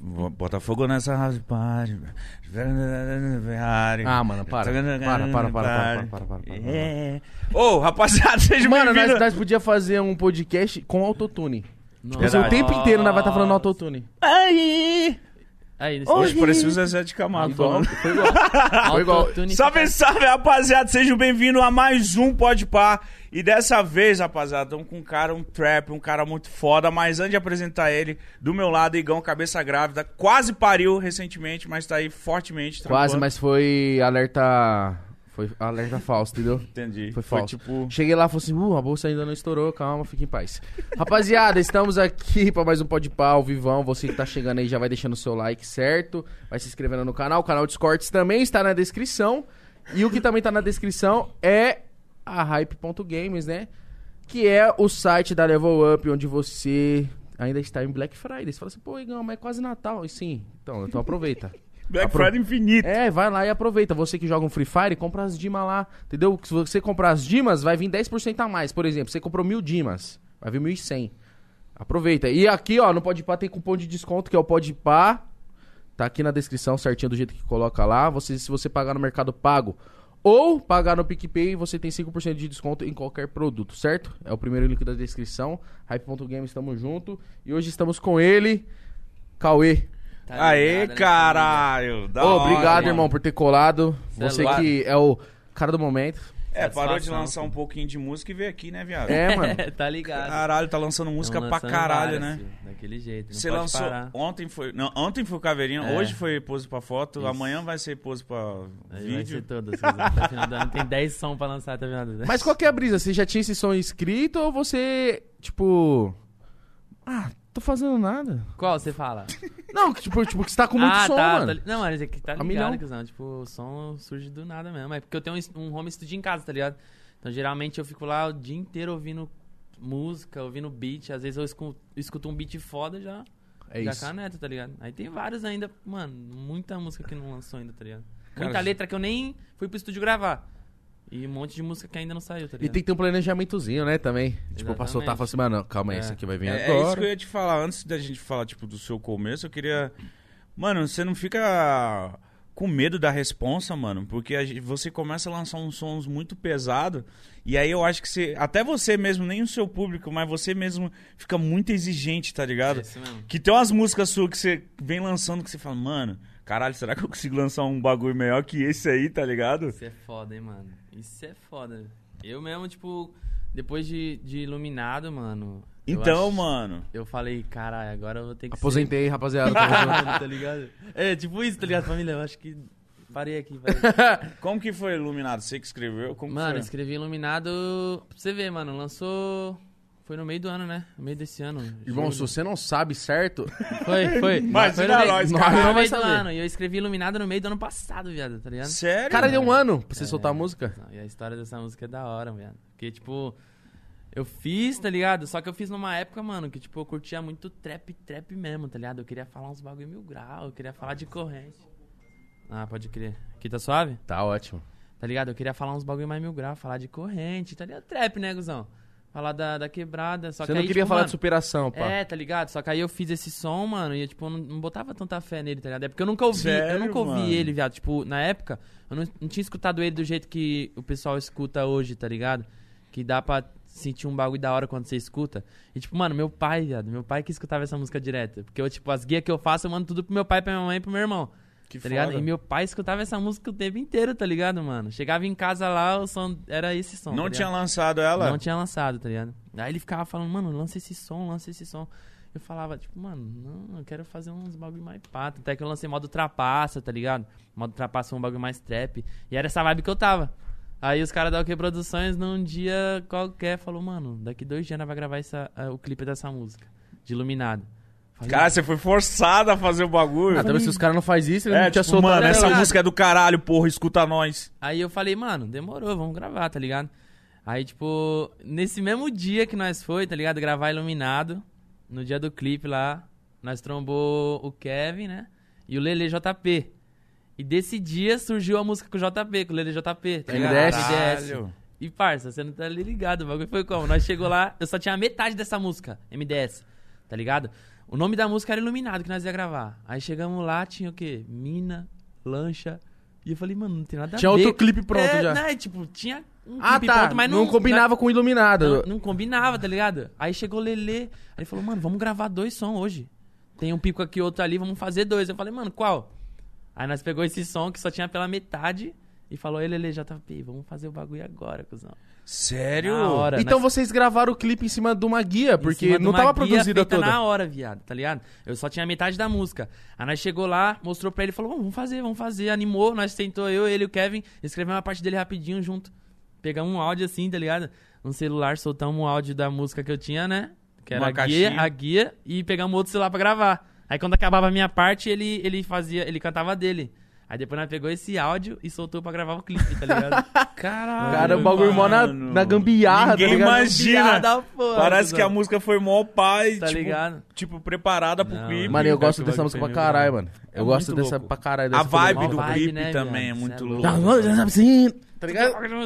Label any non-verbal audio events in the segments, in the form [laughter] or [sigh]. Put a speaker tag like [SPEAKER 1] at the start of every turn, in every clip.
[SPEAKER 1] Botafogo nessa raspagem.
[SPEAKER 2] Ah, mano, para. Para, para, para, para, para, para, para, para.
[SPEAKER 1] É. Ô, rapaziada, sejam
[SPEAKER 2] Mano,
[SPEAKER 1] bem-vindos.
[SPEAKER 2] nós, nós podíamos fazer um podcast com autotune.
[SPEAKER 3] Nossa.
[SPEAKER 2] Mas o
[SPEAKER 1] Verdade.
[SPEAKER 2] tempo inteiro nós vai estar falando autotune.
[SPEAKER 1] Aí.
[SPEAKER 3] Aí, nesse
[SPEAKER 1] Hoje um parecia o Zezé de Camargo.
[SPEAKER 2] Igual-
[SPEAKER 1] falando.
[SPEAKER 2] Foi igual. Foi igual.
[SPEAKER 3] autotune.
[SPEAKER 1] Salve, salve, rapaziada. Sejam bem-vindos a mais um Pode Par. E dessa vez, rapaziada, estamos com um cara, um trap, um cara muito foda. Mas antes de apresentar ele, do meu lado, Igão, cabeça grávida. Quase pariu recentemente, mas tá aí fortemente.
[SPEAKER 2] Quase,
[SPEAKER 1] trampando.
[SPEAKER 2] mas foi alerta. Foi alerta falso, entendeu?
[SPEAKER 1] [laughs] Entendi.
[SPEAKER 2] Foi falso.
[SPEAKER 1] tipo...
[SPEAKER 2] Cheguei lá e falei assim: uh, a bolsa ainda não estourou, calma, fique em paz. Rapaziada, estamos aqui pra mais um Pode Pau, Vivão. Você que tá chegando aí já vai deixando o seu like, certo? Vai se inscrevendo no canal. O canal dos cortes também está na descrição. E o que também tá na descrição é a Hype.games, né? Que é o site da Level Up, onde você ainda está em Black Friday. Você fala assim, pô, Igão, mas é quase Natal. E sim, então, então aproveita.
[SPEAKER 1] [laughs] Black
[SPEAKER 2] Apro-
[SPEAKER 1] Friday infinito.
[SPEAKER 2] É, vai lá e aproveita. Você que joga um Free Fire, compra as Dimas lá. Entendeu? Se você comprar as Dimas, vai vir 10% a mais. Por exemplo, você comprou mil Dimas, vai vir 1.100. Aproveita. E aqui, ó, no Podpah tem cupom de desconto, que é o Podpah. Tá aqui na descrição certinho do jeito que coloca lá. Você, se você pagar no Mercado Pago ou pagar no PicPay, você tem 5% de desconto em qualquer produto, certo? É o primeiro link da descrição. Hype.games, tamo junto. E hoje estamos com ele, Cauê.
[SPEAKER 3] Tá
[SPEAKER 1] Aê,
[SPEAKER 3] ligado, né, [laughs]
[SPEAKER 1] caralho. da
[SPEAKER 2] Ô,
[SPEAKER 1] hora,
[SPEAKER 2] obrigado,
[SPEAKER 1] mano.
[SPEAKER 2] irmão, por ter colado.
[SPEAKER 3] Cê é
[SPEAKER 2] Você
[SPEAKER 3] louco.
[SPEAKER 2] que é o cara do
[SPEAKER 3] [laughs]
[SPEAKER 2] momento.
[SPEAKER 1] É, parou de
[SPEAKER 3] Satisfação,
[SPEAKER 1] lançar um pouquinho de música e veio aqui, né, viado?
[SPEAKER 2] É, mano.
[SPEAKER 3] família? tá ligado.
[SPEAKER 1] Caralho, tá lançando música
[SPEAKER 3] Tão
[SPEAKER 1] pra
[SPEAKER 3] lançando
[SPEAKER 1] caralho,
[SPEAKER 3] várias,
[SPEAKER 1] né?
[SPEAKER 3] filho, Daquele jeito. Não
[SPEAKER 1] Você
[SPEAKER 3] pode
[SPEAKER 1] lançou. um
[SPEAKER 3] parar.
[SPEAKER 1] Ontem foi. Não, ontem foi o Caveirinha,
[SPEAKER 3] É.
[SPEAKER 1] hoje foi pose pra foto,
[SPEAKER 3] Isso.
[SPEAKER 1] amanhã vai ser pose pra
[SPEAKER 3] Aí vai
[SPEAKER 1] vídeo.
[SPEAKER 3] ser todas. Cezão. Até o final do ano tá tem 10 som pra lançar tá até o final do ano.
[SPEAKER 2] Mas qual que é a brisa? Você já tinha esse som escrito ou você, tipo. Ah, tô fazendo nada?
[SPEAKER 3] Qual você fala?
[SPEAKER 2] Não, que, tipo, tipo, que você tá com muito
[SPEAKER 3] ah,
[SPEAKER 2] som,
[SPEAKER 3] tá, tá
[SPEAKER 2] mano.
[SPEAKER 3] li- Não, mas é que tá
[SPEAKER 2] A milhão.
[SPEAKER 3] ligado, cuzão. Tipo, o som surge do nada mesmo. É porque eu tenho um es- um home studio em casa, tá ligado? Então, geralmente, eu fico lá o dia inteiro ouvindo música, ouvindo beat. Às vezes, eu escu- escuto um beat foda já.
[SPEAKER 2] É
[SPEAKER 3] da
[SPEAKER 2] isso.
[SPEAKER 3] caneta, tá ligado? Aí tem vários ainda, mano, muita música que não lançou ainda, tá ligado?
[SPEAKER 1] Cara,
[SPEAKER 3] muita
[SPEAKER 1] se-
[SPEAKER 3] letra que eu nem fui pro estúdio gravar. E um monte de música que ainda não saiu, tá
[SPEAKER 2] E
[SPEAKER 3] ligado?
[SPEAKER 2] tem que ter um planejamentozinho, né, também. Tipo, pra
[SPEAKER 3] Exatamente.
[SPEAKER 2] soltar, falar assim, mano, calma aí,
[SPEAKER 3] É.
[SPEAKER 2] isso aqui vai vir
[SPEAKER 1] É, é isso que eu
[SPEAKER 2] agora.
[SPEAKER 1] ia te falar. Antes da gente falar, tipo, do seu começo, eu queria. Mano, você não fica com medo da responsa, mano, porque a gente- você começa a lançar uns sons muito pesado e aí eu acho que você, até você mesmo, nem o seu público, mas você mesmo fica muito exigente, tá ligado?
[SPEAKER 3] É isso mesmo.
[SPEAKER 1] Que tem umas músicas suas que você vem lançando que você fala, mano, caralho, será que eu consigo lançar um bagulho melhor que esse aí, tá ligado?
[SPEAKER 3] Isso é foda, hein, mano. Isso é foda. Eu mesmo, tipo, depois de, de Iluminado, mano. eu
[SPEAKER 1] Então,
[SPEAKER 3] ach-
[SPEAKER 1] mano.
[SPEAKER 3] Eu falei, caralho, agora eu vou ter que. ser [laughs]
[SPEAKER 2] Aposentei, rapaziada. tamo
[SPEAKER 3] iluminado", tá ligado? É, tipo isso, tá ligado, família? Eu acho que. Parei
[SPEAKER 2] [laughs]
[SPEAKER 3] aqui, parei.
[SPEAKER 1] Como que foi Iluminado? Você que escreveu? Como que
[SPEAKER 3] Mano,
[SPEAKER 1] foi?
[SPEAKER 3] escrevi Iluminado. Pra você ver, mano, lançou. Foi no meio do ano, né? No meio desse ano.
[SPEAKER 2] junto. Irmão,
[SPEAKER 3] julho.
[SPEAKER 2] se você não sabe certo,
[SPEAKER 3] [laughs] Foi, foi.
[SPEAKER 1] Imagina
[SPEAKER 3] foi no meio-
[SPEAKER 1] nós,
[SPEAKER 3] Foi
[SPEAKER 2] cara.
[SPEAKER 3] é no
[SPEAKER 2] Não vai
[SPEAKER 3] meio do
[SPEAKER 2] saber.
[SPEAKER 3] ano. E eu escrevi Iluminado no meio do ano passado, viado, tá ligado?
[SPEAKER 1] Sério?
[SPEAKER 2] cara,
[SPEAKER 1] Cara,
[SPEAKER 2] deu um ano pra você
[SPEAKER 3] É.
[SPEAKER 2] soltar a música.
[SPEAKER 3] Não, E a história dessa música é da hora, viado. Porque, tipo, eu fiz, tá ligado? Só que eu fiz numa época, mano, que, tipo, eu curtia muito trap, trap mesmo, tá ligado? Eu queria falar uns bagulho mil grau, eu queria falar de corrente. Ah, pode crer. Aqui tá suave?
[SPEAKER 2] Tá ótimo.
[SPEAKER 3] Tá ligado? Eu queria falar uns bagulho mais mil grau, falar de corrente, tá ligado? Trap, né, Guzão? Falar da, da quebrada. Só
[SPEAKER 2] você
[SPEAKER 3] que
[SPEAKER 2] não
[SPEAKER 3] aí,
[SPEAKER 2] queria
[SPEAKER 3] tipo,
[SPEAKER 2] falar
[SPEAKER 3] mano,
[SPEAKER 2] de superação, pá.
[SPEAKER 3] É, tá ligado? Só que aí eu fiz esse som, mano, e eu, tipo, eu não, não botava tanta fé nele, tá ligado? É porque eu nunca ouvi,
[SPEAKER 1] Sério,
[SPEAKER 3] eu nunca ouvi
[SPEAKER 1] mano?
[SPEAKER 3] ele, viado. Tipo, na época, eu não, não tinha escutado ele do jeito que o pessoal escuta hoje, tá ligado? Que dá pra sentir um bagulho da hora quando você escuta. E, tipo, mano, meu pai, viado, meu pai que escutava essa música direto. Porque eu, tipo, as guias que eu faço, eu mando tudo pro meu pai, pra minha mãe e pro meu irmão.
[SPEAKER 1] que
[SPEAKER 3] Tá ligado? E meu pai escutava essa música o tempo inteiro, tá ligado, mano? Chegava em casa lá, o som era esse som.
[SPEAKER 1] Não
[SPEAKER 3] tá
[SPEAKER 1] tinha
[SPEAKER 3] ligado?
[SPEAKER 1] lançado ela?
[SPEAKER 3] Não tinha lançado, tá ligado? Aí ele ficava falando, mano, lança esse som, lança esse som. Eu falava, tipo, mano, não, eu quero fazer uns bagulho mais pato. Até que eu lancei modo trapaça, tá ligado? Modo trapaça foi um bagulho mais trap. E era essa vibe que eu tava. Aí os caras da OK Produções, num dia qualquer, falou, mano, daqui dois dias nós vai gravar essa, ah, o clipe dessa música, de Iluminado. Falei,
[SPEAKER 1] Cara, você foi forçado a fazer o bagulho.
[SPEAKER 2] Ah, também se os caras não fazem isso, ele
[SPEAKER 1] é,
[SPEAKER 2] não tinha
[SPEAKER 1] tipo,
[SPEAKER 2] soltado. né,
[SPEAKER 1] mano,
[SPEAKER 2] até
[SPEAKER 1] essa
[SPEAKER 2] hoje.
[SPEAKER 3] ligado?
[SPEAKER 1] música é do caralho, porra, escuta nós.
[SPEAKER 3] Aí eu falei, mano, demorou, vamos gravar, tá ligado? Aí, tipo, nesse mesmo dia que nós foi, tá ligado? Gravar Iluminado, no dia do clipe lá, nós trombou o Kevin, né? E o Lele JP. E desse dia surgiu a música com o JP, com o Lele JP, tá ligado?
[SPEAKER 2] MDS.
[SPEAKER 1] Caralho.
[SPEAKER 3] E parça, você não tá ali ligado, o bagulho foi como? Nós chegou lá, eu só tinha a metade dessa música, MDS. tá ligado? O nome da música era Iluminado, que nós ia gravar. Aí chegamos lá, tinha o quê? Mina, lancha. E eu falei, mano, não tem nada
[SPEAKER 2] Tinha
[SPEAKER 3] a ver.
[SPEAKER 2] outro clipe pronto
[SPEAKER 3] Tá É,
[SPEAKER 2] já.
[SPEAKER 3] Né? Tipo, tinha um
[SPEAKER 2] Ah,
[SPEAKER 3] clipe
[SPEAKER 2] tá.
[SPEAKER 3] pronto, mas
[SPEAKER 2] não, combinava com Iluminado.
[SPEAKER 3] não, não combinava, tá ligado? Aí chegou o Lelê, aí ele falou, mano, vamos gravar dois som hoje. Tem um pico aqui, outro ali, vamos fazer dois. Eu falei, mano, qual? Aí nós pegou esse som que só tinha pela metade e falou, ei, Lelê, JP, vamos fazer o bagulho agora, cuzão.
[SPEAKER 1] Sério?
[SPEAKER 3] Na hora.
[SPEAKER 2] então
[SPEAKER 3] nós-
[SPEAKER 2] vocês gravaram o clipe em cima de uma guia,
[SPEAKER 3] em
[SPEAKER 2] porque
[SPEAKER 3] cima de
[SPEAKER 2] não
[SPEAKER 3] uma
[SPEAKER 2] tava
[SPEAKER 3] guia
[SPEAKER 2] produzida
[SPEAKER 3] feita
[SPEAKER 2] toda.
[SPEAKER 3] na hora, viado, tá ligado? Eu só tinha metade da música. Aí nós chegou lá, mostrou pra ele, falou, vamos fazer, vamos fazer. Animou, nós tentou, eu, ele e o Kevin, escrevemos uma parte dele rapidinho junto. Pegamos um áudio assim, tá ligado? No celular, soltamos um áudio da música que eu tinha, né? Que era
[SPEAKER 1] Uma
[SPEAKER 3] a guia,
[SPEAKER 1] caixinha.
[SPEAKER 3] a guia, e pegamos outro celular pra gravar. Aí quando acabava a minha parte, ele, ele fazia, ele cantava a dele. Aí depois nós pegou esse áudio e soltou pra gravar o clipe,
[SPEAKER 2] [laughs]
[SPEAKER 3] tá ligado? Caralho.
[SPEAKER 2] Cara, o bagulho mó na,
[SPEAKER 1] Mano.
[SPEAKER 2] na gambiarra, tá
[SPEAKER 1] Ninguém
[SPEAKER 2] ligado?
[SPEAKER 1] imagina.
[SPEAKER 3] Piada, porra,
[SPEAKER 1] Parece
[SPEAKER 3] cuzão.
[SPEAKER 1] que a música foi mó pai,
[SPEAKER 3] Tá
[SPEAKER 1] tipo,
[SPEAKER 3] ligado?
[SPEAKER 1] tipo, preparada pro
[SPEAKER 3] Não,
[SPEAKER 1] clipe.
[SPEAKER 3] imagina.
[SPEAKER 2] Mano, eu gosto
[SPEAKER 3] Cara,
[SPEAKER 2] dessa
[SPEAKER 3] que
[SPEAKER 2] música pra
[SPEAKER 3] bagulho
[SPEAKER 2] caralho, mano. Eu
[SPEAKER 1] É
[SPEAKER 2] gosto
[SPEAKER 1] muito
[SPEAKER 2] dessa
[SPEAKER 1] louco.
[SPEAKER 2] pra caralho.
[SPEAKER 1] A
[SPEAKER 2] Dessa
[SPEAKER 1] vibe
[SPEAKER 3] Mó
[SPEAKER 1] do
[SPEAKER 3] vibe,
[SPEAKER 1] clipe
[SPEAKER 3] né,
[SPEAKER 1] também é
[SPEAKER 3] viado?
[SPEAKER 1] muito
[SPEAKER 3] Cê é
[SPEAKER 1] louco.
[SPEAKER 3] louco.
[SPEAKER 2] Tá ligado? Mano,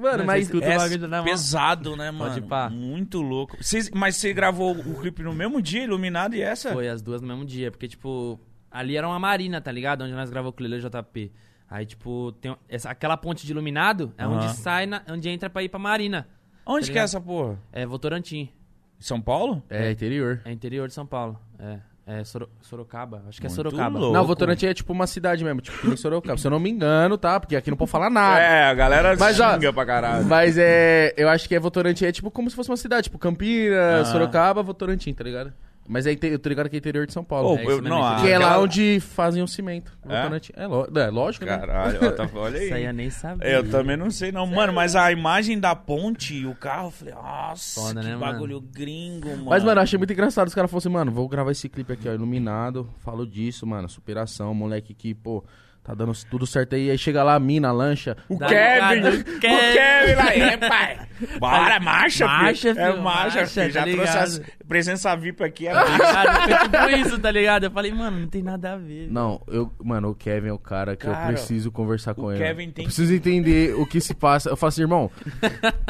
[SPEAKER 3] Mano,
[SPEAKER 2] mas
[SPEAKER 3] mas escuta o bagulho
[SPEAKER 1] É
[SPEAKER 3] na mão.
[SPEAKER 1] pesado, né, mano?
[SPEAKER 3] Pode pá.
[SPEAKER 1] Muito louco. Cês- mas você gravou o clipe no mesmo dia, Iluminado e [laughs] essa?
[SPEAKER 3] Foi as duas no mesmo dia, porque, tipo, ali era uma marina, tá ligado? Onde nós gravamos com o Lele JP. Aí, tipo, tem essa, aquela ponte de iluminado é
[SPEAKER 1] Aham.
[SPEAKER 3] onde sai, na- onde entra pra ir pra marina.
[SPEAKER 1] Onde
[SPEAKER 3] Tá
[SPEAKER 1] que é
[SPEAKER 3] ligado?
[SPEAKER 1] essa porra?
[SPEAKER 3] É Votorantim,
[SPEAKER 1] Em São Paulo?
[SPEAKER 2] É, interior.
[SPEAKER 3] é interior de São Paulo. É, é Soro- Sorocaba, acho que é
[SPEAKER 1] Muito
[SPEAKER 3] Sorocaba.
[SPEAKER 1] louco.
[SPEAKER 2] Não, Votorantim é tipo uma cidade mesmo, tipo que nem Sorocaba. Se eu não me engano, tá? Porque aqui não pode falar nada.
[SPEAKER 1] É, a galera
[SPEAKER 2] Mas, ó,
[SPEAKER 1] xinga pra
[SPEAKER 3] [laughs]
[SPEAKER 1] caralho.
[SPEAKER 2] Mas é. Eu acho que é Votorantim é tipo como se fosse uma cidade, tipo Campinas,
[SPEAKER 1] Ah.
[SPEAKER 2] Sorocaba, Votorantim, tá ligado? Mas é, inte- eu tô ligado que é interior de São Paulo.
[SPEAKER 1] Pô,
[SPEAKER 2] é,
[SPEAKER 3] isso
[SPEAKER 1] eu,
[SPEAKER 3] mesmo,
[SPEAKER 1] não,
[SPEAKER 3] é
[SPEAKER 1] a-
[SPEAKER 3] isso
[SPEAKER 2] que é lá
[SPEAKER 1] aquela-
[SPEAKER 2] onde fazem o cimento.
[SPEAKER 1] É?
[SPEAKER 2] Votorantim. É, lo- é lógico, né?
[SPEAKER 1] Caralho, ó, tá- olha
[SPEAKER 3] Isso aí
[SPEAKER 1] aí.
[SPEAKER 3] é eu nem sabia.
[SPEAKER 1] É, Eu também não sei, não.
[SPEAKER 3] é
[SPEAKER 1] Mano, mas a imagem da ponte e o carro, eu falei, nossa,
[SPEAKER 3] Foda,
[SPEAKER 1] que
[SPEAKER 3] né, mano?
[SPEAKER 1] bagulho gringo, mano.
[SPEAKER 2] Mas, mano, eu achei muito engraçado. Os caras falaram assim, mano, vou gravar esse clipe aqui, ó, iluminado. Falo disso, mano, superação, moleque que, pô, tá dando tudo certo aí. Aí chega lá a mina, a lancha.
[SPEAKER 1] O
[SPEAKER 3] Dá
[SPEAKER 1] Kevin,
[SPEAKER 3] ligado?
[SPEAKER 1] o Kevin lá, é, pai. Bora,
[SPEAKER 3] Tá-
[SPEAKER 1] marcha,
[SPEAKER 3] Marcha,
[SPEAKER 1] filho. É
[SPEAKER 3] filho,
[SPEAKER 1] marcha,
[SPEAKER 3] marcha,
[SPEAKER 1] filho. Já
[SPEAKER 3] tá
[SPEAKER 1] trouxe as
[SPEAKER 3] ligado?
[SPEAKER 1] presença VIP aqui. É
[SPEAKER 3] [laughs] Cara, foi tipo isso, tá ligado? Eu falei, mano, não tem nada a ver.
[SPEAKER 2] Não, eu, mano, o Kevin é o cara que eu
[SPEAKER 1] Cara,
[SPEAKER 2] preciso conversar com ele.
[SPEAKER 1] Kevin tem-
[SPEAKER 2] Eu preciso entender o que se passa. Eu falo assim, irmão,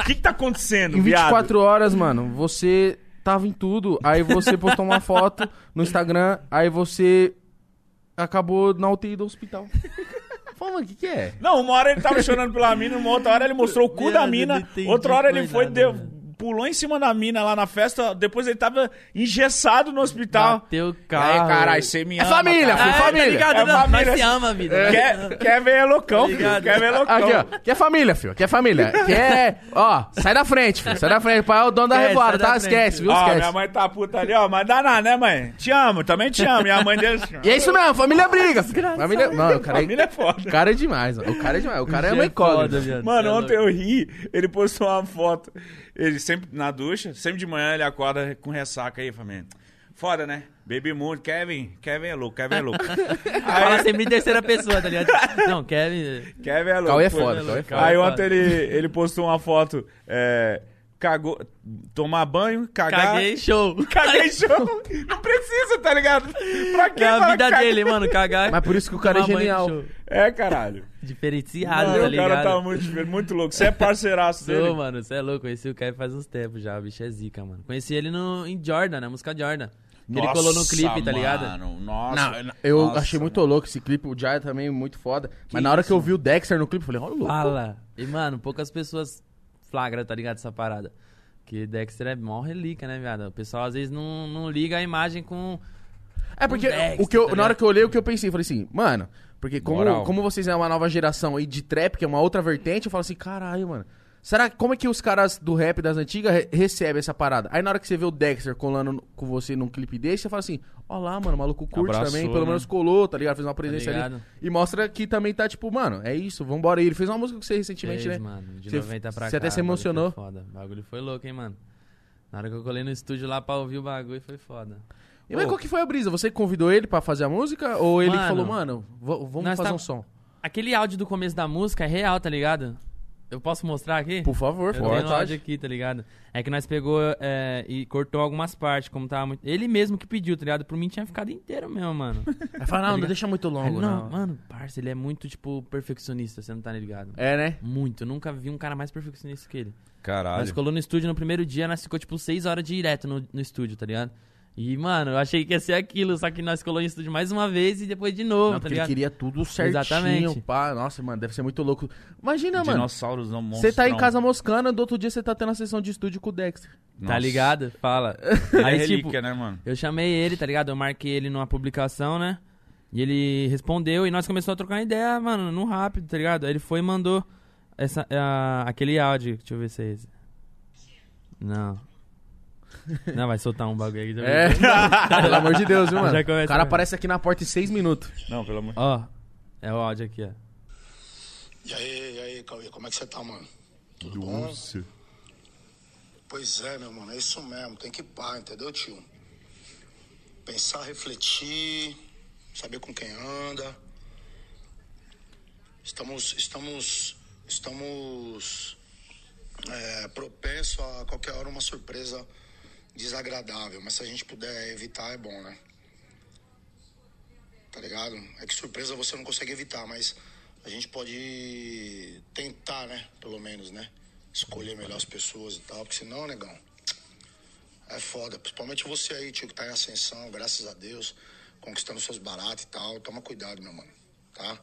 [SPEAKER 1] O que que tá acontecendo,
[SPEAKER 2] em
[SPEAKER 1] viado?
[SPEAKER 2] 24 horas, mano, você tava em tudo. Aí você postou uma foto no Instagram, aí você acabou na UTI do hospital. Fala, mano, o que que é?
[SPEAKER 1] Não, uma hora ele tava chorando pela mina, uma outra hora ele mostrou o cu da
[SPEAKER 3] Viado, não
[SPEAKER 1] mina,
[SPEAKER 3] entendi,
[SPEAKER 1] outra hora ele
[SPEAKER 3] coisa
[SPEAKER 1] foi,
[SPEAKER 3] nada,
[SPEAKER 1] deu-
[SPEAKER 3] né, velho.
[SPEAKER 1] pulou em cima da mina lá na festa, depois ele tava engessado no hospital.
[SPEAKER 3] Bateu o
[SPEAKER 1] Então, Aí,
[SPEAKER 3] carro.
[SPEAKER 1] caralho, você me
[SPEAKER 2] É
[SPEAKER 1] ama,
[SPEAKER 2] família,
[SPEAKER 1] cara.
[SPEAKER 2] filho,
[SPEAKER 3] Ah,
[SPEAKER 2] família.
[SPEAKER 3] Tá ligado?
[SPEAKER 1] É
[SPEAKER 3] Não,
[SPEAKER 1] família.
[SPEAKER 3] Nós se ama, vida.
[SPEAKER 1] Quer, quer ver é loucão, filho.
[SPEAKER 3] ligado?
[SPEAKER 1] Quer ver é loucão.
[SPEAKER 2] Aqui, ó. Aqui é família, filho. Aqui é família. Aqui é. Ó, sai da frente, filho. Sai da frente. Pai é o dono da
[SPEAKER 3] Esquece,
[SPEAKER 2] revoada,
[SPEAKER 3] sai da
[SPEAKER 2] tá?
[SPEAKER 3] frente.
[SPEAKER 2] Esquece, viu?
[SPEAKER 1] Ó,
[SPEAKER 2] Esquece.
[SPEAKER 1] minha mãe tá puta ali, ó. Mas dá nada, né, mãe? Te amo, também te amo. E a mãe dele. assim,
[SPEAKER 2] E é isso mesmo, família briga. filho. Família. Mano, o cara, é...
[SPEAKER 1] Família é
[SPEAKER 2] o
[SPEAKER 1] foda.
[SPEAKER 2] cara é demais, mano. O cara é demais. O cara é uma
[SPEAKER 3] foda,
[SPEAKER 2] incógnita.
[SPEAKER 3] viado.
[SPEAKER 1] Mano,
[SPEAKER 3] Cê é
[SPEAKER 1] ontem eu ri, ele postou uma foto. Ele sempre na ducha, sempre de manhã ele acorda com ressaca aí, família. Foda, né? Baby Moon, Kevin, Kevin é louco, Kevin é
[SPEAKER 3] [laughs]
[SPEAKER 1] louco.
[SPEAKER 3] Fala assim. sempre em terceira pessoa, tá ligado? Não, Kevin.
[SPEAKER 1] Kevin é louco.
[SPEAKER 2] Cauê é
[SPEAKER 1] foi.
[SPEAKER 2] foda, Cauê é foda.
[SPEAKER 1] Aí
[SPEAKER 3] Cauê é
[SPEAKER 1] ontem
[SPEAKER 3] foda.
[SPEAKER 1] ele, ele postou uma foto, é, cagou, tomar banho, cagar.
[SPEAKER 3] Caguei, show.
[SPEAKER 1] [laughs] Caguei show. Não precisa, tá ligado? Pra que
[SPEAKER 3] É a
[SPEAKER 1] falar
[SPEAKER 3] vida
[SPEAKER 1] caguei?
[SPEAKER 3] dele, mano, cagar.
[SPEAKER 2] Mas por isso que o cara é
[SPEAKER 3] tomar banho,
[SPEAKER 2] genial.
[SPEAKER 3] show.
[SPEAKER 1] É, caralho.
[SPEAKER 3] Diferenciado,
[SPEAKER 1] Mano,
[SPEAKER 3] tá
[SPEAKER 1] o cara
[SPEAKER 3] ligado?
[SPEAKER 1] tá muito, diferente, muito louco. Você é parceiraço
[SPEAKER 3] [laughs] Sou,
[SPEAKER 1] dele.
[SPEAKER 3] mano, você é louco. Conheci o Kevin faz uns tempos já. O bicho é zica, mano. Conheci ele no, em Jordan, na música Jordan. Que ele colou no clipe, tá ligado?
[SPEAKER 1] Mano, nossa.
[SPEAKER 2] Não, eu
[SPEAKER 1] Nossa,
[SPEAKER 2] achei muito louco esse clipe. O Jaya também muito foda. Mas na
[SPEAKER 1] isso,
[SPEAKER 2] hora que eu vi o Dexter no clipe, eu falei, ó, louco.
[SPEAKER 3] Fala. E, mano, poucas pessoas flagram, tá ligado? Essa parada. Que Dexter é mó relíquia, né, viado? O pessoal às vezes não, não liga a imagem com.
[SPEAKER 2] É porque
[SPEAKER 3] Um Dexter,
[SPEAKER 2] o que eu-
[SPEAKER 3] tá
[SPEAKER 2] na hora
[SPEAKER 3] ligado?
[SPEAKER 2] que eu olhei, o que eu pensei, eu falei assim, mano, porque como,
[SPEAKER 1] Moral.
[SPEAKER 2] como vocês é uma nova geração aí de trap, que é uma outra vertente, eu falo assim, caralho, mano. Será que como é que os caras do rap das antigas re recebem essa parada? Aí na hora que você vê o Dexter colando no- com você num clipe desse, você fala assim, ó lá, mano, o maluco curte
[SPEAKER 1] Abraçou,
[SPEAKER 2] também, pelo
[SPEAKER 1] né?
[SPEAKER 2] menos colou, tá ligado? Fez uma presença ali.
[SPEAKER 3] ligado?
[SPEAKER 2] E mostra que também tá tipo, mano, é isso, vambora aí. Ele fez uma música com você recentemente,
[SPEAKER 3] Fez,
[SPEAKER 2] né?
[SPEAKER 3] mano, de
[SPEAKER 2] Você-
[SPEAKER 3] 90 pra
[SPEAKER 2] você
[SPEAKER 3] cá.
[SPEAKER 2] até se
[SPEAKER 3] o bagulho foi
[SPEAKER 2] emocionou.
[SPEAKER 3] Foda. O bagulho foi louco, hein, mano. Na hora que eu colei no estúdio lá pra ouvir o bagulho, foi foda.
[SPEAKER 2] E mas
[SPEAKER 3] Ô.
[SPEAKER 2] qual que foi a brisa? Você convidou ele pra fazer a música? Ou ele que
[SPEAKER 3] Mano,
[SPEAKER 2] falou, mano, v- vamos
[SPEAKER 3] nós
[SPEAKER 2] fazer
[SPEAKER 3] tá-
[SPEAKER 2] um som?
[SPEAKER 3] Aquele áudio do começo da música é real, tá ligado? Eu posso mostrar aqui?
[SPEAKER 2] Por favor,
[SPEAKER 3] Eu
[SPEAKER 2] fica à
[SPEAKER 3] tenho um
[SPEAKER 2] vontade.
[SPEAKER 3] áudio aqui, tá ligado? É que nós pegou é, e cortou algumas partes, como tava muito... Ele mesmo que pediu, tá ligado? Por mim tinha ficado inteiro
[SPEAKER 2] [laughs]
[SPEAKER 3] mesmo, mano.
[SPEAKER 2] Aí fala, não, não deixa muito
[SPEAKER 3] Aí Tá ele,
[SPEAKER 2] longo,
[SPEAKER 3] não,
[SPEAKER 2] não.
[SPEAKER 3] mano, parça, ele é muito, tipo, perfeccionista, você não tá ligado?
[SPEAKER 2] É, né?
[SPEAKER 3] Muito, eu nunca vi um cara mais perfeccionista que ele.
[SPEAKER 1] Caralho.
[SPEAKER 3] Nós colou no estúdio no primeiro dia, nós ficou, tipo, seis horas direto no, no estúdio, tá ligado? E, mano, eu achei que ia ser aquilo, só que nós colou em estúdio mais uma vez e depois de
[SPEAKER 2] Não,
[SPEAKER 3] novo, tá
[SPEAKER 2] porque ele
[SPEAKER 3] ligado?
[SPEAKER 2] queria tudo certinho,
[SPEAKER 3] Exatamente.
[SPEAKER 2] pá. Nossa, mano, deve ser muito louco. Imagina, mano.
[SPEAKER 1] Dinossauros não monstro.
[SPEAKER 2] Você tá em casa moscando, do outro dia você tá tendo a sessão de estúdio com o Dexter.
[SPEAKER 3] Tá ligado? Fala.
[SPEAKER 2] [laughs]
[SPEAKER 1] Aí,
[SPEAKER 3] Aí,
[SPEAKER 1] é relíquia,
[SPEAKER 3] tipo,
[SPEAKER 1] né, mano?
[SPEAKER 3] eu chamei ele, tá ligado? Eu marquei ele numa publicação, né? E ele respondeu e nós começamos a trocar ideia, mano, no rápido, tá ligado? Aí ele foi e mandou essa, a- aquele áudio. Deixa eu ver se é esse.
[SPEAKER 2] [laughs]
[SPEAKER 3] Não. Não, vai soltar um bagulho aí. também.
[SPEAKER 2] É, [laughs] pelo amor de Deus, viu, mano?
[SPEAKER 3] Já começa,
[SPEAKER 2] o cara
[SPEAKER 3] né?
[SPEAKER 2] aparece aqui na porta em seis minutos.
[SPEAKER 1] Não, pelo amor de
[SPEAKER 3] Ó, é o áudio aqui, ó.
[SPEAKER 4] E aí, e aí, Cauê, como é que você tá, mano? Tudo bom? Pois é, meu mano, é isso mesmo, tem que pá, entendeu, tio? Pensar, refletir, saber com quem anda. Estamos, estamos, estamos é, propenso a qualquer hora uma surpresa desagradável, mas se a gente puder evitar é bom, né? tá ligado? É que surpresa você não consegue evitar, mas a gente pode tentar, né? Pelo menos, né? Escolher melhor as pessoas e tal, porque senão, negão, é foda. Principalmente você aí, tio, que tá em ascensão, graças a Deus, conquistando seus baratos e tal. Toma cuidado, meu mano, tá?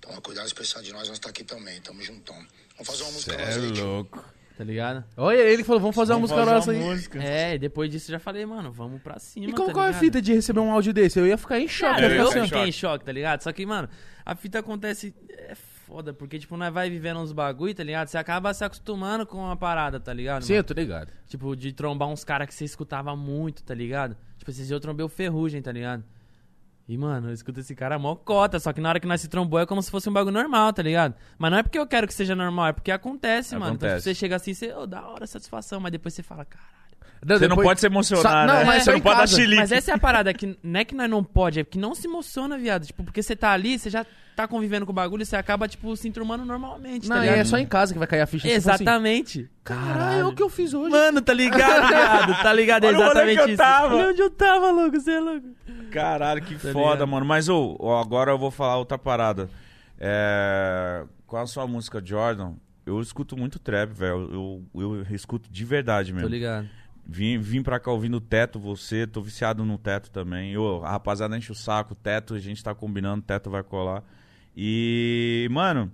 [SPEAKER 4] Toma cuidado, especial de nós, nós tá aqui também, tamo juntão. Vamos fazer uma música
[SPEAKER 1] Deus.
[SPEAKER 4] nós
[SPEAKER 1] Cê é
[SPEAKER 4] aí, tio.
[SPEAKER 1] louco.
[SPEAKER 3] Tá ligado?
[SPEAKER 2] Olha, ele falou, vamos fazer
[SPEAKER 1] Vamos
[SPEAKER 2] uma música nossa
[SPEAKER 1] uma
[SPEAKER 2] aí.
[SPEAKER 1] música.
[SPEAKER 3] É, e depois disso eu já falei, mano, vamos pra cima.
[SPEAKER 2] E como
[SPEAKER 3] tá
[SPEAKER 2] qual é a
[SPEAKER 3] ligado?
[SPEAKER 2] fita de receber um áudio desse? Eu ia ficar em choque.
[SPEAKER 3] Cara,
[SPEAKER 2] eu ia
[SPEAKER 3] eu
[SPEAKER 2] ficar assim,
[SPEAKER 1] choque.
[SPEAKER 3] fiquei em choque, tá ligado? Só que, mano, a fita acontece. É foda, porque, tipo, nós vai vivendo uns bagulho, tá ligado? Você acaba se acostumando com a parada, tá ligado?
[SPEAKER 2] ó. assim, Sim,
[SPEAKER 3] mano?
[SPEAKER 2] eu tô ligado.
[SPEAKER 3] Tipo, de trombar uns caras que você escutava muito, tá ligado? Tipo, esses dias eu trombei o Ferrugem, tá ligado? E, mano, eu escuto esse cara mó cota, só que na hora que nós se trombou é como se fosse um bagulho normal, tá ligado? Mas não é porque eu quero que seja normal, é porque acontece, mano. Então, tipo,
[SPEAKER 1] Acontece.
[SPEAKER 3] você chega assim, você, ô, da hora, satisfação, mas depois você fala, caralho.
[SPEAKER 1] Você não
[SPEAKER 2] depois-
[SPEAKER 1] pode se emocionar,
[SPEAKER 2] Sa- não,
[SPEAKER 1] né?
[SPEAKER 2] mas
[SPEAKER 1] Você
[SPEAKER 2] só
[SPEAKER 1] não
[SPEAKER 2] em
[SPEAKER 1] pode dar
[SPEAKER 2] casa.
[SPEAKER 1] chilique.
[SPEAKER 3] É. Mas essa é a parada, que não é que nós não pode, é que não se emociona, viado. Tipo, porque você tá ali, você já tá convivendo com o bagulho, você acaba, tipo, se enturmando normalmente,
[SPEAKER 2] Não,
[SPEAKER 3] tá
[SPEAKER 2] e
[SPEAKER 3] ligado?
[SPEAKER 2] é só em casa que vai cair a
[SPEAKER 1] Tipo
[SPEAKER 2] ficha. você fala assim,
[SPEAKER 3] Exatamente.
[SPEAKER 2] Caralho, é o que eu fiz hoje.
[SPEAKER 3] Mano,
[SPEAKER 1] [laughs]
[SPEAKER 3] tá ligado, viado? Tá ligado, é
[SPEAKER 1] Olha o rolê
[SPEAKER 3] exatamente
[SPEAKER 1] que eu
[SPEAKER 3] isso.
[SPEAKER 1] tava.
[SPEAKER 3] Olha onde eu tava, louco, você é louco.
[SPEAKER 1] Caralho, que
[SPEAKER 3] Tá
[SPEAKER 1] foda,
[SPEAKER 3] ligado?
[SPEAKER 1] mano. Mas ô, ô, agora eu vou falar outra parada. É... Qual a sua música, Jordan? Eu escuto muito trap, velho. Eu, eu escuto de verdade mesmo.
[SPEAKER 3] Tô ligado.
[SPEAKER 1] Vim, vim pra cá ouvindo o Teto, você. Tô viciado no Teto também. Eu, a rapaziada enche o saco. Teto, a gente tá combinando. Teto vai colar. E, mano...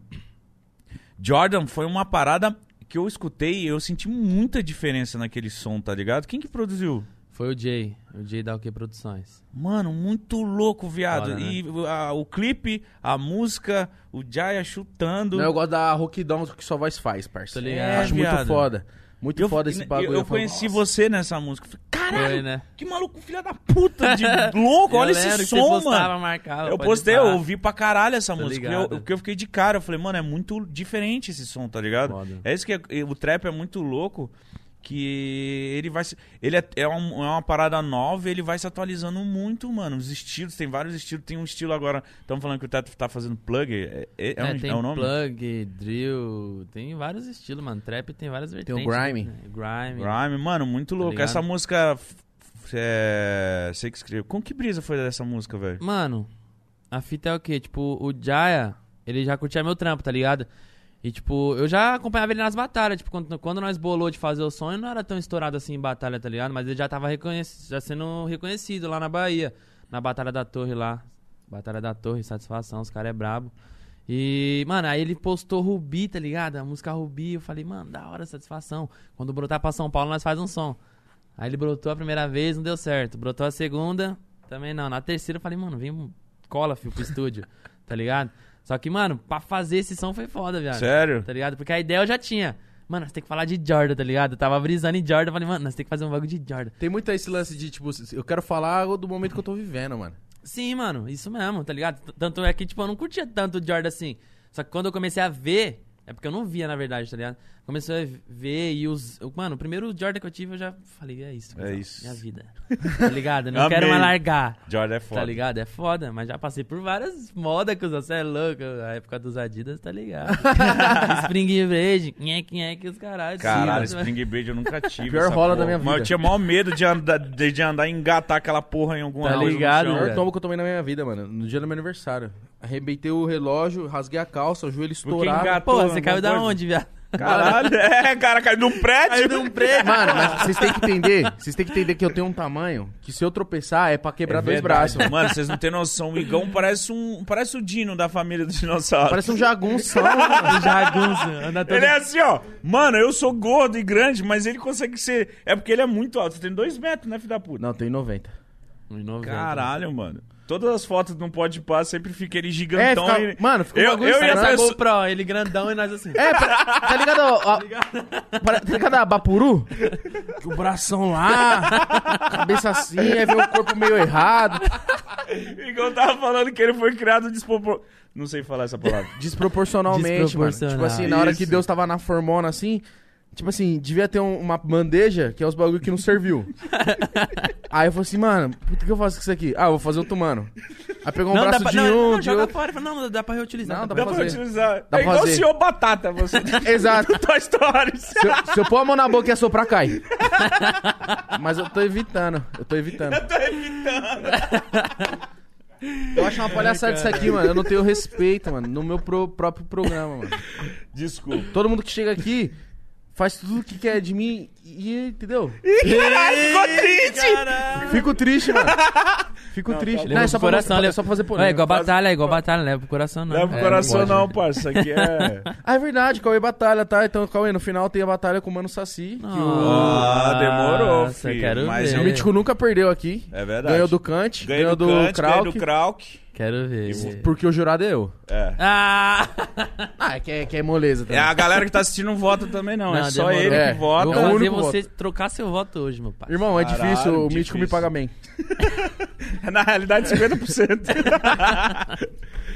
[SPEAKER 1] Jordan foi uma parada que eu escutei e eu senti muita diferença naquele som, tá ligado? Quem que produziu?
[SPEAKER 3] Foi o Jay, o Jay da OK Produções.
[SPEAKER 1] Mano, muito louco, viado.
[SPEAKER 3] Foda, né?
[SPEAKER 1] E a- o clipe, a música, o Jaya chutando.
[SPEAKER 2] Não, eu gosto da roquidão que sua voz faz, parça.
[SPEAKER 3] Tô ligado.
[SPEAKER 2] É, Acho
[SPEAKER 1] viado.
[SPEAKER 2] muito foda. Muito
[SPEAKER 1] Eu-
[SPEAKER 2] foda esse bagulho.
[SPEAKER 1] Eu, eu conheci você nessa música. Eu Falei, caralho,
[SPEAKER 3] Foi, né?
[SPEAKER 1] que maluco filha da puta, de [laughs] louco. Olha
[SPEAKER 3] Eu
[SPEAKER 1] esse
[SPEAKER 3] lembro que
[SPEAKER 1] som,
[SPEAKER 3] você postava,
[SPEAKER 1] mano.
[SPEAKER 3] Marcava,
[SPEAKER 1] Eu
[SPEAKER 3] Ah, pode
[SPEAKER 1] postei, eu
[SPEAKER 3] falar.
[SPEAKER 1] ouvi pra caralho essa
[SPEAKER 3] Tô
[SPEAKER 1] música.
[SPEAKER 3] ligado.
[SPEAKER 1] Eu, o que eu fiquei de cara, eu falei, mano, é muito diferente esse som, tá ligado?
[SPEAKER 3] Foda.
[SPEAKER 1] É isso que é- o trap é muito louco. Que ele vai se. Ele é, é um- é uma parada nova ele vai se atualizando muito, mano. Os estilos, tem vários estilos. Tem um estilo agora. Estamos falando que o Teto tá fazendo plug. É, é- é um-
[SPEAKER 3] tem
[SPEAKER 1] é o nome?
[SPEAKER 3] plug, drill, tem vários estilos, mano. Trap tem várias vertentes.
[SPEAKER 2] grime.
[SPEAKER 3] né? Grime.
[SPEAKER 1] Grime, mano, muito louco.
[SPEAKER 3] Tá ligado?
[SPEAKER 1] Essa música. f- f- É, você que escreveu. Como que brisa foi dessa música, velho?
[SPEAKER 3] Mano, a fita é o quê? Tipo, o Jaya, ele já curtia meu trampo, tá ligado? E, tipo, eu já acompanhava ele nas batalhas. Tipo, quando, quando nós bolou de fazer o som, ele não era tão estourado assim em batalha, tá ligado? Mas ele já tava reconhec- já sendo reconhecido lá na Bahia. Na Batalha da Torre lá. Batalha da Torre, satisfação, os caras é brabo. E, mano, aí ele postou Rubi, tá ligado? A música Rubi. Eu falei, mano, da hora, satisfação. Quando brotar pra São Paulo, nós faz um som. Aí ele brotou a primeira vez, não deu certo. Brotou a segunda, também não. Na terceira eu falei, mano, vem um cola, filho, pro estúdio, [laughs] tá ligado? Só que, mano, pra fazer esse som foi foda, viado.
[SPEAKER 1] Sério?
[SPEAKER 3] Tá ligado? Porque a ideia eu já tinha. Mano, nós tem que falar de Jordan, tá ligado? Eu tava brisando em Jordan, eu falei, mano, nós tem que fazer um bagulho de Jordan.
[SPEAKER 2] Tem muito esse lance de, tipo, eu quero falar do momento que eu tô vivendo, mano.
[SPEAKER 3] Sim, mano, isso mesmo, tá ligado? T- Tanto é que, tipo, eu não curtia tanto o Jordan assim. Só que quando eu comecei a ver, é porque eu não via, na verdade, tá ligado? Comecei a ver e os. eu- Mano, o primeiro Jordan que eu tive, eu já falei, é isso.
[SPEAKER 1] É
[SPEAKER 3] cuzão,
[SPEAKER 1] isso.
[SPEAKER 3] Minha vida. Tá
[SPEAKER 1] [laughs]
[SPEAKER 3] ligado? Eu Não
[SPEAKER 1] Amei.
[SPEAKER 3] quero mais largar.
[SPEAKER 1] Jordan é foda.
[SPEAKER 3] Tá ligado? É foda, mas já passei por várias modas, cuzão. Você é louco. A época dos Adidas, tá ligado? Spring Bread, nhec, nhec, os caralho.
[SPEAKER 1] Caralho,
[SPEAKER 3] Sim, mas-
[SPEAKER 1] Spring Blade eu
[SPEAKER 2] [laughs]
[SPEAKER 1] nunca tive.
[SPEAKER 2] Pior
[SPEAKER 1] essa
[SPEAKER 2] rola da
[SPEAKER 1] porra.
[SPEAKER 2] minha
[SPEAKER 1] Mas eu
[SPEAKER 2] vida.
[SPEAKER 1] tinha maior medo de andar, de, de andar e engatar aquela porra em alguma
[SPEAKER 3] Tá
[SPEAKER 1] coisa no
[SPEAKER 3] ligado,
[SPEAKER 1] chão.
[SPEAKER 2] O
[SPEAKER 3] velho?
[SPEAKER 2] pior tombo que eu tomei na minha vida, mano. No dia do meu aniversário. Arrebentei o relógio, rasguei a calça, o joelho
[SPEAKER 1] Porque
[SPEAKER 2] estourado.
[SPEAKER 1] engatou
[SPEAKER 2] é
[SPEAKER 3] Porra,
[SPEAKER 1] alguma
[SPEAKER 3] você caiu da
[SPEAKER 1] coisa?
[SPEAKER 3] onde, viado?
[SPEAKER 1] Caralho, é, cara, caiu num prédio.
[SPEAKER 3] Caiu num prédio.
[SPEAKER 2] É, Mano, mas vocês têm que entender, vocês têm que entender que eu tenho um tamanho que se eu tropeçar é pra quebrar dois braços. mano.
[SPEAKER 1] Mano, vocês não têm noção. O Igão parece um. Parece o Dino da família do dinossauro.
[SPEAKER 2] Parece
[SPEAKER 1] [laughs]
[SPEAKER 2] um jagunço.
[SPEAKER 3] Jagunço, anda todo...
[SPEAKER 1] Ele é assim, ó. Mano, eu sou gordo e grande, mas ele consegue ser. É porque ele é muito alto. Você tem dois metros, né, filho da puta?
[SPEAKER 2] Não, tem 90.
[SPEAKER 1] Um
[SPEAKER 3] Uns 90.
[SPEAKER 1] Caralho, mano. Todas as fotos do Pode Pá sempre fica ele gigantão.
[SPEAKER 2] É, fica-
[SPEAKER 1] ele-
[SPEAKER 2] mano, fica um
[SPEAKER 1] eu,
[SPEAKER 2] bagulho
[SPEAKER 1] eu e a
[SPEAKER 2] estranho.
[SPEAKER 3] Essa
[SPEAKER 1] pessoa...
[SPEAKER 3] GoPro, ele grandão e nós assim.
[SPEAKER 2] É, pra- tá ligado? ó, pra- tá ligado a Bapuru? Que o bração lá, cabeça assim, aí vem o corpo meio errado,
[SPEAKER 1] Igão tava falando que ele foi criado despropor... Não sei falar essa palavra.
[SPEAKER 2] desproporcionalmente, mano.
[SPEAKER 3] Desproporcional.
[SPEAKER 2] Tipo assim, na hora que
[SPEAKER 1] Isso.
[SPEAKER 2] Deus tava na formona assim, tipo assim, devia ter um- uma bandeja que é os bagulho que não serviu. aí eu falei assim, mano, puta, o que eu faço com isso aqui? Ah, eu vou fazer outro mano. Aí pegou um
[SPEAKER 3] não, dá
[SPEAKER 2] braço
[SPEAKER 3] pra,
[SPEAKER 2] de
[SPEAKER 3] não,
[SPEAKER 2] um,
[SPEAKER 3] não,
[SPEAKER 2] de
[SPEAKER 3] joga
[SPEAKER 2] outro.
[SPEAKER 3] fora. Não, dá pra reutilizar.
[SPEAKER 2] Não,
[SPEAKER 1] Dá
[SPEAKER 2] dá pra
[SPEAKER 1] pra
[SPEAKER 2] fazer.
[SPEAKER 1] utilizar.
[SPEAKER 2] Dá
[SPEAKER 1] é
[SPEAKER 2] pra
[SPEAKER 1] igual
[SPEAKER 2] fazer.
[SPEAKER 1] o senhor Batata, você. [laughs] do
[SPEAKER 2] Exato.
[SPEAKER 1] Toy Stories.
[SPEAKER 2] Se eu, se eu pôr a mão na boca e assoprar, cai. Mas eu tô evitando, eu tô evitando.
[SPEAKER 1] Tô evitando.
[SPEAKER 2] Eu acho uma palhaçada isso aqui, mano. Eu não tenho respeito, mano, no meu pro- próprio programa, mano.
[SPEAKER 1] Desculpa.
[SPEAKER 2] Todo mundo que chega aqui faz tudo o que quer de mim e, entendeu?
[SPEAKER 1] Caralho, ficou triste.
[SPEAKER 3] Caralho.
[SPEAKER 2] Fico triste, mano. Fico triste.
[SPEAKER 1] tá
[SPEAKER 3] Leva
[SPEAKER 2] Não, é
[SPEAKER 3] pro
[SPEAKER 2] só pra,
[SPEAKER 3] coração,
[SPEAKER 2] mostrar-
[SPEAKER 3] leva-
[SPEAKER 2] é só pra fazer
[SPEAKER 3] É
[SPEAKER 2] polêmica.
[SPEAKER 3] igual batalha, é igual batalha, leva pro coração não.
[SPEAKER 1] Leva pro
[SPEAKER 3] É,
[SPEAKER 1] coração né?
[SPEAKER 3] pode.
[SPEAKER 1] não, parça. Isso aqui é...
[SPEAKER 2] Ah, é verdade, Cauê Batalha, tá? Então, Cauê, no final tem a batalha com o Mano Saci. Que o...
[SPEAKER 1] Ah, demorou,
[SPEAKER 3] Nossa,
[SPEAKER 1] filho.
[SPEAKER 3] quero
[SPEAKER 1] Mas
[SPEAKER 3] ver.
[SPEAKER 2] o Mítico nunca perdeu aqui.
[SPEAKER 1] É verdade.
[SPEAKER 2] Ganhou do Kant,
[SPEAKER 1] Ganhei
[SPEAKER 2] ganhou
[SPEAKER 1] do
[SPEAKER 2] do,
[SPEAKER 1] Kant, ganhei
[SPEAKER 2] Krauk.
[SPEAKER 1] do Krauk.
[SPEAKER 3] Quero ver.
[SPEAKER 2] Porque o jurado é eu.
[SPEAKER 1] É.
[SPEAKER 3] Ah!
[SPEAKER 2] Ah, é que é, que é moleza
[SPEAKER 1] É,
[SPEAKER 2] também.
[SPEAKER 1] a galera que tá assistindo não vota também, não. é
[SPEAKER 3] Não,
[SPEAKER 1] só
[SPEAKER 3] demorou.
[SPEAKER 1] ele
[SPEAKER 2] É,
[SPEAKER 1] que
[SPEAKER 2] eu
[SPEAKER 3] Vou
[SPEAKER 2] É o
[SPEAKER 1] vota.
[SPEAKER 3] fazer
[SPEAKER 2] único
[SPEAKER 3] você trocar seu voto hoje, meu pai.
[SPEAKER 2] Irmão, é
[SPEAKER 1] Caralho,
[SPEAKER 2] difícil, o
[SPEAKER 1] difícil.
[SPEAKER 2] Mítico me paga bem.
[SPEAKER 1] [laughs] Na realidade, 50%.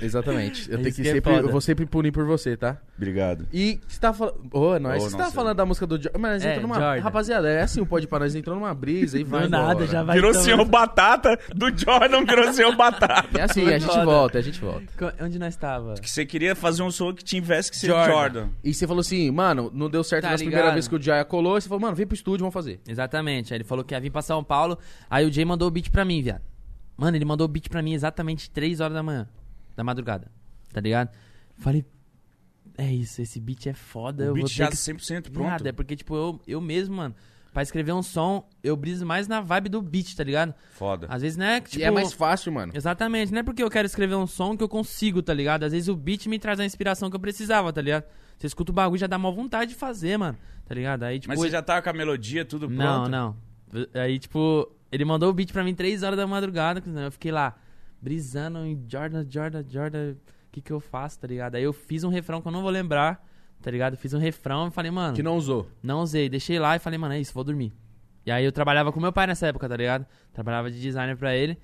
[SPEAKER 2] Exatamente. Eu,
[SPEAKER 3] É
[SPEAKER 2] tenho
[SPEAKER 3] isso
[SPEAKER 2] que
[SPEAKER 3] que é
[SPEAKER 2] sempre, eu
[SPEAKER 3] foda.
[SPEAKER 2] vou sempre punir por você, tá?
[SPEAKER 1] [laughs] Obrigado.
[SPEAKER 2] E você tá falando. Ô, oh, nós.
[SPEAKER 1] Ô,
[SPEAKER 2] você
[SPEAKER 1] nossa.
[SPEAKER 2] tá falando da música do Jordan. Mas nós
[SPEAKER 3] É,
[SPEAKER 2] entrou numa.
[SPEAKER 3] Jordan.
[SPEAKER 2] Rapaziada, é assim o pode parar. Nós entrou numa brisa e vai.
[SPEAKER 3] Do nada,
[SPEAKER 2] embora.
[SPEAKER 3] já vai.
[SPEAKER 1] Virou
[SPEAKER 3] então-
[SPEAKER 1] senhor batata, do Jordan virou senhor batata.
[SPEAKER 2] [laughs] É assim,
[SPEAKER 3] Foi
[SPEAKER 2] a gente
[SPEAKER 3] embora.
[SPEAKER 2] volta, a gente volta.
[SPEAKER 3] Co- Onde nós tava?
[SPEAKER 1] Que você queria fazer um som que tivesse que ser
[SPEAKER 3] Jordan.
[SPEAKER 1] Jordan.
[SPEAKER 2] E você falou assim, mano, não deu certo
[SPEAKER 3] Tá
[SPEAKER 2] nas
[SPEAKER 3] ligado?
[SPEAKER 2] primeiras vezes que o Jaya colou. e Você falou, mano, vem pro estúdio, vamos fazer.
[SPEAKER 3] Exatamente. Aí ele falou que ia vir pra São Paulo. Aí o Jay mandou o beat pra mim, viado. Mano, ele mandou o beat pra mim exatamente 3 horas da manhã. Da madrugada. Tá ligado? Falei. É isso, esse beat é foda.
[SPEAKER 1] O
[SPEAKER 3] eu
[SPEAKER 1] Um beat
[SPEAKER 3] vou
[SPEAKER 1] já
[SPEAKER 3] ter que
[SPEAKER 1] 100% pronto.
[SPEAKER 3] Nada, é porque, tipo, eu, eu mesmo, mano, pra escrever um som, eu briso mais na vibe do beat, tá ligado?
[SPEAKER 1] Foda.
[SPEAKER 3] Às vezes não é que, tipo.
[SPEAKER 2] e é mais fácil, mano.
[SPEAKER 3] Exatamente, não é porque eu quero escrever um som que eu consigo, tá ligado? Às vezes o beat me traz a inspiração que eu precisava, tá ligado? Você escuta o bagulho e já dá uma vontade de fazer, mano, tá ligado? Aí, tipo.
[SPEAKER 1] Mas você já tava com a melodia, tudo pronto?
[SPEAKER 3] Não, não. Aí, tipo, ele mandou o beat pra mim 3 horas da madrugada, que eu fiquei lá, brisando em Jordan, Jordan, Jordan, o que que eu faço, tá ligado? Aí eu fiz um refrão que eu não vou lembrar, tá ligado? Fiz um refrão e falei, mano.
[SPEAKER 2] Que não usou.
[SPEAKER 3] Não usei, deixei lá e falei, mano, é isso, vou dormir. E aí eu trabalhava com meu pai nessa época, tá ligado? Trabalhava de designer pra ele.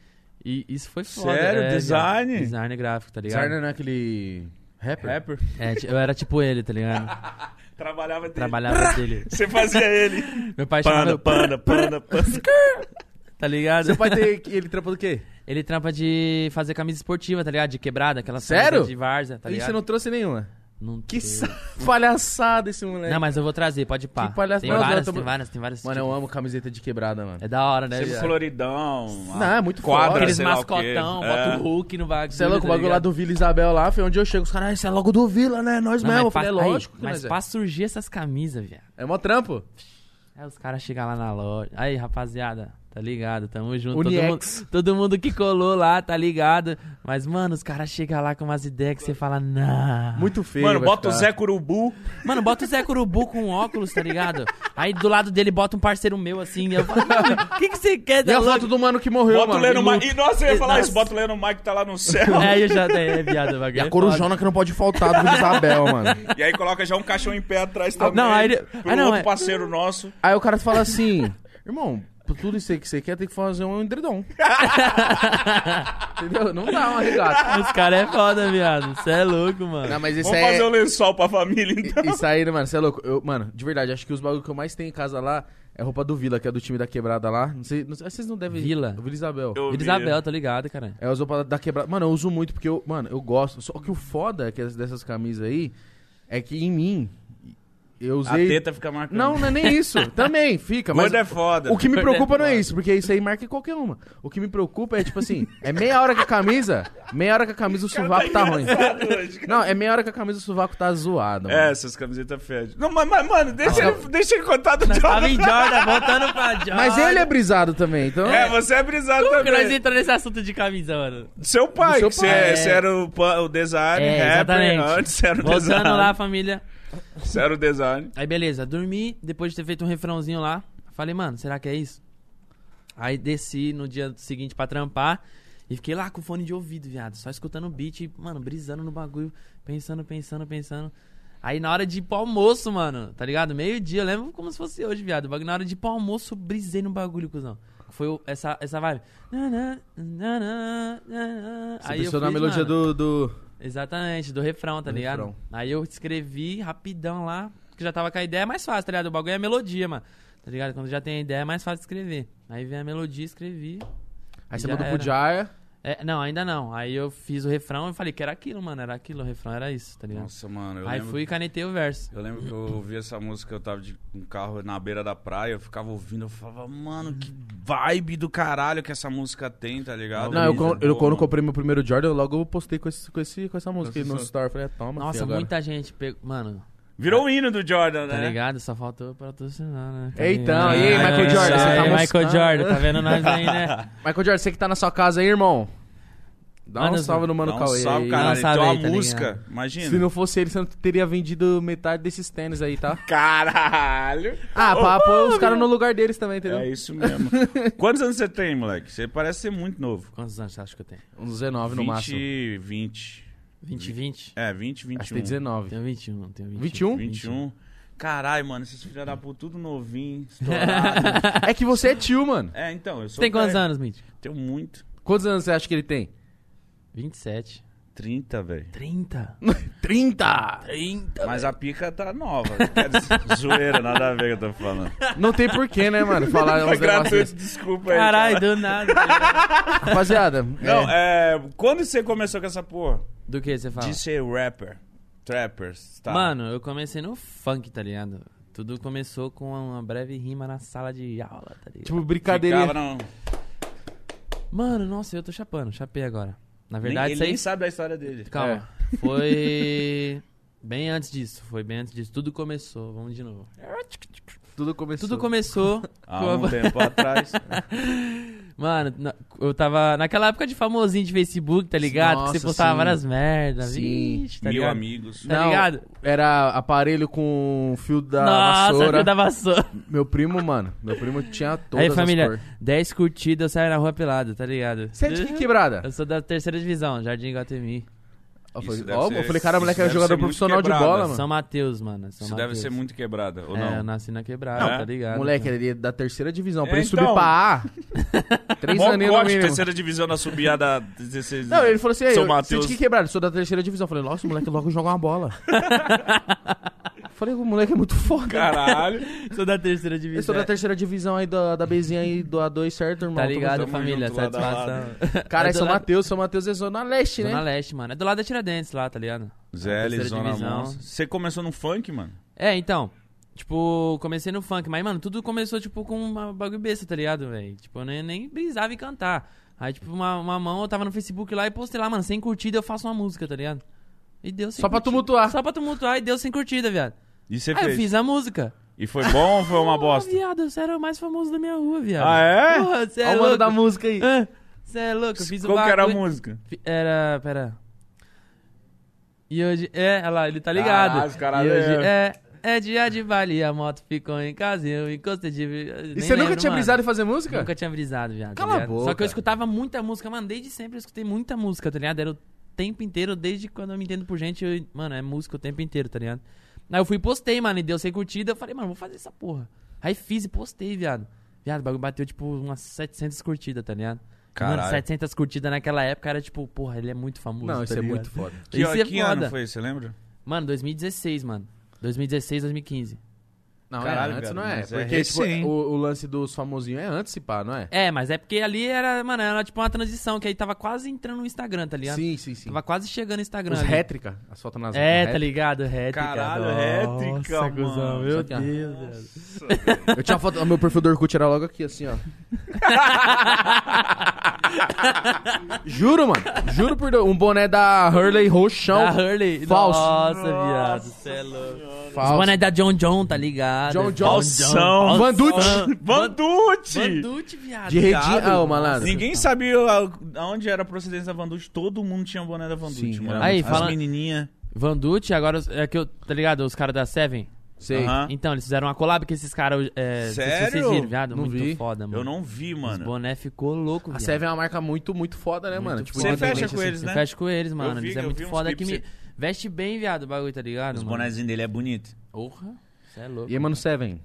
[SPEAKER 3] E isso foi foda.
[SPEAKER 1] Sério?
[SPEAKER 3] é,
[SPEAKER 1] Design?
[SPEAKER 3] viado. Design gráfico, tá ligado?
[SPEAKER 2] Sarna não é aquele. Rapper?
[SPEAKER 1] Rapper.
[SPEAKER 3] É, ti- eu era tipo ele, tá ligado?
[SPEAKER 1] Trabalhava dele.
[SPEAKER 3] Trabalhava dele.
[SPEAKER 1] Você fazia
[SPEAKER 3] [laughs]
[SPEAKER 1] ele.
[SPEAKER 3] Meu pai chamava.
[SPEAKER 1] Panda, panda,
[SPEAKER 3] eu-
[SPEAKER 1] panda, panda. Tipo
[SPEAKER 3] Tá ligado?
[SPEAKER 2] Seu pai tem. Ele trampa do quê?
[SPEAKER 3] Ele trampa de fazer camisa esportiva, tá ligado? De quebrada, aquela
[SPEAKER 2] Sério?
[SPEAKER 3] de várzea, tá
[SPEAKER 2] e
[SPEAKER 3] ligado?
[SPEAKER 2] você não trouxe nenhuma.
[SPEAKER 3] não...
[SPEAKER 2] Que
[SPEAKER 3] sei.
[SPEAKER 2] sa- palhaçada esse moleque.
[SPEAKER 3] Não, mas eu vou trazer, pode pá.
[SPEAKER 2] Que palhaçada.
[SPEAKER 3] Tem
[SPEAKER 2] Não, não,
[SPEAKER 3] várias,
[SPEAKER 2] eu tô-
[SPEAKER 3] tem várias, tem várias. tipo.
[SPEAKER 2] Mano, eu amo camiseta de quebrada, mano.
[SPEAKER 3] É da hora, né?
[SPEAKER 1] Sempre
[SPEAKER 3] viado?
[SPEAKER 1] floridão.
[SPEAKER 2] Não, é muito
[SPEAKER 1] quadra,
[SPEAKER 2] foda.
[SPEAKER 3] Aqueles
[SPEAKER 1] sei lá o quê.
[SPEAKER 3] mascotão, bota
[SPEAKER 1] É.
[SPEAKER 3] o Hulk no bagulho.
[SPEAKER 2] Você é louco, o
[SPEAKER 3] tá
[SPEAKER 2] bagulho lá
[SPEAKER 3] ligado?
[SPEAKER 2] do Vila Isabel lá, foi onde eu chego. Os caras, "Ah, isso é logo do Vila, né? Nós
[SPEAKER 3] Não,
[SPEAKER 2] mesmo. Eu
[SPEAKER 3] mas
[SPEAKER 2] falei, é
[SPEAKER 3] pra- aí,
[SPEAKER 2] lógico que
[SPEAKER 3] Mas
[SPEAKER 2] nós é."
[SPEAKER 3] pra surgir essas camisas, viado.
[SPEAKER 2] É mó trampo.
[SPEAKER 3] Aí os caras chegam lá na loja. Aí, rapaziada, tá ligado? Tamo junto. Todo mundo,
[SPEAKER 2] Uniex.
[SPEAKER 3] todo mundo que colou lá, tá ligado? Mas, mano, os caras chegam lá com umas ideias que você fala, não.
[SPEAKER 2] Muito feio.
[SPEAKER 1] Mano,
[SPEAKER 2] vai
[SPEAKER 1] bota o
[SPEAKER 2] ficar.
[SPEAKER 1] Zé Curubu.
[SPEAKER 3] Mano, bota o Zé Curubu com óculos, tá ligado? Aí do lado dele bota um parceiro meu assim. E eu falo, mano, o que que você quer
[SPEAKER 2] E
[SPEAKER 3] da
[SPEAKER 2] a
[SPEAKER 3] loja?
[SPEAKER 2] foto do mano que morreu,
[SPEAKER 1] Bota o
[SPEAKER 2] mano.
[SPEAKER 1] Leno
[SPEAKER 2] em
[SPEAKER 1] Mike.
[SPEAKER 2] luto.
[SPEAKER 1] Ih, Nossa, eu ia falar
[SPEAKER 3] Nossa.
[SPEAKER 1] isso. Bota o Leno Mike que tá lá
[SPEAKER 3] [laughs]
[SPEAKER 1] no céu.
[SPEAKER 3] É, eu já é viado, o bagulho.
[SPEAKER 2] E a
[SPEAKER 3] é
[SPEAKER 2] corujona que não pode faltar do Vila
[SPEAKER 1] [laughs]
[SPEAKER 2] Isabel, mano.
[SPEAKER 1] E aí coloca já um caixão em pé atrás também.
[SPEAKER 3] não, aí ele-
[SPEAKER 1] Pro
[SPEAKER 3] ah, não,
[SPEAKER 1] outro
[SPEAKER 3] é-
[SPEAKER 1] parceiro nosso.
[SPEAKER 2] Aí o cara
[SPEAKER 1] [laughs]
[SPEAKER 2] fala assim, irmão, por tudo isso aí que você quer, tem que fazer
[SPEAKER 1] [laughs]
[SPEAKER 2] um endredom. Entendeu? Não dá uma regata.
[SPEAKER 3] foda. Os caras é foda, viado. Você é louco, mano.
[SPEAKER 2] Não, mas isso
[SPEAKER 1] Vamos fazer um
[SPEAKER 2] é...
[SPEAKER 1] lençol pra família, então.
[SPEAKER 2] Isso aí, né, mano, você é louco. Eu, mano, de verdade, acho que os bagulho que eu mais tenho em casa lá é roupa do Vila, que é do time da quebrada lá. Não sei, não sei vocês não devem...
[SPEAKER 3] Vila?
[SPEAKER 2] O Vila Isabel.
[SPEAKER 1] Eu vi.
[SPEAKER 3] Isabel, tô tá ligado, cara.
[SPEAKER 2] É, as roupas da quebrada. Mano, eu uso muito porque eu, mano, eu gosto. Só que o foda é que as- dessas camisas aí é que em mim Eu
[SPEAKER 1] A
[SPEAKER 2] usei.
[SPEAKER 1] teta fica marcando.
[SPEAKER 2] Não, não é nem
[SPEAKER 1] [laughs]
[SPEAKER 2] isso. Também fica. Mas
[SPEAKER 1] Gordo é foda.
[SPEAKER 2] o que me
[SPEAKER 3] Gordo é
[SPEAKER 2] preocupa não é
[SPEAKER 3] foda.
[SPEAKER 2] isso, porque isso aí marca em qualquer uma. O que me preocupa é, tipo assim, é meia hora com a camisa, meia hora com a camisa o sovaco tá ruim. Não, é meia hora com a camisa o sovaco tá zoado. mano.
[SPEAKER 1] É, essas camisetas fedem. Não, mas, mas, mano, deixa,
[SPEAKER 2] Ah.
[SPEAKER 1] ele, deixa ele contar do
[SPEAKER 3] Nós tava em
[SPEAKER 1] Jordan.
[SPEAKER 3] Tá Jordan, voltando pra Jordan.
[SPEAKER 2] Mas ele é brisado também, então.
[SPEAKER 1] Ah, né? É, você é brisado
[SPEAKER 3] Como que nós
[SPEAKER 1] também.
[SPEAKER 3] entramos nesse assunto de camisa, mano?
[SPEAKER 1] Seu pai,
[SPEAKER 2] Do seu
[SPEAKER 1] que você
[SPEAKER 2] pai,
[SPEAKER 1] é-
[SPEAKER 2] é.
[SPEAKER 1] você era o, pa- o design,
[SPEAKER 3] É,
[SPEAKER 1] rapper,
[SPEAKER 3] exatamente.
[SPEAKER 1] antes você era o design.
[SPEAKER 3] Voltando lá, família.
[SPEAKER 1] Você era o design.
[SPEAKER 3] Aí beleza, dormi, depois de ter feito um refrãozinho lá, falei, mano, será que é isso? Aí desci no dia seguinte pra trampar e fiquei lá com o fone de ouvido, viado, só escutando o beat, e, mano, brisando no bagulho, pensando, pensando, pensando. Aí na hora de ir pro almoço, mano, tá ligado? Meio-dia, eu lembro como se fosse hoje, viado. O bagulho- Na hora de ir pro almoço, eu brisei no bagulho, cuzão. Foi o- essa, essa vibe. Nanã, nanã, nanã.
[SPEAKER 2] Você
[SPEAKER 3] Aí eu
[SPEAKER 2] pensou na
[SPEAKER 3] fiz,
[SPEAKER 2] melodia
[SPEAKER 3] mano.
[SPEAKER 2] do, do.
[SPEAKER 3] Exatamente, do refrão, tá
[SPEAKER 2] Do
[SPEAKER 3] ligado?
[SPEAKER 2] refrão.
[SPEAKER 3] Aí eu escrevi rapidão lá, que já tava com a ideia é mais fácil, tá ligado? O bagulho é a melodia, mano. Tá ligado? Quando já tem a ideia é mais fácil de escrever. Aí vem a melodia, escrevi.
[SPEAKER 2] Aí você
[SPEAKER 3] Já
[SPEAKER 2] mandou
[SPEAKER 3] era.
[SPEAKER 2] pro Jaya.
[SPEAKER 3] É, não, ainda não. Aí eu fiz o refrão e falei que era aquilo, mano. Era aquilo, o refrão era isso, tá ligado?
[SPEAKER 1] Nossa, mano, eu
[SPEAKER 3] Aí
[SPEAKER 1] lembro...
[SPEAKER 3] fui e canetei o verso.
[SPEAKER 1] Eu lembro que eu ouvi essa música, eu tava de um carro na beira da praia, eu ficava ouvindo, eu falava, mano, que vibe do caralho que essa música tem, tá ligado?
[SPEAKER 2] Não, eu,
[SPEAKER 1] Muito
[SPEAKER 2] co- eu
[SPEAKER 1] boa,
[SPEAKER 2] quando
[SPEAKER 1] mano.
[SPEAKER 2] comprei meu primeiro Jordan, eu logo postei com, esse, com, esse, com essa música aí no
[SPEAKER 1] Nossa,
[SPEAKER 2] story. Eu Falei, ah, toma,
[SPEAKER 3] Nossa,
[SPEAKER 2] filho, agora.
[SPEAKER 3] muita gente pegou. Mano,
[SPEAKER 1] Virou o hino do Jordan,
[SPEAKER 3] tá
[SPEAKER 1] né?
[SPEAKER 3] ligado? Só faltou patrocinar, né?
[SPEAKER 2] É, então,
[SPEAKER 3] ligado?
[SPEAKER 1] aí,
[SPEAKER 3] Ah,
[SPEAKER 1] Michael
[SPEAKER 3] é,
[SPEAKER 1] Jordan, você
[SPEAKER 3] aí,
[SPEAKER 1] tá
[SPEAKER 3] Michael
[SPEAKER 2] mostrando.
[SPEAKER 3] Jordan, tá vendo nós aí, né?
[SPEAKER 1] [laughs]
[SPEAKER 2] Michael Jordan, você que tá na sua casa aí, irmão. Dá um
[SPEAKER 3] Manda,
[SPEAKER 2] salve no Mano
[SPEAKER 1] Dá um
[SPEAKER 2] Cauê.
[SPEAKER 1] salve,
[SPEAKER 2] aí.
[SPEAKER 1] caralho.
[SPEAKER 3] Não sabe
[SPEAKER 1] Então a
[SPEAKER 3] aí, tá
[SPEAKER 1] música,
[SPEAKER 3] ligado?
[SPEAKER 1] imagina.
[SPEAKER 2] Se não fosse ele, você não teria vendido metade desses tênis aí, tá?
[SPEAKER 1] [laughs] Caralho!
[SPEAKER 2] Ah, pra pôr os caras no lugar deles também, entendeu?
[SPEAKER 1] É isso mesmo. Quantos anos você tem, moleque? Você parece ser muito novo.
[SPEAKER 3] Quantos anos você acha que eu tenho?
[SPEAKER 2] Uns 19 no máximo.
[SPEAKER 1] 20, 20.
[SPEAKER 3] 20, 20?
[SPEAKER 1] É, 20,
[SPEAKER 2] Acho que tem
[SPEAKER 1] 21.
[SPEAKER 2] 19.
[SPEAKER 3] Tenho 21, tenho
[SPEAKER 2] 21?
[SPEAKER 3] 21.
[SPEAKER 1] 21. Caralho, um. mano, esses filhos da puta tudo
[SPEAKER 3] [laughs]
[SPEAKER 1] novinho, estourado.
[SPEAKER 2] É que você é tio, mano.
[SPEAKER 1] é, então, eu sou.
[SPEAKER 3] Você tem quantos
[SPEAKER 1] velho.
[SPEAKER 3] anos, Mitch?
[SPEAKER 1] Tenho muito.
[SPEAKER 2] Quantos anos você acha que ele tem?
[SPEAKER 3] 27.
[SPEAKER 1] 30, velho.
[SPEAKER 3] 30?
[SPEAKER 2] 30!
[SPEAKER 3] 30?
[SPEAKER 1] Mas a pica tá nova. Quer dizer, [laughs] Zoeira, nada a ver que eu tô falando.
[SPEAKER 3] Tá,
[SPEAKER 2] Não tem porquê, né, mano? Falar
[SPEAKER 1] Foi
[SPEAKER 2] uns negócios
[SPEAKER 1] Tá
[SPEAKER 3] é-
[SPEAKER 1] gratuito, desculpa aí.
[SPEAKER 3] Caralho,
[SPEAKER 1] cara.
[SPEAKER 3] do nada. tá ligado?
[SPEAKER 2] Rapaziada,
[SPEAKER 1] Não,
[SPEAKER 2] é,
[SPEAKER 1] é. Quando você começou com essa porra?
[SPEAKER 3] [laughs] Do que você fala?
[SPEAKER 1] De ser rapper. Trapper. Tá.
[SPEAKER 3] Mano, eu comecei no funk, tá ligado? Tudo começou com uma breve rima na sala de aula, tá ligado?
[SPEAKER 2] tipo, brincadeirinha.
[SPEAKER 1] ficava não.
[SPEAKER 3] Mano, nossa, eu tô chapando, chapei agora. Na verdade,
[SPEAKER 1] nem,
[SPEAKER 3] isso
[SPEAKER 1] ele
[SPEAKER 3] aí.
[SPEAKER 1] nem sabe da história dele.
[SPEAKER 3] Calma. Foi. Bem antes disso, foi bem antes disso. Tudo começou, vamos de novo.
[SPEAKER 2] Tudo começou.
[SPEAKER 3] Tudo começou.
[SPEAKER 1] Há
[SPEAKER 3] com a- Tá
[SPEAKER 1] um tempo
[SPEAKER 3] [laughs]
[SPEAKER 1] atrás.
[SPEAKER 3] Mano, na- eu tava. Naquela época de famosinho de Facebook, tá ligado? que
[SPEAKER 2] Nossa,
[SPEAKER 3] você postava
[SPEAKER 2] sim.
[SPEAKER 3] várias merdas.
[SPEAKER 2] Sim.
[SPEAKER 3] Vixe, tá
[SPEAKER 1] mil
[SPEAKER 3] ligado?
[SPEAKER 1] amigos.
[SPEAKER 3] Tá
[SPEAKER 2] Não,
[SPEAKER 3] ligado?
[SPEAKER 2] Era aparelho com fio da
[SPEAKER 3] Nossa,
[SPEAKER 2] vassoura.
[SPEAKER 3] fio da vassoura.
[SPEAKER 2] Meu primo, mano. Meu primo tinha todas
[SPEAKER 3] Aí,
[SPEAKER 2] as
[SPEAKER 3] família,
[SPEAKER 2] cores.
[SPEAKER 3] 10 curtidas, eu saio na rua pelado, tá ligado?
[SPEAKER 2] Você é de que quebrada?
[SPEAKER 3] Eu sou da terceira divisão, Jardim Guatemi.
[SPEAKER 2] Eu falei,
[SPEAKER 1] deve
[SPEAKER 2] ó,
[SPEAKER 1] ser-
[SPEAKER 2] eu falei, cara,
[SPEAKER 1] isso
[SPEAKER 2] moleque é
[SPEAKER 1] deve
[SPEAKER 2] jogador
[SPEAKER 1] ser muito
[SPEAKER 2] profissional de
[SPEAKER 1] quebrada.
[SPEAKER 2] bola,
[SPEAKER 3] São
[SPEAKER 2] mano.
[SPEAKER 3] Mateus, mano. São
[SPEAKER 1] Isso deve
[SPEAKER 3] Mateus.
[SPEAKER 1] ser muito quebrada, ou
[SPEAKER 3] É, eu
[SPEAKER 1] não?
[SPEAKER 3] nasci na quebrada,
[SPEAKER 1] Não.
[SPEAKER 3] tá ligado?
[SPEAKER 2] Moleque, ele é da terceira divisão. Pra
[SPEAKER 1] É,
[SPEAKER 2] ele subir
[SPEAKER 1] então.
[SPEAKER 2] pra A, três
[SPEAKER 1] Mó
[SPEAKER 2] aninhos no
[SPEAKER 1] corte,
[SPEAKER 2] mínimo.
[SPEAKER 1] terceira divisão na subiada 16.
[SPEAKER 2] Não, ele falou assim, aí,
[SPEAKER 1] São
[SPEAKER 2] eu- você é
[SPEAKER 1] Mateus.
[SPEAKER 2] de que quebrada? Sou da terceira divisão. Eu falei, nossa, moleque, logo joga uma
[SPEAKER 1] [laughs]
[SPEAKER 2] bola. Eu falei, o moleque é muito
[SPEAKER 1] [laughs]
[SPEAKER 2] foda.
[SPEAKER 1] Caralho.
[SPEAKER 3] [laughs] Sou da terceira divisão.
[SPEAKER 2] Eu sou
[SPEAKER 1] é.
[SPEAKER 2] da terceira divisão aí, da, da Bzinha aí, do A2, certo, irmão?
[SPEAKER 3] Tá
[SPEAKER 2] Tô
[SPEAKER 3] ligado,
[SPEAKER 1] Tamo
[SPEAKER 3] família?
[SPEAKER 1] junto, lado a lado.
[SPEAKER 3] Satisfação.
[SPEAKER 2] gostando.
[SPEAKER 3] [laughs]
[SPEAKER 2] Cara, é
[SPEAKER 3] do
[SPEAKER 2] São
[SPEAKER 3] lado-
[SPEAKER 2] Mateus, São Mateus é Zona Leste,
[SPEAKER 3] Zona
[SPEAKER 2] né?
[SPEAKER 3] Leste, mano. É do lado da Tiradentes lá, tá ligado?
[SPEAKER 1] Zé,
[SPEAKER 3] Terceira
[SPEAKER 1] Zona
[SPEAKER 3] divisão.
[SPEAKER 1] Mons. Você começou no funk, mano?
[SPEAKER 3] É, então. Tipo, comecei no funk, mas, mano, tudo começou, tipo, com uma bagulho besta, tá ligado, velho? Tipo, eu nem, nem brisava em cantar. Aí, tipo, uma, uma mão, eu tava no Facebook lá e postei lá, mano, sem curtida eu faço uma música, tá ligado? E deu sem
[SPEAKER 2] Só pra
[SPEAKER 3] curtida.
[SPEAKER 2] tumultuar.
[SPEAKER 3] Só pra tumultuar e deu sem curtida, viado.
[SPEAKER 1] E você
[SPEAKER 3] Aí
[SPEAKER 1] fez?
[SPEAKER 3] Ah, eu fiz a música.
[SPEAKER 1] E foi bom ou foi
[SPEAKER 3] [laughs]
[SPEAKER 1] uma bosta?
[SPEAKER 3] Ah, viado, você era o mais famoso da minha rua, viado.
[SPEAKER 1] Ah, é?
[SPEAKER 3] Porra, você é
[SPEAKER 2] Olha o mano
[SPEAKER 3] louco.
[SPEAKER 2] da música aí.
[SPEAKER 3] Ah, Você é louco, eu fiz o
[SPEAKER 1] Qual que era a
[SPEAKER 3] bagulho.
[SPEAKER 1] música?
[SPEAKER 3] Fi- Era. Pera. E hoje. É, olha lá, ele tá ligado.
[SPEAKER 1] Ah, os caras
[SPEAKER 3] e hoje
[SPEAKER 1] lembram.
[SPEAKER 3] é. É dia de baile, a moto ficou em casa e eu encostei de.
[SPEAKER 2] E você nunca tinha brisado em fazer música?
[SPEAKER 3] Nunca tinha brisado, viado. tá
[SPEAKER 2] Cala a
[SPEAKER 3] ligado?
[SPEAKER 2] boca.
[SPEAKER 3] Só que eu escutava muita música, mano, desde sempre eu escutei muita música, tá ligado? Era o tempo inteiro, desde quando eu me entendo por gente, eu- mano, é música o tempo inteiro, tá ligado? Aí eu fui e postei, mano, e deu sem curtida, eu falei, mano, vou fazer essa porra. Aí fiz e postei, viado. Viado, o bagulho bateu tipo umas 700 curtidas, tá ligado?
[SPEAKER 1] Caralho.
[SPEAKER 3] Mano, 700 curtidas naquela época era tipo, porra, ele é muito famoso.
[SPEAKER 2] Não,
[SPEAKER 3] tá
[SPEAKER 2] isso é
[SPEAKER 3] ligado?
[SPEAKER 2] muito foda.
[SPEAKER 1] Que,
[SPEAKER 3] Isso é
[SPEAKER 1] que
[SPEAKER 3] foda.
[SPEAKER 1] ano foi, você lembra?
[SPEAKER 3] Mano, 2016, mano. 2016, 2015.
[SPEAKER 2] Não,
[SPEAKER 1] Caralho,
[SPEAKER 2] é antes,
[SPEAKER 1] viado,
[SPEAKER 2] não é?
[SPEAKER 1] mas é
[SPEAKER 2] Porque tipo,
[SPEAKER 1] recém.
[SPEAKER 2] o, o lance dos famosinhos é antes, se pá, não é?
[SPEAKER 3] É, mas é porque ali era, mano, era tipo uma transição, que aí tava quase entrando no Instagram, tá ligado?
[SPEAKER 2] Sim, sim, sim.
[SPEAKER 3] Tava quase chegando no Instagram.
[SPEAKER 2] Os
[SPEAKER 3] ali.
[SPEAKER 2] rétrica, as fotos nas
[SPEAKER 3] É,
[SPEAKER 2] nas
[SPEAKER 3] tá ligado? Rétrica.
[SPEAKER 1] Caralho,
[SPEAKER 3] Nossa,
[SPEAKER 1] rétrica, mano.
[SPEAKER 3] cuzão, Meu
[SPEAKER 2] Só que, ah,
[SPEAKER 3] Deus, velho.
[SPEAKER 2] Eu tinha uma foto, o meu perfil do Orkut era logo aqui,
[SPEAKER 3] [laughs]
[SPEAKER 2] assim, ó. juro, mano. Juro por Deus. Um boné da Hurley roxão.
[SPEAKER 3] Da Hurley.
[SPEAKER 2] Falso.
[SPEAKER 3] Nossa, viado. Cê é louco. Os
[SPEAKER 2] Falso.
[SPEAKER 3] boné da John John, tá ligado?
[SPEAKER 2] John John.
[SPEAKER 1] Falsão.
[SPEAKER 2] Van Dutt.
[SPEAKER 1] [laughs] Vandute!
[SPEAKER 3] Vandute, viado.
[SPEAKER 2] De redinha. Ah, ô, malandro.
[SPEAKER 1] Ninguém sabia a- aonde era a procedência da Vandute, todo mundo tinha boné da Vandute,
[SPEAKER 2] Sim,
[SPEAKER 1] mano.
[SPEAKER 2] era
[SPEAKER 3] Aí,
[SPEAKER 1] As
[SPEAKER 3] fala-
[SPEAKER 1] menininha.
[SPEAKER 3] Vandute, agora os- é que eu, tá ligado? Os caras da Seven.
[SPEAKER 2] Sei.
[SPEAKER 1] Aham.
[SPEAKER 3] Então, eles fizeram uma collab com esses caras. É, não sei se
[SPEAKER 1] Sério?
[SPEAKER 3] Vocês viram, viado?
[SPEAKER 2] Não
[SPEAKER 3] Muito
[SPEAKER 2] vi.
[SPEAKER 3] foda, mano.
[SPEAKER 1] Eu não vi,
[SPEAKER 3] Então, Os
[SPEAKER 1] mano.
[SPEAKER 3] boné ficou louco,
[SPEAKER 2] A
[SPEAKER 3] viado.
[SPEAKER 2] Seven é uma marca muito, muito foda, né, mano? Tipo,
[SPEAKER 1] Você
[SPEAKER 2] independente,
[SPEAKER 1] fecha com
[SPEAKER 2] assim.
[SPEAKER 1] eles,
[SPEAKER 3] Eu
[SPEAKER 1] né?
[SPEAKER 3] fecho com eles, mano.
[SPEAKER 1] vi-
[SPEAKER 3] eles é
[SPEAKER 1] eu vi
[SPEAKER 3] muito
[SPEAKER 1] uns
[SPEAKER 3] foda que
[SPEAKER 1] clipes
[SPEAKER 3] me... Veste bem, viado, o bagulho, tá ligado?
[SPEAKER 1] Os
[SPEAKER 3] mano?
[SPEAKER 1] bonézinhos dele é bonito.
[SPEAKER 3] Porra, cê é louco.
[SPEAKER 2] E aí, mano, Seven.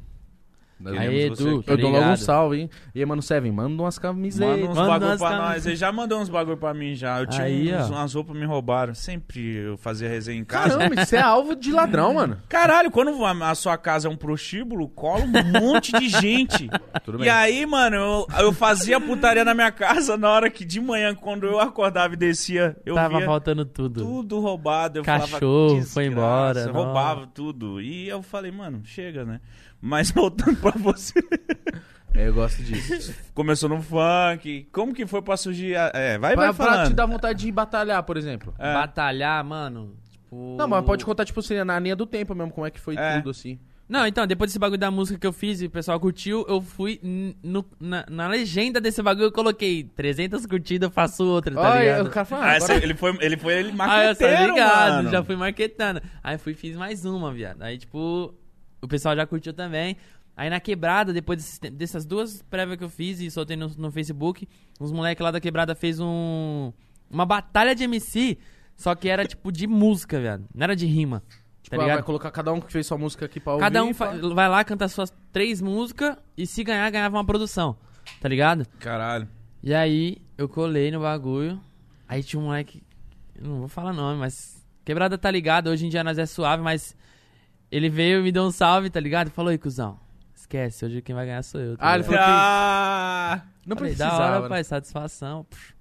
[SPEAKER 3] Aí,
[SPEAKER 1] Queremos você
[SPEAKER 3] Edu,
[SPEAKER 1] aqui.
[SPEAKER 3] tá
[SPEAKER 2] Eu dou logo um
[SPEAKER 3] ligado?
[SPEAKER 2] salve, hein? E aí, mano, Seven, manda umas
[SPEAKER 1] Manda
[SPEAKER 2] camisetas.
[SPEAKER 1] uns
[SPEAKER 3] Manda
[SPEAKER 1] bagulho
[SPEAKER 3] umas
[SPEAKER 1] pra
[SPEAKER 3] camisas.
[SPEAKER 1] nós. Ele já mandou uns bagulho pra mim já. Eu tinha
[SPEAKER 3] tá Aí,
[SPEAKER 1] uns,
[SPEAKER 3] ó.
[SPEAKER 1] umas roupas me roubaram. Sempre eu fazia resenha em casa.
[SPEAKER 2] Caramba, isso é alvo de ladrão, mano.
[SPEAKER 1] Caralho, quando a a sua casa é um prostíbulo, cola um monte de
[SPEAKER 3] [laughs]
[SPEAKER 1] gente.
[SPEAKER 2] Tudo
[SPEAKER 1] E aí, mano, eu, eu fazia putaria na minha casa na hora que de manhã, quando eu acordava e descia, eu
[SPEAKER 3] Tava
[SPEAKER 1] via
[SPEAKER 3] faltando tudo.
[SPEAKER 1] tudo roubado. Eu
[SPEAKER 3] Cachorro,
[SPEAKER 1] falava,
[SPEAKER 3] foi
[SPEAKER 1] "Desgraça",
[SPEAKER 3] embora, não.
[SPEAKER 1] Roubava tudo. E eu falei, mano, chega, né? Mas [laughs] voltando pra você.
[SPEAKER 2] É, eu gosto disso.
[SPEAKER 1] Começou no funk. Como que foi pra surgir? a- É, vai,
[SPEAKER 2] pra,
[SPEAKER 1] vai
[SPEAKER 2] pra te
[SPEAKER 1] falando.
[SPEAKER 2] dar vontade de batalhar, por exemplo.
[SPEAKER 1] É.
[SPEAKER 3] Batalhar, mano, tipo...
[SPEAKER 2] Não, mas pode contar, tipo, assim, na linha do tempo mesmo, como é que foi
[SPEAKER 1] É.
[SPEAKER 2] tudo, assim.
[SPEAKER 3] Não, então, depois desse bagulho da música que eu fiz e o pessoal curtiu, eu fui n- no- na, na legenda desse bagulho, eu coloquei 300 curtidas, eu faço outra, tá
[SPEAKER 2] Olha,
[SPEAKER 3] ligado?
[SPEAKER 2] o cara fala, ah,
[SPEAKER 1] Ah,
[SPEAKER 2] agora-
[SPEAKER 1] essa- ele foi, ele foi ele
[SPEAKER 3] Ah, eu
[SPEAKER 1] marqueteiro,
[SPEAKER 3] tô ligado,
[SPEAKER 1] mano.
[SPEAKER 3] já fui marquetando. Aí fui fiz mais uma, viado. Aí, tipo, o pessoal já curtiu também. Aí na quebrada, depois desses te- dessas duas prévias que eu fiz e soltei no, no Facebook, uns moleques lá da quebrada fez um. Uma batalha de MC, só que era tipo de música, viado. Não era de rima.
[SPEAKER 2] Tipo,
[SPEAKER 3] tá
[SPEAKER 2] ah, vai
[SPEAKER 3] ligado?
[SPEAKER 2] colocar cada um que fez sua música aqui pra ouvir.
[SPEAKER 3] Cada um
[SPEAKER 2] pá.
[SPEAKER 3] fa- vai lá, canta suas três músicas e se ganhar, ganhava uma produção. Tá ligado?
[SPEAKER 1] Caralho.
[SPEAKER 3] E aí, eu colei no bagulho. Aí tinha um moleque. eu Não vou falar nome, mas. Quebrada tá ligado, hoje em dia nós é suave, mas. Ele veio e me deu um salve, tá ligado? Falou aí, cuzão. Esquece, hoje quem vai ganhar sou eu. Tá
[SPEAKER 2] Ah, ele
[SPEAKER 3] ligado?
[SPEAKER 2] falou que-
[SPEAKER 1] Ah,
[SPEAKER 2] Não
[SPEAKER 3] Falei,
[SPEAKER 2] precisava.
[SPEAKER 3] Da hora,
[SPEAKER 2] né?
[SPEAKER 3] pai, satisfação. pff.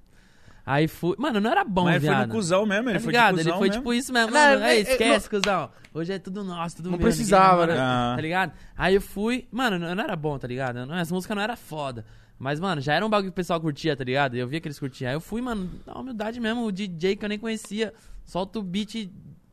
[SPEAKER 3] Aí fui. Mano, não era bom,
[SPEAKER 1] mas ele
[SPEAKER 3] viado.
[SPEAKER 1] foi no cuzão mesmo, ele
[SPEAKER 3] Tá
[SPEAKER 1] foi de
[SPEAKER 3] ligado?
[SPEAKER 1] cuzão
[SPEAKER 3] Ele foi
[SPEAKER 1] mesmo.
[SPEAKER 3] tipo isso mesmo.
[SPEAKER 2] Não,
[SPEAKER 3] Mano,
[SPEAKER 2] é-
[SPEAKER 3] aí,
[SPEAKER 2] é-
[SPEAKER 3] esquece, cuzão. Hoje é tudo nosso, tudo
[SPEAKER 2] Não
[SPEAKER 3] meu,
[SPEAKER 2] precisava,
[SPEAKER 3] ninguém-
[SPEAKER 2] né?
[SPEAKER 1] Ah.
[SPEAKER 3] Tá ligado? Aí eu fui. Mano, eu não era bom, tá ligado? Eu Não, essa música não era foda. Mas, mano, já era um bagulho que o pessoal curtia, tá ligado? Eu via que eles curtiam. Aí eu fui, mano, na humildade mesmo, o DJ que eu nem conhecia. Solta o beat. e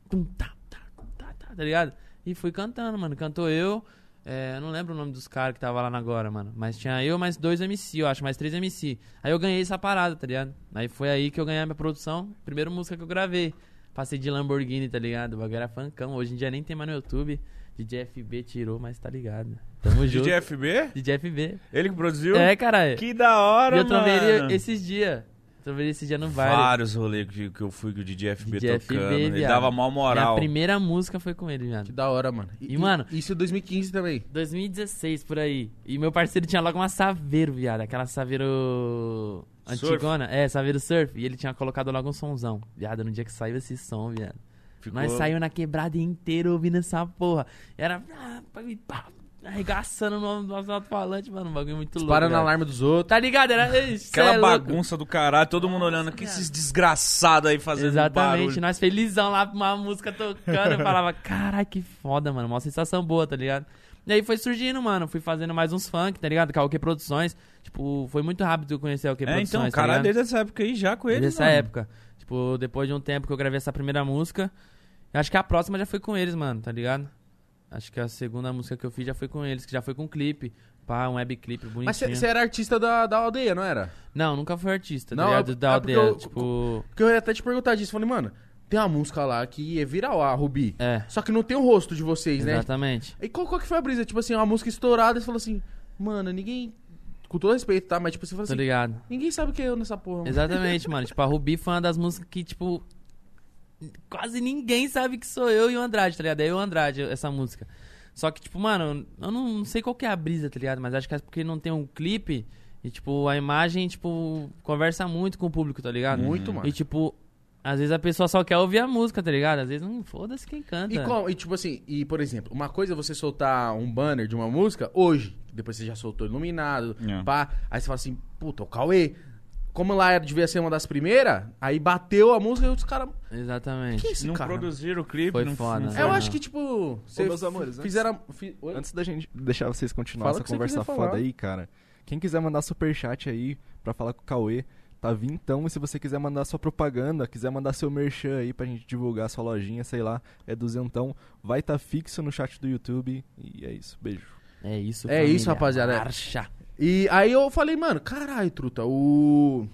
[SPEAKER 3] Tum, tá, tá, tá, tá, tá ligado? E fui cantando, mano. Cantou eu. é, eu não lembro o nome dos caras que tava lá na agora, mano. Mas tinha eu mais dois MC, eu acho, mais três MC. Aí eu ganhei essa parada, tá ligado? Aí foi aí que eu ganhei a minha produção. Primeira música que eu gravei. Passei de Lamborghini, tá ligado? O bagulho era funkão. Hoje em dia nem tem mais no YouTube. DJ FB tirou, mas tá ligado.
[SPEAKER 1] [laughs]
[SPEAKER 3] Tamo junto.
[SPEAKER 1] DJ FB?
[SPEAKER 3] DJ FB.
[SPEAKER 1] Ele que produziu?
[SPEAKER 3] É, caralho.
[SPEAKER 1] Que da hora,
[SPEAKER 3] E eu
[SPEAKER 1] mano.
[SPEAKER 3] trombei ele esses dias. Trombei ele esses dias no baile.
[SPEAKER 1] Vários rolês que, que eu fui com o DJ FB
[SPEAKER 3] DJ FB,
[SPEAKER 1] tocando. ele
[SPEAKER 3] viado.
[SPEAKER 1] dava mal
[SPEAKER 3] Minha
[SPEAKER 1] moral.
[SPEAKER 3] primeira música foi com ele,
[SPEAKER 2] Que
[SPEAKER 3] viado.
[SPEAKER 2] da hora, mano.
[SPEAKER 3] E, mano-
[SPEAKER 2] Isso em 2015 também.
[SPEAKER 3] 2016, por aí. E meu parceiro tinha logo uma Saveiro, viado. Aquela Saveiro...
[SPEAKER 1] Surf.
[SPEAKER 3] Antigona. É, Saveiro Surf. E ele tinha colocado logo um sonzão. Viado, no dia que saiu esse som, viado.
[SPEAKER 1] Ficou-
[SPEAKER 3] Nós saímos na quebrada inteira ouvindo essa porra. Era... ah, pá, pá, Arregaçando no nosso alto-falante, mano. Um bagulho muito louco.
[SPEAKER 2] Parando
[SPEAKER 3] viado.
[SPEAKER 2] alarme dos outros.
[SPEAKER 3] Tá ligado? Era Ei, cê
[SPEAKER 1] Aquela
[SPEAKER 3] é louco.
[SPEAKER 1] bagunça do caralho, todo mundo olhando. Que
[SPEAKER 3] viado.
[SPEAKER 1] esses desgraçados aí fazendo um
[SPEAKER 3] Exatamente,
[SPEAKER 1] barulho.
[SPEAKER 3] nós felizão lá com uma música tocando. Eu falava, caralho, que foda, mano. Uma sensação boa, tá ligado? E aí foi surgindo, mano. Fui fazendo mais uns funk, tá ligado? Karaokê Produções. Tipo, foi muito rápido eu conhecer o que
[SPEAKER 1] É,
[SPEAKER 3] Produções.
[SPEAKER 1] então,
[SPEAKER 3] tá
[SPEAKER 1] caralho,
[SPEAKER 3] ligado?
[SPEAKER 1] desde essa época aí já com ele,
[SPEAKER 3] Desde essa
[SPEAKER 1] mano.
[SPEAKER 3] é época. Tipo, depois de um tempo que eu gravei essa primeira música. eu acho que a próxima já foi com eles, mano, tá ligado? Acho que a segunda música que eu fiz já foi com eles, que já foi com clipe. Pá, um web clipe bonitinho.
[SPEAKER 2] Mas você era artista da, da aldeia, não era?
[SPEAKER 3] Não, nunca fui artista,
[SPEAKER 2] Não,
[SPEAKER 3] tá ligado?
[SPEAKER 2] é-
[SPEAKER 3] Da
[SPEAKER 2] é porque
[SPEAKER 3] aldeia,
[SPEAKER 2] eu-
[SPEAKER 3] tipo...
[SPEAKER 2] Porque eu ia até te perguntar disso. Falei, mano, tem uma música lá que é viral, a Rubi.
[SPEAKER 3] É,
[SPEAKER 2] Só que não tem o rosto de vocês, né?
[SPEAKER 3] exatamente.
[SPEAKER 2] E qual, qual que foi a brisa? Tipo assim, uma música estourada, você falou assim, mano, ninguém. Com todo respeito, tá? Mas tipo, você falou
[SPEAKER 3] Tô
[SPEAKER 2] assim,
[SPEAKER 3] ligado.
[SPEAKER 2] ninguém sabe o que é eu nessa porra. mano."
[SPEAKER 3] Exatamente, mano. Tipo, a Rubi foi uma das músicas que, tipo. Quase ninguém sabe que sou eu e o Andrade, tá ligado? É eu e o Andrade, essa música. Só que, tipo, mano, eu não, não sei qual que é a brisa, tá ligado? Mas acho que é porque não tem um clipe e, tipo, a imagem, tipo, conversa muito com o público, tá ligado?
[SPEAKER 2] Muito, mano.
[SPEAKER 3] E, tipo, Às vezes a pessoa só quer ouvir a música, tá ligado? Às vezes, hum, foda-se quem canta.
[SPEAKER 2] E, com- e tipo assim, e por exemplo, uma coisa é você soltar um banner de uma música hoje, depois você já soltou iluminado,
[SPEAKER 1] É.
[SPEAKER 2] pá, aí você fala assim, puta, o Cauê, como lá era, devia ser uma das primeiras, aí bateu a música e os caras.
[SPEAKER 3] Exatamente.
[SPEAKER 2] Que é esse
[SPEAKER 1] não
[SPEAKER 2] cara?
[SPEAKER 1] produziram o clipe.
[SPEAKER 3] Foi
[SPEAKER 1] não,
[SPEAKER 3] foda,
[SPEAKER 1] não
[SPEAKER 3] né?
[SPEAKER 2] É, Eu
[SPEAKER 3] Não.
[SPEAKER 2] acho que, tipo, cê
[SPEAKER 5] meus amores, antes-
[SPEAKER 2] fizeram. fi- Oi?
[SPEAKER 5] Antes da gente deixar vocês continuar
[SPEAKER 2] Fala o
[SPEAKER 5] essa
[SPEAKER 2] que você
[SPEAKER 5] conversa
[SPEAKER 2] quiser
[SPEAKER 5] foda
[SPEAKER 2] falar.
[SPEAKER 5] aí, cara. Quem quiser mandar superchat aí pra falar com o Cauê, tá vintão. E se você quiser mandar sua propaganda, quiser mandar seu merchan aí pra gente divulgar sua lojinha, sei lá, é duzentão. Vai tá fixo no chat do YouTube. E é isso. Beijo.
[SPEAKER 3] É isso,
[SPEAKER 2] É isso, rapaziada.
[SPEAKER 3] Marcha.
[SPEAKER 2] E aí eu falei, mano, caralho, truta, o.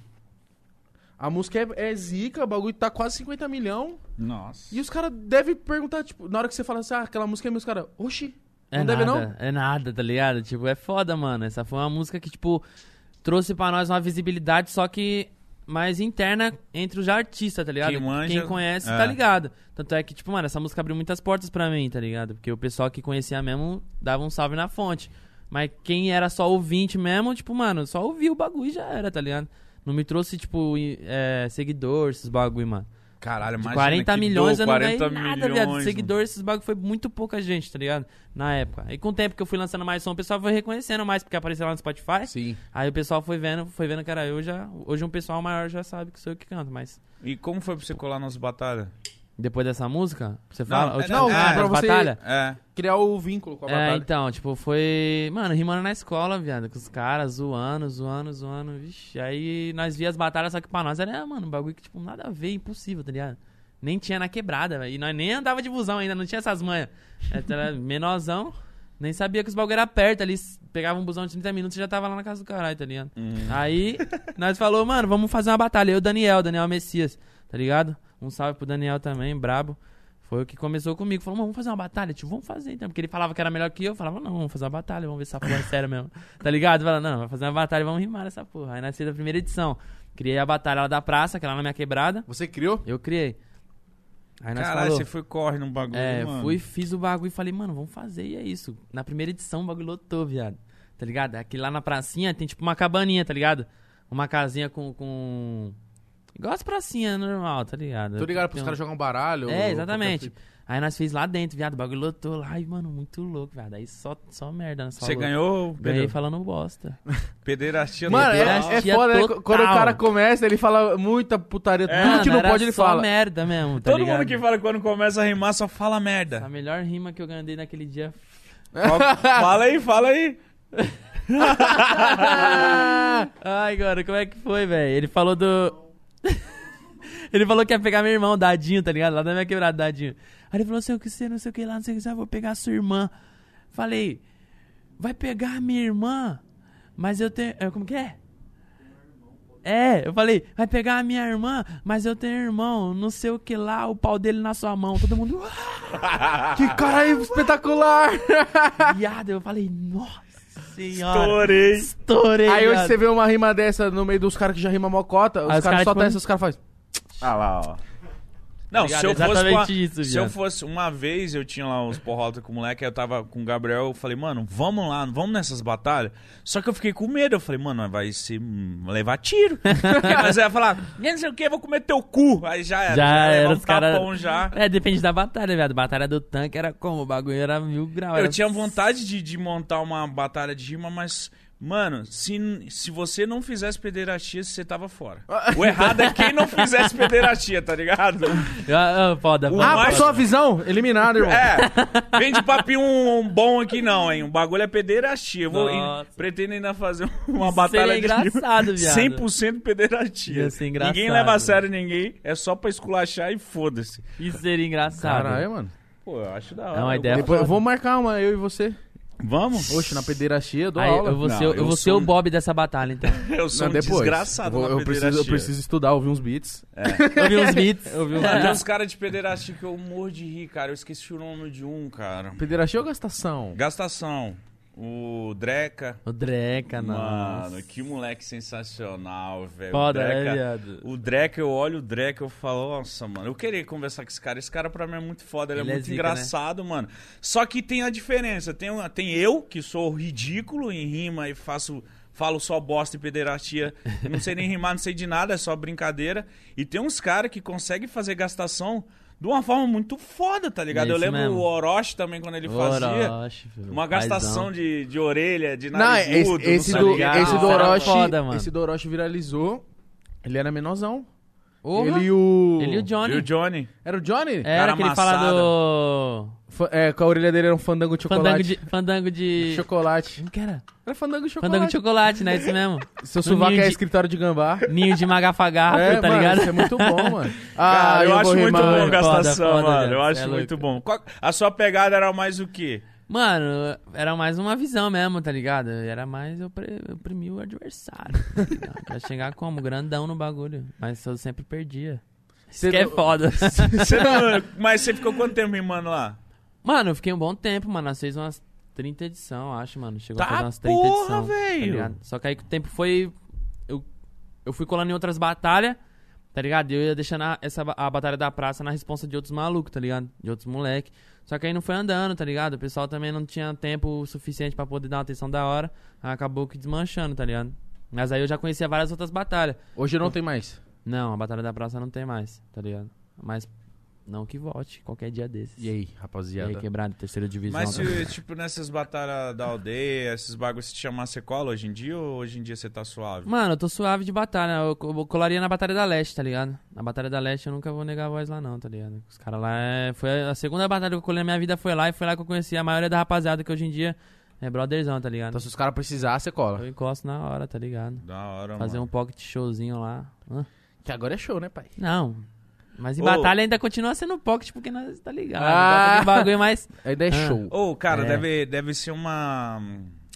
[SPEAKER 2] A música é, é zica, o bagulho tá quase 50 milhão.
[SPEAKER 1] Nossa.
[SPEAKER 2] E os caras devem perguntar, tipo, na hora que você fala assim, ah, aquela música é minha, os caras, oxi,
[SPEAKER 3] É
[SPEAKER 2] não deve
[SPEAKER 3] nada,
[SPEAKER 2] não?
[SPEAKER 3] É nada, tá ligado? Tipo, é foda, mano. Essa foi uma música que, tipo, trouxe pra nós uma visibilidade, só que mais interna entre os artistas, tá ligado?
[SPEAKER 1] Quem manja-
[SPEAKER 3] conhece,
[SPEAKER 1] é.
[SPEAKER 3] tá ligado? Tanto é que, tipo, mano, essa música abriu muitas portas pra mim, tá ligado? Porque o pessoal que conhecia mesmo dava um salve na fonte. Mas quem era só ouvinte mesmo, tipo, mano, só ouvia o bagulho e já era, tá ligado? Não me trouxe, tipo, i- é, seguidor, esses bagulho, mano.
[SPEAKER 1] Caralho,
[SPEAKER 3] De
[SPEAKER 1] imagina
[SPEAKER 3] 40
[SPEAKER 1] que
[SPEAKER 3] milhões
[SPEAKER 1] dor,
[SPEAKER 3] eu não
[SPEAKER 1] 40
[SPEAKER 3] ganhei nada, viado.
[SPEAKER 1] milhões,
[SPEAKER 3] De seguidor, esses bagulho foi muito pouca gente, tá ligado? Na época. Aí com o tempo que eu fui lançando mais som, o pessoal foi reconhecendo mais, porque apareceu lá no Spotify.
[SPEAKER 2] Sim.
[SPEAKER 3] Aí o pessoal foi vendo, foi vendo que era eu já. Hoje um pessoal maior já sabe que sou eu que canto, mas.
[SPEAKER 1] E como foi pra você colar nas batalhas?
[SPEAKER 3] Depois dessa música, você fala?
[SPEAKER 1] é-
[SPEAKER 3] Última-
[SPEAKER 1] não,
[SPEAKER 3] ah,
[SPEAKER 1] é,
[SPEAKER 3] pra
[SPEAKER 2] pra você-
[SPEAKER 3] batalha?
[SPEAKER 1] É.
[SPEAKER 2] Criar o vínculo com a
[SPEAKER 3] É,
[SPEAKER 2] batalha.
[SPEAKER 3] então, tipo, foi. Mano, rimando na escola, viado, com os caras, zoando, zoando, zoando, vixe. Aí nós via as batalhas, só que pra nós era, ah, mano, um bagulho que, tipo, nada a ver, impossível, tá ligado? Nem tinha na quebrada, velho. E nós nem andava de busão ainda, não tinha essas manhas. [laughs] Era menorzão, nem sabia que os bagulho era perto ali. s- Pegava um busão de 30 minutos e já tava lá na casa do caralho, tá ligado?
[SPEAKER 2] Uhum.
[SPEAKER 3] Aí nós falou, mano, vamos fazer uma batalha. Eu e o Daniel, Daniel Messias, tá ligado? Um salve pro Daniel também, brabo. Foi o que começou comigo. Falou, mano, vamos fazer uma batalha? Tipo, vamos fazer então. Porque ele falava que era melhor que eu. Eu falava, não, vamos fazer uma batalha, vamos ver se essa porra é
[SPEAKER 2] [laughs]
[SPEAKER 3] séria mesmo. Tá ligado? Falava, não, vamos fazer uma batalha, vamos rimar essa porra. Aí nasceu a primeira edição. Criei a batalha lá da praça, que era lá na minha quebrada.
[SPEAKER 2] Você criou?
[SPEAKER 3] Eu criei. Aí nós
[SPEAKER 1] Caralho,
[SPEAKER 3] falou,
[SPEAKER 1] você foi corre no bagulho,
[SPEAKER 3] é,
[SPEAKER 1] mano.
[SPEAKER 3] fui, fiz o bagulho e falei, mano, vamos fazer, e é isso. Na primeira edição o bagulho lotou, viado. Tá ligado? Aqui lá na pracinha tem tipo uma cabaninha, tá ligado? Uma casinha com. com... Igual as pracinhas normal, tá ligado?
[SPEAKER 2] Tô ligado pros
[SPEAKER 3] Tem um-
[SPEAKER 2] caras jogam baralho.
[SPEAKER 3] É,
[SPEAKER 2] ou
[SPEAKER 3] exatamente.
[SPEAKER 2] qualquer assim.
[SPEAKER 3] Aí nós fez lá dentro, viado. O bagulho lotou lá. Ai, mano, muito louco, viado. Aí só, só merda nessa
[SPEAKER 1] Você ganhou,
[SPEAKER 3] Ganhei
[SPEAKER 1] Pedro?
[SPEAKER 3] falando bosta.
[SPEAKER 1] Pederastia
[SPEAKER 2] Mano, é,
[SPEAKER 1] total.
[SPEAKER 2] é
[SPEAKER 3] Pederastia
[SPEAKER 2] foda, né?
[SPEAKER 3] total.
[SPEAKER 2] Quando o cara começa, ele fala muita
[SPEAKER 1] É.
[SPEAKER 2] putaria. tudo
[SPEAKER 3] Mano,
[SPEAKER 1] tipo,
[SPEAKER 2] que não
[SPEAKER 3] era
[SPEAKER 2] pode, ele
[SPEAKER 3] só
[SPEAKER 2] fala.
[SPEAKER 3] merda mesmo, tá
[SPEAKER 1] Todo
[SPEAKER 3] ligado?
[SPEAKER 1] mundo que fala quando começa a rimar só fala merda.
[SPEAKER 3] A [laughs] melhor rima que eu ganhei naquele dia
[SPEAKER 1] Qual- fala aí, fala aí.
[SPEAKER 3] Ai, agora, como é que foi, velho? Ele falou do. [laughs] ele falou que ia pegar meu irmão, dadinho, tá ligado? Lá da minha quebrada, dadinho. Aí ele falou, não sei o que você, não sei o que lá, não sei o que você, vou pegar a sua irmã. Falei, vai pegar a minha irmã, mas eu tenho. eh, Como que é? É, eu falei, vai pegar a minha irmã, mas eu tenho irmão, não sei o que lá, o pau dele na sua mão. Todo mundo. [laughs] "Ah!"
[SPEAKER 2] Que cara espetacular!
[SPEAKER 3] Tá Viado, eu falei, nossa senhora.
[SPEAKER 1] Estourei.
[SPEAKER 3] Estourei.
[SPEAKER 2] Aí hoje
[SPEAKER 3] viado.
[SPEAKER 2] você vê uma rima dessa no meio dos caras que já rima mocota, os caras
[SPEAKER 3] Aí os cara,
[SPEAKER 2] só
[SPEAKER 3] tipo,
[SPEAKER 2] tipo... testam, os caras fazem.
[SPEAKER 1] Ah lá, ó. Não,
[SPEAKER 3] Obrigado,
[SPEAKER 1] se eu fosse.
[SPEAKER 3] Tá exatamente
[SPEAKER 1] Uma,
[SPEAKER 3] isso,
[SPEAKER 1] se eu
[SPEAKER 3] viado.
[SPEAKER 1] fosse. Uma vez eu tinha lá uns porrota com o moleque, aí eu tava com o Gabriel, eu falei, mano, vamos lá, vamos nessas batalhas. Só que eu fiquei com medo, eu falei, mano, vai se hum, levar tiro.
[SPEAKER 3] [laughs]
[SPEAKER 1] Porque nós ia falar, não sei o que, vou comer teu cu. Aí já era.
[SPEAKER 3] Já
[SPEAKER 1] ia levar
[SPEAKER 3] era,
[SPEAKER 1] um
[SPEAKER 3] os caras.
[SPEAKER 1] tapão já.
[SPEAKER 3] É, depende da batalha, viado. Batalha do tanque era como? O bagulho era mil graus.
[SPEAKER 1] Eu
[SPEAKER 3] era- [laughs]
[SPEAKER 1] tinha um vontade de, de montar uma batalha de rima, mas. Mano, se, se você não fizesse pederastia, você tava
[SPEAKER 3] [laughs]
[SPEAKER 1] fora. O errado é quem não fizesse pederastia, tá ligado?
[SPEAKER 3] Ah, ah, foda,
[SPEAKER 1] O
[SPEAKER 3] foda.
[SPEAKER 2] Ah,
[SPEAKER 1] um mais-
[SPEAKER 2] passou a visão? Eliminado, irmão.
[SPEAKER 1] É, vende papinho um bom aqui não, hein? O bagulho é pederastia. Eu vou,
[SPEAKER 3] Nossa.
[SPEAKER 1] e pretendo ainda fazer uma
[SPEAKER 3] Isso
[SPEAKER 1] batalha
[SPEAKER 3] seria engraçado,
[SPEAKER 1] de
[SPEAKER 3] viado.
[SPEAKER 1] 100% pederastia.
[SPEAKER 3] Ia ser engraçado.
[SPEAKER 1] ninguém leva a sério ninguém, é só pra esculachar e foda-se.
[SPEAKER 3] Isso seria engraçado.
[SPEAKER 2] Caralho, mano.
[SPEAKER 1] Pô, eu acho da hora.
[SPEAKER 3] É uma ideia.
[SPEAKER 2] Depois eu vou marcar uma, eu e você.
[SPEAKER 1] Vamos?
[SPEAKER 2] Oxe, na pederastia eu dou
[SPEAKER 3] Aí,
[SPEAKER 2] aula.
[SPEAKER 3] eu vou, ser,
[SPEAKER 1] Não,
[SPEAKER 3] eu
[SPEAKER 1] eu
[SPEAKER 3] vou ser
[SPEAKER 1] sou-
[SPEAKER 3] o Bob dessa batalha, então.
[SPEAKER 1] Eu sou
[SPEAKER 2] Não,
[SPEAKER 1] um
[SPEAKER 2] depois.
[SPEAKER 1] desgraçado
[SPEAKER 2] eu, vou-
[SPEAKER 1] na
[SPEAKER 2] eu preciso, eu
[SPEAKER 1] pederastia.
[SPEAKER 2] preciso estudar, ouvir uns beats.
[SPEAKER 3] Eu vi uns beats. [laughs]
[SPEAKER 1] Ah, tem uns caras de pederastia que eu morro de rir, cara. Eu esqueci o nome de um, cara.
[SPEAKER 2] Pederastia ou gastação?
[SPEAKER 1] Gastação. O Dreca.
[SPEAKER 3] O Dreca, É, nossa.
[SPEAKER 1] Mano, que moleque sensacional, velho.
[SPEAKER 3] Foda,
[SPEAKER 1] o
[SPEAKER 3] né,
[SPEAKER 1] Dreca,
[SPEAKER 3] viado?
[SPEAKER 1] O Dreca, eu olho o Dreca, eu falo, nossa, mano, eu queria conversar com esse cara. Esse cara pra mim é muito foda, ele,
[SPEAKER 3] Ele
[SPEAKER 1] é
[SPEAKER 3] é
[SPEAKER 1] muito
[SPEAKER 3] zica,
[SPEAKER 1] engraçado, mano. Só que tem a diferença, tem, uma- tem eu, que sou ridículo em rima e faço falo só bosta e pederastia, não sei nem rimar, não sei de nada, é só brincadeira. E tem uns caras que conseguem fazer gastação de uma forma muito foda, tá ligado?
[SPEAKER 3] É
[SPEAKER 1] Eu
[SPEAKER 3] isso
[SPEAKER 1] lembro
[SPEAKER 3] mesmo.
[SPEAKER 1] o Orochi também, quando ele fazia.
[SPEAKER 3] Orochi, filho,
[SPEAKER 1] Uma
[SPEAKER 3] paizão.
[SPEAKER 1] gastação de, de orelha, de
[SPEAKER 2] Não,
[SPEAKER 1] nariz. tá
[SPEAKER 2] esse, esse, do,
[SPEAKER 3] ligado?
[SPEAKER 1] ah,
[SPEAKER 2] esse do
[SPEAKER 3] Isso era
[SPEAKER 2] Orochi.
[SPEAKER 3] foda, mano.
[SPEAKER 2] esse do Orochi viralizou. Ele era menorzão.
[SPEAKER 3] Porra.
[SPEAKER 2] Ele e o.
[SPEAKER 3] Ele e o Johnny.
[SPEAKER 1] E o Johnny.
[SPEAKER 2] Era o Johnny?
[SPEAKER 3] Era
[SPEAKER 1] cara
[SPEAKER 3] que ele fala
[SPEAKER 1] amassado.
[SPEAKER 3] do...
[SPEAKER 2] Fa- É, com a orelha dele era um fandango de chocolate.
[SPEAKER 3] Fandango de... Fandango de...
[SPEAKER 2] Chocolate.
[SPEAKER 3] Como que era?
[SPEAKER 2] Era fandango de chocolate.
[SPEAKER 3] Fandango de chocolate, né? Isso mesmo.
[SPEAKER 2] Seu
[SPEAKER 3] No
[SPEAKER 2] sovaco
[SPEAKER 3] ninho
[SPEAKER 2] é
[SPEAKER 3] de-
[SPEAKER 2] escritório de
[SPEAKER 3] [laughs]
[SPEAKER 2] gambá.
[SPEAKER 3] Ninho de magafagarro,
[SPEAKER 2] é,
[SPEAKER 3] tá
[SPEAKER 2] mano,
[SPEAKER 3] ligado?
[SPEAKER 2] isso é muito
[SPEAKER 1] [laughs]
[SPEAKER 2] bom, mano. Ah,
[SPEAKER 3] Ah,
[SPEAKER 1] Cara, eu,
[SPEAKER 2] vou
[SPEAKER 1] acho muito
[SPEAKER 2] rimar,
[SPEAKER 1] bom
[SPEAKER 2] mano.
[SPEAKER 1] a gastação,
[SPEAKER 3] Foda, foda,
[SPEAKER 1] mano. Eu
[SPEAKER 3] Deus,
[SPEAKER 1] acho
[SPEAKER 3] é
[SPEAKER 1] muito
[SPEAKER 3] louco.
[SPEAKER 1] bom. Qual- a sua pegada era mais o
[SPEAKER 3] [laughs]
[SPEAKER 1] quê?
[SPEAKER 3] Mano, era mais uma visão mesmo, tá ligado? Era mais eu pre- eu oprimir o adversário. tá ligado? pra chegar como? Grandão no bagulho. Mas eu sempre perdia. Isso
[SPEAKER 2] [laughs] Cê
[SPEAKER 3] que é
[SPEAKER 2] não-
[SPEAKER 3] foda.
[SPEAKER 1] Você não- mas você ficou quanto tempo rimando lá?
[SPEAKER 3] mano, eu fiquei um bom tempo, mano. Nós fez umas 30 edição, eu acho, mano. Chegou a
[SPEAKER 1] Tá
[SPEAKER 3] fazer umas 30
[SPEAKER 1] porra,
[SPEAKER 3] edição. tá
[SPEAKER 1] velho!
[SPEAKER 3] ligado? Só que aí que o tempo foi. Eu, eu fui colando em outras batalhas, tá ligado? E eu ia deixando a, essa, ba- a batalha da praça na responsa de outros malucos, tá ligado? De outros moleque. Só que aí não foi andando, tá ligado? O pessoal também não tinha tempo suficiente pra poder dar uma atenção da hora. Aí Acabou que desmanchando, tá ligado? Mas aí eu já conhecia várias outras batalhas.
[SPEAKER 2] Hoje não tem mais.
[SPEAKER 3] Não, a Batalha da Praça não tem mais, tá ligado? Mas não que volte, qualquer dia desses.
[SPEAKER 2] E aí,
[SPEAKER 3] E
[SPEAKER 2] rapaziada?
[SPEAKER 3] aí, quebrado, terceira divisão.
[SPEAKER 1] Mas,
[SPEAKER 3] tá ligado?
[SPEAKER 1] se, tipo, nessas batalhas da aldeia, esses bagulhos, se chamar você cola hoje em dia ou hoje em dia você tá suave?
[SPEAKER 3] Mano, eu tô suave de batalha. Eu co- eu colaria na Batalha da Leste, tá ligado? Na Batalha da Leste eu nunca vou negar a voz lá, não, tá ligado? Os caras lá. É... Foi a segunda batalha que eu colei na minha vida foi lá e foi lá que eu conheci a maioria da rapaziada que hoje em dia é brotherzão, tá ligado?
[SPEAKER 2] Então se os caras precisarem, você cola.
[SPEAKER 3] Eu encosto na hora, tá ligado?
[SPEAKER 1] Da hora,
[SPEAKER 3] Fazer
[SPEAKER 1] mano.
[SPEAKER 3] um pocket showzinho lá. Hã?
[SPEAKER 2] Que agora é show, né, pai?
[SPEAKER 3] Não. Mas em
[SPEAKER 1] Ô.
[SPEAKER 3] batalha ainda continua sendo pocket porque nós tá ligado.
[SPEAKER 2] Ah.
[SPEAKER 3] Bota de bagulho mais.
[SPEAKER 2] Ainda é show.
[SPEAKER 1] Ô, cara,
[SPEAKER 3] É.
[SPEAKER 1] deve, deve ser uma.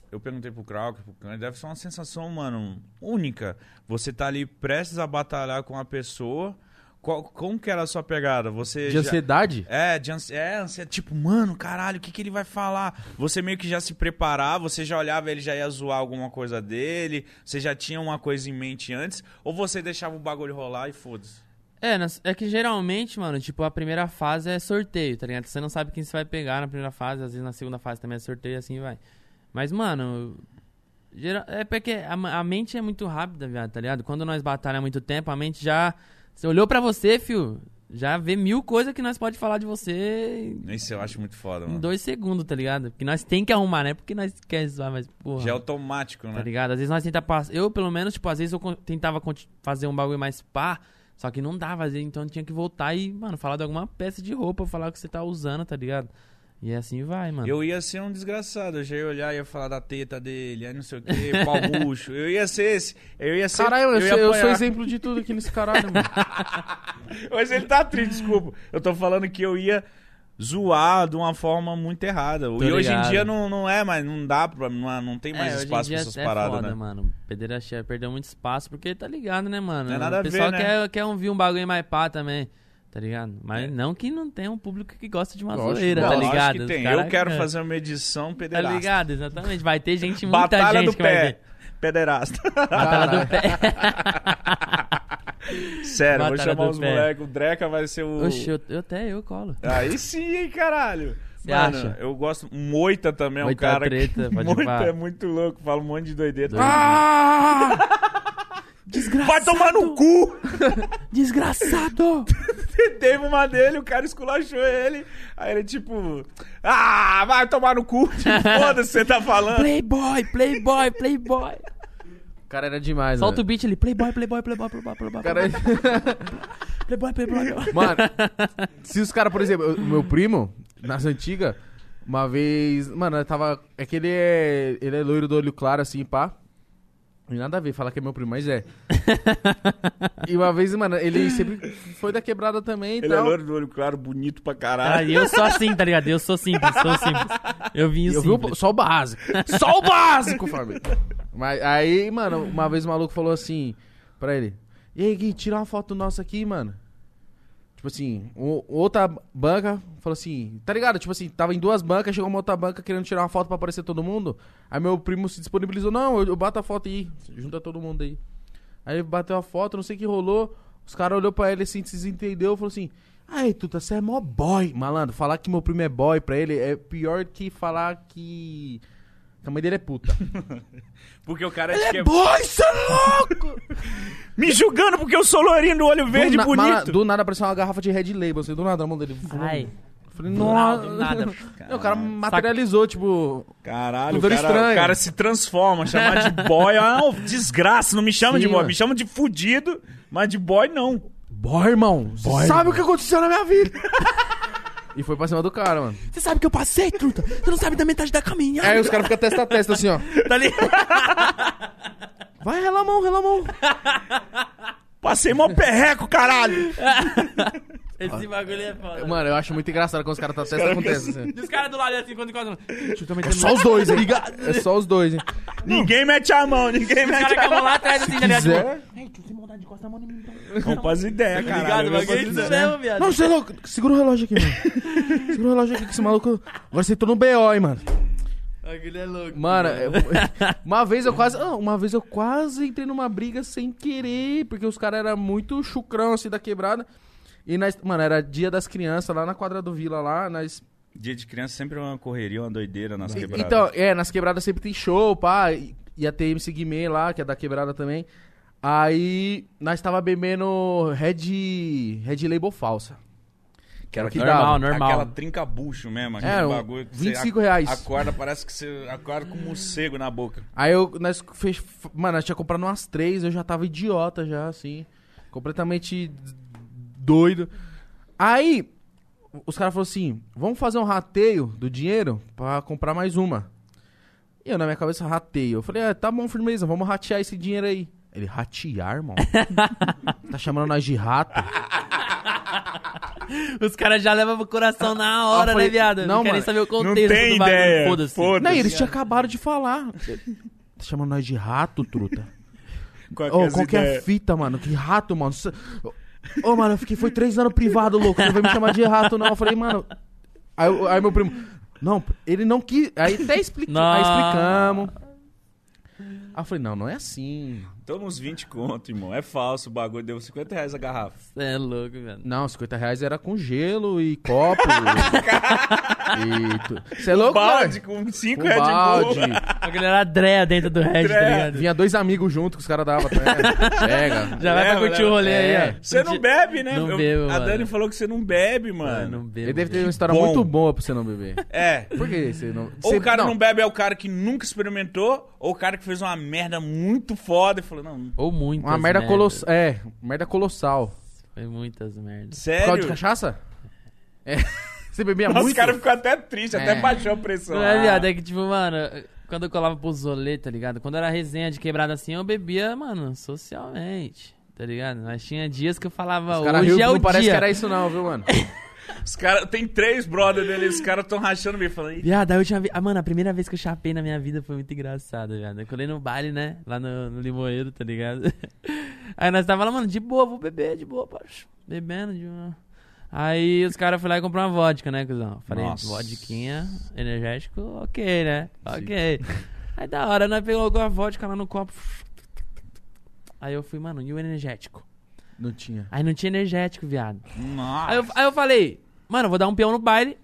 [SPEAKER 1] Eu perguntei pro Krauk, pro Kanye, deve ser uma sensação, mano, única. Você tá ali prestes a batalhar com uma pessoa. Qual, como que era a sua pegada? Você
[SPEAKER 2] De
[SPEAKER 1] já-
[SPEAKER 2] ansiedade?
[SPEAKER 1] É, de ansi... é, ansia- tipo, mano, caralho, o que, que ele vai falar? Você meio que já se preparava, você já olhava, ele já ia zoar alguma coisa dele, você já tinha uma coisa em mente antes, ou você deixava o bagulho rolar e foda-se?
[SPEAKER 3] É, nas- é que geralmente, mano, tipo, a primeira fase é sorteio, tá ligado? Você não sabe quem você vai pegar na primeira fase, às vezes na segunda fase também é sorteio, assim vai. Mas, mano, gera- é porque a, ma- a mente é muito rápida, viado, tá ligado? Quando nós batalha há muito tempo, a mente já. Você olhou pra você, fio, já vê mil coisas que nós pode falar de você em-
[SPEAKER 1] Isso eu acho muito foda,
[SPEAKER 3] em
[SPEAKER 1] mano.
[SPEAKER 3] dois segundos, tá ligado? Porque nós tem que arrumar, né? Porque nós quer zoar, mas, porra.
[SPEAKER 1] Já é automático,
[SPEAKER 3] Tá
[SPEAKER 1] né?
[SPEAKER 3] ligado? Às vezes nós tenta passar. Eu, pelo menos, tipo, às vezes eu con- tentava conti- fazer um bagulho mais pá, só que não dava, às vezes, então eu tinha que voltar e, mano, falar de alguma peça de roupa, falar o que você tá usando, tá ligado? E assim vai, mano.
[SPEAKER 1] Eu ia ser um desgraçado, eu já ia olhar, ia falar da teta dele, aí não sei o que, pau murcho. Eu ia ser esse, eu ia ser...
[SPEAKER 2] Caralho, eu,
[SPEAKER 1] ia
[SPEAKER 2] sou, eu sou
[SPEAKER 1] apanhar.
[SPEAKER 2] exemplo de tudo aqui nesse
[SPEAKER 5] [laughs]
[SPEAKER 2] caralho, mano.
[SPEAKER 1] Mas ele tá triste, desculpa. Eu tô falando que eu ia zoar de uma forma muito errada. e hoje em
[SPEAKER 3] ligado.
[SPEAKER 1] dia não, não é, mas não dá pra. Não, não tem mais
[SPEAKER 3] É, hoje em
[SPEAKER 1] espaço pra
[SPEAKER 3] dia
[SPEAKER 1] essas
[SPEAKER 3] é
[SPEAKER 1] paradas,
[SPEAKER 3] foda,
[SPEAKER 1] né?
[SPEAKER 3] mano. Pederastia perdeu muito espaço, porque tá ligado, né, mano?
[SPEAKER 1] Não é nada a
[SPEAKER 3] o pessoal
[SPEAKER 1] ver, né?
[SPEAKER 3] quer, quer ouvir um bagulho mais pá também, tá ligado? Mas não que não tenha um público que gosta de uma
[SPEAKER 2] Lógico,
[SPEAKER 3] zoeira,
[SPEAKER 1] Não,
[SPEAKER 3] tá
[SPEAKER 1] É. lógico
[SPEAKER 3] ligado?
[SPEAKER 1] que
[SPEAKER 3] Os
[SPEAKER 1] tem.
[SPEAKER 3] caras-
[SPEAKER 1] Eu quero
[SPEAKER 3] é.
[SPEAKER 1] fazer uma edição
[SPEAKER 3] Tá
[SPEAKER 1] pederasta.
[SPEAKER 3] ligado, exatamente. Vai ter gente, muita
[SPEAKER 1] Batalha
[SPEAKER 3] gente
[SPEAKER 1] do
[SPEAKER 3] que vai
[SPEAKER 1] pé.
[SPEAKER 3] ver.
[SPEAKER 1] Pederasta.
[SPEAKER 3] Batalha
[SPEAKER 2] Caralho.
[SPEAKER 3] do pé.
[SPEAKER 1] [laughs] Sério,
[SPEAKER 3] Batalha
[SPEAKER 1] vou chamar
[SPEAKER 3] do
[SPEAKER 1] os
[SPEAKER 3] pé.
[SPEAKER 1] moleques. O Dreca vai ser o.
[SPEAKER 3] Oxe, eu, eu até eu colo.
[SPEAKER 1] Aí sim, hein, caralho.
[SPEAKER 3] Cê
[SPEAKER 1] Mano,
[SPEAKER 3] acha?
[SPEAKER 1] eu gosto. Moita também é um
[SPEAKER 3] Moita é
[SPEAKER 1] cara.
[SPEAKER 3] treta,
[SPEAKER 1] que...
[SPEAKER 3] pode
[SPEAKER 1] Moita
[SPEAKER 3] pá.
[SPEAKER 1] é muito louco, fala um monte de doideira. Ah!
[SPEAKER 3] Doido.
[SPEAKER 1] Vai tomar no cu! [laughs]
[SPEAKER 3] Desgraçado!
[SPEAKER 1] Teve uma dele, o cara esculachou ele. Aí ele, tipo, ah, vai tomar no cu. Tipo, foda-se, você tá falando.
[SPEAKER 3] Playboy, playboy, playboy.
[SPEAKER 2] O cara era demais,
[SPEAKER 3] Solta o
[SPEAKER 2] mano.
[SPEAKER 3] beat ali. Playboy, playboy, playboy, playboy, playboy.
[SPEAKER 2] O cara... é- [laughs]
[SPEAKER 3] Playboy, playboy. playboy.
[SPEAKER 2] Mano, se os caras, por exemplo, o meu primo, nas antigas, uma vez. Mano, eu tava. É que ele é. Ele é loiro do olho claro, assim, pá. E nada a ver falar que é meu primo, mas [laughs] é. e uma vez, mano, ele sempre foi da quebrada também e
[SPEAKER 1] Ele é
[SPEAKER 2] tal.
[SPEAKER 1] loiro do olho claro, bonito pra caralho.
[SPEAKER 3] Ah, e eu sou assim, tá ligado? Eu sou simples, sou simples. Eu vim
[SPEAKER 2] Eu vi
[SPEAKER 3] simples.
[SPEAKER 2] o- só o básico. [laughs] Só o básico, família. Mas aí, mano, uma vez o maluco falou assim pra ele: E aí, Gui, tira uma foto nossa aqui, mano. Tipo assim, o- outra banca falou assim, tá ligado? Tipo assim, tava em duas bancas, chegou uma outra banca querendo tirar uma foto pra aparecer todo mundo. Aí meu primo se disponibilizou: Não, eu, eu bato a foto aí, junta todo mundo aí. Aí ele bateu a foto, não sei o que rolou. Os caras olhou pra ele assim, se desentendeu, falou assim: Ai, Tuta, você é mó boy. Malandro, falar que meu primo é boy pra ele é pior que falar que. Que a mãe dele é
[SPEAKER 3] [laughs]
[SPEAKER 2] puta.
[SPEAKER 1] Porque o cara
[SPEAKER 2] Ele
[SPEAKER 1] acha que
[SPEAKER 2] é boi, cê é [laughs] louco!
[SPEAKER 1] Me julgando porque eu sou loirinho do olho verde
[SPEAKER 2] do na- mala-
[SPEAKER 1] bonito.
[SPEAKER 2] do nada apareceu uma garrafa de Red Label, assim, do nada na mão dele.
[SPEAKER 3] Ai,
[SPEAKER 2] Eu Falei,
[SPEAKER 3] nada,
[SPEAKER 2] nossa.
[SPEAKER 3] do nada.
[SPEAKER 2] [laughs] Não, o cara materializou, tipo.
[SPEAKER 1] Caralho, o
[SPEAKER 2] Tudo
[SPEAKER 1] cara,
[SPEAKER 2] estranho.
[SPEAKER 1] o cara se transforma, chamar de boy, ah, não, desgraça, não me chama
[SPEAKER 2] Sim,
[SPEAKER 1] de boy,
[SPEAKER 2] mano.
[SPEAKER 1] me chama de fudido, mas de boy não.
[SPEAKER 2] Boy, irmão, você sabe o que aconteceu na minha vida? [laughs] e foi pra cima do cara, mano.
[SPEAKER 3] Você sabe que eu passei, truta? Você não sabe da metade da caminhada.
[SPEAKER 2] Aí os caras ficam testa a testa, assim, ó.
[SPEAKER 1] Tá ali,
[SPEAKER 2] Vai, rela a mão, rela a mão.
[SPEAKER 1] passei mó perreco, caralho.
[SPEAKER 3] Esse bagulho é foda.
[SPEAKER 2] Mano, eu acho muito engraçado quando os caras tá testa acontece, assim.
[SPEAKER 3] E os caras do lado assim, Tá quando encontram. Deixa eu também
[SPEAKER 2] É só os dois, hein? É só os dois, hein?
[SPEAKER 1] Ninguém mete a mão, ninguém
[SPEAKER 3] Os
[SPEAKER 1] mete
[SPEAKER 3] caras
[SPEAKER 1] a
[SPEAKER 3] que vão
[SPEAKER 1] mão.
[SPEAKER 3] lá atrás assim, tá ligado?
[SPEAKER 2] Quiser.
[SPEAKER 1] Não faz ideia,
[SPEAKER 3] Ligado,
[SPEAKER 1] caralho. né?
[SPEAKER 3] o
[SPEAKER 1] eu
[SPEAKER 3] bagulho é
[SPEAKER 1] faço
[SPEAKER 3] isso
[SPEAKER 1] ideia.
[SPEAKER 3] mesmo, viado.
[SPEAKER 2] Não, você é louco. Segura o relógio aqui, mano.
[SPEAKER 3] [laughs]
[SPEAKER 2] Segura o relógio aqui que esse maluco. Agora você entrou no BO, um hein, mano.
[SPEAKER 3] O bagulho é louco.
[SPEAKER 2] Mano, eu- [laughs] uma vez eu quase. ah, Uma vez eu quase entrei numa briga sem querer, porque os caras eram muito chucrão assim da quebrada. E nós. Mano, era dia das crianças lá na quadra do Vila lá. Nós.
[SPEAKER 1] Dia de criança sempre é uma correria, uma doideira nas quebradas.
[SPEAKER 2] Então, é, nas quebradas sempre tem show, pá. E, e a TMC Guimê lá, que é da quebrada também. Aí nós tava bebendo Red. Red Label falsa.
[SPEAKER 1] que era
[SPEAKER 2] que
[SPEAKER 1] aquela-
[SPEAKER 2] dava.
[SPEAKER 3] Normal,
[SPEAKER 1] Aquela
[SPEAKER 3] normal.
[SPEAKER 1] trinca bucho mesmo, aquele
[SPEAKER 2] É, um-
[SPEAKER 1] bagulho. que você
[SPEAKER 2] 25
[SPEAKER 1] ac-
[SPEAKER 2] reais.
[SPEAKER 1] Acorda, parece que você acorda com um morcego na boca.
[SPEAKER 2] Aí eu, nós fez, mano, nós tinha comprado umas três, eu já tava idiota já, assim, completamente doido. Aí os caras falaram assim, vamos fazer um rateio do dinheiro pra comprar mais uma. E eu na minha cabeça, rateio. Eu falei, ah, tá bom, firmeza, vamos ratear esse dinheiro aí. Ele, ratear, irmão? tá chamando nós de rato?
[SPEAKER 3] Os caras já levam pro coração na hora,
[SPEAKER 2] Ah, foi-
[SPEAKER 3] né, viado? Não,
[SPEAKER 2] Não,
[SPEAKER 3] querem
[SPEAKER 2] mano,
[SPEAKER 3] saber o
[SPEAKER 1] Não
[SPEAKER 3] contexto
[SPEAKER 1] tem
[SPEAKER 3] do bagulho.
[SPEAKER 1] ideia.
[SPEAKER 3] Foda-se.
[SPEAKER 2] Não, e eles tinham acabado de falar. tá chamando nós de rato, truta?
[SPEAKER 1] Qual que é
[SPEAKER 2] Ô,
[SPEAKER 1] essa
[SPEAKER 2] qual que é
[SPEAKER 1] ideia?
[SPEAKER 2] a fita, mano? Que rato, mano. Cê- Ô, mano, eu fiquei, foi três anos privado, louco. Não vai me chamar de rato, não. Eu falei, mano. Aí, eu- aí meu primo. Não, ele não quis. Aí até explicamos.
[SPEAKER 3] Não.
[SPEAKER 2] Aí explicamos. Aí eu falei, não, não é assim.
[SPEAKER 1] Toma uns 20 conto, irmão. É falso o bagulho. Deu 50 reais a garrafa.
[SPEAKER 3] Cê é louco, viado.
[SPEAKER 2] Não, 50 reais era com gelo e
[SPEAKER 1] [laughs]
[SPEAKER 2] copo. Você é louco,
[SPEAKER 1] Um balde
[SPEAKER 2] mano?
[SPEAKER 1] com 5
[SPEAKER 2] Com
[SPEAKER 1] Red Bull.
[SPEAKER 2] balde.
[SPEAKER 3] A galera adreia dentro do Red, tá
[SPEAKER 1] Adreia.
[SPEAKER 3] ligado?
[SPEAKER 2] Vinha dois amigos junto que os caras
[SPEAKER 1] [laughs]
[SPEAKER 2] davam. Pega. Pega.
[SPEAKER 3] Já vai pra
[SPEAKER 1] Leva,
[SPEAKER 3] curtir
[SPEAKER 1] leva.
[SPEAKER 3] o rolê
[SPEAKER 2] É.
[SPEAKER 3] aí, ó.
[SPEAKER 1] Você não bebe, né?
[SPEAKER 3] Não
[SPEAKER 1] Eu-
[SPEAKER 3] bebo,
[SPEAKER 1] a
[SPEAKER 3] mano.
[SPEAKER 1] Dani falou que você não bebe,
[SPEAKER 3] Ah,
[SPEAKER 1] mano.
[SPEAKER 3] Não bebo.
[SPEAKER 2] Ele deve ter uma história
[SPEAKER 1] Bom.
[SPEAKER 2] muito boa pra você não beber.
[SPEAKER 1] É.
[SPEAKER 2] Por que você não.
[SPEAKER 1] Ou
[SPEAKER 2] você-
[SPEAKER 1] o cara não. bebe é o cara que nunca experimentou, ou o cara que fez uma merda muito foda e falou, não,
[SPEAKER 3] Ou assim, né, muitas
[SPEAKER 2] Uma merda
[SPEAKER 3] merdas.
[SPEAKER 2] colossal. É, merda colossal.
[SPEAKER 3] Foi muitas merdas.
[SPEAKER 2] Por causa
[SPEAKER 1] sério?
[SPEAKER 2] de cachaça? É. [laughs] Você bebia
[SPEAKER 1] Nossa,
[SPEAKER 2] muito?
[SPEAKER 1] o cara ficou até triste,
[SPEAKER 2] É.
[SPEAKER 1] até baixou a pressão.
[SPEAKER 3] Não é,
[SPEAKER 1] Ah,
[SPEAKER 3] viado, é que, tipo, mano, quando eu colava pro Zolê, tá ligado? Quando era resenha de quebrada assim, eu bebia, mano, socialmente, tá ligado? Mas tinha dias que eu falava,
[SPEAKER 2] Os caras
[SPEAKER 3] hoje é
[SPEAKER 2] riam,
[SPEAKER 3] o
[SPEAKER 2] não um, parece
[SPEAKER 3] dia.
[SPEAKER 2] que era isso não, viu, mano?
[SPEAKER 1] Os cara, tem três brother dele, os caras tão rachando me falando, "Ih,
[SPEAKER 3] Viado, a última vez. Ah, mano, a primeira vez que eu chapei na minha vida foi muito engraçado, viado. Eu colei no baile, né? Lá no, no Limoeiro, tá ligado? [laughs] Aí nós tava lá, mano, de boa, vou beber, de boa, pacho. Bebendo, de boa. Aí os caras foram lá e compraram uma vodka, né, cuzão? Falei,
[SPEAKER 1] Nossa.
[SPEAKER 3] vodquinha, energético, ok, né? Ok. Aí da hora, nós pegou a vodka lá no copo. Aí eu fui, mano, e o energético?
[SPEAKER 2] Não tinha.
[SPEAKER 3] Aí não tinha energético, viado. Aí
[SPEAKER 1] nossa.
[SPEAKER 3] eu, aí eu falei, mano, eu vou dar um peão no baile.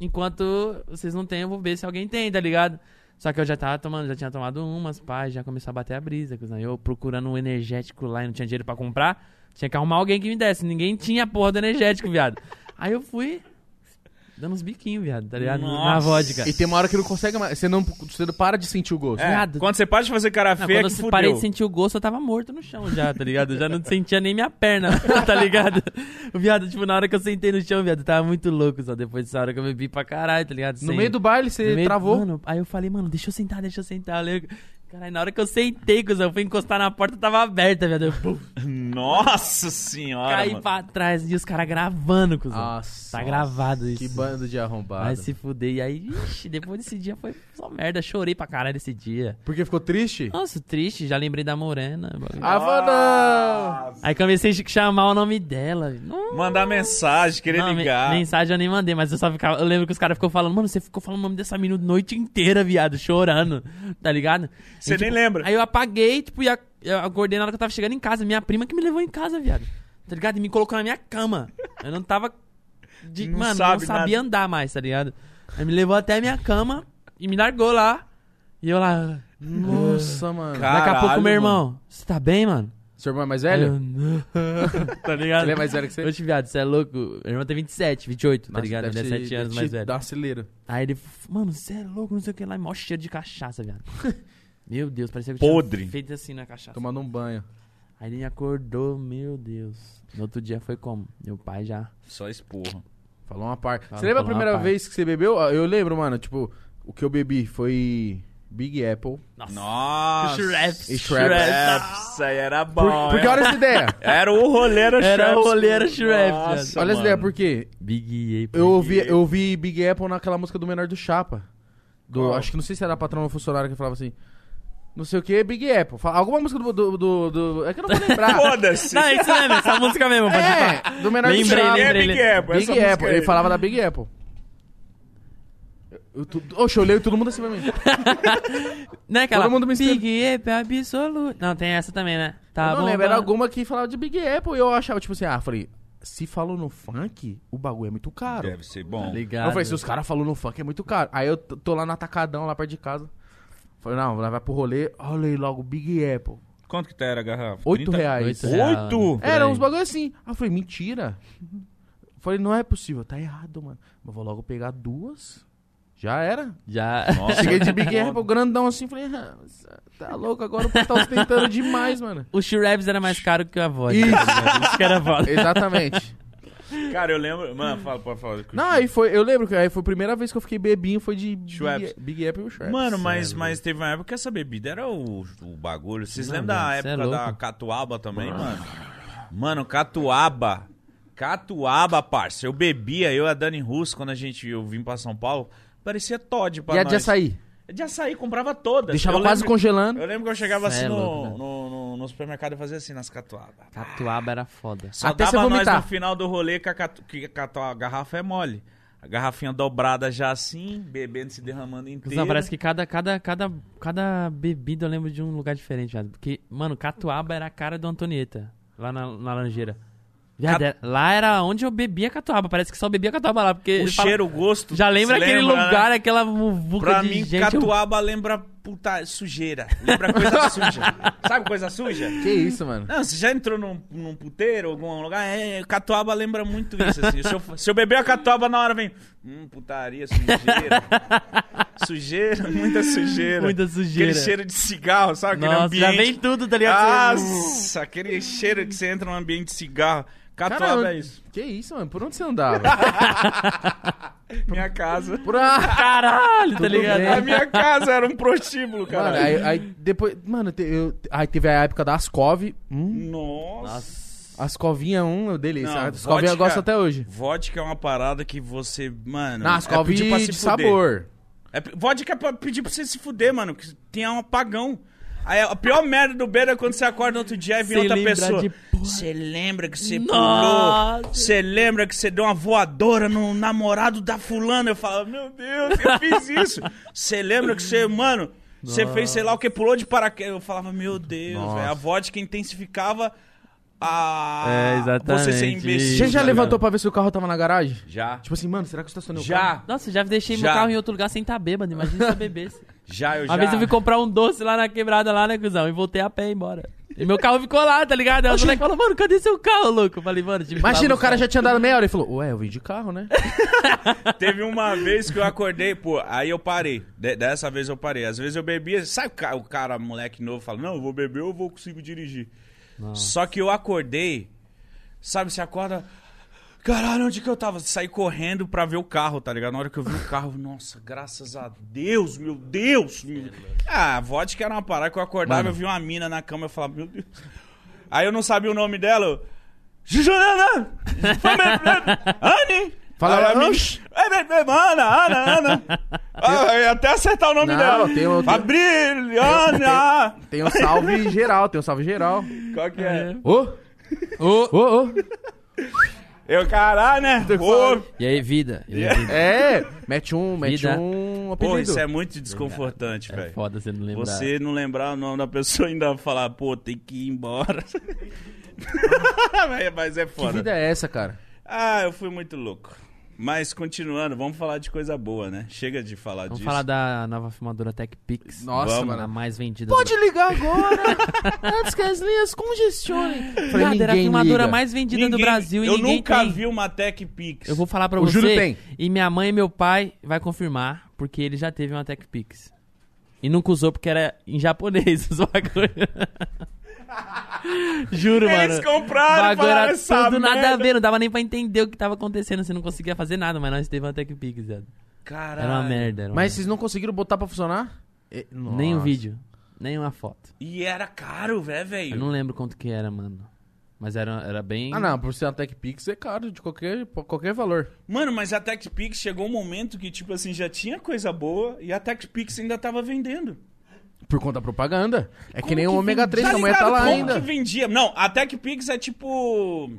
[SPEAKER 3] Enquanto vocês não têm, eu vou ver se alguém tem, tá ligado? Só que eu já tava tomando, já tinha tomado umas, pá, já começou a bater a brisa. cuzão. Eu procurando um energético lá e não tinha dinheiro pra comprar. Tinha que arrumar alguém que me desse. Ninguém tinha a porra do energético, viado. Aí eu fui dando uns biquinhos, viado, tá ligado? Na
[SPEAKER 1] Nossa.
[SPEAKER 3] vodka.
[SPEAKER 2] E tem uma hora que não consegue mais. Você não, você não para de sentir o gosto.
[SPEAKER 1] É,
[SPEAKER 3] viado.
[SPEAKER 1] quando você para de fazer cara
[SPEAKER 3] Não,
[SPEAKER 1] feia,
[SPEAKER 3] quando
[SPEAKER 1] é que
[SPEAKER 3] eu
[SPEAKER 1] fudeu.
[SPEAKER 3] parei de sentir o gosto, eu tava morto no chão já, tá ligado? Eu já não sentia nem minha perna, [laughs] tá ligado? O viado, tipo, na hora que eu sentei no chão, viado, eu tava muito louco só depois dessa hora que eu bebi pra caralho, tá ligado?
[SPEAKER 2] No
[SPEAKER 3] Sem-
[SPEAKER 2] meio do baile
[SPEAKER 3] no
[SPEAKER 2] você
[SPEAKER 3] meio-
[SPEAKER 2] travou.
[SPEAKER 3] Mano, aí eu falei, mano, deixa eu sentar, deixa eu sentar. Eu lembro- Caralho, na hora que eu sentei, cuzão, eu fui encostar na porta, tava aberta, viado. Eu pum,
[SPEAKER 1] Nossa senhora,
[SPEAKER 3] caí
[SPEAKER 1] mano.
[SPEAKER 3] pra trás e os caras gravando, cuzão. tá gravado isso.
[SPEAKER 2] Ah, Que bando de arrombado.
[SPEAKER 3] Aí se fuder. E aí, ixi, depois desse dia foi só merda. Chorei pra caralho esse dia.
[SPEAKER 2] Porque ficou triste?
[SPEAKER 3] Nossa, triste, já lembrei da morena. bagulho.
[SPEAKER 2] Ah, ah
[SPEAKER 3] Aí comecei a chamar o nome dela. Não,
[SPEAKER 1] Mandar mensagem, querer
[SPEAKER 3] não, me-
[SPEAKER 1] ligar.
[SPEAKER 3] Mensagem eu nem mandei, mas eu só ficava. Eu lembro que os caras ficou falando, mano, você ficou falando o nome dessa menina noite inteira, viado, chorando. Tá ligado?
[SPEAKER 1] Você
[SPEAKER 3] E, tipo,
[SPEAKER 1] nem lembra.
[SPEAKER 3] Aí eu apaguei, tipo, e a- eu acordei na hora que eu tava chegando em casa. Minha prima que me levou em casa, viado. Tá ligado? E me colocou na minha cama. Eu não tava. de-
[SPEAKER 1] Não
[SPEAKER 3] mano,
[SPEAKER 1] sabe
[SPEAKER 3] não sabia andar mais, tá ligado? Aí me levou até a minha cama e me largou lá. E eu lá, nossa.
[SPEAKER 2] Nossa, mano.
[SPEAKER 1] Cara-
[SPEAKER 3] Daqui a pouco,
[SPEAKER 1] Caralho,
[SPEAKER 3] meu irmão, você tá bem, mano?
[SPEAKER 2] Seu irmão é mais
[SPEAKER 3] Aí
[SPEAKER 2] velho?
[SPEAKER 3] eu, "Não." tá ligado?
[SPEAKER 2] Ele é mais velho que você?
[SPEAKER 3] Oxe, viado, você é louco. Meu irmão tem 27, 28, tá ligado? Ele é 7 anos mais velho.
[SPEAKER 2] Dá um acelero.
[SPEAKER 3] Aí ele, f- mano, você é louco, não sei o que lá. E mó cheiro de cachaça, [laughs] viado. meu Deus, parecia que eu
[SPEAKER 1] Podre.
[SPEAKER 3] tinha feito assim na cachaça.
[SPEAKER 2] Tomando um banho.
[SPEAKER 3] Aí ele me acordou, meu Deus. No outro dia foi como? Meu pai já...
[SPEAKER 1] Só esporro.
[SPEAKER 2] Falou uma parte.
[SPEAKER 3] Falou-
[SPEAKER 2] Você lembra a
[SPEAKER 3] falou uma
[SPEAKER 2] primeira
[SPEAKER 3] par.
[SPEAKER 2] vez que você bebeu? Ah, Eu lembro, mano. Tipo, o que eu bebi foi Big Apple.
[SPEAKER 1] Nossa.
[SPEAKER 3] Shreps.
[SPEAKER 2] E
[SPEAKER 1] Shreps.
[SPEAKER 2] Shreps.
[SPEAKER 1] Shreps. Aí era bom.
[SPEAKER 2] Por- porque
[SPEAKER 1] hein?
[SPEAKER 2] olha essa ideia.
[SPEAKER 1] Era o roleiro Shreps.
[SPEAKER 3] Era o roleiro
[SPEAKER 1] mano.
[SPEAKER 3] Shreps,
[SPEAKER 1] Nossa,
[SPEAKER 2] olha essa ideia,
[SPEAKER 1] mano.
[SPEAKER 2] porque
[SPEAKER 3] Big Ape.
[SPEAKER 2] eu ouvi, eu ouvi Big Apple naquela música do Menor do Chapa. Do,
[SPEAKER 1] Qual?
[SPEAKER 2] Acho que não sei se era patrão ou funcionário que falava assim. Não sei o que, Big Apple. Fala- alguma música do, do, do, do- É que eu não vou lembrar.
[SPEAKER 1] [laughs] Foda-se.
[SPEAKER 3] Não, isso mesmo, essa música mesmo. Pode falar.
[SPEAKER 2] é, do Menor
[SPEAKER 3] Lembrei,
[SPEAKER 2] do Chapa.
[SPEAKER 3] lembrei.
[SPEAKER 1] é Big Apple. essa
[SPEAKER 2] Big
[SPEAKER 1] música
[SPEAKER 2] Apple.
[SPEAKER 1] aí.
[SPEAKER 2] Ele falava da Big Apple. Eu, eu, tu- oxe, eu leio todo mundo assim pra mim.
[SPEAKER 3] Não é aquela...
[SPEAKER 2] Todo mundo me escreve.
[SPEAKER 3] Big Ape absoluto. Não, tem essa também, né? Tá
[SPEAKER 2] eu não
[SPEAKER 3] bom,
[SPEAKER 2] lembro, era
[SPEAKER 3] bom.
[SPEAKER 2] alguma que falava de Big Apple e eu achava, tipo assim, ah, falei, se falou no funk, o bagulho é muito caro.
[SPEAKER 1] Deve ser bom.
[SPEAKER 3] Tá Ligado.
[SPEAKER 2] eu falei, se os caras falaram no funk, é muito caro. Aí eu t- tô lá no atacadão, lá perto de casa. Falei, não, lá vai pro rolê, olha aí logo, Big Apple.
[SPEAKER 1] Quanto que tá era a garrafa?
[SPEAKER 2] Oito
[SPEAKER 1] 30?
[SPEAKER 2] reais.
[SPEAKER 1] Oito?
[SPEAKER 3] Oito?
[SPEAKER 2] Era
[SPEAKER 3] Por aí.
[SPEAKER 2] uns bagulho assim. Aí eu falei, mentira. Falei, não é possível, tá errado, mano. Eu vou logo pegar duas. Já era.
[SPEAKER 3] [laughs] Já...
[SPEAKER 1] Nossa.
[SPEAKER 2] [laughs] Cheguei de Big Apple, grandão assim, falei, ah, tá louco, agora o povo tá ostentando demais,
[SPEAKER 3] [laughs]
[SPEAKER 2] mano.
[SPEAKER 3] O Shreps era mais caro que a voz.
[SPEAKER 2] Isso.
[SPEAKER 3] Isso que era foda.
[SPEAKER 2] Exatamente.
[SPEAKER 1] Cara, eu lembro... Mano, fala, pode falar.
[SPEAKER 2] Não, aí foi. Eu lembro que aí foi a primeira vez que eu fiquei bebinho, foi de Big-
[SPEAKER 1] Schweppes.
[SPEAKER 2] Big Apple e o Schweppes.
[SPEAKER 1] Mano, mas,
[SPEAKER 3] Cê é
[SPEAKER 1] mas teve uma época que essa bebida era o, o bagulho. Vocês
[SPEAKER 3] Não,
[SPEAKER 1] lembram da
[SPEAKER 3] mano, cê é
[SPEAKER 1] época da
[SPEAKER 3] louco. Ah.
[SPEAKER 1] catuaba também, mano? Mano, catuaba. Catuaba, parça. Eu bebia, eu e a Dani Russo, quando a gente eu vim pra São Paulo, parecia Todd pra
[SPEAKER 2] e a
[SPEAKER 1] nós.
[SPEAKER 2] de açaí?
[SPEAKER 1] De açaí, comprava todas.
[SPEAKER 2] Deixava
[SPEAKER 1] Eu
[SPEAKER 2] quase
[SPEAKER 1] lembro-
[SPEAKER 2] congelando.
[SPEAKER 1] Eu lembro que eu chegava
[SPEAKER 3] Cê
[SPEAKER 1] assim
[SPEAKER 3] é
[SPEAKER 1] no,
[SPEAKER 3] louco, né?
[SPEAKER 1] no, no- no supermercado e fazia assim nas catuabas.
[SPEAKER 3] Catuaba era foda.
[SPEAKER 1] Só
[SPEAKER 2] Até cê
[SPEAKER 1] dava nós
[SPEAKER 2] vomitar.
[SPEAKER 1] no final do rolê que a, catu- que a catu- a garrafa é mole. A garrafinha dobrada já assim, bebendo, se derramando inteira.
[SPEAKER 3] Não, parece que cada, cada, cada, cada bebida eu lembro de um lugar diferente, viado. Porque, mano, Catuaba era a cara do Antonieta, lá na, na Laranjeira. Viado,
[SPEAKER 1] Ca-
[SPEAKER 3] era- lá era onde eu bebia Catuaba, parece que só bebia Catuaba lá, porque...
[SPEAKER 1] O
[SPEAKER 3] ele fala-
[SPEAKER 1] cheiro, o gosto.
[SPEAKER 3] já lembra
[SPEAKER 1] se
[SPEAKER 3] aquele
[SPEAKER 1] né?
[SPEAKER 3] lugar, aquela muvuca
[SPEAKER 1] Pra
[SPEAKER 3] de
[SPEAKER 1] mim,
[SPEAKER 3] gente...
[SPEAKER 1] catuaba lembra puta sujeira. Lembra
[SPEAKER 3] [laughs]
[SPEAKER 1] coisa suja. Sabe coisa suja?
[SPEAKER 2] Que isso, mano?
[SPEAKER 1] Não, você já entrou num, num puteiro, algum lugar? É, catuaba lembra muito isso, assim. Se eu, se eu beber a catuaba na hora, vem... Hum, putaria,
[SPEAKER 3] [laughs]
[SPEAKER 1] sujeira. sujeira, muita sujeira.
[SPEAKER 3] Muita sujeira.
[SPEAKER 1] Aquele cheiro de cigarro, sabe? Aquele
[SPEAKER 3] Nossa,
[SPEAKER 1] ambiente... Ah,
[SPEAKER 3] já vem tudo, tá ligado?
[SPEAKER 1] Nossa, aquele cheiro que você entra num ambiente de cigarro. Catuaba
[SPEAKER 2] Caramba,
[SPEAKER 1] é isso.
[SPEAKER 2] Que isso, mano? Por onde
[SPEAKER 1] [laughs]
[SPEAKER 2] você andava?
[SPEAKER 1] Minha casa.
[SPEAKER 2] Por ah,
[SPEAKER 3] Caralho, tá
[SPEAKER 2] Tudo
[SPEAKER 3] ligado?
[SPEAKER 2] bem.
[SPEAKER 1] A minha casa era um prostíbulo,
[SPEAKER 2] Mano,
[SPEAKER 1] cara.
[SPEAKER 2] aí, aí depois. Mano, te- eu, aí teve a época da Ascov. Hum,
[SPEAKER 1] Nossa.
[SPEAKER 2] Ascovinha 1, é delícia.
[SPEAKER 1] Não,
[SPEAKER 2] a Ascovinha eu
[SPEAKER 1] vodka-
[SPEAKER 2] gosto até hoje.
[SPEAKER 1] Vodka é uma parada que você, mano.
[SPEAKER 2] Na Ascov
[SPEAKER 1] é pedir pra se
[SPEAKER 2] de
[SPEAKER 1] fuder.
[SPEAKER 2] sabor.
[SPEAKER 1] É, pe- vodka é pra pedir pra você se fuder, mano. Que tem um apagão. Aí, a pior merda do beira é quando você acorda no outro dia e vem
[SPEAKER 3] Você
[SPEAKER 1] outra
[SPEAKER 3] lembra
[SPEAKER 1] pessoa.
[SPEAKER 3] de
[SPEAKER 1] Você lembra que você
[SPEAKER 3] Nossa.
[SPEAKER 1] pulou? Você lembra que você deu uma voadora no namorado da fulana? Eu falo, meu Deus, eu fiz
[SPEAKER 3] [laughs]
[SPEAKER 1] isso. Você lembra que você, mano, você fez sei lá o que, pulou de paraquedas? Eu falava, meu Deus,
[SPEAKER 2] Nossa.
[SPEAKER 1] velho. A vodka intensificava a.
[SPEAKER 3] É, exatamente
[SPEAKER 1] Você ser imbecil.
[SPEAKER 2] Você já
[SPEAKER 1] tá
[SPEAKER 2] levantou pra ver se o carro tava na garagem?
[SPEAKER 1] Já.
[SPEAKER 2] Tipo assim, mano, será que eu estacionei o carro?
[SPEAKER 1] Já,
[SPEAKER 3] Nossa, eu já deixei
[SPEAKER 1] Já.
[SPEAKER 3] meu carro em outro lugar sem estar bêbado, imagina se
[SPEAKER 1] [laughs]
[SPEAKER 3] eu bebesse.
[SPEAKER 1] já, eu já.
[SPEAKER 3] Uma vez eu fui comprar um doce lá na quebrada, lá, né, cuzão? E voltei a pé embora. E meu carro ficou lá, tá ligado? Aí o moleque falou, mano, cadê seu carro, louco? Eu falei, mano, tive que ir lá
[SPEAKER 2] Imagina, o
[SPEAKER 3] buscar."
[SPEAKER 2] cara já tinha andado meia hora e falou, ué, eu vim de carro, né?
[SPEAKER 1] Teve uma vez que eu acordei, pô, aí eu parei. De- dessa vez eu parei. Às vezes eu bebia, sabe o ca- o cara, moleque novo, fala: Não, eu vou beber ou eu vou consigo dirigir. Só que eu acordei, sabe, você acorda. Caralho, onde que eu tava? Saí correndo pra ver o carro, tá ligado? Na hora que eu vi o carro, [laughs] nossa, graças a Deus, meu Deus. Meu... Ah, vodka era uma parada que eu acordava, eu vi uma mina na cama, eu falava, meu Deus. Aí eu não sabia o nome dela, eu... Juliana!
[SPEAKER 2] [laughs]
[SPEAKER 1] Anne!
[SPEAKER 2] Fala,
[SPEAKER 1] Aí a mina- "É,
[SPEAKER 2] "Oxi."
[SPEAKER 1] Ana, Ana,
[SPEAKER 2] [laughs]
[SPEAKER 1] Ana. Ah, eu ia até acertar o nome
[SPEAKER 2] Não,
[SPEAKER 1] dela.
[SPEAKER 2] tem o- tem-
[SPEAKER 1] Fabrilhana!
[SPEAKER 2] Tem
[SPEAKER 1] [laughs]
[SPEAKER 2] um salve geral, [laughs] tem um salve geral.
[SPEAKER 1] Qual que é?
[SPEAKER 2] Ô! Ô! Ô, ô!
[SPEAKER 1] Eu, caralho, né? Ô,
[SPEAKER 3] E aí, vida? E aí, vida?
[SPEAKER 2] É, mete um, mete
[SPEAKER 3] Vida.
[SPEAKER 2] um
[SPEAKER 1] Pô,
[SPEAKER 2] apelido.
[SPEAKER 1] isso é muito desconfortante,
[SPEAKER 3] É
[SPEAKER 1] velho.
[SPEAKER 3] foda você não lembrar.
[SPEAKER 1] Você não lembrar o nome da pessoa e ainda falar, pô, tem que ir embora. [laughs] Mas é
[SPEAKER 2] Que
[SPEAKER 1] foda.
[SPEAKER 2] vida é essa, cara?
[SPEAKER 1] Ah, eu fui muito louco. Mas continuando, vamos falar de coisa boa, né? Chega de falar
[SPEAKER 3] Vamos
[SPEAKER 1] disso.
[SPEAKER 3] falar da nova filmadora TechPix.
[SPEAKER 2] Nossa,
[SPEAKER 1] Vamos.
[SPEAKER 2] mano.
[SPEAKER 3] A mais vendida.
[SPEAKER 2] Pode ligar agora, antes que as linhas congestionem.
[SPEAKER 3] do...
[SPEAKER 2] Falei,
[SPEAKER 3] Cara, era a
[SPEAKER 2] ninguém
[SPEAKER 3] filmadora
[SPEAKER 2] liga.
[SPEAKER 3] mais vendida do
[SPEAKER 1] Ninguém-
[SPEAKER 3] Brasil e
[SPEAKER 1] Eu
[SPEAKER 3] ninguém
[SPEAKER 1] nunca
[SPEAKER 3] tem.
[SPEAKER 1] vi uma Tech Pix.
[SPEAKER 3] Eu vou falar pra
[SPEAKER 2] O
[SPEAKER 3] você.
[SPEAKER 2] Júlio tem.
[SPEAKER 3] E minha mãe e meu pai vai confirmar, porque ele já teve uma TechPix. E nunca usou porque era em japonês os bagulhos. [laughs] Juro, mano.
[SPEAKER 1] Eles compraram,
[SPEAKER 3] bagulho
[SPEAKER 1] falaram
[SPEAKER 3] era
[SPEAKER 1] essa
[SPEAKER 3] tudo nada a
[SPEAKER 1] merda.
[SPEAKER 3] ver, não dava nem pra entender o que tava acontecendo, você não conseguia fazer nada, mas nós teve um uma TechPix, velho.
[SPEAKER 1] Caralho.
[SPEAKER 3] Era uma merda. Era uma
[SPEAKER 2] Mas vocês não conseguiram botar pra funcionar?
[SPEAKER 3] merda. Nem um vídeo, nem uma foto.
[SPEAKER 1] E era caro, vé,
[SPEAKER 3] Eu
[SPEAKER 1] velho.
[SPEAKER 3] não lembro quanto que era, mano. Mas era, era bem...
[SPEAKER 2] Ah, não, por ser uma TechPix é caro de qualquer, por qualquer valor.
[SPEAKER 1] Mano, mas a TechPix chegou um momento que, tipo assim, já tinha coisa boa e a TechPix ainda tava vendendo.
[SPEAKER 2] Por conta da propaganda. É que nem o
[SPEAKER 3] que
[SPEAKER 2] ômega 3,
[SPEAKER 1] Tá
[SPEAKER 2] que a mulher tá
[SPEAKER 1] ligado
[SPEAKER 2] lá
[SPEAKER 1] como
[SPEAKER 2] ainda.
[SPEAKER 1] que vendia? Não, a TechPix é tipo...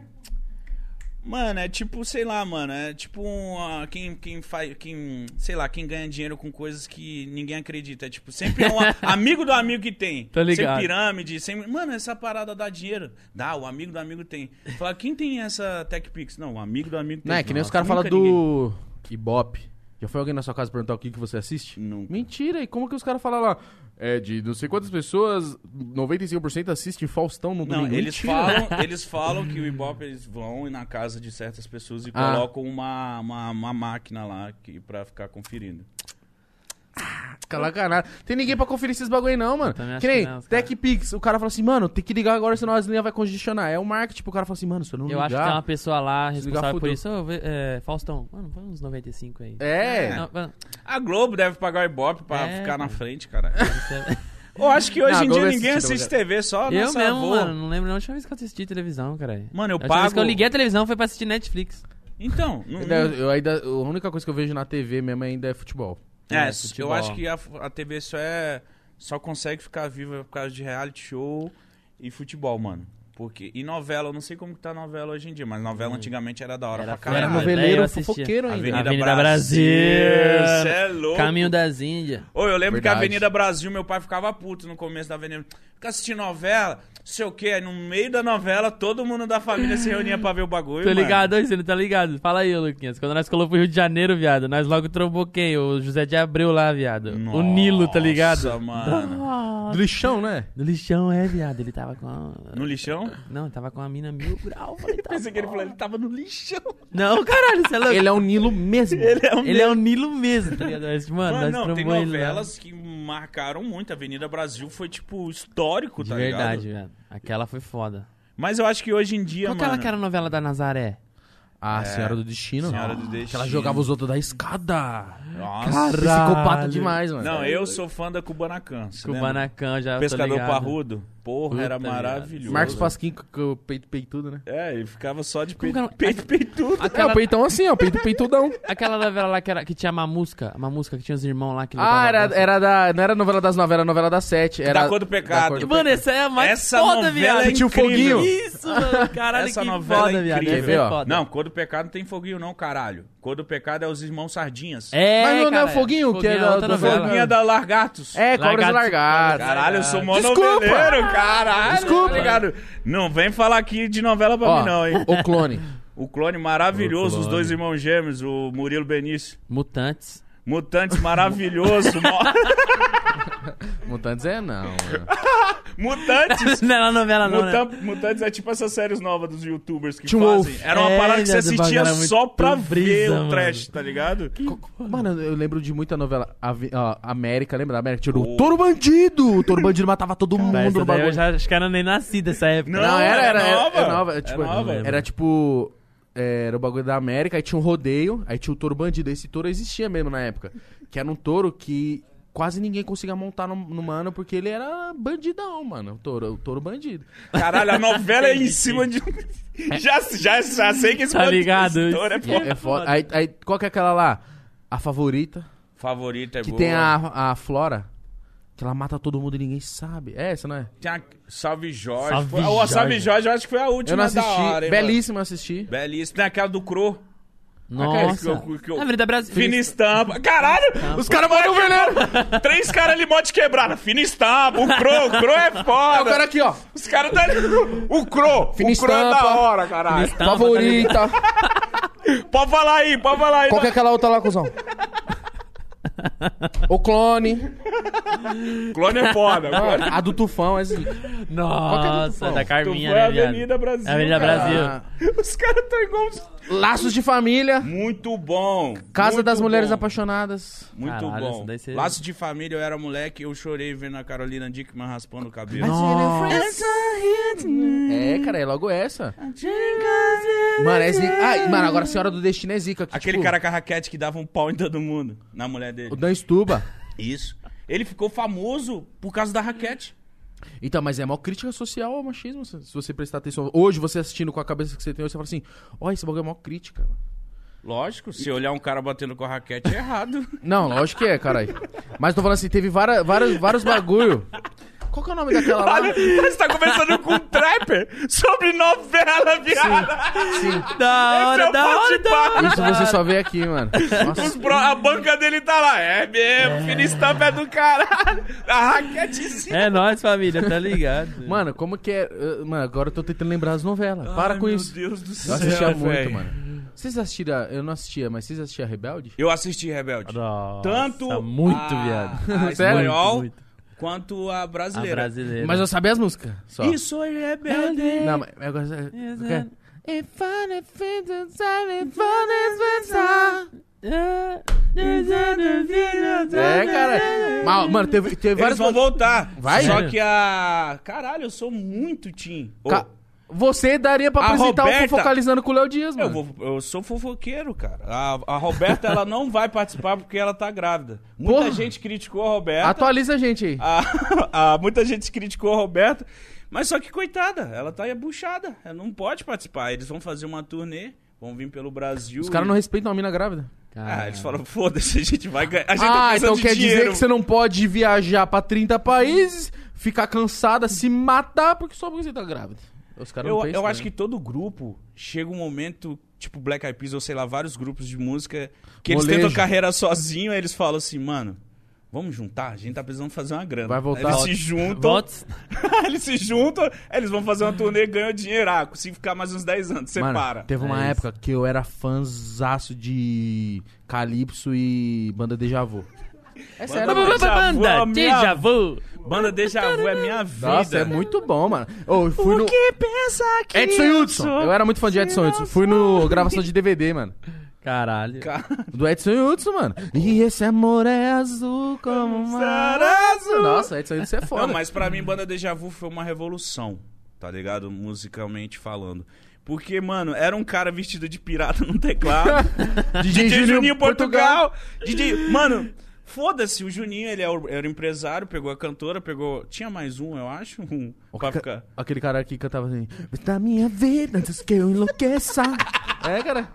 [SPEAKER 1] Mano, é tipo, sei lá, mano, é tipo uma, quem, quem faz, quem, sei lá, quem ganha dinheiro com coisas que ninguém acredita. É tipo, sempre
[SPEAKER 2] [laughs]
[SPEAKER 1] é um a- amigo do amigo que tem.
[SPEAKER 2] Tá
[SPEAKER 3] Tô ligado.
[SPEAKER 1] Sem pirâmide, sem... Mano, essa parada dá dinheiro. Dá, o amigo do amigo tem. Fala, quem tem essa TechPix? Não, o amigo do amigo tem.
[SPEAKER 2] Não, é que nem os
[SPEAKER 1] Nossa,
[SPEAKER 2] caras falam
[SPEAKER 1] nunca ninguém-
[SPEAKER 2] do Ibope. Já foi alguém na sua casa perguntar o que, que você assiste?
[SPEAKER 1] Nunca.
[SPEAKER 2] Mentira, e como que os caras falam lá? É, de não sei quantas pessoas, 95% assistem Faustão no
[SPEAKER 1] Não,
[SPEAKER 2] domingo.
[SPEAKER 1] eles
[SPEAKER 2] Mentira. [laughs]
[SPEAKER 1] falam, eles falam que o Ibope eles vão na casa de certas pessoas e
[SPEAKER 2] Ah.
[SPEAKER 1] colocam uma, uma, uma máquina lá que, pra ficar conferindo.
[SPEAKER 2] Cala a canada. Tem ninguém pra conferir esses bagulho aí não, mano.
[SPEAKER 3] também acho
[SPEAKER 2] Que nem
[SPEAKER 3] que não, os cara.
[SPEAKER 2] TechPix, o cara fala assim, mano, tem que ligar agora, senão as linhas vai congestionar. É o marketing, o cara fala assim, mano, se eu não
[SPEAKER 3] Eu
[SPEAKER 2] ligar...
[SPEAKER 3] acho que tem uma pessoa lá
[SPEAKER 2] Desligar,
[SPEAKER 3] responsável por
[SPEAKER 2] fudeu.
[SPEAKER 3] isso. Ô, vê- é, Faustão, mano, põe uns 95 aí.
[SPEAKER 2] É.
[SPEAKER 3] Não, mano,
[SPEAKER 1] A Globo deve pagar o Ibope pra
[SPEAKER 3] É,
[SPEAKER 1] ficar na
[SPEAKER 3] mano.
[SPEAKER 1] frente,
[SPEAKER 2] [laughs]
[SPEAKER 1] cara.
[SPEAKER 3] isso é-
[SPEAKER 1] Eu acho que hoje
[SPEAKER 2] Não, a
[SPEAKER 1] em
[SPEAKER 2] Globo
[SPEAKER 1] dia
[SPEAKER 2] é
[SPEAKER 1] ninguém
[SPEAKER 2] assistida,
[SPEAKER 1] assiste TV, só a
[SPEAKER 3] Eu
[SPEAKER 1] nossa
[SPEAKER 3] mesmo,
[SPEAKER 1] avó.
[SPEAKER 3] mano, não lembro a última vez que eu assisti televisão, cara.
[SPEAKER 1] Mano, eu
[SPEAKER 3] a última vez que eu
[SPEAKER 1] pago-
[SPEAKER 3] liguei a televisão foi pra assistir Netflix.
[SPEAKER 1] Então, não-
[SPEAKER 2] Ainda- Eu ainda, a única coisa que eu vejo na TV mesmo ainda é futebol.
[SPEAKER 1] é,
[SPEAKER 3] é,
[SPEAKER 1] eu
[SPEAKER 3] futebol.
[SPEAKER 1] acho que a, a TV só é só consegue ficar viva por causa de reality show e futebol, mano. Porque, e novela, eu não sei como que tá a novela hoje em dia, mas novela antigamente era da hora
[SPEAKER 3] Era
[SPEAKER 1] pra
[SPEAKER 3] foda.
[SPEAKER 1] caralho.
[SPEAKER 2] Hum. Era
[SPEAKER 3] Caralho,
[SPEAKER 2] noveleiro,
[SPEAKER 3] É, eu assistia.
[SPEAKER 2] fofoqueiro ainda.
[SPEAKER 1] Avenida,
[SPEAKER 3] Avenida Brasil.
[SPEAKER 1] Brasil. Cê é louco.
[SPEAKER 3] Caminho das Índias.
[SPEAKER 1] Ô, eu lembro que a
[SPEAKER 2] Verdade.
[SPEAKER 1] Avenida Brasil, meu pai ficava puto no começo da Avenida. Fica assistindo novela, não sei o quê. Aí no meio da novela, todo mundo da família se reunia pra ver o bagulho.
[SPEAKER 3] Tô
[SPEAKER 1] mano.
[SPEAKER 3] ligado, aí, você não tá ligado? Fala aí, ô, Luquinhas. Quando nós colou pro Rio de Janeiro, viado, nós logo trombou quem? O José de Abreu lá, viado. O Nilo, tá ligado?
[SPEAKER 1] Nossa, mano.
[SPEAKER 2] Do lixão, né?
[SPEAKER 3] No lixão, é, viado. Ele tava com a...
[SPEAKER 1] No
[SPEAKER 3] [laughs]
[SPEAKER 1] lixão?
[SPEAKER 3] Não, ele tava com a mina mil grau. Falei, tá
[SPEAKER 1] Pensei que ele
[SPEAKER 3] bom.
[SPEAKER 1] falou, ele tava no lixão.
[SPEAKER 3] Não, caralho, você é louco.
[SPEAKER 2] Ele é o Nilo
[SPEAKER 3] [laughs]
[SPEAKER 2] mesmo.
[SPEAKER 1] Ele é o
[SPEAKER 3] Ele é o Nilo mesmo, tá ligado? Mas, Mano,
[SPEAKER 1] Mano,
[SPEAKER 3] nós
[SPEAKER 1] não, tem
[SPEAKER 3] trombou ele lá.
[SPEAKER 1] novelas que marcaram muito. A Avenida Brasil foi, tipo, histórico,
[SPEAKER 3] De
[SPEAKER 1] tá
[SPEAKER 3] verdade,
[SPEAKER 1] ligado?
[SPEAKER 3] velho. Aquela foi foda.
[SPEAKER 1] Mas eu acho que hoje em dia,
[SPEAKER 3] Qual que
[SPEAKER 1] mano...
[SPEAKER 3] era aquela novela da Nazaré?
[SPEAKER 2] Ah, Senhora do Destino.
[SPEAKER 1] É. Senhora do
[SPEAKER 2] Ah,
[SPEAKER 1] Destino.
[SPEAKER 2] Que ela jogava os outros da escada.
[SPEAKER 1] Nossa.
[SPEAKER 2] Psicopata demais, mano.
[SPEAKER 1] Não, eu sou fã da Cubanacan. você lembra?
[SPEAKER 3] Kubanacan já. tô
[SPEAKER 1] Pescador
[SPEAKER 3] ligado.
[SPEAKER 1] Parrudo. Porra,
[SPEAKER 3] Puta,
[SPEAKER 1] era
[SPEAKER 3] viado.
[SPEAKER 1] maravilhoso.
[SPEAKER 2] Marcos Pasquim com- com o peito peitudo, né?
[SPEAKER 1] É, ele ficava só de
[SPEAKER 3] Como
[SPEAKER 1] peito,
[SPEAKER 3] que
[SPEAKER 1] peito [laughs]
[SPEAKER 3] era?
[SPEAKER 1] peitudo.
[SPEAKER 2] É, o peitão assim, ó, peito peitudão.
[SPEAKER 3] Aquela novela lá que, era, que tinha uma música, uma música que tinha os irmãos lá
[SPEAKER 2] [laughs]
[SPEAKER 3] que
[SPEAKER 2] Ah,
[SPEAKER 3] levavam a
[SPEAKER 2] era,
[SPEAKER 3] bolsa.
[SPEAKER 2] era da. Não era novela das nove, era novela das sete. Era
[SPEAKER 1] Da Cor do Pecado.
[SPEAKER 2] Cor do
[SPEAKER 3] Mano, essa é a mais
[SPEAKER 1] Essa
[SPEAKER 3] foda,
[SPEAKER 1] novela
[SPEAKER 3] viado.
[SPEAKER 1] é
[SPEAKER 2] Tio
[SPEAKER 1] incrível.
[SPEAKER 2] Foguinho.
[SPEAKER 3] Isso, mano. Caralho,
[SPEAKER 1] Essa
[SPEAKER 3] que
[SPEAKER 1] novela
[SPEAKER 3] foda,
[SPEAKER 1] é
[SPEAKER 3] viado.
[SPEAKER 1] incrível.
[SPEAKER 3] Essa foi
[SPEAKER 2] Quer ver, ó?
[SPEAKER 3] foda.
[SPEAKER 1] Não, Cor do Pecado não tem foguinho não, caralho. Cor do Pecado é os irmãos Sardinhas.
[SPEAKER 3] É,
[SPEAKER 2] Mas não, não é o
[SPEAKER 3] caralho.
[SPEAKER 2] Foguinho, que era
[SPEAKER 3] outra
[SPEAKER 2] do
[SPEAKER 3] novela.
[SPEAKER 1] Foguinha da Largatos.
[SPEAKER 2] É, cobras
[SPEAKER 3] Largados-
[SPEAKER 2] largadas.
[SPEAKER 1] Caralho, eu sou
[SPEAKER 2] Desculpa.
[SPEAKER 1] monoveleiro, caralho.
[SPEAKER 2] Desculpa.
[SPEAKER 1] tá ligado? Não vem falar aqui de novela pra
[SPEAKER 2] Ó,
[SPEAKER 1] mim não, hein.
[SPEAKER 2] O clone.
[SPEAKER 1] O Clone maravilhoso,
[SPEAKER 3] O Clone.
[SPEAKER 1] os dois irmãos gêmeos, o Murilo Benício.
[SPEAKER 3] Mutantes.
[SPEAKER 1] Mutantes maravilhoso. [laughs] mo-
[SPEAKER 2] Mutantes é não. mano.
[SPEAKER 1] Mutantes.
[SPEAKER 3] não era novela, não, né?
[SPEAKER 1] Mutan- Mutantes é tipo essas séries novas dos youtubers que
[SPEAKER 2] Teen
[SPEAKER 1] fazem.
[SPEAKER 2] Wolf.
[SPEAKER 1] Era uma
[SPEAKER 3] É,
[SPEAKER 1] parada que você
[SPEAKER 3] viado,
[SPEAKER 1] assistia
[SPEAKER 3] era muito
[SPEAKER 1] só pra ver
[SPEAKER 3] brisa,
[SPEAKER 1] o
[SPEAKER 3] mano.
[SPEAKER 1] trash, tá ligado?
[SPEAKER 2] [laughs] Mano, eu lembro de muita novela. A, América, lembra da América? Tirou
[SPEAKER 1] Oh.
[SPEAKER 2] o Touro Bandido! O Touro Bandido matava todo mundo no
[SPEAKER 3] Essa daí eu
[SPEAKER 2] bagulho.
[SPEAKER 3] já acho que era nem nascida essa época.
[SPEAKER 1] Não, era nova.
[SPEAKER 2] Era, nova.
[SPEAKER 1] Era
[SPEAKER 2] tipo,
[SPEAKER 1] nova.
[SPEAKER 2] era tipo, Era o bagulho da América, aí tinha um rodeio, aí tinha o touro bandido. Esse touro existia mesmo na época. Que era um touro que quase ninguém conseguia montar no, no mano, porque ele era bandidão, mano. O touro, o touro bandido.
[SPEAKER 1] Caralho, a novela é em cima de um. Já, já, já sei que esse
[SPEAKER 3] Tá ligado?
[SPEAKER 1] produtor é
[SPEAKER 2] E é-
[SPEAKER 1] foda.
[SPEAKER 2] é foda. Aí, aí, qual que é aquela lá? A favorita,
[SPEAKER 1] Favorita é
[SPEAKER 2] que
[SPEAKER 1] boa.
[SPEAKER 2] tem a, a Flora. Que ela mata todo mundo e ninguém sabe. É essa, não é?
[SPEAKER 1] Tem a Salve Jorge.
[SPEAKER 3] Salve
[SPEAKER 1] Foi- Ou a Salve
[SPEAKER 3] Jorge.
[SPEAKER 1] Jorge, eu acho que foi a última
[SPEAKER 2] Eu não
[SPEAKER 1] é da
[SPEAKER 2] assisti.
[SPEAKER 1] hora, hein, mano?
[SPEAKER 2] Belíssima eu assisti.
[SPEAKER 1] Belíssimo. Tem aquela do Cro.
[SPEAKER 3] Nossa.
[SPEAKER 1] Que eu- que eu-
[SPEAKER 3] Na É verdade, Brasil.
[SPEAKER 1] Fina estampa. Caralho! Os caras mandam veneno. Três caras ali, mote quebrada. Fina estampa. O Cro. O Cro é
[SPEAKER 2] Ah, o
[SPEAKER 1] foda.
[SPEAKER 2] cara aqui, ó.
[SPEAKER 1] Os caras tá ali. O Cro.
[SPEAKER 2] Fina
[SPEAKER 1] o Cro é da
[SPEAKER 2] estampa.
[SPEAKER 1] hora, caralho.
[SPEAKER 3] Tá,
[SPEAKER 2] Favorita.
[SPEAKER 1] Pode falar aí, pode falar aí.
[SPEAKER 2] Qual que é aquela outra
[SPEAKER 1] [laughs]
[SPEAKER 2] lá, cuzão? o clone.
[SPEAKER 1] Clone é foda.
[SPEAKER 2] Não,
[SPEAKER 1] Clone.
[SPEAKER 2] a do Tufão, é zica.
[SPEAKER 3] Nossa,
[SPEAKER 2] Qual que é do
[SPEAKER 3] da
[SPEAKER 1] Tu
[SPEAKER 3] Carminha,
[SPEAKER 1] foi a
[SPEAKER 3] né, viado?
[SPEAKER 1] Avenida Brasil.
[SPEAKER 3] Avenida
[SPEAKER 1] cara.
[SPEAKER 3] Brasil.
[SPEAKER 2] Ah,
[SPEAKER 1] Os caras estão igual.
[SPEAKER 2] Laços de Família.
[SPEAKER 1] Muito bom.
[SPEAKER 2] Casa
[SPEAKER 1] muito
[SPEAKER 2] das Mulheres
[SPEAKER 1] bom.
[SPEAKER 2] Apaixonadas.
[SPEAKER 1] Muito
[SPEAKER 3] Caralho,
[SPEAKER 1] bom.
[SPEAKER 3] essa daí é você-
[SPEAKER 1] Laço de família, eu era moleque, eu chorei vendo a Carolina Dickman raspando o cabelo.
[SPEAKER 2] É, cara, é logo essa. Mano, é zica. Ah, e, mano, agora a Senhora do Destino é zica. que,
[SPEAKER 1] Aquele
[SPEAKER 2] tipo,
[SPEAKER 1] cara com a raquete que dava um pau em todo mundo, na mulher dele.
[SPEAKER 2] O Dan Stuba.
[SPEAKER 1] Isso. Ele ficou famoso por causa da raquete.
[SPEAKER 2] Então, mas é uma crítica social ao machismo, se se você prestar atenção. Hoje, você assistindo com a cabeça que você tem hoje, você fala assim, ó, esse bagulho é uma crítica. mano."
[SPEAKER 1] Lógico, se olhar um cara batendo com a raquete é errado.
[SPEAKER 2] Não, lógico que é, caralho. Mas tô falando assim, teve várias, várias, vários bagulho. Qual que é o nome daquela lá?
[SPEAKER 1] Olha, você tá conversando com um trapper sobre novela, viado.
[SPEAKER 2] Sim.
[SPEAKER 3] Da
[SPEAKER 1] Esse é
[SPEAKER 3] hora,
[SPEAKER 1] o
[SPEAKER 3] da hora, da
[SPEAKER 1] Potipar.
[SPEAKER 3] hora.
[SPEAKER 2] Isso você só vê aqui, mano.
[SPEAKER 1] Os
[SPEAKER 2] Nossa.
[SPEAKER 1] pro- a banca dele tá lá. É mesmo, Finistamp é do caralho. A raquete sim.
[SPEAKER 3] É nóis, família, tá ligado?
[SPEAKER 2] Mano, como que é... eh, Mano, agora eu tô tentando lembrar as novelas. Para
[SPEAKER 1] Ai,
[SPEAKER 2] com
[SPEAKER 1] meu
[SPEAKER 2] É isso.
[SPEAKER 1] Deus do
[SPEAKER 2] Eu
[SPEAKER 1] céu.
[SPEAKER 2] assistia muito,
[SPEAKER 1] velho.
[SPEAKER 2] mano. Vocês assistiram... Eu não assistia, mas vocês assistiam Rebelde?
[SPEAKER 1] Eu assisti Rebelde.
[SPEAKER 3] Nossa,
[SPEAKER 1] Tanto
[SPEAKER 3] Muito,
[SPEAKER 1] a-
[SPEAKER 3] viado.
[SPEAKER 1] A
[SPEAKER 2] Sério?
[SPEAKER 1] espanhol
[SPEAKER 3] Muito,
[SPEAKER 1] quanto a
[SPEAKER 3] A
[SPEAKER 1] brasileira.
[SPEAKER 3] brasileira.
[SPEAKER 2] Mas eu sabia as músicas, só.
[SPEAKER 1] É, né? Isso é rebelde.
[SPEAKER 2] Não, mas é agora...
[SPEAKER 3] Is
[SPEAKER 2] quer?
[SPEAKER 3] it-
[SPEAKER 2] If I had freedom, I would find it É, cara. Mas, mano, teve, teve
[SPEAKER 1] Eles
[SPEAKER 2] vários.
[SPEAKER 1] vão voltar.
[SPEAKER 2] Vai?
[SPEAKER 1] Só
[SPEAKER 2] Sério?
[SPEAKER 1] que a. Caralho, eu sou muito Tim.
[SPEAKER 2] Ca- Você daria pra
[SPEAKER 1] A
[SPEAKER 2] apresentar o
[SPEAKER 1] Roberta-
[SPEAKER 2] Fofocalizando com o Léo Dias, mano.
[SPEAKER 1] Eu, vou- eu sou fofoqueiro, cara. A, a Roberta, ela não vai participar porque ela tá grávida. Muita
[SPEAKER 2] Porra. Ah, tá
[SPEAKER 1] gente criticou a Roberta.
[SPEAKER 2] Atualiza a gente
[SPEAKER 1] Ah,
[SPEAKER 2] aí.
[SPEAKER 1] A- [laughs] a- muita gente criticou a Roberta. Mas só que, coitada, ela tá buchada. Ela não pode participar. Eles vão fazer uma turnê, vão vir pelo Brasil.
[SPEAKER 2] Os caras não respeitam a mina grávida.
[SPEAKER 1] Ah, eles falam, [laughs] foda-se, a gente vai ganhar. A gente tá
[SPEAKER 2] Ah,
[SPEAKER 1] precisando
[SPEAKER 2] então
[SPEAKER 1] de
[SPEAKER 2] quer dizer
[SPEAKER 1] dinheiro.
[SPEAKER 2] que você não pode viajar pra 30 países, ficar cansada, se matar porque só porque você tá grávida. Os caras não
[SPEAKER 1] Eu,
[SPEAKER 2] pensam,
[SPEAKER 1] eu acho
[SPEAKER 2] né?
[SPEAKER 1] que todo grupo chega um momento, tipo Black Eyed Peas ou sei lá, vários grupos de música, que eles
[SPEAKER 2] Molejo.
[SPEAKER 1] tentam carreira sozinho, aí eles falam assim, mano, vamos juntar? A gente tá precisando fazer uma grana.
[SPEAKER 2] Vai voltar.
[SPEAKER 1] Aí eles
[SPEAKER 2] Volta.
[SPEAKER 1] se juntam,
[SPEAKER 3] Votos?
[SPEAKER 1] [laughs] eles se juntam, aí eles vão fazer uma turnê, ganham dinheiro. Ah, se ficar mais uns 10 anos,
[SPEAKER 2] Mano,
[SPEAKER 1] separa.
[SPEAKER 2] teve uma
[SPEAKER 3] É isso.
[SPEAKER 2] época que eu era fãzaço de Calypso e banda Deja Vu. É sério,
[SPEAKER 1] Banda
[SPEAKER 2] mano.
[SPEAKER 1] Deja Vu,
[SPEAKER 3] Tá Banda,
[SPEAKER 1] minha-
[SPEAKER 3] Deja Vu.
[SPEAKER 1] Banda Deja Vu é minha vida.
[SPEAKER 2] Nossa, é muito bom, mano. Ô, eu fui no...
[SPEAKER 1] pensa que
[SPEAKER 2] Edson
[SPEAKER 1] eu
[SPEAKER 2] Hudson.
[SPEAKER 1] sou?
[SPEAKER 2] Eu era muito fã de Edson Hudson. Fui no gravação de DVD, mano.
[SPEAKER 3] Caralho.
[SPEAKER 2] Do Edson Hudson, mano. E esse amor é azul como o mar.
[SPEAKER 1] Caraca.
[SPEAKER 2] Nossa, Edson Hudson é foda.
[SPEAKER 1] Não, mas pra mim, Banda Deja Vu foi uma revolução, tá ligado? Musicalmente falando. Porque, mano, era um cara vestido de pirata no
[SPEAKER 2] [laughs]
[SPEAKER 1] teclado. [laughs]
[SPEAKER 2] DJ,
[SPEAKER 1] DJ
[SPEAKER 2] Juninho,
[SPEAKER 1] Juninho
[SPEAKER 2] Portugal.
[SPEAKER 1] Portugal. DJ, mano, foda-se, o Juninho, ele é o- era empresário, pegou a cantora, pegou. Tinha mais um, eu acho. Um, pra
[SPEAKER 2] Ca-
[SPEAKER 1] ficar.
[SPEAKER 2] Aquele cara que cantava assim... Vem da minha vida antes que eu enlouqueça. é, cara.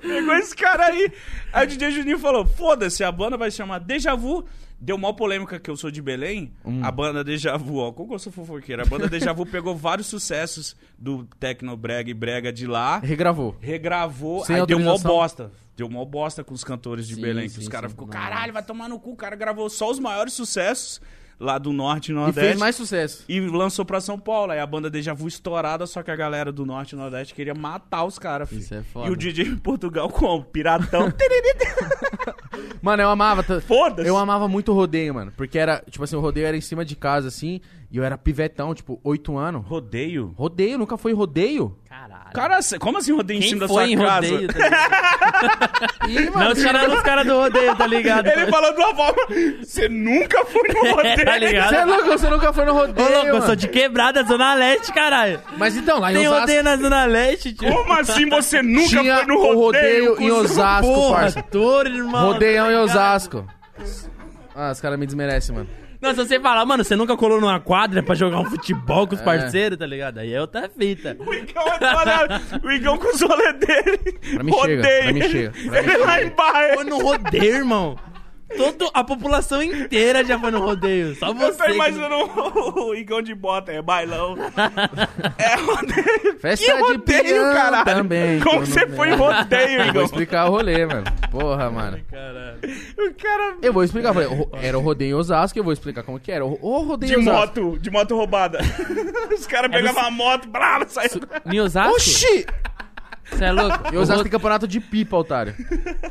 [SPEAKER 1] Pegou esse cara aí. Aí o DJ Juninho falou: foda-se, a banda vai chamar Deja Vu. Deu maior polêmica que eu sou de Belém. A banda Deja Vu, ó, como que eu sou fofoqueira? A banda Deja Vu pegou vários sucessos do Tecno Brega e Brega de lá.
[SPEAKER 2] [laughs] Regravou.
[SPEAKER 1] regravou,
[SPEAKER 2] Sem
[SPEAKER 1] aí deu mó
[SPEAKER 2] autorização.
[SPEAKER 1] bosta. Deu mó bosta com os cantores de
[SPEAKER 3] Sim,
[SPEAKER 1] Belém. Que
[SPEAKER 3] sim,
[SPEAKER 1] os caras
[SPEAKER 3] sim.
[SPEAKER 1] ficou,
[SPEAKER 3] Nossa.
[SPEAKER 1] caralho, vai tomar no cu. O cara gravou só os maiores sucessos lá do Norte e
[SPEAKER 2] E
[SPEAKER 1] Nordeste.
[SPEAKER 2] fez mais sucesso.
[SPEAKER 1] E lançou pra São Paulo. Aí a banda Deja Vu estourada, só que a galera do Norte e Nordeste queria matar os caras, filho.
[SPEAKER 3] Isso é foda.
[SPEAKER 1] E o DJ em Portugal como?
[SPEAKER 2] [laughs]
[SPEAKER 1] Piratão.
[SPEAKER 2] Mano, eu amava... t-
[SPEAKER 1] Foda-se.
[SPEAKER 2] Eu amava muito o rodeio, mano. Porque era... Tipo assim, o rodeio era em cima de casa, assim. E eu era pivetão, tipo, oito anos.
[SPEAKER 1] Rodeio?
[SPEAKER 2] Rodeio? Nunca foi em rodeio?
[SPEAKER 3] Caralho.
[SPEAKER 1] Cara, cê- como assim rodeio em
[SPEAKER 3] Quem
[SPEAKER 1] cima da sua
[SPEAKER 3] foi em
[SPEAKER 1] casa? [laughs]
[SPEAKER 3] rodeio? tá
[SPEAKER 2] [laughs]
[SPEAKER 3] ligado?
[SPEAKER 2] Ih, mano,
[SPEAKER 3] Não tirando os caras do rodeio, tá ligado?
[SPEAKER 1] Ele falou de uma forma. Você nunca foi
[SPEAKER 3] [laughs]
[SPEAKER 1] no rodeio.
[SPEAKER 3] tá ligado?
[SPEAKER 2] Você é louco, você nunca foi no
[SPEAKER 3] Ô,
[SPEAKER 2] rodeio.
[SPEAKER 3] louco, eu
[SPEAKER 2] mano.
[SPEAKER 3] sou de quebrada, Zona Leste, caralho.
[SPEAKER 2] Mas então, lá em
[SPEAKER 3] Tem
[SPEAKER 2] Osasco
[SPEAKER 3] rodeio na Zona Leste, tio.
[SPEAKER 1] Como assim você nunca
[SPEAKER 2] tinha
[SPEAKER 1] foi no
[SPEAKER 2] o
[SPEAKER 1] rodeio?
[SPEAKER 2] rodeio em
[SPEAKER 1] cuzão?
[SPEAKER 2] Osasco,
[SPEAKER 3] Porra,
[SPEAKER 2] parça.
[SPEAKER 3] touro, irmão.
[SPEAKER 2] Rodeião
[SPEAKER 3] tá
[SPEAKER 2] em
[SPEAKER 3] ligado?
[SPEAKER 2] Osasco. Ah, os caras me desmerecem, mano.
[SPEAKER 3] Não, se você falar, mano, você nunca colou numa quadra pra jogar um futebol com os parceiros, tá ligado? Aí é outra fita.
[SPEAKER 1] O Igão é parado. O Igão com os rolê dele.
[SPEAKER 2] Pra mim
[SPEAKER 1] Rodeio.
[SPEAKER 2] chega, pra mim chega, pra mim
[SPEAKER 1] Ele lá em Bahia.
[SPEAKER 3] Foi no rodeio, irmão. Todo, a população inteira já foi no rodeio. Só
[SPEAKER 1] Eu
[SPEAKER 3] você.
[SPEAKER 1] tô
[SPEAKER 3] que-
[SPEAKER 1] imaginando um [laughs] o- o Igão de bota. É
[SPEAKER 2] [laughs]
[SPEAKER 1] bailão. É rodeio.
[SPEAKER 2] Festa
[SPEAKER 1] Que
[SPEAKER 2] de
[SPEAKER 1] rodeio,
[SPEAKER 2] peão
[SPEAKER 1] caralho? [laughs]
[SPEAKER 2] também.
[SPEAKER 1] Como
[SPEAKER 2] tô no
[SPEAKER 1] você
[SPEAKER 2] meio.
[SPEAKER 1] foi em rodeio,
[SPEAKER 2] Vou
[SPEAKER 1] Igão?
[SPEAKER 2] explicar o rolê, mano. Porra, mano.
[SPEAKER 3] Caralho.
[SPEAKER 1] O cara
[SPEAKER 2] Eu vou explicar. eu falei, ro- Era o rodeio em Osasco, eu vou explicar como que era. O o rodeio
[SPEAKER 1] de
[SPEAKER 2] em Osasco.
[SPEAKER 1] moto, de moto [laughs]
[SPEAKER 2] É
[SPEAKER 1] roubada. Os caras pegavam a moto, brava, saíam.
[SPEAKER 3] Em Osasco?
[SPEAKER 2] Oxi!
[SPEAKER 3] Você é louco?
[SPEAKER 2] Eu usava tem campeonato de pipa, otário.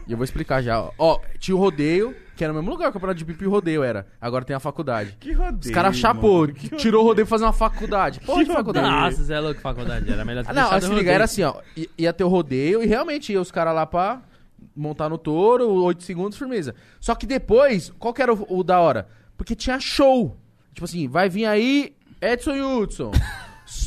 [SPEAKER 2] E eu vou explicar já. ó. Ó, tinha o rodeio, que era no mesmo lugar, o campeonato de pipa e o rodeio era. Agora tem a faculdade.
[SPEAKER 1] Que rodeio.
[SPEAKER 2] Os caras chapou,
[SPEAKER 1] mano, que
[SPEAKER 2] tirou o rodeio pra fazer uma faculdade. Porra de faculdade.
[SPEAKER 3] Nossa, você é louco, faculdade. Era melhor ter
[SPEAKER 2] Ah, não,
[SPEAKER 3] deixado
[SPEAKER 2] se
[SPEAKER 3] eu
[SPEAKER 2] ligar, era assim,
[SPEAKER 3] rodei.
[SPEAKER 2] ó. i- Ia ter o rodeio e realmente ia os caras lá pra montar no touro, 8 segundos, firmeza. Só que depois, qual que era o, o da hora? Porque tinha show. Tipo assim, vai vir aí Edson e Hudson. [laughs]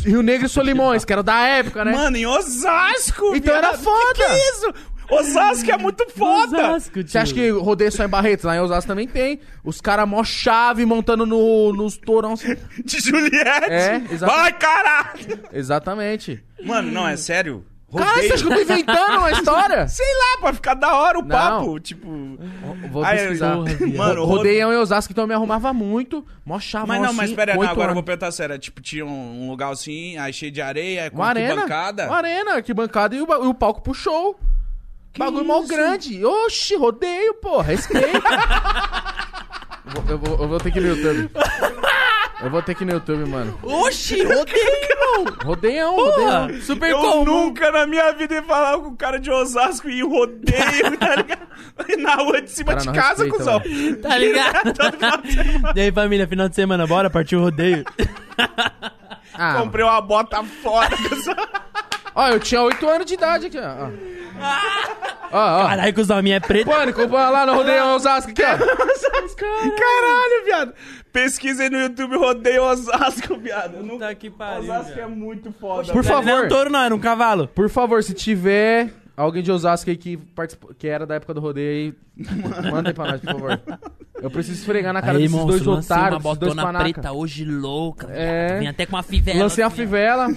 [SPEAKER 2] Rio Negro e Solimões, que era da época, né?
[SPEAKER 1] Mano, em Osasco,
[SPEAKER 2] Então
[SPEAKER 1] viado.
[SPEAKER 2] era foda.
[SPEAKER 1] Que, que é isso? Osasco é muito foda.
[SPEAKER 3] Osasco,
[SPEAKER 2] Você acha
[SPEAKER 3] tio.
[SPEAKER 2] que rodeio só em Barretos? Lá em Osasco também tem. Os caras mó chave montando no, nos
[SPEAKER 3] [laughs]
[SPEAKER 2] tourão.
[SPEAKER 1] De Juliette.
[SPEAKER 2] É, exato.
[SPEAKER 1] Vai, caralho.
[SPEAKER 2] Exatamente.
[SPEAKER 1] Mano, não, é sério.
[SPEAKER 2] Caralho, você acha que eu tô inventando uma história?
[SPEAKER 1] Sei lá, pra ficar da hora o
[SPEAKER 2] Não.
[SPEAKER 1] papo. Tipo.
[SPEAKER 2] Ro- Vou
[SPEAKER 1] Aí,
[SPEAKER 2] pesquisar.
[SPEAKER 1] porra,
[SPEAKER 2] Ro-
[SPEAKER 1] viado.
[SPEAKER 2] Rodeião em Osasco, então eu me arrumava muito. Mó chave,
[SPEAKER 1] Mas
[SPEAKER 2] mó
[SPEAKER 1] não, mas
[SPEAKER 2] assim,
[SPEAKER 1] pera aí, não,
[SPEAKER 2] oito
[SPEAKER 1] agora eu vou
[SPEAKER 2] anos.
[SPEAKER 1] perguntar sério. Tipo, tinha um um lugar assim, aí cheio de areia, com
[SPEAKER 2] Uma arena.
[SPEAKER 1] bancada.
[SPEAKER 2] Uma arena, arquibancada e o, ba- e o palco pro show. Bagulho mal grande. Oxi, rodeio, pô.
[SPEAKER 1] [laughs]
[SPEAKER 2] Respeita. eu, vou, eu vou- eu vou ter que ir no YouTube. Eu vou ter que ir no YouTube, mano.
[SPEAKER 3] Oxi, rodeio!
[SPEAKER 2] Rodeião,
[SPEAKER 3] Porra,
[SPEAKER 2] rodeião.
[SPEAKER 3] super
[SPEAKER 1] Eu
[SPEAKER 3] comum.
[SPEAKER 1] nunca na minha vida ia falar com o cara de Osasco e rodeio, tá ligado? [laughs] E na rua de cima
[SPEAKER 2] Cara,
[SPEAKER 1] de
[SPEAKER 2] não
[SPEAKER 1] casa,
[SPEAKER 2] respeita,
[SPEAKER 1] cuzão.
[SPEAKER 2] [laughs]
[SPEAKER 3] Tá ligado? e aí, família, final de semana, bora partiu o rodeio.
[SPEAKER 2] Ah,
[SPEAKER 1] Comprei uma bota fora, [laughs] cuzão.
[SPEAKER 2] Ó, eu tinha 8 anos de idade aqui, ó.
[SPEAKER 1] Ah!
[SPEAKER 2] Ó, ó.
[SPEAKER 3] Caralho, que os nominhos é preto.
[SPEAKER 2] Pânico, vai lá no rodeio Osasco é? aqui, ó.
[SPEAKER 1] Caralho, viado. Pesquisei no YouTube, rodeio Osasco, viado. Eu não-
[SPEAKER 3] Puta Tá que pariu,
[SPEAKER 1] Osasco
[SPEAKER 3] viado.
[SPEAKER 1] é muito foda.
[SPEAKER 2] Por
[SPEAKER 1] velho.
[SPEAKER 3] Não era um
[SPEAKER 2] favor.
[SPEAKER 3] touro, não, era um cavalo.
[SPEAKER 2] Por favor, se tiver alguém de Osasco aí que, participou, que era da época do rodeio
[SPEAKER 1] [laughs]
[SPEAKER 2] aí, manda aí pra nós, por favor. Eu preciso esfregar na Ah, cara
[SPEAKER 3] Aí,
[SPEAKER 2] desses
[SPEAKER 3] monstro,
[SPEAKER 2] dois
[SPEAKER 3] lancei uma
[SPEAKER 2] otários, desses dois
[SPEAKER 3] botona
[SPEAKER 2] panaca.
[SPEAKER 3] preta hoje louca.
[SPEAKER 2] É.
[SPEAKER 3] viado. Vim até com uma fivela.
[SPEAKER 2] Lancei a
[SPEAKER 3] assim, ó.
[SPEAKER 2] fivela.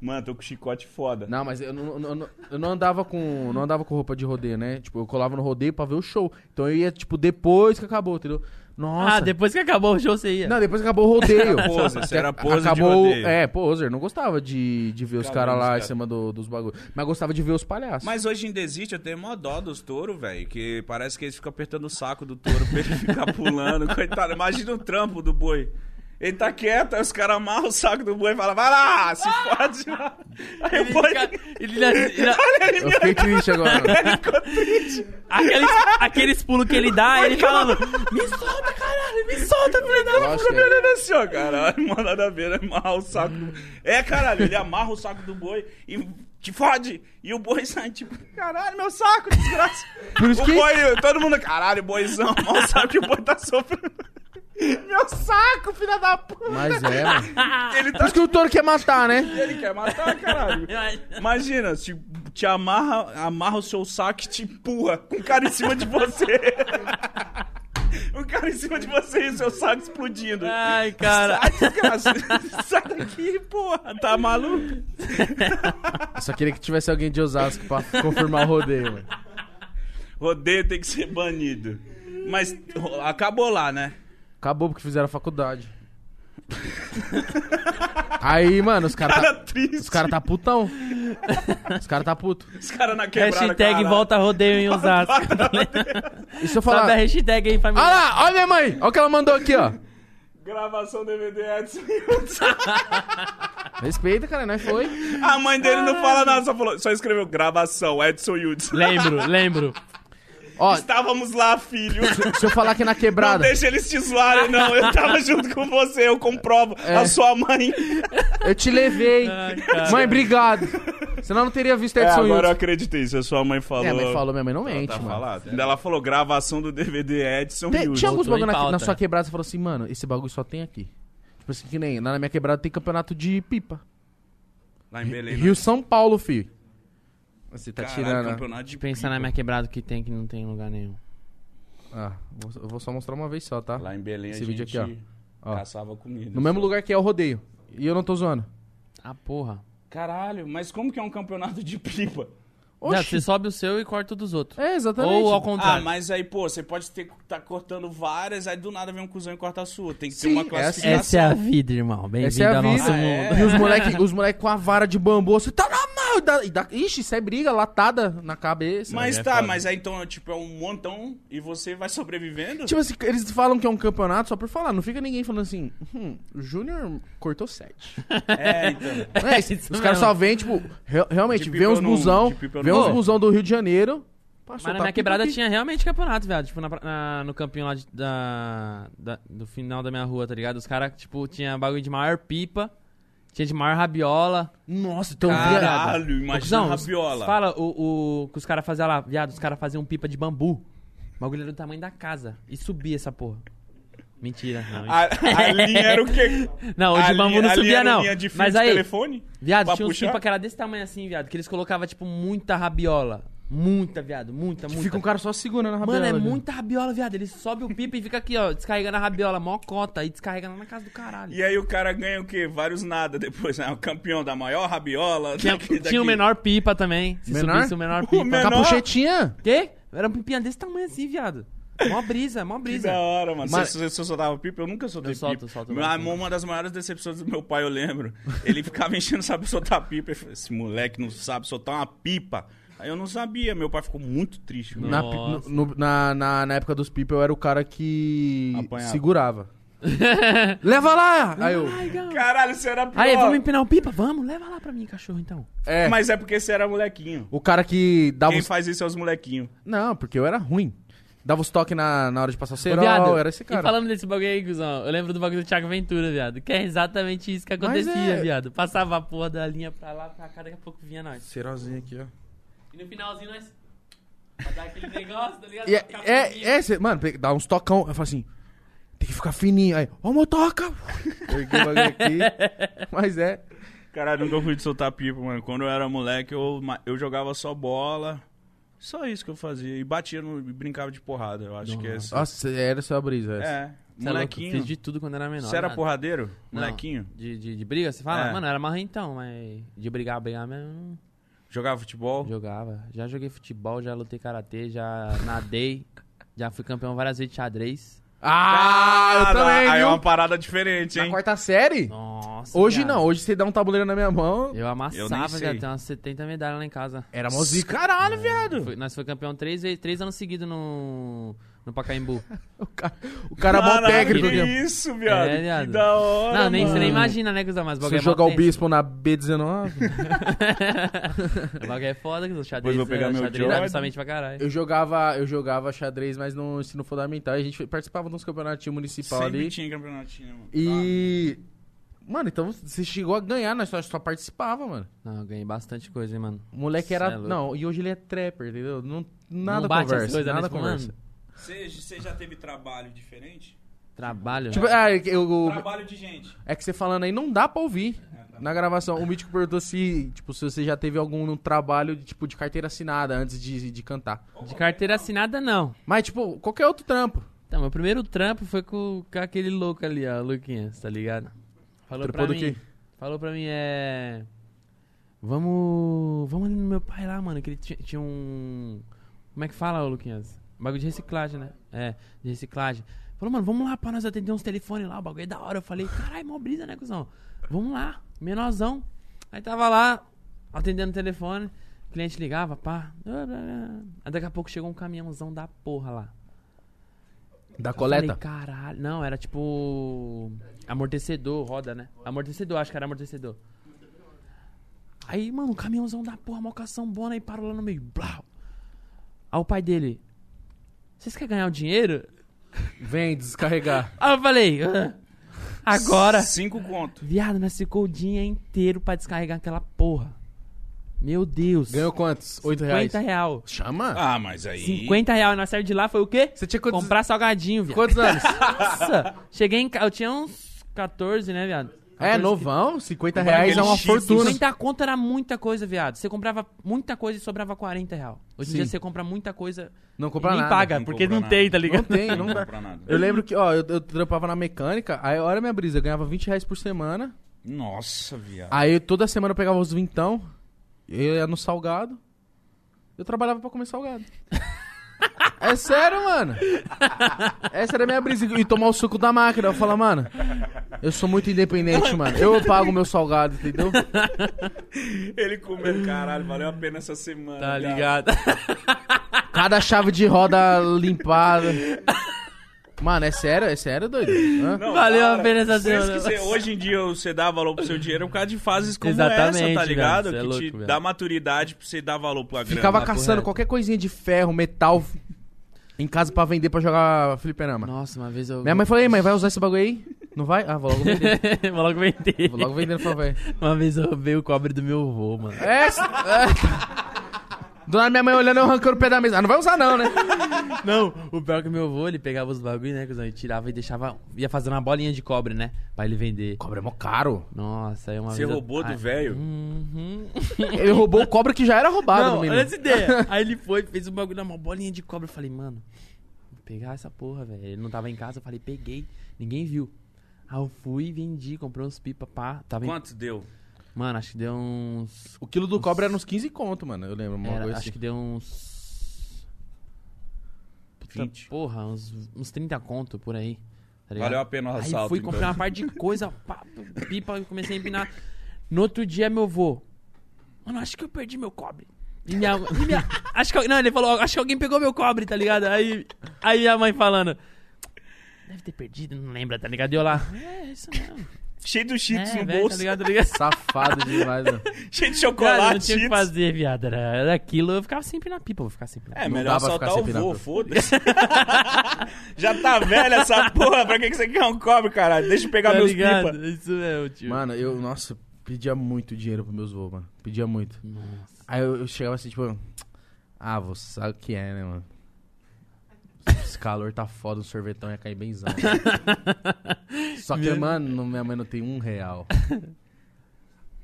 [SPEAKER 1] Mano, tô com chicote foda.
[SPEAKER 2] Não, mas eu não, não- não- eu não andava com não andava com roupa de rodeio, né? Tipo, eu colava no rodeio pra ver o show. Então eu ia, tipo, depois que acabou, entendeu? Nossa.
[SPEAKER 3] Ah, depois que acabou o show, você ia.
[SPEAKER 2] Não, depois que acabou o rodeio.
[SPEAKER 1] Poser, você era poser de
[SPEAKER 2] acabou,
[SPEAKER 1] rodeio.
[SPEAKER 2] É, poser. Não gostava de, de ver os caras lá
[SPEAKER 1] cara.
[SPEAKER 2] em cima do- dos bagulhos. Mas gostava de ver os palhaços.
[SPEAKER 1] Mas hoje ainda existe, eu tenho mó dó dos touros, velho. Que parece que eles ficam apertando o saco do touro pra ele
[SPEAKER 3] [laughs]
[SPEAKER 1] ficar pulando. Coitado, imagina o trampo do boi. Ele tá quieto, aí os caras amarram o saco do boi e falam, vai lá, se fode lá. Aí o
[SPEAKER 3] Ah!" Ele
[SPEAKER 1] boi.
[SPEAKER 3] fica- ele na-
[SPEAKER 1] [laughs]
[SPEAKER 3] ele na-
[SPEAKER 2] Eu fiquei triste agora.
[SPEAKER 3] aqueles, aqueles pulos que ele dá, ele falando: Me solta, caralho, me solta, filho da
[SPEAKER 2] Eu acho que é.
[SPEAKER 1] Ele assim, ó, caralho, mano, nada a ver, ele amarra o saco do boi. É, caralho, ele amarra o saco do boi e te fode. E o boi [laughs] sai, tipo, caralho, meu saco, desgraça.
[SPEAKER 2] Por isso
[SPEAKER 1] o
[SPEAKER 2] que-
[SPEAKER 1] boi, todo mundo, caralho, boizão, mal sabe que o boi tá sofrendo.
[SPEAKER 2] [laughs]
[SPEAKER 1] Meu saco, filha da puta.
[SPEAKER 2] Mas é, mano.
[SPEAKER 1] Ele
[SPEAKER 2] Por
[SPEAKER 1] tá
[SPEAKER 2] isso que o touro quer matar, né?
[SPEAKER 1] Ele quer matar, caralho. Imagina, se te amarra, amarra o seu saco e te empurra com o cara em cima de você. [laughs] O cara em cima de você e o seu saco explodindo.
[SPEAKER 3] Ai, cara.
[SPEAKER 1] Sai, desgraça. [laughs] Sai daqui, porra. Tá maluco?
[SPEAKER 2] Eu só queria que tivesse alguém de Osasco pra confirmar o rodeio, mano.
[SPEAKER 1] Rodeio tem que ser banido. Mas ro- acabou lá, né?
[SPEAKER 2] Acabou porque fizeram a faculdade. Aí, mano, os caras
[SPEAKER 1] Cara
[SPEAKER 2] tá,
[SPEAKER 1] triste.
[SPEAKER 2] os cara tá putão. Os caras tá puto.
[SPEAKER 1] Os caras na quebrada,
[SPEAKER 3] Hashtag
[SPEAKER 1] caralho.
[SPEAKER 3] volta rodeio em Osasco.
[SPEAKER 2] E se eu
[SPEAKER 3] Sobe a
[SPEAKER 2] falar...
[SPEAKER 3] hashtag aí,
[SPEAKER 2] Olha
[SPEAKER 3] família.
[SPEAKER 2] lá, olha minha mãe. Olha o que ela mandou aqui, ó.
[SPEAKER 1] Gravação DVD [laughs] Edson.
[SPEAKER 2] Respeita, cara, né? Foi.
[SPEAKER 1] A mãe dele não fala nada, só, falou, só escreveu gravação, Edson Hudson.
[SPEAKER 3] Lembro, lembro.
[SPEAKER 2] Ó,
[SPEAKER 1] Estávamos lá, filho.
[SPEAKER 2] se eu falar que na
[SPEAKER 1] Não
[SPEAKER 2] quebrada...
[SPEAKER 1] deixa eles te zoarem, não. Eu tava junto com você, eu comprovo. A sua mãe.
[SPEAKER 2] Eu te levei.
[SPEAKER 3] cara.
[SPEAKER 2] mãe, obrigado. Senão É, eu não teria visto Edson
[SPEAKER 1] É, agora eu
[SPEAKER 2] Wilson.
[SPEAKER 1] acreditei. Se É, a sua mãe falou.
[SPEAKER 2] Minha mãe falou, minha mãe não mente,
[SPEAKER 1] Tá
[SPEAKER 2] mano.
[SPEAKER 1] falado. Ainda Ela falou gravação do DVD Edson
[SPEAKER 2] Tem-
[SPEAKER 1] Hughes.
[SPEAKER 2] tinha alguns
[SPEAKER 3] Voltou
[SPEAKER 2] bagulho
[SPEAKER 3] em
[SPEAKER 2] na, na
[SPEAKER 3] pauta.
[SPEAKER 2] sua quebrada, você falou assim, mano, esse bagulho só tem aqui. Tipo assim, que nem, na minha quebrada tem campeonato de pipa.
[SPEAKER 1] Lá em
[SPEAKER 3] né?
[SPEAKER 1] Belém.
[SPEAKER 2] Rio São Paulo, fi. Você tá
[SPEAKER 1] né? Caralho,
[SPEAKER 2] tirando. né?
[SPEAKER 1] campeonato de
[SPEAKER 3] Pensar na minha quebrada que tem que não tem em lugar nenhum.
[SPEAKER 2] Ah, vou- eu vou só mostrar uma vez só, tá?
[SPEAKER 1] Lá em Belém
[SPEAKER 2] Esse
[SPEAKER 1] a
[SPEAKER 2] vídeo
[SPEAKER 1] gente
[SPEAKER 2] aqui, Ó.
[SPEAKER 1] caçava comida.
[SPEAKER 2] No mesmo lugar que é o rodeio. E eu não tô zoando.
[SPEAKER 3] Ah, porra.
[SPEAKER 1] Caralho, mas como que é um campeonato de pipa?
[SPEAKER 3] Não,
[SPEAKER 2] Oxi.
[SPEAKER 3] você sobe o seu e corta o dos outros.
[SPEAKER 2] É, exatamente.
[SPEAKER 3] Ou ao
[SPEAKER 1] Ah,
[SPEAKER 3] contrário.
[SPEAKER 1] mas aí, pô, você pode ter, tá cortando várias, aí do nada vem um cuzão e corta a sua. Tem que ter
[SPEAKER 2] Sim,
[SPEAKER 1] uma
[SPEAKER 2] essa-
[SPEAKER 1] classificação.
[SPEAKER 3] Essa é a vida, irmão.
[SPEAKER 2] Essa
[SPEAKER 3] Bem-vindo
[SPEAKER 2] é a
[SPEAKER 3] ao
[SPEAKER 2] vida.
[SPEAKER 3] nosso
[SPEAKER 1] Ah, é?
[SPEAKER 3] mundo. [laughs]
[SPEAKER 2] E os moleque, os moleque com a vara de bambu, você tá na mão, Não, e dá, e dá- ixi, sai briga latada na cabeça.
[SPEAKER 1] Mas
[SPEAKER 3] é
[SPEAKER 1] tá,
[SPEAKER 3] foda.
[SPEAKER 1] mas aí então, tipo, é um montão e você vai sobrevivendo?
[SPEAKER 2] Tipo assim, eles falam que é um campeonato só por falar, não fica ninguém falando assim, hum, o Júnior cortou sete.
[SPEAKER 1] [laughs] É, então.
[SPEAKER 2] É,
[SPEAKER 3] isso
[SPEAKER 2] os caras
[SPEAKER 3] mesmo.
[SPEAKER 2] só vêm, tipo, re- realmente,
[SPEAKER 1] De
[SPEAKER 2] vê uns
[SPEAKER 1] pipa eu não-
[SPEAKER 2] busão,
[SPEAKER 1] de pipa eu
[SPEAKER 2] vê
[SPEAKER 1] não
[SPEAKER 2] uns
[SPEAKER 1] vou.
[SPEAKER 2] busão do Rio de Janeiro. Passou,
[SPEAKER 3] Mas
[SPEAKER 2] tá
[SPEAKER 3] na minha
[SPEAKER 2] aqui,
[SPEAKER 3] quebrada
[SPEAKER 2] tá aqui.
[SPEAKER 3] tinha realmente campeonato, viado. Tipo, na pra- na- no campinho lá de- da, da- do final da minha rua, tá ligado? Os caras, tipo, tinha bagulho de maior pipa, tinha de maior rabiola.
[SPEAKER 2] Nossa, então via-
[SPEAKER 1] Caralho, imagina
[SPEAKER 3] Não,
[SPEAKER 1] a
[SPEAKER 3] os-
[SPEAKER 1] rabiola.
[SPEAKER 3] Fala o, o que os caras faziam lá, viado. Os caras faziam pipa de bambu. O bagulho era do tamanho da casa. E subia essa porra. Mentira. Não,
[SPEAKER 1] A,
[SPEAKER 3] [laughs]
[SPEAKER 1] a linha era o quê?
[SPEAKER 3] Não, o
[SPEAKER 1] a
[SPEAKER 3] de bambu
[SPEAKER 1] linha-
[SPEAKER 3] não
[SPEAKER 1] a linha
[SPEAKER 3] subia,
[SPEAKER 1] era
[SPEAKER 3] não.
[SPEAKER 1] linha de fio
[SPEAKER 3] Mas
[SPEAKER 1] de
[SPEAKER 3] aí,
[SPEAKER 1] telefone?
[SPEAKER 3] Viado,
[SPEAKER 1] Pra
[SPEAKER 3] tinha uns
[SPEAKER 1] puxar?
[SPEAKER 3] pipa que era desse tamanho assim, viado. Que eles colocavam, tipo, muita rabiola. Muita, viado. Muita, muita.
[SPEAKER 2] Fica um cara só segurando a rabiola.
[SPEAKER 3] Mano, é
[SPEAKER 2] ali.
[SPEAKER 3] muita rabiola, viado. Ele sobe o pipa e fica aqui, ó, descarregando a rabiola, mó cota, aí descarrega lá na casa do caralho.
[SPEAKER 1] E aí o cara ganha o quê? Vários nada depois, né? O campeão da maior rabiola.
[SPEAKER 3] Tinha,
[SPEAKER 1] daqui-
[SPEAKER 3] tinha um o
[SPEAKER 1] daqui.
[SPEAKER 3] menor pipa também. Se
[SPEAKER 2] Menor?
[SPEAKER 3] subisse o menor
[SPEAKER 1] O
[SPEAKER 3] pipa.
[SPEAKER 1] menor-
[SPEAKER 2] Capuchetinha.
[SPEAKER 3] Quê? Era um pipinha desse tamanho assim, viado. Mó brisa, mó
[SPEAKER 1] Que
[SPEAKER 3] brisa.
[SPEAKER 1] da hora, mano.
[SPEAKER 2] Mas-
[SPEAKER 1] Você, você, você soltava pipa? Eu nunca soltei
[SPEAKER 3] Eu solto,
[SPEAKER 1] pipa.
[SPEAKER 3] solto,
[SPEAKER 1] Uma-
[SPEAKER 3] solto.
[SPEAKER 1] uma das maiores decepções do meu pai, eu lembro. Ele ficava [laughs] enchendo, sabe, soltar pipa. Ele falou, Esse moleque não sabe soltar uma pipa. Aí eu não sabia. Meu pai ficou muito triste. mano.
[SPEAKER 2] Na, pi-
[SPEAKER 3] Nossa.
[SPEAKER 2] no- no- na, na, na época dos people, eu era o cara que
[SPEAKER 1] Apanhava.
[SPEAKER 3] [laughs]
[SPEAKER 2] segurava. Leva lá! Aí eu.
[SPEAKER 3] Ai, cara.
[SPEAKER 1] Caralho, você era pior.
[SPEAKER 3] Aí, vamos empinar um pipa? Vamos, leva lá pra mim, cachorro, então.
[SPEAKER 2] É,
[SPEAKER 1] Mas é porque você era molequinho.
[SPEAKER 2] o cara que dava
[SPEAKER 1] Quem
[SPEAKER 2] os...
[SPEAKER 1] faz isso é os molequinhos.
[SPEAKER 2] Não, porque eu era ruim. Dava os toques na, na hora de passar o
[SPEAKER 3] Ô,
[SPEAKER 2] cerol, era esse cara.
[SPEAKER 3] E falando desse bagulho aí, cuzão, eu lembro do bagulho do Thiago Ventura, viado. Que é exatamente isso que
[SPEAKER 2] Mas
[SPEAKER 3] acontecia,
[SPEAKER 2] é.
[SPEAKER 3] viado. Passava a porra da linha pra lá, pra cá, daqui a pouco vinha nós.
[SPEAKER 2] Cerolzinho aqui, ó.
[SPEAKER 3] E no finalzinho nós. Pra dar aquele negócio, tá ligado?
[SPEAKER 2] E é,
[SPEAKER 3] Pra ficar
[SPEAKER 2] é,
[SPEAKER 3] fininho.
[SPEAKER 2] é cê- mano, pe- dá uns tocão. Eu falo assim, tem que ficar fininho. Aí, ó, motoca! Peguei o bagulho [laughs] aqui. [laughs] Mas é.
[SPEAKER 1] Caralho, nunca fui de soltar pipa, mano. Quando eu era moleque, eu, ma- eu jogava só bola. Só isso que eu fazia. E batia no, e brincava de porrada. Eu acho que é isso.
[SPEAKER 2] Nossa, era só a brisa. essa.
[SPEAKER 1] É,
[SPEAKER 3] Cê é louco,
[SPEAKER 1] molequinho.
[SPEAKER 3] Fiz de tudo quando era menor.
[SPEAKER 1] Você era
[SPEAKER 3] viado.
[SPEAKER 1] porradeiro?
[SPEAKER 3] Não.
[SPEAKER 1] Molequinho?
[SPEAKER 3] De, de, de briga, você fala?
[SPEAKER 1] É.
[SPEAKER 3] Mano, era marrentão, mas de brigar, brigar mesmo, eu
[SPEAKER 1] Jogava
[SPEAKER 3] não
[SPEAKER 1] futebol?
[SPEAKER 3] jogava. Já joguei futebol, já lutei karatê, já nadei, já fui campeão várias vezes de xadrez.
[SPEAKER 2] Ah, eu
[SPEAKER 1] Cara,
[SPEAKER 2] também,
[SPEAKER 1] Aí é
[SPEAKER 2] viu?
[SPEAKER 1] uma parada diferente,
[SPEAKER 2] Na
[SPEAKER 1] hein?
[SPEAKER 2] quarta série?
[SPEAKER 3] Nossa.
[SPEAKER 2] Hoje
[SPEAKER 3] viado.
[SPEAKER 2] não, hoje você dá um tabuleiro na minha mão.
[SPEAKER 1] Eu
[SPEAKER 3] Eu
[SPEAKER 1] nem
[SPEAKER 3] amassava,
[SPEAKER 1] sei.
[SPEAKER 3] já tem umas 70 medalhas lá em casa.
[SPEAKER 2] Era mozinho. Caralho, viado.
[SPEAKER 3] Foi- nós foi campeão três vezes, três anos seguidos no, no Pacaembu.
[SPEAKER 2] [laughs] O cara, o cara é mó
[SPEAKER 1] Caralho,
[SPEAKER 2] técnico.
[SPEAKER 1] que
[SPEAKER 2] viu?
[SPEAKER 1] isso, viado.
[SPEAKER 3] É, viado.
[SPEAKER 1] Que da hora,
[SPEAKER 3] não, nem,
[SPEAKER 1] mano.
[SPEAKER 3] você nem imagina, né, Guzão? Mas
[SPEAKER 2] Se
[SPEAKER 3] o bagulho
[SPEAKER 2] eu
[SPEAKER 3] é mó
[SPEAKER 2] jogar o
[SPEAKER 3] tenso.
[SPEAKER 2] bispo na B19,
[SPEAKER 3] [laughs] O bagulho é foda, Guzão. Xadrez,
[SPEAKER 1] Depois vou pegar
[SPEAKER 3] é,
[SPEAKER 1] meu
[SPEAKER 3] xadrez
[SPEAKER 1] Jordan.
[SPEAKER 3] é somente pra caralho.
[SPEAKER 2] eu jogava, eu jogava xadrez, mas no ensino fundamental. A gente participava de uns campeonatos municipal
[SPEAKER 1] Sempre
[SPEAKER 2] ali.
[SPEAKER 1] tinha campeonatinho, mano. Tá.
[SPEAKER 2] E.
[SPEAKER 3] Ah.
[SPEAKER 2] Mano, então você chegou a ganhar, nós só, só participava, mano.
[SPEAKER 3] Não, eu ganhei bastante coisa, hein, mano.
[SPEAKER 2] O moleque
[SPEAKER 3] Cê
[SPEAKER 2] era.
[SPEAKER 3] é louco.
[SPEAKER 2] não, e hoje ele é trapper, entendeu? Não, nada
[SPEAKER 3] Não bate as
[SPEAKER 2] conversa.
[SPEAKER 3] coisas, né?
[SPEAKER 2] nada
[SPEAKER 3] Tipo,
[SPEAKER 2] conversa.
[SPEAKER 3] mano,
[SPEAKER 1] Você você já teve trabalho diferente?
[SPEAKER 3] Trabalho. né?
[SPEAKER 2] Tipo, ah, eu- eu-
[SPEAKER 1] Trabalho de gente.
[SPEAKER 2] é que você falando aí, não dá pra ouvir. Na gravação, o Mítico perguntou se, tipo, se você já teve algum trabalho, tipo, de carteira assinada antes de, de cantar.
[SPEAKER 3] De carteira assinada, não.
[SPEAKER 2] Mas, tipo, qualquer outro trampo.
[SPEAKER 3] Então, meu primeiro trampo foi com, com aquele louco ali, ó, o Luquinhas, tá ligado? Falou
[SPEAKER 2] Trampou
[SPEAKER 3] pra
[SPEAKER 2] do
[SPEAKER 3] mim.
[SPEAKER 2] quê?
[SPEAKER 3] Falou pra mim, é. Vamos. Vamos ali no meu pai lá, mano, que ele ti- tinha um. Como é que fala, ô Luquinhas? Bagulho de reciclagem, né? É, de reciclagem. Falou, mano, vamos lá pra nós atender uns telefones lá, o bagulho é da hora. Eu falei, caralho, mó brisa, né, cuzão? Vamos lá, menorzão. Aí tava lá, atendendo o telefone, o cliente ligava, pá. Aí daqui a pouco chegou um caminhãozão da porra lá.
[SPEAKER 2] Da
[SPEAKER 3] Eu falei,
[SPEAKER 2] coleta.
[SPEAKER 3] Tá caralho. Não, era tipo. Amortecedor, roda, né? Amortecedor, acho que era amortecedor. Aí, mano, o caminhãozão da porra, mocação bona, aí parou lá no meio. Blau. Aí o pai dele. Vocês querem ganhar o dinheiro?
[SPEAKER 2] Vem descarregar.
[SPEAKER 3] Aí eu falei. "Hã?
[SPEAKER 1] [laughs]
[SPEAKER 3] Agora.
[SPEAKER 1] Cinco conto.
[SPEAKER 3] Viado, nós ficou o dia inteiro pra descarregar aquela porra. Meu Deus.
[SPEAKER 2] Ganhou
[SPEAKER 3] [laughs]
[SPEAKER 2] quantos? Oito reais.
[SPEAKER 3] 50 real.
[SPEAKER 2] Chama?
[SPEAKER 1] Ah, mas aí...
[SPEAKER 3] 50 real. Nós saímos de lá, foi o quê?
[SPEAKER 2] Você tinha quantos,
[SPEAKER 3] Comprar salgadinho, viado.
[SPEAKER 2] quantos
[SPEAKER 3] [laughs]
[SPEAKER 2] anos?
[SPEAKER 3] Nossa! Cheguei em casa, eu tinha uns 14, né, viado? 14,
[SPEAKER 2] É, novão, 50
[SPEAKER 1] Comprar
[SPEAKER 2] reais é
[SPEAKER 1] aquele
[SPEAKER 2] uma
[SPEAKER 1] X,
[SPEAKER 2] fortuna.
[SPEAKER 3] 50 conto era muita coisa, viado. Você comprava muita coisa e sobrava 40 real. Hoje em
[SPEAKER 2] Sim.
[SPEAKER 3] dia você compra muita coisa
[SPEAKER 2] Não
[SPEAKER 3] e
[SPEAKER 2] compra
[SPEAKER 3] nem
[SPEAKER 2] nada.
[SPEAKER 3] paga,
[SPEAKER 1] Não
[SPEAKER 3] porque
[SPEAKER 1] compra
[SPEAKER 3] não
[SPEAKER 1] nada.
[SPEAKER 3] tem, tá
[SPEAKER 2] Não
[SPEAKER 3] ligado?
[SPEAKER 2] tem, não
[SPEAKER 1] Não
[SPEAKER 2] dá.
[SPEAKER 1] compra nada.
[SPEAKER 2] Eu lembro que, ó, eu, eu trampava na mecânica, aí olha a minha brisa, eu ganhava 20 reais por semana,
[SPEAKER 1] Nossa, viado.
[SPEAKER 2] aí toda semana eu pegava os vintão, eu ia no salgado, eu trabalhava pra comer salgado. É sério, mano. Essa era a minha brisa. E tomar o suco da máquina. Eu falo, mano, Eu sou muito independente, mano. Eu pago meu salgado, entendeu?
[SPEAKER 1] Ele comendo, caralho, valeu a pena essa semana.
[SPEAKER 3] Tá
[SPEAKER 1] cara.
[SPEAKER 3] ligado?
[SPEAKER 2] Cada chave de roda limpada. Mano, é sério? É sério, doido? Hã?
[SPEAKER 1] Não,
[SPEAKER 3] [laughs] Valeu
[SPEAKER 1] para.
[SPEAKER 3] a pena essa
[SPEAKER 1] Por isso
[SPEAKER 3] semana.
[SPEAKER 1] que você- hoje em dia você dá valor pro seu dinheiro é por causa de fases como essa,
[SPEAKER 3] Exatamente,
[SPEAKER 1] tá
[SPEAKER 3] velho.
[SPEAKER 1] ligado?
[SPEAKER 3] Você
[SPEAKER 1] que
[SPEAKER 3] é
[SPEAKER 1] te
[SPEAKER 3] louco, velho.
[SPEAKER 1] dá maturidade pra você dar valor pra grana.
[SPEAKER 2] Ficava
[SPEAKER 3] Papo
[SPEAKER 2] caçando
[SPEAKER 3] reto.
[SPEAKER 2] qualquer coisinha de ferro, metal em casa pra vender pra jogar fliperama.
[SPEAKER 3] Nossa, uma vez eu.
[SPEAKER 2] Minha [laughs] mãe falou, ei, mãe, vai usar esse bagulho aí? Não vai? Ah, vou logo vender.
[SPEAKER 3] Vou logo vender.
[SPEAKER 2] Vou logo vender, por favor.
[SPEAKER 3] Uma vez eu roubei o cobre do meu avô, mano.
[SPEAKER 2] É, s- é. Do nada, minha mãe olhando, eu arrancando o pé da mesa. Ah, não vai usar não, né?
[SPEAKER 3] Não, o pior é que meu avô, ele pegava os bagulho, né, cuzão, e tirava e deixava... Ia fazendo uma bolinha de cobre, né, pra ele vender.
[SPEAKER 2] Cobra é mó caro.
[SPEAKER 3] Nossa, aí uma
[SPEAKER 1] Você
[SPEAKER 3] vez... eu-
[SPEAKER 1] roubou
[SPEAKER 3] Ah,
[SPEAKER 1] do velho?
[SPEAKER 3] Uhum.
[SPEAKER 2] Ele roubou o cobre que já era roubado
[SPEAKER 3] Não,
[SPEAKER 2] no menino.
[SPEAKER 3] olha
[SPEAKER 2] [laughs]
[SPEAKER 3] essa ideia. Aí ele foi, fez um bagulho, uma bolinha de cobre. Eu falei, mano, vou pegar essa porra, velho. Ele não tava em casa, eu falei, peguei. Ninguém viu. Aí eu fui, vendi, comprei uns pipa, pá. Tava em-
[SPEAKER 1] Quanto deu?
[SPEAKER 3] Tá Mano, acho que deu uns...
[SPEAKER 2] O quilo do cobre era uns 15 conto, mano. Eu lembro, uma
[SPEAKER 3] Era,
[SPEAKER 2] coisa
[SPEAKER 3] acho
[SPEAKER 2] assim.
[SPEAKER 3] que deu uns... Puta
[SPEAKER 1] 20.
[SPEAKER 3] porra, uns, uns 30 conto por aí. Tá ligado?
[SPEAKER 1] Valeu a pena o
[SPEAKER 3] Aí
[SPEAKER 1] assalto.
[SPEAKER 3] fui comprar
[SPEAKER 1] então.
[SPEAKER 3] uma parte de coisa, pá, pipa, e comecei a empinar. No outro dia, meu vô. Mano, acho que eu perdi meu cobre. E minha, e minha- acho que, al- não, ele falou, acho que alguém pegou meu cobre, tá ligado? Aí, aí minha mãe falando. Deve ter perdido, não lembra, tá ligado? E eu lá. É,
[SPEAKER 1] [laughs]
[SPEAKER 3] isso mesmo.
[SPEAKER 1] então? Cheio de cheats
[SPEAKER 3] É,
[SPEAKER 1] no
[SPEAKER 3] velho, tá
[SPEAKER 1] um bolso,
[SPEAKER 3] ligado? Tá ligado?
[SPEAKER 2] Safado demais, mano.
[SPEAKER 1] [laughs] cheio de
[SPEAKER 3] [laughs] Cara, eu não
[SPEAKER 1] chocolate,
[SPEAKER 3] tinha o que
[SPEAKER 1] cheats.
[SPEAKER 3] fazer, viado. Era, era aquilo, eu ficava sempre na pipa, Tá eu vou ficar sempre na
[SPEAKER 1] É,
[SPEAKER 2] Não
[SPEAKER 1] melhor
[SPEAKER 2] dá pra ficar
[SPEAKER 1] soltar o
[SPEAKER 2] sem pinar,
[SPEAKER 1] vô,
[SPEAKER 2] pô.
[SPEAKER 1] foda-se. [laughs] Já tá velha essa porra, pra que que você quer um cobre, caralho? Deixa eu pegar
[SPEAKER 3] Tá
[SPEAKER 1] meus
[SPEAKER 3] ligado?
[SPEAKER 1] pipa.
[SPEAKER 3] Isso mesmo, tio.
[SPEAKER 2] Mano, eu, nossa, pedia muito dinheiro pros meus vô, mano. Pedia muito.
[SPEAKER 3] Nossa.
[SPEAKER 2] Aí eu, eu chegava assim, tipo, ah, vô, sabe o que é, né, mano? Esse calor tá foda, um sorvetão ia cair benzão. Só que,
[SPEAKER 3] Meu-
[SPEAKER 2] mano, não- minha mãe não tem um real.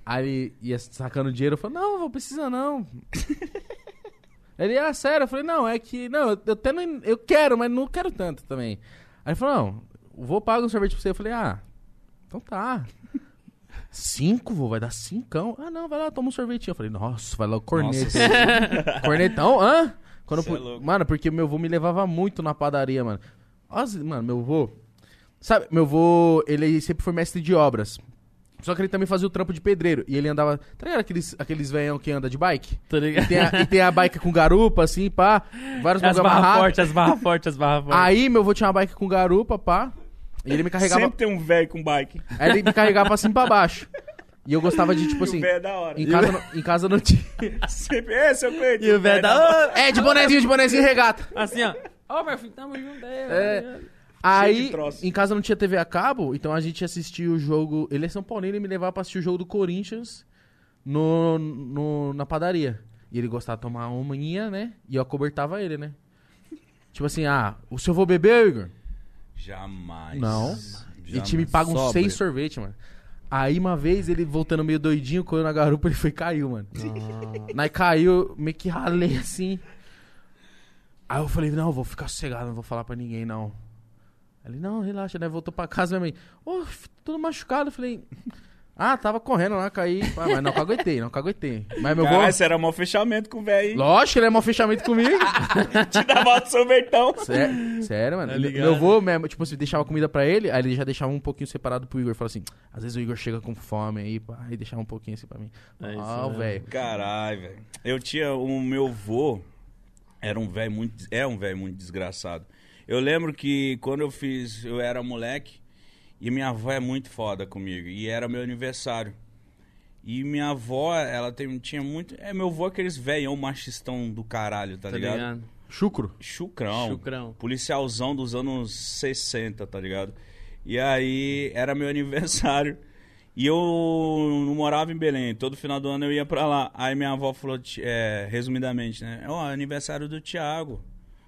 [SPEAKER 2] Aí ele ia sacando dinheiro, eu falei, não, vô, precisa não. Ele, ah, sério? Eu falei, não, é que, não, eu, eu até não, eu quero, mas não quero tanto também. Aí ele falou, não, vou pagar um sorvete pra você. Eu falei, ah, então tá. Cinco, vô, vai dar cincão. Ah, não, vai lá, toma um sorvetinho. Eu falei, nossa, vai lá o cornetão. [laughs] cornetão, hã? Quando eu
[SPEAKER 1] Cê é
[SPEAKER 2] pu-
[SPEAKER 1] louco.
[SPEAKER 2] Mano, porque meu vô me levava muito na padaria, mano. As- Mano, meu vô... Sabe, meu vô, ele sempre foi mestre de obras. Só que ele também fazia o trampo de pedreiro. E ele andava... Tá ligado aqueles, aqueles velhão que anda de bike?
[SPEAKER 3] Tá
[SPEAKER 2] E
[SPEAKER 3] ligado?
[SPEAKER 2] tem, a, e tem a bike com garupa, assim, pá. Vários
[SPEAKER 3] [laughs] As
[SPEAKER 2] bagulho
[SPEAKER 3] barras
[SPEAKER 2] amarrado.
[SPEAKER 3] fortes, as barras fortes, as barras fortes.
[SPEAKER 2] Aí, meu avô tinha uma bike com garupa, pá. E ele me carregava.
[SPEAKER 1] Sempre tem um velho com bike. [laughs]
[SPEAKER 2] Aí ele me carregava pra cima e pra baixo. E eu gostava de, tipo
[SPEAKER 1] e o
[SPEAKER 2] assim.
[SPEAKER 1] velho é da hora.
[SPEAKER 2] Em casa, não- em casa não tinha.
[SPEAKER 1] Sempre, é, seu Cleiton.
[SPEAKER 3] E o velho tá, da.
[SPEAKER 2] É, de bonezinho, de bonezinho e regata.
[SPEAKER 3] Ô, Assim, ó. Ó, meu filho, tamo junto aí,
[SPEAKER 2] É.
[SPEAKER 3] velho.
[SPEAKER 2] Aí,
[SPEAKER 1] troço.
[SPEAKER 2] em casa não tinha TV a cabo, então a gente assistia o jogo. Ele é São Paulino e me levava pra assistir o jogo do Corinthians no, no- na padaria. E ele gostava de tomar uma minha, né? E eu acobertava ele, né? Tipo assim, ah, o seu vou beber, Igor?
[SPEAKER 1] Jamais.
[SPEAKER 2] Não. E
[SPEAKER 1] Jamais.
[SPEAKER 2] time paga uns
[SPEAKER 5] Sóbrio.
[SPEAKER 2] seis sorvetes, mano. Aí uma vez ele voltando meio doidinho, correu na garupa, ele foi e caiu, mano. Aí caiu, meio que ralei assim. Aí eu falei, não, vou ficar sossegado, não vou falar pra ninguém, não. Ele, não, relaxa, né? Voltou pra casa, minha mãe. Ô, f- tudo machucado. Eu falei, ah, tava correndo lá, caí. Ah, mas não caguetei, não caguetei. Mas meu
[SPEAKER 1] Caralho,
[SPEAKER 2] gol.
[SPEAKER 1] isso era mó fechamento com o velho, hein?
[SPEAKER 2] Lógico, ele é mau fechamento comigo.
[SPEAKER 1] Te [laughs] dava o sorvetão.
[SPEAKER 2] Sério, sério mano.
[SPEAKER 3] Tá
[SPEAKER 2] Meu-
[SPEAKER 3] ligado?
[SPEAKER 2] meu avô, minha- tipo assim, deixava comida pra ele, aí ele já deixava um pouquinho separado pro Igor. Falava assim, às vezes o Igor chega com fome aí, pá, e deixava um pouquinho assim pra mim.
[SPEAKER 3] É isso
[SPEAKER 2] Ah,
[SPEAKER 3] mesmo.
[SPEAKER 2] velho.
[SPEAKER 1] Caralho, velho. Eu tinha o meu vô, era um velho muito, é um velho muito desgraçado. Eu lembro que quando eu fiz, eu era moleque e minha avó é muito foda comigo e era meu aniversário. E minha avó, ela tem- tinha muito, é meu avô é aqueles velhão machistão do caralho, tá,
[SPEAKER 3] Tá
[SPEAKER 1] ligado?
[SPEAKER 3] ligado?
[SPEAKER 2] Chucro.
[SPEAKER 1] Chucrão.
[SPEAKER 3] Chucrão.
[SPEAKER 1] Policialzão dos anos 60, tá ligado? E aí era meu [laughs] aniversário. E eu não morava em Belém. Todo final do ano eu ia pra lá. Aí minha avó falou, ti- é, resumidamente, né? Ó, aniversário do Thiago.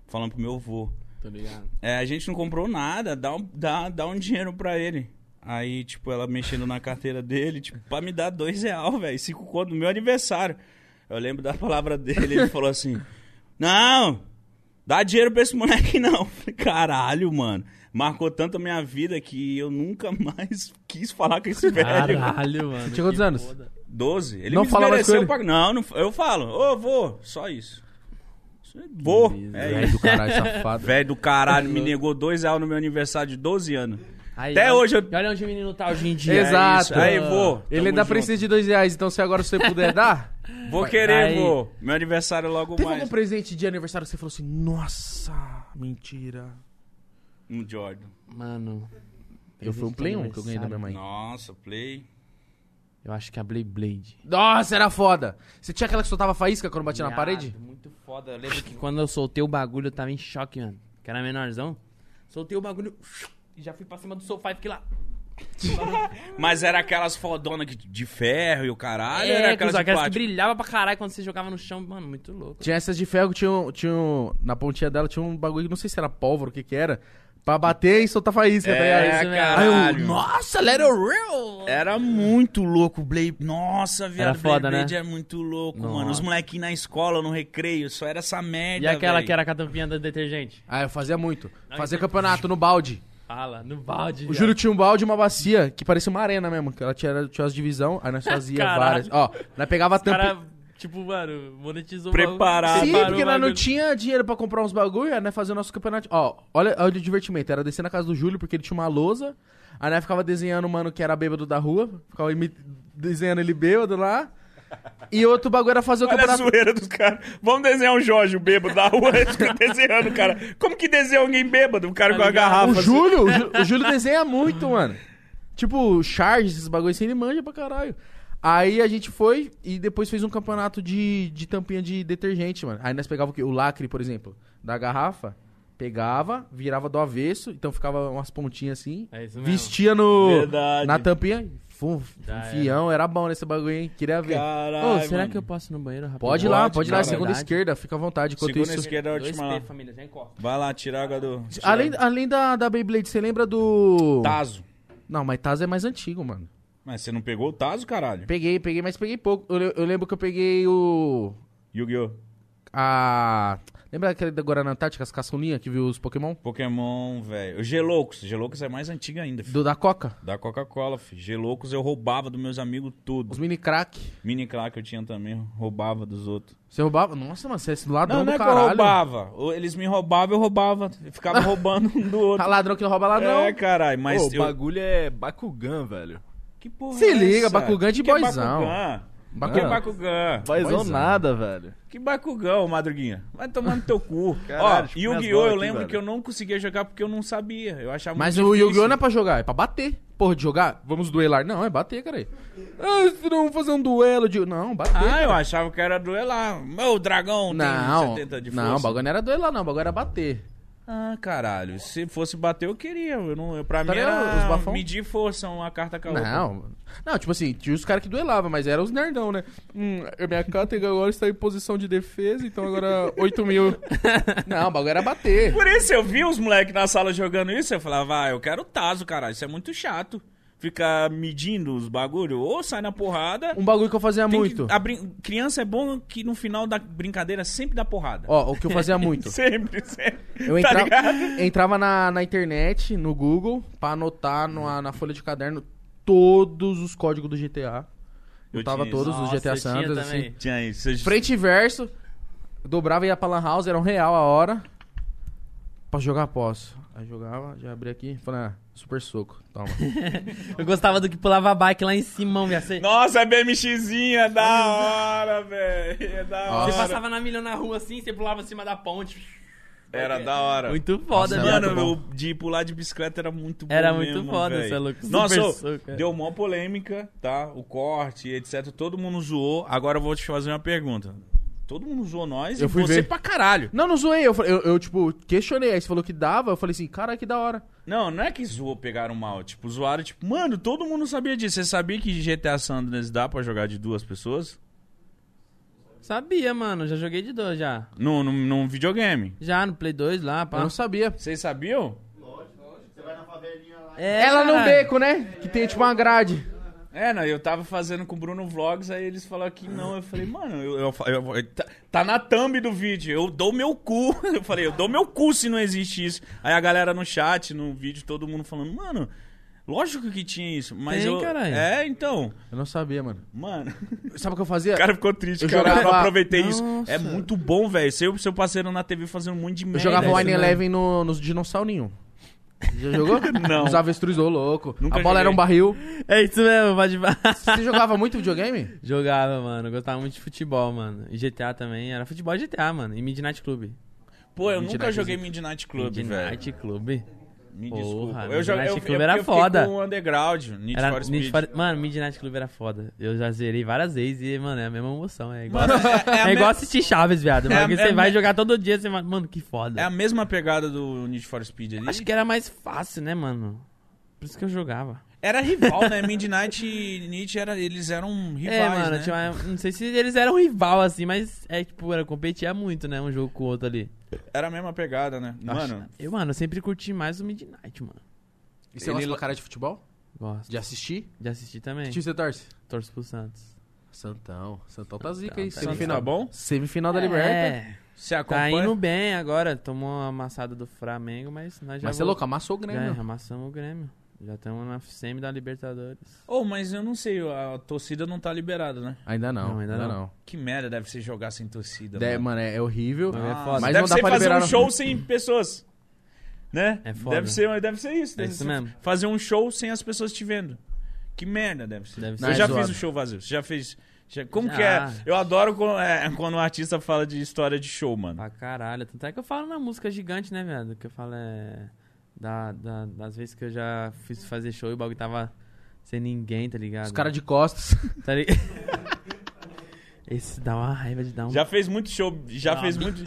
[SPEAKER 1] Falando pro meu avô.
[SPEAKER 3] Tá ligado?
[SPEAKER 1] É, a gente não comprou nada, dá um, dá, dá um dinheiro pra ele. Aí, tipo, ela mexendo na carteira dele, tipo, pra me dar dois real, velho, cinco conto no meu aniversário. Eu lembro da palavra dele, ele falou assim, não, dá dinheiro pra esse moleque [laughs] não. Falei, Caralho, mano, marcou tanto a minha vida que eu nunca mais [laughs] quis falar com esse velho.
[SPEAKER 3] Caralho, mano.
[SPEAKER 2] tinha quantos
[SPEAKER 3] que
[SPEAKER 2] anos?
[SPEAKER 3] foda.
[SPEAKER 1] 12, ele
[SPEAKER 2] Não
[SPEAKER 1] me
[SPEAKER 2] fala mais com
[SPEAKER 1] desmereceu
[SPEAKER 2] ele?
[SPEAKER 1] pra- Não, não, eu falo, ô, vô, só isso. Isso é- Vô, é
[SPEAKER 2] [laughs] Velho do caralho, safado.
[SPEAKER 1] Velho do caralho, me negou dois reais no meu aniversário de 12 anos.
[SPEAKER 3] Aí,
[SPEAKER 1] Até
[SPEAKER 3] olha-
[SPEAKER 1] hoje eu-
[SPEAKER 3] e Olha onde o menino tá hoje em dia.
[SPEAKER 2] Exato.
[SPEAKER 1] isso. Aí, vô.
[SPEAKER 2] Ele
[SPEAKER 1] Tamo
[SPEAKER 2] ainda
[SPEAKER 1] junto.
[SPEAKER 2] precisa de dois reais, então se agora você puder [laughs] dar.
[SPEAKER 1] Vou querer,
[SPEAKER 3] Aí.
[SPEAKER 1] vô. Meu aniversário é logo
[SPEAKER 2] Teve algum
[SPEAKER 1] mais.
[SPEAKER 2] presente de aniversário que você falou assim, nossa, mentira.
[SPEAKER 1] Um Jordan.
[SPEAKER 3] Mano.
[SPEAKER 2] Eu fui um Play 1 que eu ganhei da minha mãe.
[SPEAKER 1] Nossa, play.
[SPEAKER 3] Eu acho que a Blade Blade.
[SPEAKER 2] Nossa, era foda. Você tinha aquela que soltava faísca quando batia na
[SPEAKER 3] Viado,
[SPEAKER 2] parede?
[SPEAKER 3] Muito foda. Eu lembro que quando eu soltei o bagulho, eu tava em choque, mano. Que era menorzão. Soltei o bagulho e já fui pra cima do sofá e fiquei lá.
[SPEAKER 1] Mas era aquelas fodonas que- de ferro e o caralho,
[SPEAKER 3] é,
[SPEAKER 1] era
[SPEAKER 3] que,
[SPEAKER 1] aquelas
[SPEAKER 3] só
[SPEAKER 1] de
[SPEAKER 3] aquelas que
[SPEAKER 1] plástico.
[SPEAKER 3] brilhava pra caralho quando você jogava no chão. Mano, muito louco.
[SPEAKER 2] Tinha essas de ferro que tinha, um- tinha um- Na pontinha dela tinha um bagulho, que não sei se era pólvora, o que que era. Pra bater e soltar faísca. tá
[SPEAKER 1] É,
[SPEAKER 2] ligado? Aí eu,
[SPEAKER 1] caralho.
[SPEAKER 2] nossa, let it real!
[SPEAKER 1] Era muito louco o Blade. Nossa, viado,
[SPEAKER 3] Era foda,
[SPEAKER 1] Blade Blade
[SPEAKER 3] né?
[SPEAKER 1] é muito louco,
[SPEAKER 3] Nossa.
[SPEAKER 1] mano. Os molequinhos na escola, no recreio, só era essa merda,
[SPEAKER 3] E aquela
[SPEAKER 1] velho.
[SPEAKER 3] que era com a tampinha do detergente?
[SPEAKER 2] Ah, eu fazia muito.
[SPEAKER 3] Não,
[SPEAKER 2] Fazia
[SPEAKER 3] então-
[SPEAKER 2] campeonato no balde.
[SPEAKER 3] Fala, no balde.
[SPEAKER 2] O
[SPEAKER 3] viado.
[SPEAKER 2] Júlio tinha um balde e uma bacia, que parecia uma arena mesmo, que ela tinha, tinha as divisão, aí nós fazia
[SPEAKER 3] Caralho.
[SPEAKER 2] várias. Ó, nós pegava a
[SPEAKER 3] Os
[SPEAKER 2] tampa.
[SPEAKER 3] cara, tipo, mano, monetizou o
[SPEAKER 1] Preparado.
[SPEAKER 3] bagulho.
[SPEAKER 2] Sim,
[SPEAKER 3] Preparou
[SPEAKER 2] porque
[SPEAKER 3] o
[SPEAKER 2] nós não
[SPEAKER 3] bagulho.
[SPEAKER 2] tinha dinheiro pra comprar uns bagulho, aí nós fazia o nosso campeonato. Ó, olha, olha o divertimento. Era descer na casa do Júlio, porque ele tinha uma lousa. Aí nós ficava desenhando um mano que era bêbado da rua. Ficava imi- desenhando ele bêbado lá. E outro bagulho era fazer o
[SPEAKER 1] Olha a
[SPEAKER 2] campeonato.
[SPEAKER 1] zoeira dos caras. Vamos desenhar um Jorge, o bêbado da rua. [laughs] Eles ficam desenhando, o cara. Como que desenha alguém bêbado? O cara
[SPEAKER 3] Tá
[SPEAKER 1] com a
[SPEAKER 3] ligado?
[SPEAKER 1] garrafa.
[SPEAKER 2] O
[SPEAKER 1] assim.
[SPEAKER 2] Júlio, o Jú-
[SPEAKER 3] [laughs]
[SPEAKER 2] o Júlio desenha muito, mano. Tipo, charge, esses bagulhos assim, ele manja pra caralho. Aí a gente foi e depois fez um campeonato de, de tampinha de detergente, mano. Aí nós pegava o quê? O lacre, por exemplo, da garrafa. Pegava, virava do avesso, então ficava umas pontinhas assim.
[SPEAKER 3] É isso mesmo.
[SPEAKER 2] vestia no,
[SPEAKER 1] Verdade.
[SPEAKER 2] na tampinha. Fum,
[SPEAKER 3] Já era.
[SPEAKER 2] fião, era bom nesse bagulho, hein? Queria ver.
[SPEAKER 1] Caralho,
[SPEAKER 3] Ô, será
[SPEAKER 1] mano.
[SPEAKER 3] que eu posso ir no banheiro rapidinho?
[SPEAKER 2] Pode ir lá,
[SPEAKER 1] Pode,
[SPEAKER 2] pode ir lá.
[SPEAKER 1] cara.
[SPEAKER 2] Segunda
[SPEAKER 3] Verdade.
[SPEAKER 2] esquerda, fica à vontade. Enquanto
[SPEAKER 1] Segunda
[SPEAKER 2] isso.
[SPEAKER 1] esquerda é a
[SPEAKER 3] Dois
[SPEAKER 1] última
[SPEAKER 3] P,
[SPEAKER 1] lá.
[SPEAKER 3] família, já encosta.
[SPEAKER 1] Vai lá, tirar a água do... tirar
[SPEAKER 2] Além,
[SPEAKER 1] do
[SPEAKER 2] além da, da Beyblade, você lembra do.
[SPEAKER 1] Tazo.
[SPEAKER 2] Não, mas Taz é mais antigo, mano.
[SPEAKER 1] Mas você não pegou o Tazo, caralho?
[SPEAKER 2] Peguei, peguei, mas peguei pouco. Eu, le- eu lembro que eu peguei o.
[SPEAKER 1] Yu-Gi-Oh!
[SPEAKER 2] A. Lembra aquele da Guaraná Antártica, as caçulinhas que viu os Pokémon?
[SPEAKER 1] Pokémon, velho. O Geloucos. Geloucos é mais antigo ainda, filho.
[SPEAKER 2] Do da Coca?
[SPEAKER 1] Da Coca-Cola, filho. Geloucos eu roubava dos meus amigos tudo.
[SPEAKER 2] Os mini crack.
[SPEAKER 1] Mini Crack eu tinha também, roubava dos outros.
[SPEAKER 2] Você roubava? Nossa, mano, você é esse ladrão
[SPEAKER 1] Não, não
[SPEAKER 2] do
[SPEAKER 1] é que eu
[SPEAKER 2] caralho.
[SPEAKER 1] roubava. Ou Eles me roubavam, eu roubava. Eu
[SPEAKER 2] [laughs]
[SPEAKER 1] Ficava roubando um do
[SPEAKER 2] Tá
[SPEAKER 1] outro.
[SPEAKER 2] ladrão que não rouba ladrão.
[SPEAKER 1] É, caralho, mas
[SPEAKER 5] Pô, o
[SPEAKER 1] eu...
[SPEAKER 5] bagulho é Bakugan, velho.
[SPEAKER 1] Que porra
[SPEAKER 2] Se
[SPEAKER 1] é
[SPEAKER 2] liga,
[SPEAKER 1] essa?
[SPEAKER 2] Bakugan de
[SPEAKER 1] Que é
[SPEAKER 2] boyzão.
[SPEAKER 1] Bakugan?
[SPEAKER 2] Bacu-
[SPEAKER 1] Que é Bakugan?
[SPEAKER 5] Fazão
[SPEAKER 2] Boyzão.
[SPEAKER 5] nada, velho.
[SPEAKER 1] Que Bakugan, ô Madruguinha. Vai tomar no teu
[SPEAKER 2] [laughs]
[SPEAKER 1] cu.
[SPEAKER 5] Caralho,
[SPEAKER 1] Ó,
[SPEAKER 5] tipo minhas
[SPEAKER 1] Yu-Gi-Oh!
[SPEAKER 5] bolas
[SPEAKER 1] eu
[SPEAKER 5] aqui,
[SPEAKER 1] lembro
[SPEAKER 5] velho.
[SPEAKER 1] que eu não conseguia jogar porque eu não sabia. Eu achava
[SPEAKER 2] Mas
[SPEAKER 1] muito
[SPEAKER 2] o Yu-Gi-Oh!
[SPEAKER 1] difícil.
[SPEAKER 2] não é pra jogar, é pra bater. Porra, de jogar? Vamos duelar? Não, é bater, cara. Ah, se não vamos fazer um duelo de. Não, bater.
[SPEAKER 1] Ah,
[SPEAKER 2] cara.
[SPEAKER 1] eu achava que era duelar. Meu dragão
[SPEAKER 2] né? Não,
[SPEAKER 1] tem 70 de força.
[SPEAKER 2] não, o bagulho não era duelar, não, o bagulho era bater.
[SPEAKER 1] Ah, caralho. Se fosse bater, eu queria. Eu não, eu, pra
[SPEAKER 2] Tá
[SPEAKER 1] mim
[SPEAKER 2] ligado?
[SPEAKER 1] era
[SPEAKER 2] Os bafão?
[SPEAKER 1] medir força uma carta com a outra.
[SPEAKER 2] Não. Não, tipo assim, tinha os caras que duelavam, mas eram os nerdão, né? Hum, a minha Katega agora está em posição de defesa, então
[SPEAKER 1] [laughs]
[SPEAKER 2] agora 8 mil. Não, o bagulho era bater.
[SPEAKER 1] Por isso eu vi os moleques na sala jogando isso, eu falava, ah, eu quero taso, caralho. Isso é muito chato. Ficar medindo os bagulho. Ou sai na porrada.
[SPEAKER 2] Um bagulho que eu fazia
[SPEAKER 1] tem
[SPEAKER 2] muito.
[SPEAKER 1] que- a brin- Criança é bom que no final da brincadeira sempre dá porrada.
[SPEAKER 2] Ó, o que eu
[SPEAKER 1] [laughs]
[SPEAKER 2] fazia muito.
[SPEAKER 1] Sempre, sempre.
[SPEAKER 2] Eu
[SPEAKER 1] tá
[SPEAKER 2] entrava,
[SPEAKER 1] ligado?
[SPEAKER 2] entrava na, na internet, no Google, pra anotar numa- na folha de caderno todos os códigos do GTA.
[SPEAKER 1] Eu
[SPEAKER 2] Anotava
[SPEAKER 1] tinha isso.
[SPEAKER 2] todos os
[SPEAKER 3] Nossa,
[SPEAKER 2] GTA
[SPEAKER 3] eu tinha
[SPEAKER 2] Sanders,
[SPEAKER 3] também.
[SPEAKER 2] assim.
[SPEAKER 1] Tinha isso. Vocês-
[SPEAKER 2] Frente e verso, dobrava e ia pra Lan House, era um real a hora. Pra jogar posso. Aí jogava, já abria aqui, falei, ah, super soco, [laughs] toma.
[SPEAKER 3] Eu gostava do que pulava a bike lá em cima, assim. viado. Você,
[SPEAKER 1] Nossa, é BMXzinha, da hora, velho. É da
[SPEAKER 2] Nossa.
[SPEAKER 1] hora.
[SPEAKER 3] você passava na milha na rua assim, você pulava em cima da ponte.
[SPEAKER 1] Era da hora.
[SPEAKER 3] Muito foda,
[SPEAKER 2] Nossa,
[SPEAKER 3] viado.
[SPEAKER 1] Mano, eu- de pular de bicicleta era muito bom
[SPEAKER 3] Era muito
[SPEAKER 1] mesmo,
[SPEAKER 3] foda,
[SPEAKER 1] véi.
[SPEAKER 3] cê é louco.
[SPEAKER 1] Nossa,
[SPEAKER 3] Super
[SPEAKER 1] ô,
[SPEAKER 3] soco, é.
[SPEAKER 1] deu mó polêmica, tá? O corte, etc. Todo mundo zoou. Agora eu vou te fazer uma pergunta. Todo mundo zoou nós
[SPEAKER 2] Eu
[SPEAKER 1] e
[SPEAKER 2] fui
[SPEAKER 1] você
[SPEAKER 2] ver.
[SPEAKER 1] pra caralho.
[SPEAKER 2] Não, não zoei. Eu, falei- eu, eu, tipo, questionei. Aí você falou que dava. Eu falei assim, cara, que da hora.
[SPEAKER 1] Não, não é que zoou, pegaram mal. Tipo, zoaram, tipo... Mano, todo mundo sabia disso. Você sabia que GTA San Andreas dá pra jogar de duas pessoas?
[SPEAKER 3] Sabia, mano. Já joguei de dois, já.
[SPEAKER 1] Num, num, num videogame.
[SPEAKER 3] Já, no Play 2 lá,
[SPEAKER 2] Eu
[SPEAKER 3] pá.
[SPEAKER 2] não sabia.
[SPEAKER 1] Vocês sabiam?
[SPEAKER 3] É,
[SPEAKER 2] Ela no
[SPEAKER 3] caralho.
[SPEAKER 2] beco, né? Que tem, tipo, uma grade.
[SPEAKER 1] É, não, eu tava fazendo com o Bruno Vlogs, aí eles falaram que não. Eu falei, mano, eu, eu, eu- eu- tá, tá na thumb do vídeo, eu dou meu cu. [laughs] Eu falei, eu dou meu cu se não existe isso. Aí a galera no chat, no vídeo, todo mundo falando, mano, lógico que tinha isso, mas
[SPEAKER 3] Tem,
[SPEAKER 1] eu.
[SPEAKER 3] caralho.
[SPEAKER 1] É, então.
[SPEAKER 2] Eu não sabia, mano.
[SPEAKER 1] Mano,
[SPEAKER 2] Sabe o que eu
[SPEAKER 1] o
[SPEAKER 2] fazia?
[SPEAKER 1] cara ficou triste,
[SPEAKER 2] Eu
[SPEAKER 1] cara. Eu
[SPEAKER 2] jogava-
[SPEAKER 1] não aproveitei isso.
[SPEAKER 3] Nossa.
[SPEAKER 1] É muito bom, velho. Seu, seu parceiro na TV fazendo um monte de merda.
[SPEAKER 2] eu jogava
[SPEAKER 1] isso,
[SPEAKER 2] Wine
[SPEAKER 1] né?
[SPEAKER 2] Eleven no, nos dinossaurinhos. Já [laughs] jogou?
[SPEAKER 1] Não.
[SPEAKER 2] Os avestruz, ô louco.
[SPEAKER 1] Nunca
[SPEAKER 2] a bola era
[SPEAKER 1] joguei.
[SPEAKER 2] um [laughs] barril.
[SPEAKER 3] É isso mesmo, pode
[SPEAKER 2] Você jogava muito videogame?
[SPEAKER 3] [laughs] Jogava, mano. eu Gostava muito de futebol, mano. E GTA também. Era futebol e GTA, mano. E Midnight Club.
[SPEAKER 1] Pô, eu
[SPEAKER 2] Midnight
[SPEAKER 1] nunca joguei Midnight Club, velho.
[SPEAKER 3] Midnight Club.
[SPEAKER 1] Me
[SPEAKER 3] Porra,
[SPEAKER 1] desculpa. Eu
[SPEAKER 3] Midnight
[SPEAKER 1] joguei eu,
[SPEAKER 3] Club
[SPEAKER 1] eu,
[SPEAKER 3] era
[SPEAKER 1] eu fiquei
[SPEAKER 3] foda.
[SPEAKER 1] com o Underground, Need
[SPEAKER 3] Era
[SPEAKER 1] for
[SPEAKER 3] Need
[SPEAKER 1] Speed.
[SPEAKER 3] for- Mano, Midnight Club era foda. Eu já zerei várias vezes e, mano, é a mesma emoção. É igual,
[SPEAKER 1] Mano, é, é a
[SPEAKER 3] [laughs] é
[SPEAKER 1] me-
[SPEAKER 3] igual assistir Chaves, viado.
[SPEAKER 1] É a-
[SPEAKER 3] Mas
[SPEAKER 1] é
[SPEAKER 3] você
[SPEAKER 1] a
[SPEAKER 3] vai
[SPEAKER 1] me-
[SPEAKER 3] jogar todo dia, você vai... Mano, que foda.
[SPEAKER 1] é a mesma pegada do Need for Speed ali.
[SPEAKER 3] Acho que era mais fácil, né, mano? Por isso que eu jogava.
[SPEAKER 1] Era rival, né? Midnight e Nietzsche era, eles eram rivais,
[SPEAKER 3] é, mano,
[SPEAKER 1] né?
[SPEAKER 3] tinha uma- não sei se eles eram rival assim, mas é tipo, era competia muito, né, um jogo com o outro ali.
[SPEAKER 1] Era a mesma pegada, né? Mano,
[SPEAKER 3] Eu, mano, eu sempre curti mais o Midnight, mano.
[SPEAKER 2] E você gosta pra cara de futebol?
[SPEAKER 3] Gosto.
[SPEAKER 2] De assistir?
[SPEAKER 3] De assistir também.
[SPEAKER 2] Que time você torce?
[SPEAKER 3] Torço pro Santos.
[SPEAKER 2] Santão. Santão tá zica aí.
[SPEAKER 3] tá
[SPEAKER 2] Semifinal.
[SPEAKER 1] tá bom?
[SPEAKER 2] Semifinal da Liberta.
[SPEAKER 3] É,
[SPEAKER 1] você
[SPEAKER 3] tá
[SPEAKER 1] acompanha?
[SPEAKER 3] indo bem agora. Tomou uma amassada do Flamengo, mas nós já.
[SPEAKER 2] Mas você é
[SPEAKER 3] vol-
[SPEAKER 2] louco, amassou o
[SPEAKER 3] Já,
[SPEAKER 2] Grêmio.
[SPEAKER 3] amassamos o Grêmio. Já estamos na semi da Libertadores.
[SPEAKER 1] Ô, mas eu não sei, a torcida não tá liberada, né?
[SPEAKER 2] Ainda não,
[SPEAKER 3] Não,
[SPEAKER 2] ainda,
[SPEAKER 3] ainda
[SPEAKER 2] não.
[SPEAKER 3] não.
[SPEAKER 1] Que merda deve ser jogar sem torcida,
[SPEAKER 2] De-
[SPEAKER 1] mano.
[SPEAKER 2] mano, é, é horrível.
[SPEAKER 3] Não, é foda.
[SPEAKER 2] Mas
[SPEAKER 1] deve
[SPEAKER 2] não dá
[SPEAKER 1] ser
[SPEAKER 2] pra
[SPEAKER 1] fazer
[SPEAKER 2] liberar
[SPEAKER 1] um
[SPEAKER 2] não.
[SPEAKER 1] show sem pessoas, né?
[SPEAKER 3] É foda.
[SPEAKER 1] Deve ser, deve ser isso.
[SPEAKER 3] É
[SPEAKER 1] deve
[SPEAKER 3] isso
[SPEAKER 1] ser-
[SPEAKER 3] mesmo.
[SPEAKER 1] Fazer um show sem as pessoas te vendo. Que merda deve ser.
[SPEAKER 3] Deve
[SPEAKER 1] Eu
[SPEAKER 3] ser. Ah.
[SPEAKER 1] já
[SPEAKER 2] É zoado.
[SPEAKER 1] fiz o show vazio. Você já fez... já- Como
[SPEAKER 3] Já.
[SPEAKER 1] que é? Eu adoro quando, é, quando um artista fala de história de show, mano.
[SPEAKER 3] Pra caralho. Tanto é que eu falo na música gigante, né, velho? Que eu falo é. Da, da- das vezes que eu já fiz fazer show e o bagulho tava sem ninguém, tá ligado?
[SPEAKER 2] Os caras de costas.
[SPEAKER 3] Tá ligado? [laughs] Esse dá uma raiva de dar um.
[SPEAKER 1] Já fez muito show, já fez muito...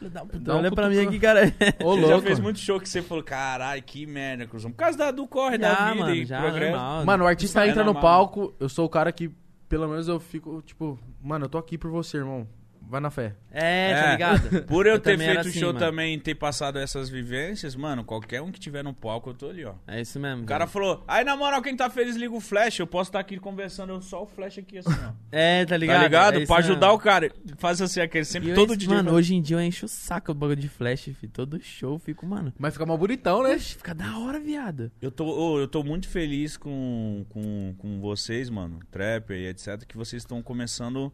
[SPEAKER 2] dá um
[SPEAKER 3] Olha pra mim
[SPEAKER 2] cutucão.
[SPEAKER 3] aqui, cara.
[SPEAKER 1] [laughs]
[SPEAKER 2] Ô,
[SPEAKER 1] Você
[SPEAKER 2] louco.
[SPEAKER 1] já fez muito show que você falou, caralho, que merda, Cruzão. Por causa da- do corre da
[SPEAKER 3] já,
[SPEAKER 1] vida
[SPEAKER 3] mano,
[SPEAKER 1] e
[SPEAKER 3] já,
[SPEAKER 1] progresso.
[SPEAKER 3] normal.
[SPEAKER 2] Mano, o artista
[SPEAKER 1] Isso é
[SPEAKER 2] entra no
[SPEAKER 1] normal.
[SPEAKER 2] palco, eu sou o cara que, pelo menos, eu fico, tipo, mano, eu tô aqui por você, irmão. Vai na fé.
[SPEAKER 3] É,
[SPEAKER 1] É.
[SPEAKER 3] tá
[SPEAKER 1] [laughs]
[SPEAKER 3] ligado?
[SPEAKER 1] Por eu, ter
[SPEAKER 3] também era
[SPEAKER 1] feito o
[SPEAKER 3] assim,
[SPEAKER 1] show
[SPEAKER 3] mano.
[SPEAKER 1] também e ter passado essas vivências, mano, qualquer um que tiver no palco, eu tô ali, ó.
[SPEAKER 3] É isso mesmo.
[SPEAKER 1] O cara
[SPEAKER 3] velho.
[SPEAKER 1] falou, aí na moral, quem tá feliz liga o flash, eu posso estar aqui conversando eu só o flash aqui assim, ó.
[SPEAKER 3] É, tá [laughs] ligado?
[SPEAKER 1] Tá ligado?
[SPEAKER 3] É isso
[SPEAKER 1] pra ajudar
[SPEAKER 3] mesmo.
[SPEAKER 1] o cara. Faz assim, aquele sempre,
[SPEAKER 3] E eu
[SPEAKER 1] todo
[SPEAKER 3] encho-
[SPEAKER 1] dia.
[SPEAKER 3] Mano, hoje em dia eu encho o saco o bagulho de flash, fi. Todo show eu fico, mano.
[SPEAKER 2] Mas fica mal bonitão, né?
[SPEAKER 3] Oxe, fica da hora, viado.
[SPEAKER 1] Eu tô, ô, eu tô muito feliz com, com, com vocês, mano, Trapper e etc, que vocês estão começando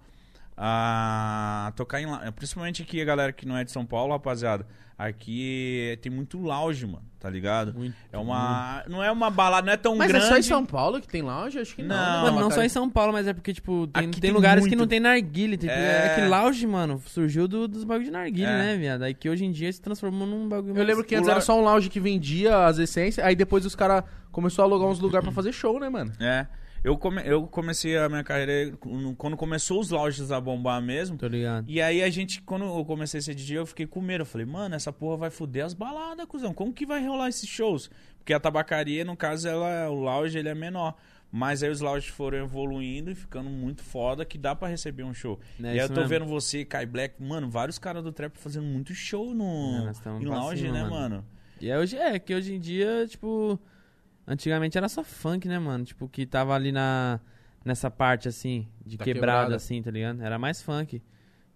[SPEAKER 1] a tocar em lounge. Principalmente aqui, a galera que não é de São Paulo, rapaziada. Aqui tem muito lounge, mano, tá ligado?
[SPEAKER 3] Muito.
[SPEAKER 1] É uma. Não é uma balada, não é tão
[SPEAKER 2] Mas
[SPEAKER 1] grande.
[SPEAKER 2] é só em São Paulo que tem lounge? Acho que não.
[SPEAKER 1] Não,
[SPEAKER 2] né?
[SPEAKER 3] Mano, não
[SPEAKER 2] Bacardi?
[SPEAKER 3] só em São Paulo, mas é porque, tipo, tem,
[SPEAKER 1] Aqui
[SPEAKER 3] tem
[SPEAKER 1] tem
[SPEAKER 3] lugares que
[SPEAKER 1] muito.
[SPEAKER 3] não tem narguile. Tipo,
[SPEAKER 1] É.
[SPEAKER 3] é... que lounge, mano, surgiu do- dos bagulhos de narguile,
[SPEAKER 1] É.
[SPEAKER 3] né, viado? Aí que hoje em dia se transformou num bagulho
[SPEAKER 2] tá Eu lembro que antes
[SPEAKER 1] O
[SPEAKER 2] era
[SPEAKER 1] lou-
[SPEAKER 2] só um lounge que vendia as essências, aí depois os caras começou a alugar uns lugares pra fazer show, né, mano?
[SPEAKER 1] É. Eu, come- eu comecei a minha carreira com- quando começou os lounges a bombar mesmo.
[SPEAKER 3] Tô tá ligado.
[SPEAKER 1] E aí a gente, quando eu comecei a ser DJ, eu fiquei com medo. Eu falei, mano, essa porra vai foder as baladas, cuzão. Como que vai rolar esses shows? Porque a tabacaria, no caso, ela, o lounge ele é menor. Mas aí os lounges foram evoluindo e ficando muito foda que dá pra receber um show.
[SPEAKER 3] É
[SPEAKER 1] e aí eu
[SPEAKER 3] isso
[SPEAKER 1] tô
[SPEAKER 3] mesmo.
[SPEAKER 1] vendo você, Kai Black, mano, vários caras do trap fazendo muito show
[SPEAKER 3] É,
[SPEAKER 1] no
[SPEAKER 3] nós tamo
[SPEAKER 1] em
[SPEAKER 3] pra
[SPEAKER 1] lounge,
[SPEAKER 3] cima,
[SPEAKER 1] né,
[SPEAKER 3] mano.
[SPEAKER 1] mano?
[SPEAKER 3] E é, hoje, é que hoje em dia, tipo. Antigamente era só funk, né, mano? Tipo, que tava ali na. Nessa parte, assim, de
[SPEAKER 2] Da
[SPEAKER 3] quebrada,
[SPEAKER 2] quebrada.
[SPEAKER 3] assim, tá ligado? Era mais funk.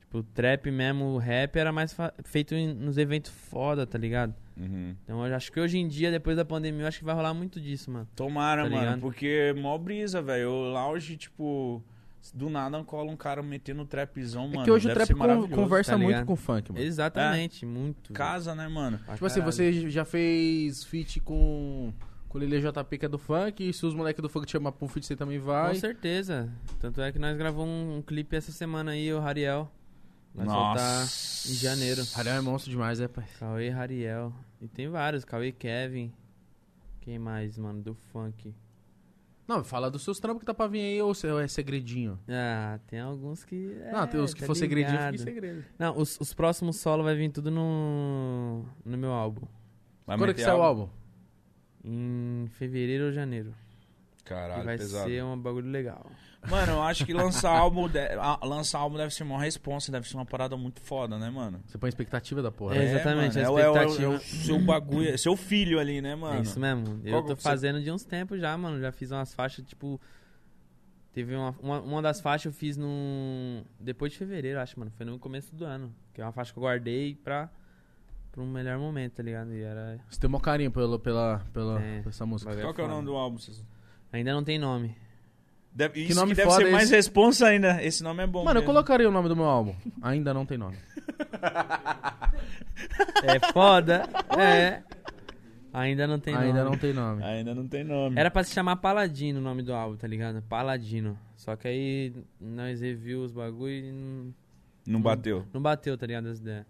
[SPEAKER 3] Tipo, trap mesmo, o rap era mais fa- feito em- nos eventos foda, tá ligado?
[SPEAKER 1] Uhum.
[SPEAKER 3] Então eu acho que hoje em dia, depois da pandemia, eu acho que vai rolar muito disso, mano.
[SPEAKER 1] Tomara,
[SPEAKER 3] Tá
[SPEAKER 1] mano,
[SPEAKER 3] ligado?
[SPEAKER 1] porque é mó brisa, velho. O lounge, tipo, do nada cola um cara metendo trapzão, mano.
[SPEAKER 2] é que hoje o
[SPEAKER 1] Deve
[SPEAKER 2] trap
[SPEAKER 1] ser
[SPEAKER 2] con-
[SPEAKER 1] maravilhoso.
[SPEAKER 2] conversa
[SPEAKER 3] tá
[SPEAKER 2] muito
[SPEAKER 3] ligado?
[SPEAKER 2] com o funk,
[SPEAKER 1] É.
[SPEAKER 2] mano.
[SPEAKER 3] Exatamente, muito.
[SPEAKER 1] Casa, né, mano?
[SPEAKER 3] pra
[SPEAKER 2] tipo assim,
[SPEAKER 3] caralho.
[SPEAKER 2] você já fez feat com, com o Lele JP, que é do funk, e se os moleques do funk te chamar pra um feat, você também vai.
[SPEAKER 3] Com certeza. Tanto é que nós gravamos um, um clipe essa semana aí, o Rariel. Vai soltar em janeiro.
[SPEAKER 2] Rariel é monstro demais, é, pai.
[SPEAKER 3] Cauê e Rariel. E tem vários, Cauê e Kevin. Quem mais, mano, do funk?
[SPEAKER 2] Não, fala dos seus trampos que tá pra vir aí, ou se- ou é segredinho?
[SPEAKER 3] Ah, tem alguns que.
[SPEAKER 2] não, tem os que for segredinho, fica em
[SPEAKER 3] segredo.
[SPEAKER 2] É, tá segredo.
[SPEAKER 3] Não, os, os próximos solo vai vir tudo no. no meu álbum. é
[SPEAKER 1] Vai
[SPEAKER 2] Quando é
[SPEAKER 1] meter
[SPEAKER 2] que sai o
[SPEAKER 1] algo?
[SPEAKER 2] álbum?
[SPEAKER 3] Em fevereiro ou janeiro. E
[SPEAKER 1] Caralho,
[SPEAKER 3] vai
[SPEAKER 1] pesado.
[SPEAKER 3] ser um bagulho legal.
[SPEAKER 1] Mano, eu acho que
[SPEAKER 3] [laughs]
[SPEAKER 1] lançar álbum, de- a- lançar álbum deve ser uma responsa, deve ser uma parada muito foda, né, mano?
[SPEAKER 2] Você põe expectativa da porra.
[SPEAKER 3] É,
[SPEAKER 2] né?
[SPEAKER 3] exatamente,
[SPEAKER 1] mano,
[SPEAKER 3] a
[SPEAKER 1] é o- é o-
[SPEAKER 3] expectativa.
[SPEAKER 1] É, o seu bagulho, é seu filho ali, né, mano?
[SPEAKER 3] É isso mesmo.
[SPEAKER 1] Qual
[SPEAKER 3] Eu
[SPEAKER 1] que
[SPEAKER 3] tô
[SPEAKER 1] você-
[SPEAKER 3] fazendo de uns tempos já, mano. Já fiz umas faixas, tipo. Teve uma, uma, uma das faixas eu fiz no. Depois de fevereiro, acho, mano. Foi no começo do ano. Que é uma faixa que eu guardei pra. pra um melhor momento, tá ligado? E era.
[SPEAKER 2] Você tem maior carinho pelo, pela, pela,
[SPEAKER 3] É.
[SPEAKER 2] por essa música.
[SPEAKER 3] Bagulho
[SPEAKER 1] Qual que é o
[SPEAKER 3] foda.
[SPEAKER 1] nome do álbum? vocês-
[SPEAKER 3] Ainda não tem nome.
[SPEAKER 1] Deve, isso que
[SPEAKER 2] nome
[SPEAKER 1] deve
[SPEAKER 2] foda
[SPEAKER 1] ser
[SPEAKER 2] é
[SPEAKER 1] mais
[SPEAKER 2] esse?
[SPEAKER 1] responsa ainda. Esse nome é bom.
[SPEAKER 2] Mano, eu
[SPEAKER 1] mesmo.
[SPEAKER 2] colocaria o nome do meu álbum. Ainda não tem nome. [laughs]
[SPEAKER 3] É foda. é. Ainda não tem
[SPEAKER 2] Ainda
[SPEAKER 3] nome.
[SPEAKER 2] não tem nome.
[SPEAKER 1] Ainda não tem nome.
[SPEAKER 3] Era pra se chamar Paladino o nome do álbum, tá ligado? Paladino. Só que aí nós review os bagulho e não,
[SPEAKER 1] Não bateu.
[SPEAKER 3] não bateu, tá ligado? As ideias.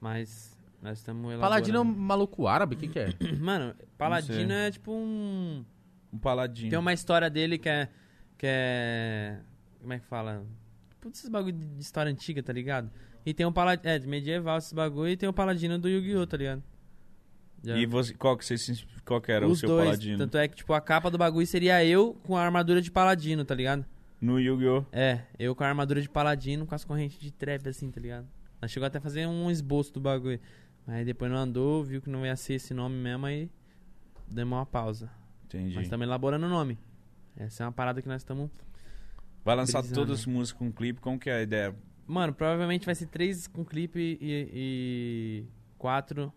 [SPEAKER 3] Mas nós estamos
[SPEAKER 2] Paladino é um maluco árabe? O que, que é?
[SPEAKER 3] Mano, Paladino
[SPEAKER 1] sei.
[SPEAKER 3] é tipo um.
[SPEAKER 1] Um paladinho.
[SPEAKER 3] Tem uma história dele que é. Que é. Como é que fala? Putz, esses bagulho de de história antiga, tá ligado? E tem um paladino. É, de medieval, esses bagulho. E tem o paladino do Yu-Gi-Oh, tá ligado? Já-
[SPEAKER 1] E você, qual que, você, se insp- qual que era
[SPEAKER 3] Os
[SPEAKER 1] o seu
[SPEAKER 3] dois.
[SPEAKER 1] paladino?
[SPEAKER 3] Tanto é que, tipo, a capa do bagulho seria eu com a armadura de paladino, tá ligado?
[SPEAKER 1] No Yu-Gi-Oh!
[SPEAKER 3] É, eu com a armadura de paladino, com as correntes de trap, assim, tá ligado? Nós chegou até a fazer um esboço do bagulho. Mas depois não andou, viu que não ia ser esse nome mesmo, aí demos uma pausa.
[SPEAKER 1] Entendi.
[SPEAKER 3] Mas tá estamos elaborando o nome. Essa é uma parada que nós estamos.
[SPEAKER 1] Vai lançar
[SPEAKER 3] Brisando.
[SPEAKER 1] todas as músicas com clipe, como que é a ideia?
[SPEAKER 3] Mano, provavelmente vai ser três com clipe e, e quatro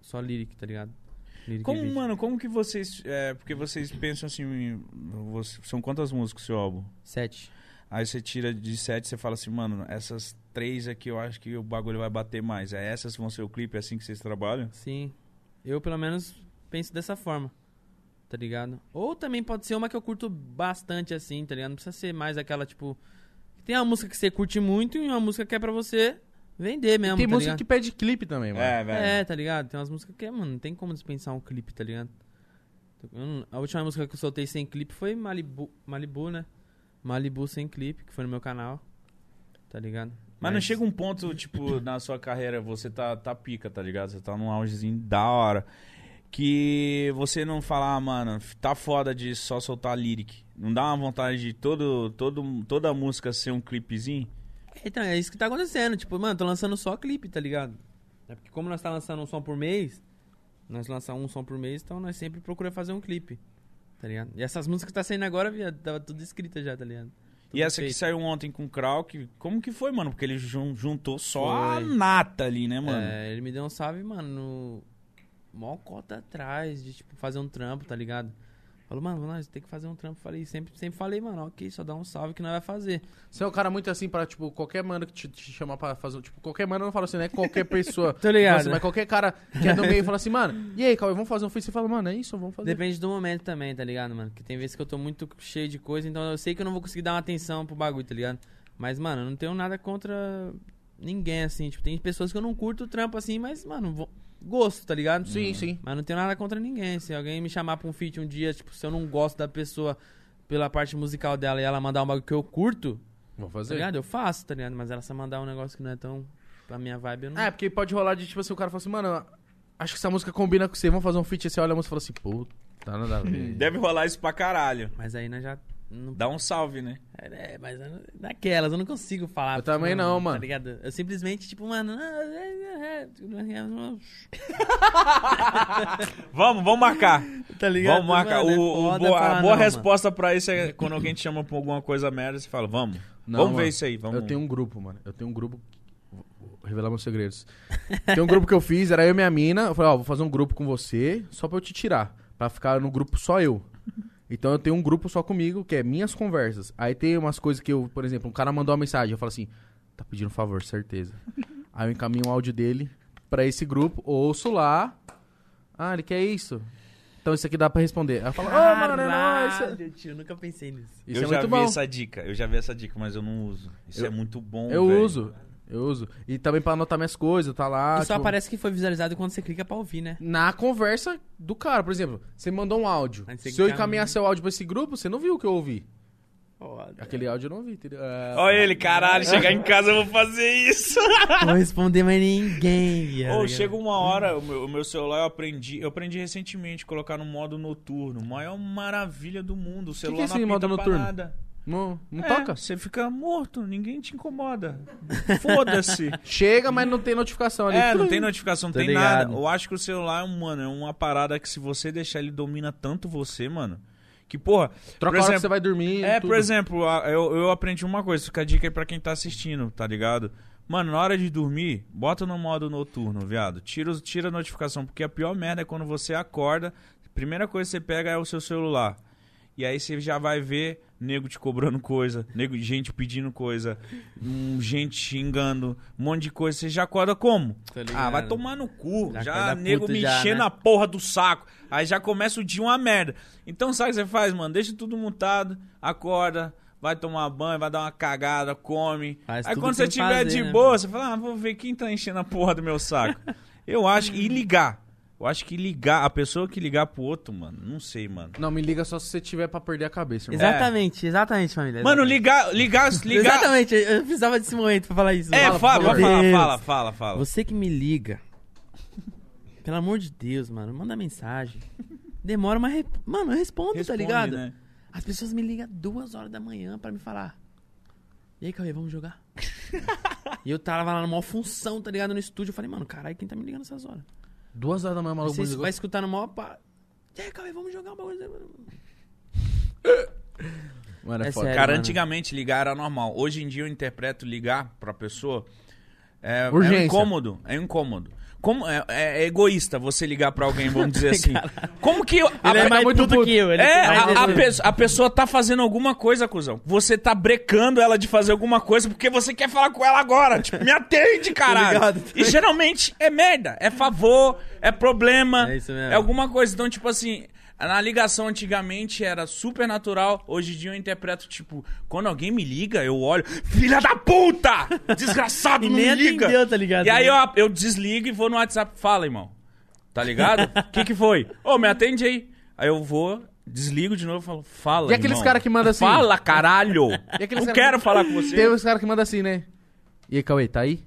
[SPEAKER 3] só lyric, tá ligado? Lyric e
[SPEAKER 1] Como,
[SPEAKER 3] beat.
[SPEAKER 1] mano, como que é vocês. é, porque vocês pensam assim. em- você- são quantas músicas o seu álbum?
[SPEAKER 3] Sete.
[SPEAKER 1] Aí você tira de sete e você fala assim, mano, essas três aqui eu acho que o bagulho vai bater mais. É essas vão ser o clipe, é assim que vocês trabalham?
[SPEAKER 3] Sim. Eu, pelo menos, penso dessa forma. Tá ligado? Ou também pode ser uma que eu curto bastante, assim, tá ligado? Não precisa ser mais aquela, tipo. Tem uma música que você curte muito e uma música que é pra você vender mesmo.
[SPEAKER 2] tem
[SPEAKER 3] tá
[SPEAKER 2] música
[SPEAKER 3] ligado?
[SPEAKER 2] que pede clipe também, mano.
[SPEAKER 1] É, velho.
[SPEAKER 3] É, tá ligado? Tem umas músicas que, mano, não tem como dispensar um clipe, tá ligado? Eu não- A última música que eu soltei sem clipe foi Malibu, Malibu né? Malibu sem clipe, que foi no meu canal. Tá ligado?
[SPEAKER 1] Mas não chega um ponto, [laughs] tipo, na sua carreira, você tá, tá pica, tá ligado? Você tá num augezinho da hora. Que você não fala, ah, mano, tá foda de só soltar lyric. Não dá uma vontade de todo, todo, toda música ser um clipezinho?
[SPEAKER 3] Então, é isso que tá acontecendo. Tipo, mano, tô lançando só clipe, tá ligado? É porque como nós tá lançando um som por mês, nós lançamos um som por mês, então nós sempre procuramos fazer um clipe. Tá ligado? E essas músicas que tá saindo agora, viado, tava tudo escrita já, tá ligado?
[SPEAKER 1] E essa que
[SPEAKER 3] aqui
[SPEAKER 1] saiu ontem com o Krauk, como que foi, mano? Porque ele jun- juntou só a
[SPEAKER 3] Foi.
[SPEAKER 1] nata ali, né, mano?
[SPEAKER 3] É, ele me deu um salve, mano, no... Mó cota atrás de, tipo, fazer um trampo, tá ligado? Falou, mano, nós tem que fazer um trampo. Falei, sempre, sempre falei, mano, ok, só dá um salve que nós vai fazer.
[SPEAKER 2] Você é um cara muito assim pra, tipo, qualquer mano que te, te chamar pra fazer. Tipo, qualquer mano, eu não falo assim, não é
[SPEAKER 3] [laughs]
[SPEAKER 2] qualquer pessoa.
[SPEAKER 3] Tô ligado.
[SPEAKER 2] Nossa, mas qualquer cara que é do meio fala assim, mano, e aí, Cauê, vamos fazer um feat? Você fala, mano, é isso, vamos fazer.
[SPEAKER 3] Depende do momento também, tá ligado, mano? Que tem vezes que eu tô muito cheio de coisa, então eu sei que eu não vou conseguir dar uma atenção pro bagulho, tá ligado? Mas, mano, eu não tenho nada contra ninguém, assim. Tipo, tem pessoas que eu não curto o trampo, assim, mas, mano, vou- gosto, tá ligado?
[SPEAKER 2] Sim, sim.
[SPEAKER 3] Mas não tenho nada contra ninguém. Se alguém me chamar pra um feat um dia, tipo, se eu não gosto da pessoa pela parte musical dela e ela mandar um bagulho que eu curto,
[SPEAKER 2] Vamos
[SPEAKER 3] tá
[SPEAKER 2] fazer.
[SPEAKER 3] ligado? Eu faço, tá ligado? Mas ela se mandar um negócio que não é tão. Pra minha vibe, eu não.
[SPEAKER 2] É, porque pode rolar de, tipo assim, o cara fala assim, mano, acho que essa música combina com você, vamos fazer um feat. Aí você olha a música e fala assim, puta, nada a
[SPEAKER 1] [laughs]
[SPEAKER 2] ver.
[SPEAKER 1] Deve rolar isso pra caralho.
[SPEAKER 3] Mas aí nós já. Não...
[SPEAKER 1] Dá um salve, né?
[SPEAKER 3] É, mas eu não- naquelas, eu não consigo falar.
[SPEAKER 2] Eu também
[SPEAKER 3] tipo,
[SPEAKER 2] não, mano.
[SPEAKER 3] Tá ligado? Eu simplesmente, tipo, mano. ah, é, é, é,
[SPEAKER 1] Vamos, vamos marcar.
[SPEAKER 3] Tá ligado?
[SPEAKER 1] Vamos marcar.
[SPEAKER 3] Mano, é
[SPEAKER 1] O- o
[SPEAKER 3] foda
[SPEAKER 1] boa-
[SPEAKER 3] falar
[SPEAKER 1] a boa
[SPEAKER 3] não, mano.
[SPEAKER 1] resposta pra isso é quando alguém te chama pra alguma coisa merda, você fala, vamos.
[SPEAKER 2] Não,
[SPEAKER 1] vamos
[SPEAKER 2] mano.
[SPEAKER 1] ver isso aí, vamos.
[SPEAKER 2] Eu tenho um grupo, mano. Eu tenho um grupo. Vou- vou Revelar meus segredos. [laughs] Tem um grupo que eu fiz, era eu e minha mina. Eu falei, ó, vou fazer um grupo com você, só pra eu te tirar. Pra ficar no grupo só eu. Então eu tenho um grupo só comigo, que é minhas conversas. Aí tem umas coisas que eu, por exemplo, um cara mandou uma mensagem, eu falo assim, tá pedindo um favor, certeza. Aí eu encaminho o áudio dele pra esse grupo, ouço lá. Ah, ele quer isso? Então isso aqui dá pra responder. Aí eu falo, ah, mano, é nóis. Isso
[SPEAKER 3] Caralho, tio, nunca pensei nisso.
[SPEAKER 1] eu
[SPEAKER 2] é
[SPEAKER 1] já
[SPEAKER 2] muito
[SPEAKER 1] vi
[SPEAKER 2] bom.
[SPEAKER 1] essa dica, eu já vi essa dica, mas eu não uso. Isso é muito bom.
[SPEAKER 2] Eu
[SPEAKER 1] velho.
[SPEAKER 2] uso, eu uso. E também pra anotar minhas coisas, tá lá.
[SPEAKER 3] e só
[SPEAKER 2] tipo,
[SPEAKER 3] aparece que foi visualizado quando você clica pra ouvir, né?
[SPEAKER 2] Na conversa do cara, por exemplo, você mandou um áudio.
[SPEAKER 3] Aí você
[SPEAKER 2] Se eu
[SPEAKER 3] encaminha.
[SPEAKER 1] né?
[SPEAKER 2] encaminhar seu áudio pra esse grupo, você não viu o que eu ouvi.
[SPEAKER 3] Foda.
[SPEAKER 2] Aquele áudio eu não ouvi, entendeu? É,
[SPEAKER 1] Olha ele, caralho, chegar em casa eu vou fazer isso.
[SPEAKER 3] Não responder mais ninguém,
[SPEAKER 2] Tá
[SPEAKER 3] viado.
[SPEAKER 1] Ou chega uma hora, o
[SPEAKER 2] Uhum.
[SPEAKER 1] meu, o meu celular eu aprendi, eu aprendi recentemente colocar no modo noturno. Maior maravilha do mundo. O celular
[SPEAKER 2] é esse
[SPEAKER 1] não apita
[SPEAKER 2] modo
[SPEAKER 1] pra
[SPEAKER 2] noturno?
[SPEAKER 1] nada.
[SPEAKER 2] Não, não
[SPEAKER 1] É,
[SPEAKER 2] toca.
[SPEAKER 1] Você fica morto, ninguém te incomoda. [laughs] Foda-se.
[SPEAKER 2] Chega, mas não tem notificação ali.
[SPEAKER 1] É, não tem notificação, não
[SPEAKER 3] Tô
[SPEAKER 1] tem
[SPEAKER 3] ligado.
[SPEAKER 1] nada. Eu acho que o celular, mano, é uma parada que se você deixar, ele domina tanto você, mano. Que, porra.
[SPEAKER 2] Troca
[SPEAKER 1] por
[SPEAKER 2] a hora
[SPEAKER 1] exemplo,
[SPEAKER 2] que você vai dormir.
[SPEAKER 1] É,
[SPEAKER 2] tudo.
[SPEAKER 1] por exemplo, a- eu, eu aprendi uma coisa, fica a dica aí pra quem tá assistindo, tá ligado? Mano, na hora de dormir, bota no modo noturno, viado. Tira, os- tira a notificação, porque a pior merda é quando você acorda, a primeira coisa que você pega é o seu celular. E aí você já vai ver nego te cobrando coisa, nego, gente pedindo coisa, hum, gente xingando, um monte de coisa. Você já acorda como?
[SPEAKER 3] Tô ligado.
[SPEAKER 1] Ah, vai tomar no cu.
[SPEAKER 3] Já
[SPEAKER 1] Já,
[SPEAKER 3] acorda
[SPEAKER 1] nego
[SPEAKER 3] puto
[SPEAKER 1] me
[SPEAKER 3] já,
[SPEAKER 1] enchendo
[SPEAKER 3] né?
[SPEAKER 1] a porra do saco. Aí já começa o dia uma merda. Então sabe o que você faz, mano? Deixa tudo mutado, acorda, vai tomar banho, vai dar uma cagada, come.
[SPEAKER 3] Faz
[SPEAKER 1] Aí
[SPEAKER 3] tudo
[SPEAKER 1] quando
[SPEAKER 3] sem
[SPEAKER 1] você tiver
[SPEAKER 3] fazer,
[SPEAKER 1] de
[SPEAKER 3] né,
[SPEAKER 1] boa, você fala, ah, vou ver quem tá enchendo a porra do meu
[SPEAKER 3] [laughs]
[SPEAKER 1] saco. Eu acho que. E ligar. Eu acho que ligar, a pessoa que ligar pro outro, mano, não sei, mano.
[SPEAKER 2] Não, me liga só se você tiver pra perder a cabeça, irmão.
[SPEAKER 3] Exatamente, exatamente, família.
[SPEAKER 1] Mano,
[SPEAKER 3] exatamente.
[SPEAKER 1] ligar, ligar, ligar.
[SPEAKER 3] [laughs] Exatamente, eu precisava desse momento pra falar isso.
[SPEAKER 1] É,
[SPEAKER 3] Fala,
[SPEAKER 1] fala,
[SPEAKER 3] por
[SPEAKER 1] fala,
[SPEAKER 3] Deus.
[SPEAKER 1] fala, fala, fala, fala.
[SPEAKER 3] Você que me liga. Pelo amor de Deus, mano, manda mensagem. Demora, mas. re- Mano, eu respondo, tá
[SPEAKER 1] Responde,
[SPEAKER 3] ligado?
[SPEAKER 1] né?
[SPEAKER 3] As pessoas me ligam duas horas da manhã pra me falar. E aí, Cauê, vamos jogar? e eu tava lá na maior função, tá ligado? No estúdio. Eu falei, mano, caralho, quem tá me ligando essas horas?
[SPEAKER 2] Duas horas da manhã,
[SPEAKER 3] Aí
[SPEAKER 2] maluco.
[SPEAKER 3] Você
[SPEAKER 2] me
[SPEAKER 3] es-
[SPEAKER 2] ligou.
[SPEAKER 3] vai escutar no maior pá. E aí, Cauê, vamos jogar um bagulho.
[SPEAKER 2] Mano, é,
[SPEAKER 3] É
[SPEAKER 2] foda.
[SPEAKER 3] sério.
[SPEAKER 1] Cara,
[SPEAKER 3] mano.
[SPEAKER 1] antigamente ligar era normal. Hoje em dia eu interpreto ligar pra pessoa. É, é um
[SPEAKER 2] Urgência.
[SPEAKER 1] incômodo. É um incômodo. Como, é, é- é egoísta você ligar pra alguém, vamos
[SPEAKER 3] [laughs]
[SPEAKER 1] dizer assim. Como que. eu- a-
[SPEAKER 3] Ele é mais
[SPEAKER 2] muito
[SPEAKER 3] puto
[SPEAKER 2] puto.
[SPEAKER 3] que eu. Ele
[SPEAKER 1] É, a,
[SPEAKER 3] mais-
[SPEAKER 1] a pe- a pessoa tá fazendo alguma coisa, cuzão. Você tá brecando ela de fazer alguma coisa porque você quer falar com ela
[SPEAKER 3] [laughs]
[SPEAKER 1] agora. Tipo, me atende, caralho.
[SPEAKER 3] Tá ligado?
[SPEAKER 1] E geralmente é merda. É favor, é problema.
[SPEAKER 3] É isso mesmo.
[SPEAKER 1] alguma coisa. Então, tipo assim, na ligação antigamente era super natural. Hoje em dia eu interpreto, tipo, quando alguém me liga, eu olho. Filha da puta! Desgraçado,
[SPEAKER 3] [laughs] E
[SPEAKER 1] não
[SPEAKER 3] nem
[SPEAKER 1] me liga.
[SPEAKER 3] atendeu, tá ligado?
[SPEAKER 1] E aí eu, eu desligo e vou no WhatsApp. Fala, irmão. Tá ligado? [laughs] O que, que foi? Ô, me atende aí. Aí eu vou, desligo de novo e falo, fala.
[SPEAKER 2] E aqueles
[SPEAKER 1] irmão.
[SPEAKER 2] cara que manda assim?
[SPEAKER 1] Fala, caralho!
[SPEAKER 2] E aqueles
[SPEAKER 1] Não
[SPEAKER 2] cara-
[SPEAKER 1] quero falar com você.
[SPEAKER 2] Tem os caras que mandam assim, né? E aí, Cauê, tá
[SPEAKER 1] [laughs]
[SPEAKER 2] aí?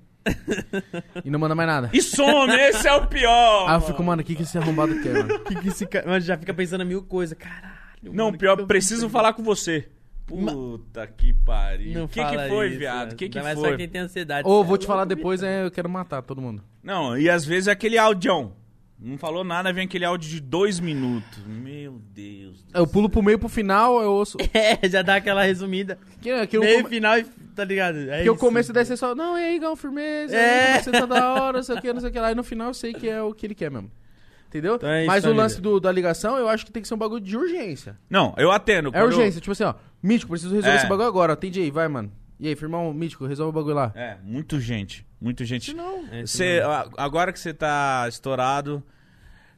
[SPEAKER 2] e não manda mais nada.
[SPEAKER 1] E some, esse é o pior!
[SPEAKER 2] Ah, eu
[SPEAKER 1] mano.
[SPEAKER 2] fico, mano, o que, que esse arrombado quer, mano?
[SPEAKER 3] Que que esse cara- Mano, já fica pensando em mil coisas. Caralho.
[SPEAKER 1] Não,
[SPEAKER 3] mano, que
[SPEAKER 1] pior,
[SPEAKER 3] eu-
[SPEAKER 1] preciso falar com você. Puta que pariu.
[SPEAKER 3] Não
[SPEAKER 1] O que, que
[SPEAKER 3] fala
[SPEAKER 1] foi,
[SPEAKER 3] isso,
[SPEAKER 1] viado?
[SPEAKER 3] mano.
[SPEAKER 1] O que, que
[SPEAKER 3] Ainda mais
[SPEAKER 1] foi?
[SPEAKER 3] pra quem tem ansiedade.
[SPEAKER 2] Ou
[SPEAKER 3] Cê
[SPEAKER 2] vou
[SPEAKER 3] é
[SPEAKER 2] te falar
[SPEAKER 3] louco,
[SPEAKER 2] depois, é, eu quero matar todo mundo.
[SPEAKER 1] Não, e às vezes é aquele áudio. Não falou nada, vem aquele áudio de dois minutos. Meu Deus.
[SPEAKER 2] Eu pulo pro meio pro final, eu [laughs] ouço.
[SPEAKER 3] [laughs] É, já dá aquela resumida.
[SPEAKER 2] Que, que, eu,
[SPEAKER 3] Meio
[SPEAKER 2] come-
[SPEAKER 3] final, e- tá ligado? É
[SPEAKER 2] que eu
[SPEAKER 3] isso.
[SPEAKER 2] começo deve ser só, não, e aí, Gão, firmeza,
[SPEAKER 3] É.
[SPEAKER 2] é. você tá da hora, não sei o que, não sei o que lá. E no final eu sei que é o que ele quer mesmo. Entendeu?
[SPEAKER 3] Então é isso,
[SPEAKER 2] Mas o
[SPEAKER 3] família.
[SPEAKER 2] lance do- da ligação, eu acho que tem que ser um bagulho de urgência.
[SPEAKER 1] Não, eu atendo.
[SPEAKER 2] É
[SPEAKER 1] quando eu-
[SPEAKER 2] urgência, tipo assim, ó, Mítico, preciso resolver
[SPEAKER 1] É.
[SPEAKER 2] esse bagulho agora, atende aí, vai, mano. E aí, firmão, Mítico, resolve o bagulho lá.
[SPEAKER 1] É, muito gente. Muito gente.
[SPEAKER 2] Não.
[SPEAKER 3] É isso
[SPEAKER 1] Você, a- agora que você tá estourado,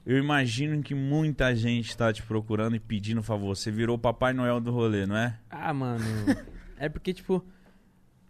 [SPEAKER 1] eu imagino que muita gente tá te procurando e pedindo favor. Você virou o Papai Noel do rolê, não é?
[SPEAKER 3] Ah, mano. é porque, tipo.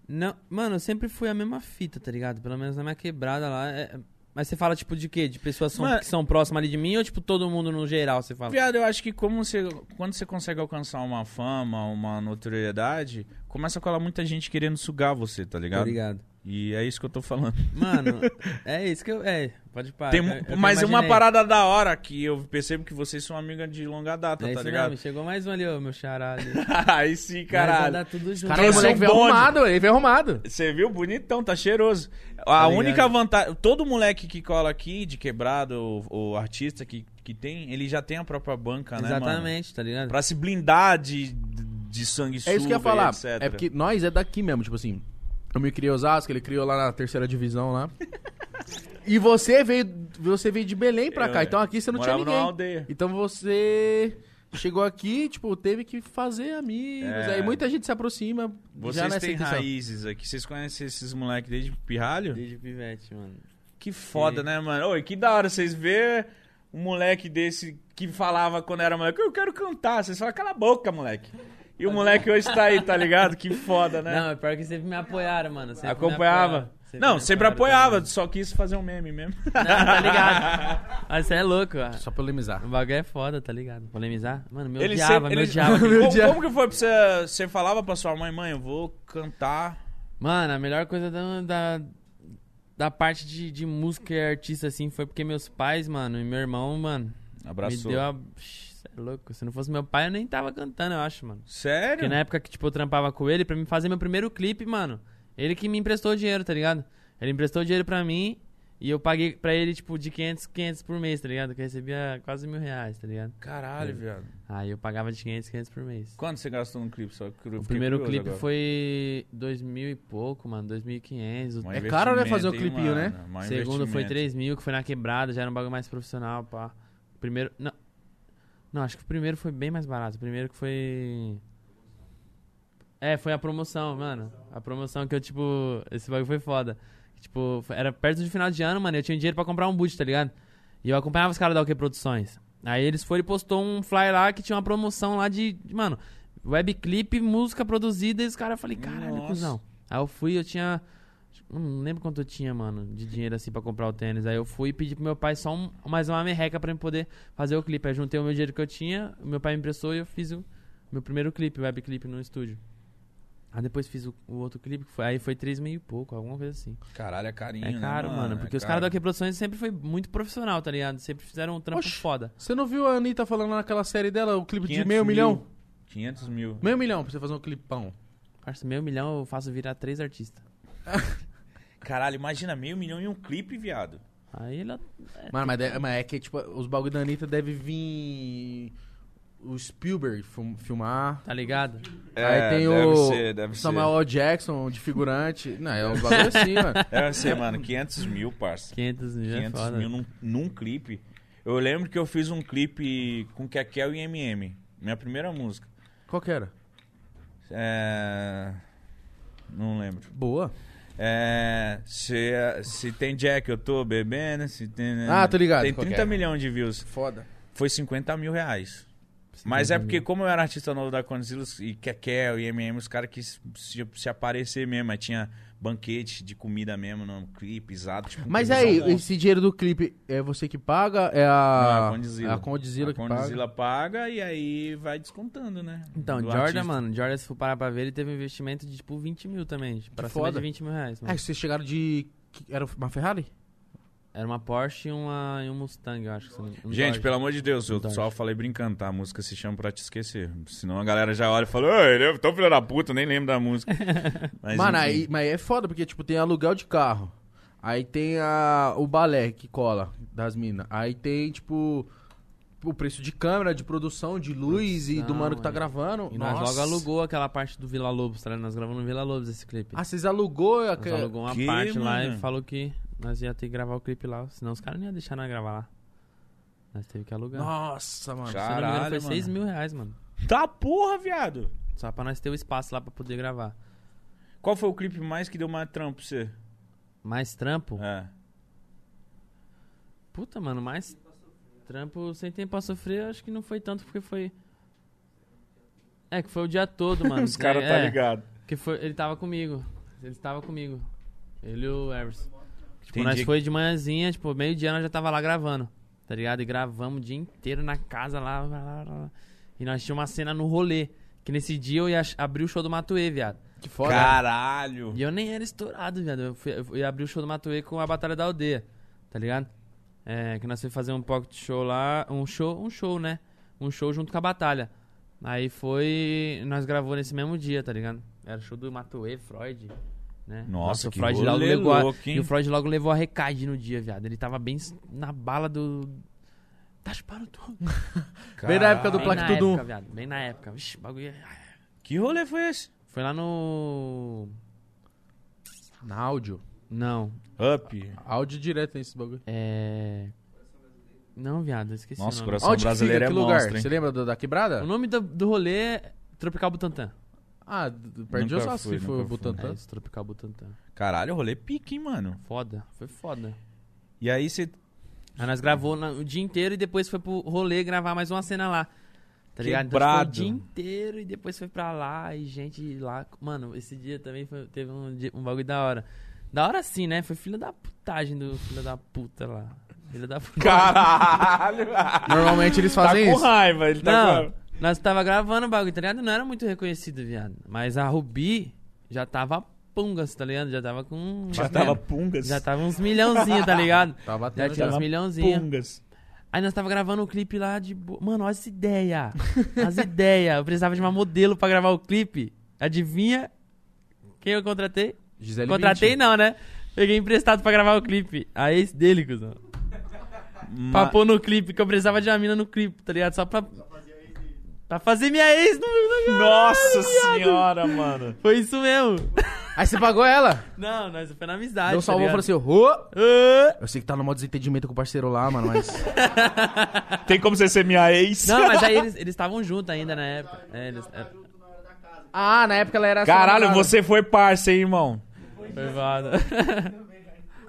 [SPEAKER 3] Não, mano, eu sempre fui a mesma fita, tá ligado? Pelo menos na minha quebrada lá. é- Mas você fala, tipo, de quê? De pessoas são-
[SPEAKER 1] Mano-
[SPEAKER 3] que são próximas ali de mim ou, tipo, todo mundo no geral, você fala?
[SPEAKER 1] Viado, eu acho que como você, quando você consegue alcançar uma fama, uma notoriedade, começa a colar muita gente querendo sugar você, tá ligado?
[SPEAKER 3] Obrigado.
[SPEAKER 1] E é isso que eu tô falando.
[SPEAKER 3] Mano, é isso que eu. É, pode parar.
[SPEAKER 1] Tem,
[SPEAKER 3] eu-
[SPEAKER 1] mu-
[SPEAKER 3] eu que
[SPEAKER 1] mas uma
[SPEAKER 3] imaginei.
[SPEAKER 1] parada da hora que eu percebo que vocês são amiga de longa data,
[SPEAKER 3] É
[SPEAKER 1] tá
[SPEAKER 3] isso
[SPEAKER 1] ligado?
[SPEAKER 3] mesmo, chegou mais um ali, ô, meu chará. ali.
[SPEAKER 1] [laughs] Aí sim,
[SPEAKER 3] Vai
[SPEAKER 1] caralho.
[SPEAKER 3] dar tudo junto.
[SPEAKER 2] Cara, o
[SPEAKER 1] Trouxe
[SPEAKER 2] moleque
[SPEAKER 1] um
[SPEAKER 2] veio
[SPEAKER 1] bonde.
[SPEAKER 2] arrumado, ele veio arrumado.
[SPEAKER 1] Você viu? Bonitão, tá cheiroso. A
[SPEAKER 3] Tá ligado?
[SPEAKER 1] única vantagem. Todo moleque que cola aqui, de quebrado, ou, ou artista que, que tem, ele já tem a própria banca, né? Mano?
[SPEAKER 3] Exatamente, tá ligado?
[SPEAKER 1] Pra se blindar de, de sangue
[SPEAKER 2] É isso que eu
[SPEAKER 1] suga e
[SPEAKER 2] ia falar.
[SPEAKER 1] etc.
[SPEAKER 2] É porque nós é daqui mesmo, tipo assim. Eu me criei Osasco, ele criou lá na terceira
[SPEAKER 1] [laughs]
[SPEAKER 2] divisão lá. e você veio, você veio de Belém pra cá,
[SPEAKER 1] Eu é.
[SPEAKER 2] então aqui você não tinha
[SPEAKER 1] morava
[SPEAKER 2] ninguém.
[SPEAKER 1] numa aldeia.
[SPEAKER 2] Então você chegou aqui, tipo, teve que fazer amigos.
[SPEAKER 1] É.
[SPEAKER 2] Aí muita gente se aproxima já
[SPEAKER 1] Vocês
[SPEAKER 2] nessa
[SPEAKER 1] têm
[SPEAKER 2] intenção.
[SPEAKER 1] raízes aqui. Vocês conhecem esses moleques desde pirralho?
[SPEAKER 3] Desde pivete, mano.
[SPEAKER 1] Que foda,
[SPEAKER 3] Sim.
[SPEAKER 1] né, mano? Oi, que da hora vocês ver um moleque desse que falava quando era moleque, eu quero cantar. Vocês falam, cala a boca, moleque. E o moleque hoje tá aí, tá ligado? Que foda,
[SPEAKER 2] [laughs]
[SPEAKER 1] né?
[SPEAKER 3] Não, é pior que sempre me apoiaram, mano. Sempre me
[SPEAKER 1] Acompanhava?
[SPEAKER 3] apoiaram.
[SPEAKER 1] não,
[SPEAKER 3] me
[SPEAKER 1] sempre
[SPEAKER 3] apoiaram
[SPEAKER 1] apoiava, só quis fazer um meme mesmo.
[SPEAKER 3] também. Não, [laughs]
[SPEAKER 1] [laughs]
[SPEAKER 3] tá ligado? Mas você é louco, ó.
[SPEAKER 2] Só polemizar.
[SPEAKER 3] O bagulho é foda, tá ligado? Polemizar? Mano, me
[SPEAKER 1] Ele
[SPEAKER 3] odiava,
[SPEAKER 1] sempre-
[SPEAKER 3] me
[SPEAKER 1] ele- [laughs]
[SPEAKER 3] odiava.
[SPEAKER 1] Como,
[SPEAKER 2] odiava.
[SPEAKER 1] como que foi pra você? Você falava pra sua mãe, mãe, eu vou cantar.
[SPEAKER 3] Mano, a melhor coisa da, da, da parte de, de música e artista, assim, foi porque meus pais, mano, e meu irmão, mano,
[SPEAKER 1] Abraçou.
[SPEAKER 3] me deu a... Você é louco. Se não fosse meu pai, eu nem tava cantando, eu acho, mano. Porque
[SPEAKER 1] Sério?
[SPEAKER 3] na época que, tipo, eu trampava com ele, pra mim fazer meu primeiro clipe, mano, ele que me emprestou o dinheiro, tá ligado? Ele emprestou o dinheiro pra mim e eu paguei pra ele, tipo, de 500, 500 por mês, tá ligado? Que eu recebia quase mil reais, tá ligado?
[SPEAKER 1] Caralho, viado.
[SPEAKER 3] Aí eu pagava de 500, 500 por mês.
[SPEAKER 1] Quanto você gastou no clipe? Só que eu fiquei
[SPEAKER 3] O primeiro
[SPEAKER 1] curioso
[SPEAKER 3] clipe
[SPEAKER 1] agora.
[SPEAKER 3] foi dois mil e pouco, mano, 2.500. O
[SPEAKER 1] Mó
[SPEAKER 2] É caro, né, fazer o
[SPEAKER 1] investimento, hein,
[SPEAKER 2] clipinho, né?
[SPEAKER 1] mano? Mó
[SPEAKER 3] segundo foi
[SPEAKER 1] investimento.
[SPEAKER 3] 3 mil, que foi na quebrada, já era um bagulho mais profissional, pá. O Primeiro. Não. Não, acho que o primeiro foi bem mais barato. O primeiro que foi. É, foi a promoção, mano. A promoção que eu, tipo. Esse bagulho foi foda. Tipo, foi- era perto de final de ano, mano. e Eu tinha dinheiro pra comprar um boot, tá ligado? E eu acompanhava os caras da OK Produções. Aí eles foram e postou um flyer lá que tinha uma promoção lá de. de, Mano, webclip, música produzida. E os caras eu falei, caralho,
[SPEAKER 1] Nossa.
[SPEAKER 3] cuzão. Aí eu fui eu tinha. eu Não lembro quanto eu tinha, mano, de dinheiro assim pra comprar o tênis. Aí eu fui e pedi pro meu pai só um- mais uma merreca pra eu poder fazer o clipe. Aí juntei o meu dinheiro que eu tinha, o meu pai me emprestou e eu fiz o meu primeiro clipe, o webclip no estúdio. Aí depois fiz o, o outro clipe, que foi, aí foi três meio e pouco, alguma coisa assim.
[SPEAKER 1] Caralho, é carinho,
[SPEAKER 3] é
[SPEAKER 1] né,
[SPEAKER 3] caro, mano, porque
[SPEAKER 1] É
[SPEAKER 3] os caras da
[SPEAKER 1] caro.
[SPEAKER 3] OK Produções sempre foi muito profissional, tá ligado? Sempre fizeram um trampo
[SPEAKER 2] Oxi.
[SPEAKER 3] foda.
[SPEAKER 2] Você não viu a Anitta falando naquela série dela, o clipe de
[SPEAKER 1] 500
[SPEAKER 2] meio
[SPEAKER 1] mil.
[SPEAKER 2] milhão?
[SPEAKER 1] 500 mil.
[SPEAKER 2] Meio milhão pra você fazer um clipão.
[SPEAKER 3] Parça, meio milhão eu faço virar três artistas.
[SPEAKER 1] Caralho, imagina, meio milhão em um clipe, viado.
[SPEAKER 3] Aí ela.
[SPEAKER 2] Mano, mas, de- mas é que, tipo, os bagulho da Anitta deve vir o Spielberg fum- filmar.
[SPEAKER 3] Tá ligado?
[SPEAKER 1] É,
[SPEAKER 2] Aí tem o Samuel L. Jackson de figurante. Não, é um bagulho assim,
[SPEAKER 1] [laughs]
[SPEAKER 2] mano.
[SPEAKER 1] Deve ser, mano, 500 mil, parça.
[SPEAKER 3] 500 mil é
[SPEAKER 1] 500
[SPEAKER 3] foda.
[SPEAKER 1] mil num, num clipe. Eu lembro que eu fiz um clipe com Kekel e MM. Minha primeira música.
[SPEAKER 2] Qual que era?
[SPEAKER 1] É... Não lembro.
[SPEAKER 2] Boa.
[SPEAKER 1] É... Se, se tem Jack, eu tô bebendo. Se tem... né,
[SPEAKER 2] Ah, tô ligado,
[SPEAKER 1] Tem
[SPEAKER 2] qual que
[SPEAKER 1] 30
[SPEAKER 2] é.
[SPEAKER 1] milhões de views.
[SPEAKER 2] Foda.
[SPEAKER 1] Foi 50 mil reais. Mas é porque, como eu era artista novo da Conzilos e Kekel e MM, os caras quis se, se aparecer mesmo. Aí tinha banquete de comida mesmo no clipe, exato. Tipo,
[SPEAKER 2] Mas
[SPEAKER 1] coisa
[SPEAKER 2] aí,
[SPEAKER 1] boa.
[SPEAKER 2] esse dinheiro do clipe é você que paga? É a.
[SPEAKER 1] Não, a Condzilla.
[SPEAKER 2] é a Condzilla
[SPEAKER 1] A
[SPEAKER 2] que
[SPEAKER 1] Condzilla paga. e aí vai descontando, né?
[SPEAKER 3] Então,
[SPEAKER 1] Do
[SPEAKER 3] Jordan,
[SPEAKER 1] artista.
[SPEAKER 3] mano, Jordan, se for parar pra ver, ele teve um investimento de tipo 20 mil também. Tipo, pra cima
[SPEAKER 2] foda.
[SPEAKER 3] de 20 mil reais,
[SPEAKER 2] paga.
[SPEAKER 3] mano.
[SPEAKER 2] Ah, vocês chegaram de. que- Era uma Ferrari?
[SPEAKER 3] Era uma Porsche e, uma, e um Mustang, eu acho. se não- um
[SPEAKER 1] Gente,
[SPEAKER 3] Dodge.
[SPEAKER 1] pelo amor de Deus, eu
[SPEAKER 3] Verdade.
[SPEAKER 1] só falei brincando, tá? A música se chama Pra Te Esquecer. Senão a galera já olha e fala, "Ô, ele é tão filho da puta, nem lembro da
[SPEAKER 3] [laughs]
[SPEAKER 1] música. Mas,
[SPEAKER 2] Mano,
[SPEAKER 1] enfim.
[SPEAKER 2] aí, mas é foda, porque, tipo, tem aluguel de carro. Aí tem a, o balé que cola das minas. Aí tem, tipo, o preço de câmera, de produção, de luz e do
[SPEAKER 3] Produção,
[SPEAKER 2] mano que tá
[SPEAKER 3] é.
[SPEAKER 2] gravando.
[SPEAKER 3] E nós
[SPEAKER 2] Nossa.
[SPEAKER 3] logo alugou aquela parte do Vila Lobos, tá? ligado? Nós gravamos no Vila Lobos esse clipe.
[SPEAKER 2] Ah, vocês alugou? a-
[SPEAKER 3] nós alugou uma
[SPEAKER 1] que,
[SPEAKER 3] parte lá e
[SPEAKER 1] mano?
[SPEAKER 3] falou que nós ia ter que gravar o clipe lá, senão os caras não iam deixar nós gravar lá. Nós teve que
[SPEAKER 2] né?
[SPEAKER 3] alugar.
[SPEAKER 2] Nossa, mano.
[SPEAKER 1] Já.
[SPEAKER 3] Se eu não me engano,
[SPEAKER 1] Caralho,
[SPEAKER 3] foi
[SPEAKER 1] mano.
[SPEAKER 3] 6 mil reais, mano.
[SPEAKER 1] Tá porra, viado!
[SPEAKER 3] Só pra nós ter o espaço lá pra poder gravar.
[SPEAKER 1] Qual foi o clipe mais que deu mais trampo pra você?
[SPEAKER 3] Mais trampo?
[SPEAKER 1] É.
[SPEAKER 3] Puta, mano, mais trampo sem tempo a sofrer, eu acho que não foi tanto, porque foi... É, que foi o
[SPEAKER 1] [laughs]
[SPEAKER 3] dia todo, mano.
[SPEAKER 1] Os caras tá
[SPEAKER 3] É,
[SPEAKER 1] ligado.
[SPEAKER 3] Porque foi, ele tava comigo. Ele tava comigo. Ele e o Everson. Tipo,
[SPEAKER 1] Tem
[SPEAKER 3] nós
[SPEAKER 1] dia
[SPEAKER 3] foi de manhãzinha, tipo, meio-dia nós já tava lá gravando, tá ligado? E gravamos o dia inteiro na casa lá. lá, lá, lá. E nós tínhamos uma cena no rolê. Que nesse dia eu ia ach- abrir o show do Matuê, viado.
[SPEAKER 2] Que foda.
[SPEAKER 1] Caralho!
[SPEAKER 3] E eu nem era estourado, viado. Eu, fui, eu fui- eu abri o show do Matuê com a Batalha da Aldeia, tá ligado? É, que nós fomos fazer um pocket show lá, um show, um show, né? Um show junto com a Batalha. Aí foi, nós gravou nesse mesmo dia, tá ligado? Era o show do Matuê, Freud, né?
[SPEAKER 1] Nossa,
[SPEAKER 3] o
[SPEAKER 1] que
[SPEAKER 3] Freud
[SPEAKER 1] rolê
[SPEAKER 3] logo levou a-
[SPEAKER 1] louco, hein?
[SPEAKER 3] E o Freud logo levou a recaide no dia, viado. Ele tava bem s- na bala do... Tá chupando tudo.
[SPEAKER 2] Bem na época do
[SPEAKER 3] Bem na
[SPEAKER 2] Plaque um. Tudum.
[SPEAKER 3] época, viado. Bem na época. Vixe, bagulho... é-
[SPEAKER 1] Que rolê foi esse?
[SPEAKER 3] Foi lá no...
[SPEAKER 2] Na áudio.
[SPEAKER 3] Não,
[SPEAKER 1] Up.
[SPEAKER 2] Áudio direto nesse bagulho.
[SPEAKER 3] É. Não, viado, eu esqueci.
[SPEAKER 1] Nossa,
[SPEAKER 3] o
[SPEAKER 1] o
[SPEAKER 3] nome.
[SPEAKER 1] coração
[SPEAKER 2] Onde que fica?
[SPEAKER 1] brasileiro
[SPEAKER 2] Que
[SPEAKER 1] é
[SPEAKER 2] lugar?
[SPEAKER 1] monstro, hein?
[SPEAKER 2] Você lembra do- da quebrada?
[SPEAKER 3] O nome do, do rolê é Tropical Butantan.
[SPEAKER 2] Ah, do- do- perto de
[SPEAKER 1] Nunca
[SPEAKER 2] Osasco,
[SPEAKER 1] fui,
[SPEAKER 2] se tá? foi o
[SPEAKER 1] nunca fui.
[SPEAKER 2] Butantan.
[SPEAKER 3] É isso, Tropical Butantan.
[SPEAKER 1] Caralho, rolê pique, hein, mano?
[SPEAKER 3] Foda, foi foda.
[SPEAKER 1] E aí você...
[SPEAKER 3] Aí nós gravou na- o dia inteiro e depois foi pro rolê gravar mais uma cena lá. Tá ligado?
[SPEAKER 1] Quebrado.
[SPEAKER 3] foi o dia inteiro e depois foi pra lá e gente lá. Mano, esse dia também foi- teve um, dia- um bagulho da hora. Da hora sim, né? Foi filha da putagem do filho da puta lá. Filha da puta.
[SPEAKER 1] [laughs] Caralho!
[SPEAKER 2] Normalmente eles fazem
[SPEAKER 1] tá com
[SPEAKER 2] isso.
[SPEAKER 1] raiva, ele tá
[SPEAKER 3] Não, nós tava gravando o bagulho, tá ligado? Não era muito reconhecido, viado. Mas a Rubi já tava pungas, tá ligado? Já tava com.
[SPEAKER 1] com... Já tava pungas.
[SPEAKER 3] Já tá tava uns milhãozinhos, tá ligado?
[SPEAKER 2] Tá
[SPEAKER 3] Já
[SPEAKER 2] batendo
[SPEAKER 3] tinha
[SPEAKER 2] já.
[SPEAKER 3] uns
[SPEAKER 1] Tava
[SPEAKER 3] milhãozinhos.
[SPEAKER 1] pungas.
[SPEAKER 3] Aí nós tava gravando um clipe lá de. bo- Mano, olha essa ideia.
[SPEAKER 1] [laughs]
[SPEAKER 3] As ideias. Eu precisava de uma modelo pra gravar o clipe. Adivinha quem eu contratei?
[SPEAKER 2] Gisele
[SPEAKER 3] contratei
[SPEAKER 2] Bündchen.
[SPEAKER 3] não, né? Peguei emprestado pra gravar o clipe. A ex dele, cuzão.
[SPEAKER 1] Ma-
[SPEAKER 3] Pra pôr no clipe, que eu precisava de uma mina no clipe, tá ligado? Só pra. Pra fazer minha ex no.
[SPEAKER 1] [laughs]
[SPEAKER 3] no-
[SPEAKER 1] Nossa senhora, mano.
[SPEAKER 3] Foi isso mesmo.
[SPEAKER 2] Aí você pagou ela.
[SPEAKER 3] Não, nós foi na amizade.
[SPEAKER 2] Não
[SPEAKER 3] tá
[SPEAKER 2] salvou e falou
[SPEAKER 3] ligado?
[SPEAKER 2] assim, ô.
[SPEAKER 1] Ah,
[SPEAKER 2] Eu sei que tá no modo desentendimento com o parceiro lá, mano,
[SPEAKER 3] [laughs]
[SPEAKER 2] mas.
[SPEAKER 1] Tem como você ser minha ex?
[SPEAKER 2] assim,
[SPEAKER 3] Não, mas aí eles eles estavam juntos ainda na época. É, eles- é,
[SPEAKER 2] Ah, na época ela era.
[SPEAKER 1] [laughs]
[SPEAKER 2] sua
[SPEAKER 1] Caralho,
[SPEAKER 2] namorada.
[SPEAKER 1] você foi parça, hein, irmão?
[SPEAKER 3] Foi foda. [laughs]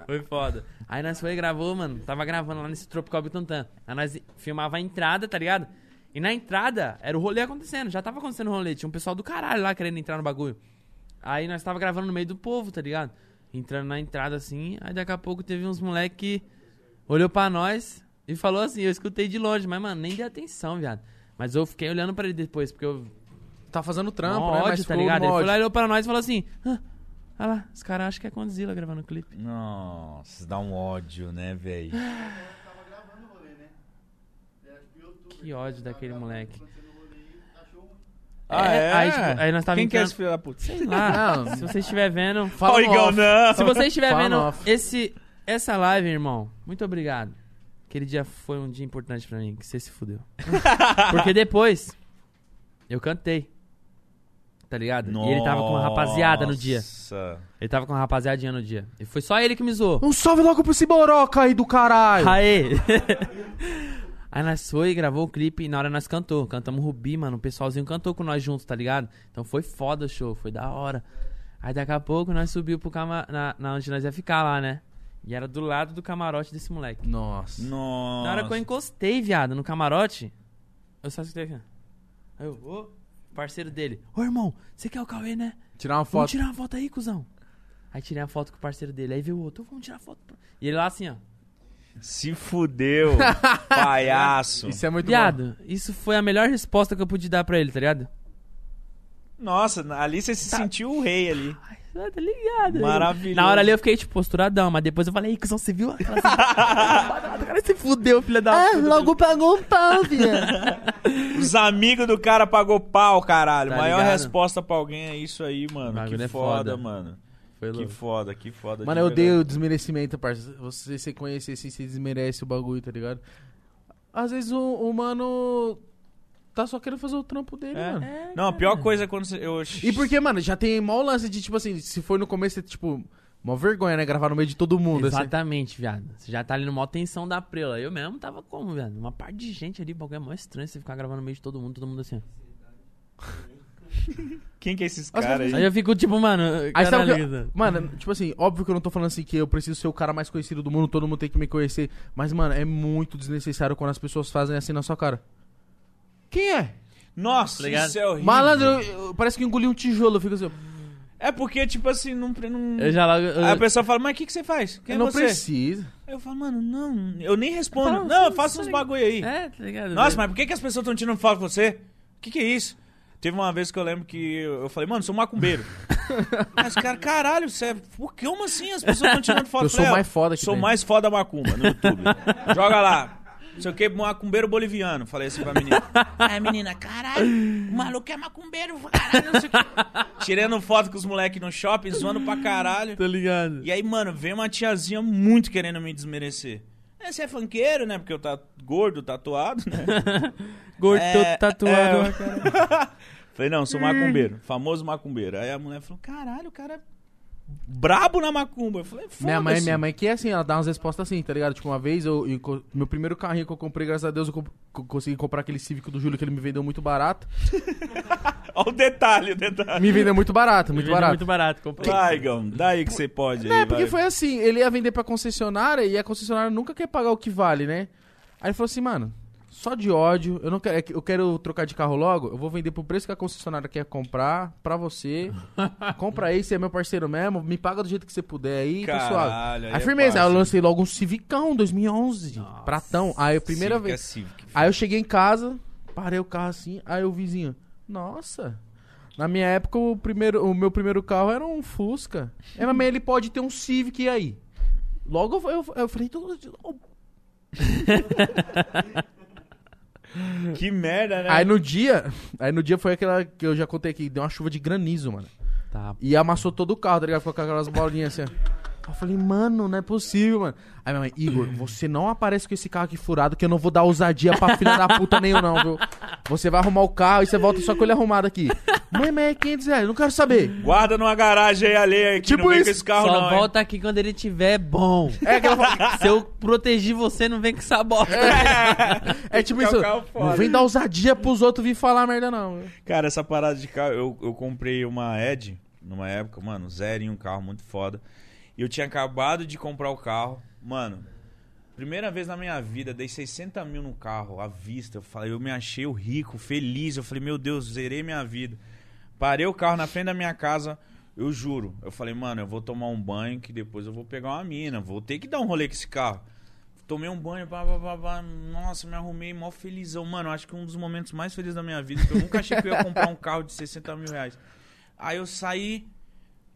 [SPEAKER 3] Foi foda. Aí nós foi e gravou, mano. Tava gravando lá nesse Tropical Bitantã. Aí nós filmava a entrada, tá ligado? E na entrada era o rolê acontecendo. Já tava acontecendo o rolê. Tinha um pessoal do caralho lá querendo entrar no bagulho. Aí nós tava gravando no meio do povo, tá ligado? Entrando na entrada assim. Aí daqui a pouco teve uns moleque que olhou pra nós e falou assim. Eu escutei de longe, mas mano, nem dei atenção, viado. Mas eu fiquei olhando pra ele depois, porque eu
[SPEAKER 2] Tá fazendo
[SPEAKER 3] Mó
[SPEAKER 2] trampo, né?
[SPEAKER 3] ódio,
[SPEAKER 2] Mas
[SPEAKER 3] tá
[SPEAKER 2] ficou
[SPEAKER 3] ligado?
[SPEAKER 2] no
[SPEAKER 3] Ele foi
[SPEAKER 2] ódio.
[SPEAKER 3] lá, olhou pra nós e falou assim: ah, olha lá, os caras acham que é Condzilla gravando o clipe.
[SPEAKER 1] Nossa, dá um ódio, né, velho?
[SPEAKER 3] Que ódio daquele moleque.
[SPEAKER 1] Ah,
[SPEAKER 3] É,
[SPEAKER 1] é?
[SPEAKER 3] aí, tipo, aí nós tava
[SPEAKER 1] Quem que é
[SPEAKER 3] entrando-
[SPEAKER 1] esse filho da puta?
[SPEAKER 3] Sei lá,
[SPEAKER 2] Não.
[SPEAKER 3] se você estiver vendo.
[SPEAKER 2] Fala
[SPEAKER 1] Ó,
[SPEAKER 2] no
[SPEAKER 1] Igão,
[SPEAKER 2] off.
[SPEAKER 1] não.
[SPEAKER 3] Se você estiver
[SPEAKER 2] Fala
[SPEAKER 3] vendo
[SPEAKER 2] no off.
[SPEAKER 3] esse, essa live, irmão, muito obrigado. Aquele dia foi um dia importante pra mim, que você
[SPEAKER 2] [laughs]
[SPEAKER 3] se fudeu. Porque depois, eu cantei. Tá ligado? E ele tava com uma rapaziada no dia.
[SPEAKER 1] Nossa.
[SPEAKER 3] Ele tava com uma rapaziadinha no dia. E foi só ele que me zoou.
[SPEAKER 2] Um salve logo pro Ciboroca aí do caralho.
[SPEAKER 3] Aê! [laughs] Aí nós foi, gravou o clipe e na hora nós cantou. Cantamos Rubi, mano. O pessoalzinho cantou com nós juntos, tá ligado? Então foi foda o show, foi da hora. Aí daqui a pouco nós subiu pro cama na, na onde nós ia ficar lá, né? E era do lado do camarote desse moleque.
[SPEAKER 2] Nossa.
[SPEAKER 1] Nossa.
[SPEAKER 3] Na hora que eu encostei, viado, no camarote, eu só escutei aqui. ó. Aí eu, ô, parceiro dele, ô irmão, você quer o Cauê, né?
[SPEAKER 2] Tirar uma
[SPEAKER 3] Vamos
[SPEAKER 2] foto.
[SPEAKER 3] tirar uma foto aí, cuzão. Aí tirei a foto com o parceiro dele. Aí veio o outro, vamos tirar foto. pra-" E ele lá assim, ó.
[SPEAKER 1] Se
[SPEAKER 3] [laughs]
[SPEAKER 1] fudeu, palhaço.
[SPEAKER 2] Isso é muito bom.
[SPEAKER 3] Viado, isso foi a melhor resposta que eu pude dar pra ele, tá ligado?
[SPEAKER 1] Nossa, ali você
[SPEAKER 3] Tá.
[SPEAKER 1] se sentiu o rei ali.
[SPEAKER 3] Ai, tá ligado.
[SPEAKER 1] Maravilhoso.
[SPEAKER 3] Na hora ali eu fiquei, tipo, posturadão, mas depois eu falei, Ei, cuzão, você viu? Aquela- Cara, você fudeu, filha da puta.
[SPEAKER 2] pagou um pau, viado.
[SPEAKER 1] Os amigos do cara pagou pau, caralho.
[SPEAKER 3] Tá
[SPEAKER 1] Maior
[SPEAKER 3] ligado?
[SPEAKER 1] resposta pra alguém é isso aí, mano.
[SPEAKER 3] Bagulho
[SPEAKER 1] Que
[SPEAKER 3] é
[SPEAKER 1] foda,
[SPEAKER 3] foda.
[SPEAKER 1] mano.
[SPEAKER 3] Foi
[SPEAKER 1] Que
[SPEAKER 3] louco.
[SPEAKER 1] foda, que foda.
[SPEAKER 2] Mano,
[SPEAKER 1] de
[SPEAKER 2] eu
[SPEAKER 1] verdade.
[SPEAKER 2] odeio o desmerecimento, parceiro. Você se conhecer assim, você desmerece o bagulho, tá ligado? Às vezes o, o mano tá só querendo fazer o trampo dele,
[SPEAKER 1] É.
[SPEAKER 2] mano.
[SPEAKER 1] Não, a pior coisa é quando você- eu.
[SPEAKER 2] E porque, mano, já tem mó lance de, tipo assim, se for no começo, é tipo, mó vergonha, né? Gravar no meio de todo mundo, assim.
[SPEAKER 3] Exatamente, viado. Você já tá ali numa tensão da prela. Eu mesmo tava como, viado? Uma parte de gente ali, o bagulho é mó estranho você ficar gravando no meio de todo mundo, todo mundo assim. ó.
[SPEAKER 1] Quem que é esses
[SPEAKER 2] Nossa,
[SPEAKER 1] caras
[SPEAKER 3] Aí
[SPEAKER 1] aí?
[SPEAKER 3] eu fico, tipo, mano,
[SPEAKER 2] Aí sabe o que
[SPEAKER 3] caralho,
[SPEAKER 2] eu-
[SPEAKER 3] Guizão.
[SPEAKER 2] Mano, tipo assim, óbvio que eu não tô falando assim que eu preciso ser o cara mais conhecido do mundo, todo mundo tem que me conhecer. Mas, mano, é muito desnecessário quando as pessoas fazem assim na sua cara. Quem é?
[SPEAKER 1] Nossa,
[SPEAKER 3] Ligado?
[SPEAKER 1] isso é horrível.
[SPEAKER 2] Malandro, eu- eu- parece que eu engoli um tijolo, eu fico assim.
[SPEAKER 1] É porque, tipo assim, não. não...
[SPEAKER 3] Eu já logo.
[SPEAKER 1] Aí a
[SPEAKER 3] Eu...
[SPEAKER 1] pessoa fala, mas o que, que você faz? Quem
[SPEAKER 2] eu
[SPEAKER 1] é
[SPEAKER 2] não
[SPEAKER 1] você?
[SPEAKER 2] precisa.
[SPEAKER 1] Aí eu falo, mano, não, eu nem respondo.
[SPEAKER 3] Eu falo,
[SPEAKER 1] não, eu
[SPEAKER 3] "Sim,
[SPEAKER 1] faço
[SPEAKER 3] sim."
[SPEAKER 1] uns bagulho aí.
[SPEAKER 3] É, tá ligado?
[SPEAKER 1] Nossa, mas por que, que as pessoas estão tirando foto com você? O que, que é isso? Teve uma vez que eu lembro que eu eu falei, mano, sou um [laughs] macumbeiro. Mas, cara, caralho, você é... Por que como assim as pessoas estão tirando foto?
[SPEAKER 2] Eu sou
[SPEAKER 1] Falei, "Ah,
[SPEAKER 2] mais foda que
[SPEAKER 1] Sou
[SPEAKER 2] tem."
[SPEAKER 1] mais foda macumba no [laughs] YouTube. Joga lá. Não sei o que, macumbeiro boliviano. Falei assim pra menina. Aí a menina, caralho, o maluco é macumbeiro, caralho, não sei o que. [laughs] Tirando foto com os moleques no shopping, zoando pra caralho.
[SPEAKER 3] Tô ligado.
[SPEAKER 1] E aí, mano, veio uma tiazinha muito querendo me desmerecer. É, você é funkeiro, né? Porque eu tá gordo, tatuado, né?
[SPEAKER 3] Gordo
[SPEAKER 1] É,
[SPEAKER 3] tatuado.
[SPEAKER 1] é. Falei, não, sou macumbeiro, famoso macumbeiro. Aí a mulher falou, caralho, o cara é brabo na macumba. Eu falei, foda-se.
[SPEAKER 2] Minha
[SPEAKER 1] [laughs]
[SPEAKER 2] mãe, minha mãe que é assim, ela dá umas respostas assim, tá ligado? Tipo, uma vez, eu, eu co- meu primeiro carrinho que eu comprei, graças a Deus, eu comp- co- consegui comprar aquele Civic do Júlio que ele me vendeu muito barato.
[SPEAKER 1] Olha o detalhe, o detalhe.
[SPEAKER 2] Me vendeu muito barato, é muito
[SPEAKER 3] Muito
[SPEAKER 2] barato.
[SPEAKER 3] barato. Muito barato, comprei.
[SPEAKER 1] Vai, Gão, daí que você pode.
[SPEAKER 2] Não,
[SPEAKER 1] aí,
[SPEAKER 2] é porque
[SPEAKER 1] vai.
[SPEAKER 2] foi assim, ele ia vender pra concessionária e a concessionária nunca quer pagar o que vale, né? Aí ele falou assim, mano, só de ódio, eu não quero, é que eu quero trocar de carro logo, eu vou vender pro preço que a concessionária quer comprar pra
[SPEAKER 1] [laughs]
[SPEAKER 2] você. Compra aí, você é meu parceiro mesmo, me paga do jeito que você puder aí, tá
[SPEAKER 1] Caralho,
[SPEAKER 2] suave.
[SPEAKER 1] aí
[SPEAKER 2] Aí,
[SPEAKER 1] é
[SPEAKER 2] firmeza, aí eu
[SPEAKER 1] fácil.
[SPEAKER 2] lancei logo um Civicão 2011, pratão. Aí a primeira
[SPEAKER 1] Civic é
[SPEAKER 2] vez.
[SPEAKER 1] Civic.
[SPEAKER 2] Aí eu cheguei em casa, parei o carro assim, aí o vizinho, nossa. Na minha época, o, primeiro, o meu primeiro carro era um Fusca. É, mas ele pode ter um Civic e aí. Logo eu, eu, eu falei, "Tô- tô-
[SPEAKER 1] [laughs] Que merda, né?
[SPEAKER 2] aí no dia, [laughs] aí no dia foi aquela que eu já contei aqui, deu uma chuva de granizo, mano.
[SPEAKER 3] Tá.
[SPEAKER 2] E amassou todo o carro, tá ligado? Ficou com aquelas bolinhas assim, ó. Eu falei, mano, não é possível, mano. Aí minha mãe, Igor, você não aparece com esse carro aqui furado que eu não vou dar ousadia pra filha da puta nenhum, não, viu? Você vai arrumar o carro e você volta só com ele arrumado aqui. Mãe, mas é 500 reais, eu não quero saber.
[SPEAKER 1] Guarda numa garagem aí alheia aqui,
[SPEAKER 2] Tipo
[SPEAKER 1] não vem
[SPEAKER 2] isso.
[SPEAKER 1] com esse carro
[SPEAKER 3] Só
[SPEAKER 1] não, hein?
[SPEAKER 3] volta aqui quando ele tiver bom.
[SPEAKER 2] É aquela fala-
[SPEAKER 3] [laughs] Se eu proteger você, não vem com essa bosta.
[SPEAKER 2] É tipo
[SPEAKER 1] Tem que
[SPEAKER 2] isso.
[SPEAKER 1] ficar o carro
[SPEAKER 2] Não
[SPEAKER 1] fora.
[SPEAKER 2] vem dar ousadia pros outros vir falar merda, não.
[SPEAKER 1] Cara, essa parada de carro, eu, eu comprei uma Ed numa época, mano, zero em um carro muito foda. E eu tinha acabado de comprar o carro, mano. Primeira vez na minha vida, dei 60 mil no carro, à vista. Eu, falei, eu me achei o rico, feliz. Eu falei, meu Deus, zerei minha vida. Parei o carro na frente da minha casa, eu juro. Eu falei, mano, eu vou tomar um banho que depois eu vou pegar uma mina. Vou ter que dar um rolê com esse carro. Tomei um banho, pá, pá, pá, pá, nossa, me arrumei, mó felizão. Mano, acho que um dos momentos mais felizes da minha vida, porque eu nunca achei que eu ia comprar um carro de 60 mil reais. Aí eu saí,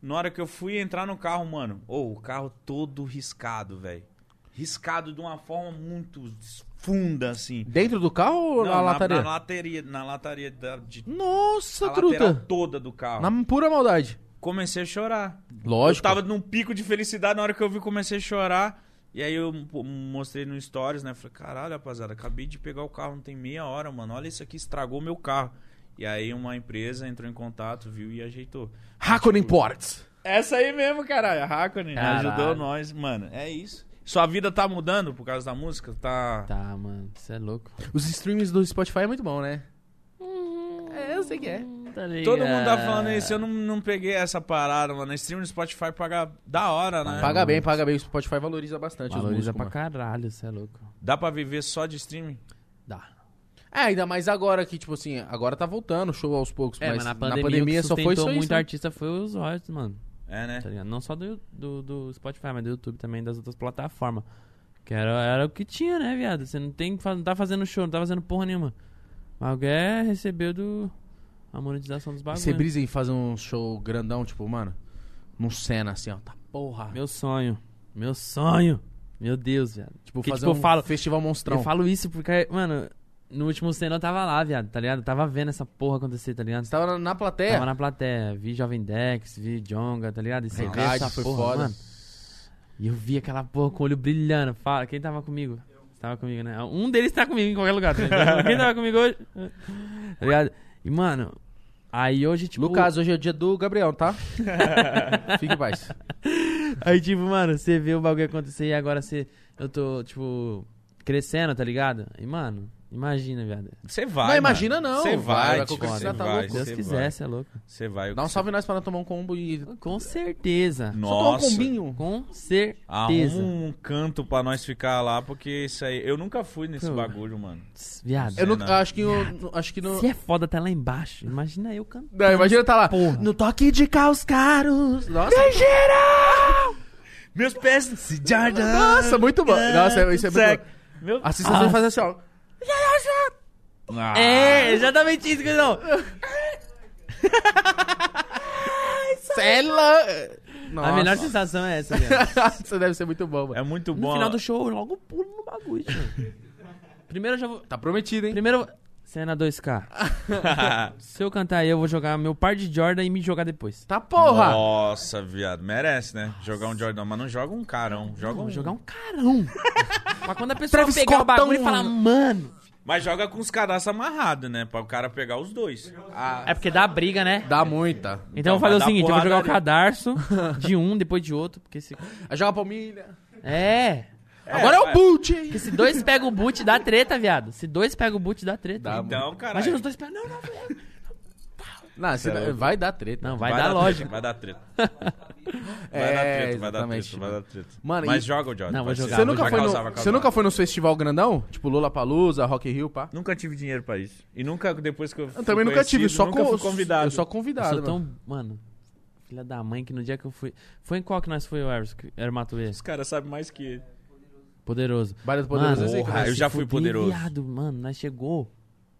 [SPEAKER 1] na hora que eu fui entrar no carro, mano, ô, o carro todo riscado, velho. Riscado de uma forma muito funda, assim.
[SPEAKER 2] Dentro do carro ou
[SPEAKER 1] Não,
[SPEAKER 2] na lataria?
[SPEAKER 1] Na, lataria, na lataria da, de,
[SPEAKER 2] Nossa,
[SPEAKER 1] a lateral
[SPEAKER 2] truta.
[SPEAKER 1] toda do carro.
[SPEAKER 2] Na pura maldade.
[SPEAKER 1] Comecei a chorar.
[SPEAKER 2] Lógico.
[SPEAKER 1] Eu tava num pico de felicidade na hora que eu vi, comecei a chorar. E aí eu pô, mostrei no Stories, né? Falei, caralho, rapaziada, acabei de pegar o carro, não tem meia hora, mano. Olha isso aqui, estragou meu carro. E aí uma empresa entrou em contato, viu e ajeitou.
[SPEAKER 2] Hakone Imports.
[SPEAKER 1] Essa aí mesmo, caralho. A Hakone
[SPEAKER 3] Caralho.
[SPEAKER 1] ajudou nós, mano. É isso. Sua vida tá mudando por causa da música? Tá.
[SPEAKER 3] Tá, mano, isso é louco.
[SPEAKER 2] Os streams do Spotify é muito bom, né? É, eu sei que é.
[SPEAKER 1] Todo mundo tá falando isso, eu não, não peguei essa parada, mano. Stream no Spotify paga da hora, né?
[SPEAKER 2] Paga bem, paga bem. O Spotify valoriza bastante
[SPEAKER 3] É, Valoriza
[SPEAKER 2] os
[SPEAKER 3] pra
[SPEAKER 2] músicos.
[SPEAKER 3] caralho, você é louco.
[SPEAKER 1] Dá pra viver só de streaming?
[SPEAKER 3] Dá.
[SPEAKER 2] É, ainda mais agora que, tipo assim, agora tá voltando o show aos poucos.
[SPEAKER 3] É,
[SPEAKER 2] mas,
[SPEAKER 3] mas, na pandemia, o que
[SPEAKER 2] só foi
[SPEAKER 3] sustentou
[SPEAKER 2] só
[SPEAKER 3] muito
[SPEAKER 2] isso. né?
[SPEAKER 3] artista foi os royalties, mano.
[SPEAKER 1] É, né?
[SPEAKER 3] tá ligado? Não só do, do, do Spotify, mas do YouTube também, das outras plataformas. Que era, era o que tinha, né, viado? Você não, tem, que fa- não tá fazendo show, não tá fazendo porra nenhuma. Mas Alguém recebeu do, a monetização dos
[SPEAKER 2] E
[SPEAKER 3] bagulhos.
[SPEAKER 2] Você brisa em fazer um show grandão, tipo, mano, num cena assim, ó. Tá porra.
[SPEAKER 3] Meu sonho. Meu sonho. Meu Deus, viado.
[SPEAKER 2] tipo,
[SPEAKER 3] que,
[SPEAKER 2] fazer
[SPEAKER 3] tipo,
[SPEAKER 2] um
[SPEAKER 3] eu falo-
[SPEAKER 2] festival monstrão.
[SPEAKER 3] Eu falo isso porque, mano, no último cena eu tava lá, viado, tá ligado? Eu tava vendo essa porra acontecer, tá ligado?
[SPEAKER 2] Você tava na, na
[SPEAKER 1] É.
[SPEAKER 2] plateia.
[SPEAKER 3] Tava na plateia, vi Jovem Dex, vi Jonga, tá ligado? E você vê
[SPEAKER 2] Verdade,
[SPEAKER 3] essa
[SPEAKER 2] foi
[SPEAKER 3] porra,
[SPEAKER 2] foda.
[SPEAKER 3] mano. E eu vi aquela porra com o olho brilhando. Fala, quem tava comigo? Você tava comigo, né? Um deles tá comigo em qualquer lugar. Tá
[SPEAKER 1] [laughs]
[SPEAKER 3] ligado? quem tava comigo hoje? Tá ligado? E, mano, aí hoje, tipo.
[SPEAKER 2] Lucas, hoje é o dia do Gabriel,
[SPEAKER 3] [laughs]
[SPEAKER 2] tá? Fique em paz.
[SPEAKER 3] Aí, tipo, mano, você vê o bagulho acontecer e agora você. Eu tô, tipo, crescendo, tá ligado? E, mano, imagina, viado.
[SPEAKER 1] Você vai.
[SPEAKER 2] Não, imagina
[SPEAKER 1] mano.
[SPEAKER 2] não.
[SPEAKER 1] Você
[SPEAKER 2] Vai,
[SPEAKER 1] vai,
[SPEAKER 2] vai
[SPEAKER 1] tio,
[SPEAKER 2] conquistar,
[SPEAKER 1] você
[SPEAKER 2] tá
[SPEAKER 1] vai,
[SPEAKER 2] louco.
[SPEAKER 3] Se Deus
[SPEAKER 1] você
[SPEAKER 3] quiser,
[SPEAKER 1] vai.
[SPEAKER 3] você é louco.
[SPEAKER 1] Você vai.
[SPEAKER 2] Dá um salve nós pra nós tomar um combo e.
[SPEAKER 3] Com
[SPEAKER 2] Só
[SPEAKER 3] certeza.
[SPEAKER 2] tomar um
[SPEAKER 1] Nossa.
[SPEAKER 2] combinho.
[SPEAKER 3] Com
[SPEAKER 1] Arruma
[SPEAKER 3] certeza.
[SPEAKER 1] um canto pra nós ficar lá, porque isso aí. Eu nunca fui nesse
[SPEAKER 3] Pô.
[SPEAKER 1] bagulho, mano.
[SPEAKER 3] Viado.
[SPEAKER 2] Eu
[SPEAKER 1] Sei
[SPEAKER 2] nunca.
[SPEAKER 1] não.
[SPEAKER 2] Acho que. Eu, acho que não.
[SPEAKER 3] Se é foda tá lá embaixo, imagina eu cantando.
[SPEAKER 2] Não, imagina tá lá.
[SPEAKER 3] Porra.
[SPEAKER 2] No toque de caos caros. Nossa,
[SPEAKER 1] Meus pés se
[SPEAKER 2] nossa
[SPEAKER 3] Ah,
[SPEAKER 2] muito bom. Nossa, isso é muito bom.
[SPEAKER 1] Meu...
[SPEAKER 2] A sensação de fazer assim, ó.
[SPEAKER 1] Ah,
[SPEAKER 3] É, exatamente isso que eu não.
[SPEAKER 2] Cela! é Nossa.
[SPEAKER 3] A melhor sensação é essa, viado.
[SPEAKER 2] [laughs] Isso deve ser muito bom, mano.
[SPEAKER 1] é muito
[SPEAKER 3] No
[SPEAKER 1] bom. [laughs]
[SPEAKER 3] final do show, eu logo pulo no bagulho, tio. Primeiro eu já vou.
[SPEAKER 2] Tá prometido, hein?
[SPEAKER 3] Primeiro. eu- Cena 2K. Se eu cantar aí, eu vou jogar meu par de Jordan e me jogar depois.
[SPEAKER 2] Tá porra!
[SPEAKER 1] Nossa, viado. Merece, né? Jogar um Jordan. Mas não joga um carão. Joga um...
[SPEAKER 3] Vou jogar um carão. pra quando a pessoa
[SPEAKER 2] Travis
[SPEAKER 3] pegar o bagulho
[SPEAKER 2] Scottão.
[SPEAKER 3] e falar, "Hum", mano.
[SPEAKER 1] Mas joga com os cadastros amarrados, né? Pra o cara pegar os dois. Ah,
[SPEAKER 3] É porque dá briga, né?
[SPEAKER 2] Dá muita.
[SPEAKER 3] Então,
[SPEAKER 1] Então,
[SPEAKER 3] eu vou
[SPEAKER 1] vai
[SPEAKER 3] fazer o
[SPEAKER 1] dar
[SPEAKER 3] seguinte: eu vou
[SPEAKER 1] porrada
[SPEAKER 3] jogar o
[SPEAKER 1] ali.
[SPEAKER 3] cadarço de um, depois de outro. Porque se.
[SPEAKER 2] Aí Joga palmilha.
[SPEAKER 3] É.
[SPEAKER 2] Agora é o
[SPEAKER 1] é.
[SPEAKER 2] boot!
[SPEAKER 3] Porque se dois pegam o boot, dá treta, viado. Se dois pegam o boot, dá treta.
[SPEAKER 2] Dá,
[SPEAKER 1] então, caralho.
[SPEAKER 3] Imagina os dois pegam. Não, não, não.
[SPEAKER 2] Não, se dá- vai dar treta.
[SPEAKER 3] Não, vai, dar lógica.
[SPEAKER 1] Vai dar [laughs] treta. Vai
[SPEAKER 2] É,
[SPEAKER 1] dar treta, vai dar
[SPEAKER 2] exatamente,
[SPEAKER 1] treta, vai dar treta.
[SPEAKER 2] Mano,
[SPEAKER 1] Mas
[SPEAKER 2] e-
[SPEAKER 1] joga o Jordan.
[SPEAKER 3] Não, vou
[SPEAKER 1] vai ser.
[SPEAKER 3] jogar,
[SPEAKER 2] Você
[SPEAKER 3] vou
[SPEAKER 2] nunca,
[SPEAKER 1] Vai
[SPEAKER 2] foi no,
[SPEAKER 1] causar, vai
[SPEAKER 2] você
[SPEAKER 1] causar.
[SPEAKER 2] nunca foi nos festival grandão? Tipo Lollapalooza, Rock in Rio, pá?
[SPEAKER 1] Nunca tive dinheiro pra isso. E nunca, depois que eu fui
[SPEAKER 2] Eu também nunca tive,
[SPEAKER 1] conhecido,
[SPEAKER 2] só
[SPEAKER 1] nunca
[SPEAKER 2] com-
[SPEAKER 1] fui convidado.
[SPEAKER 2] Eu só
[SPEAKER 3] Eu
[SPEAKER 2] convidado,
[SPEAKER 3] sou
[SPEAKER 2] mano.
[SPEAKER 3] tão. Mano, filha da mãe, que no dia que eu fui. Foi em qual que nós foi, o Eros? que Era o Matuê?
[SPEAKER 1] Os caras sabem mais que ele.
[SPEAKER 3] Poderoso.
[SPEAKER 2] Baile do Poderoso, eu sei que
[SPEAKER 1] porra,
[SPEAKER 2] nós-
[SPEAKER 1] eu já
[SPEAKER 3] se
[SPEAKER 1] fui
[SPEAKER 3] fudeu,
[SPEAKER 1] poderoso.
[SPEAKER 3] Viado, mano, nós chegou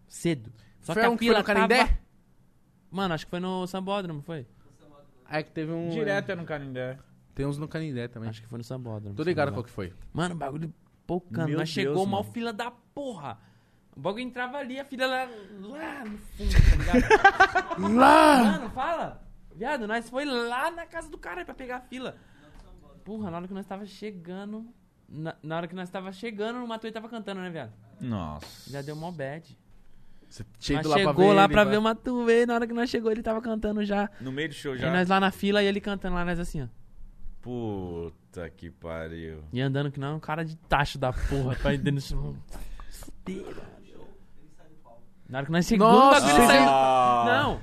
[SPEAKER 3] cedo. Só
[SPEAKER 2] Foi
[SPEAKER 3] que a
[SPEAKER 2] um que foi
[SPEAKER 3] fila
[SPEAKER 2] no Canindé?
[SPEAKER 3] tava- Mano, acho que foi no Sambódromo, foi?
[SPEAKER 2] É que teve um...
[SPEAKER 1] Direto é no Canindé.
[SPEAKER 2] Tem uns no Canindé também.
[SPEAKER 3] Acho que foi no Sambódromo.
[SPEAKER 2] Tô ligado
[SPEAKER 3] Sambódromo.
[SPEAKER 2] qual que foi.
[SPEAKER 3] Mano, o bagulho poucando.
[SPEAKER 1] Meu
[SPEAKER 3] Nós
[SPEAKER 1] Deus,
[SPEAKER 3] chegou mal
[SPEAKER 1] mano.
[SPEAKER 3] fila da porra. O bagulho entrava ali, a fila lá, lá no fundo, tá ligado?
[SPEAKER 2] Lá!
[SPEAKER 3] Mano, Ah, fala. Viado, nós foi lá na casa do cara pra pegar a fila. Porra, na hora que nós tava chegando... Na, na hora que nós tava chegando, o Matuê tava cantando, né, viado?
[SPEAKER 1] Nossa.
[SPEAKER 3] Já deu mó bad.
[SPEAKER 2] Você
[SPEAKER 3] Nós
[SPEAKER 2] lá pra
[SPEAKER 3] chegou lá
[SPEAKER 2] ele,
[SPEAKER 3] pra
[SPEAKER 2] vai.
[SPEAKER 3] ver uma tuve, na hora que nós chegou ele tava cantando já.
[SPEAKER 1] No meio do show
[SPEAKER 3] E
[SPEAKER 1] já.
[SPEAKER 3] nós lá na fila e ele cantando lá, nós assim, ó.
[SPEAKER 1] Puta que pariu.
[SPEAKER 3] E andando que não, um cara de tacho da porra, tá aí dentro do chão. Fudeira. Na hora que nós chegamos,
[SPEAKER 2] Nossa,
[SPEAKER 3] o bagulho
[SPEAKER 2] vocês-
[SPEAKER 3] saiu.
[SPEAKER 1] Ah.
[SPEAKER 3] Não,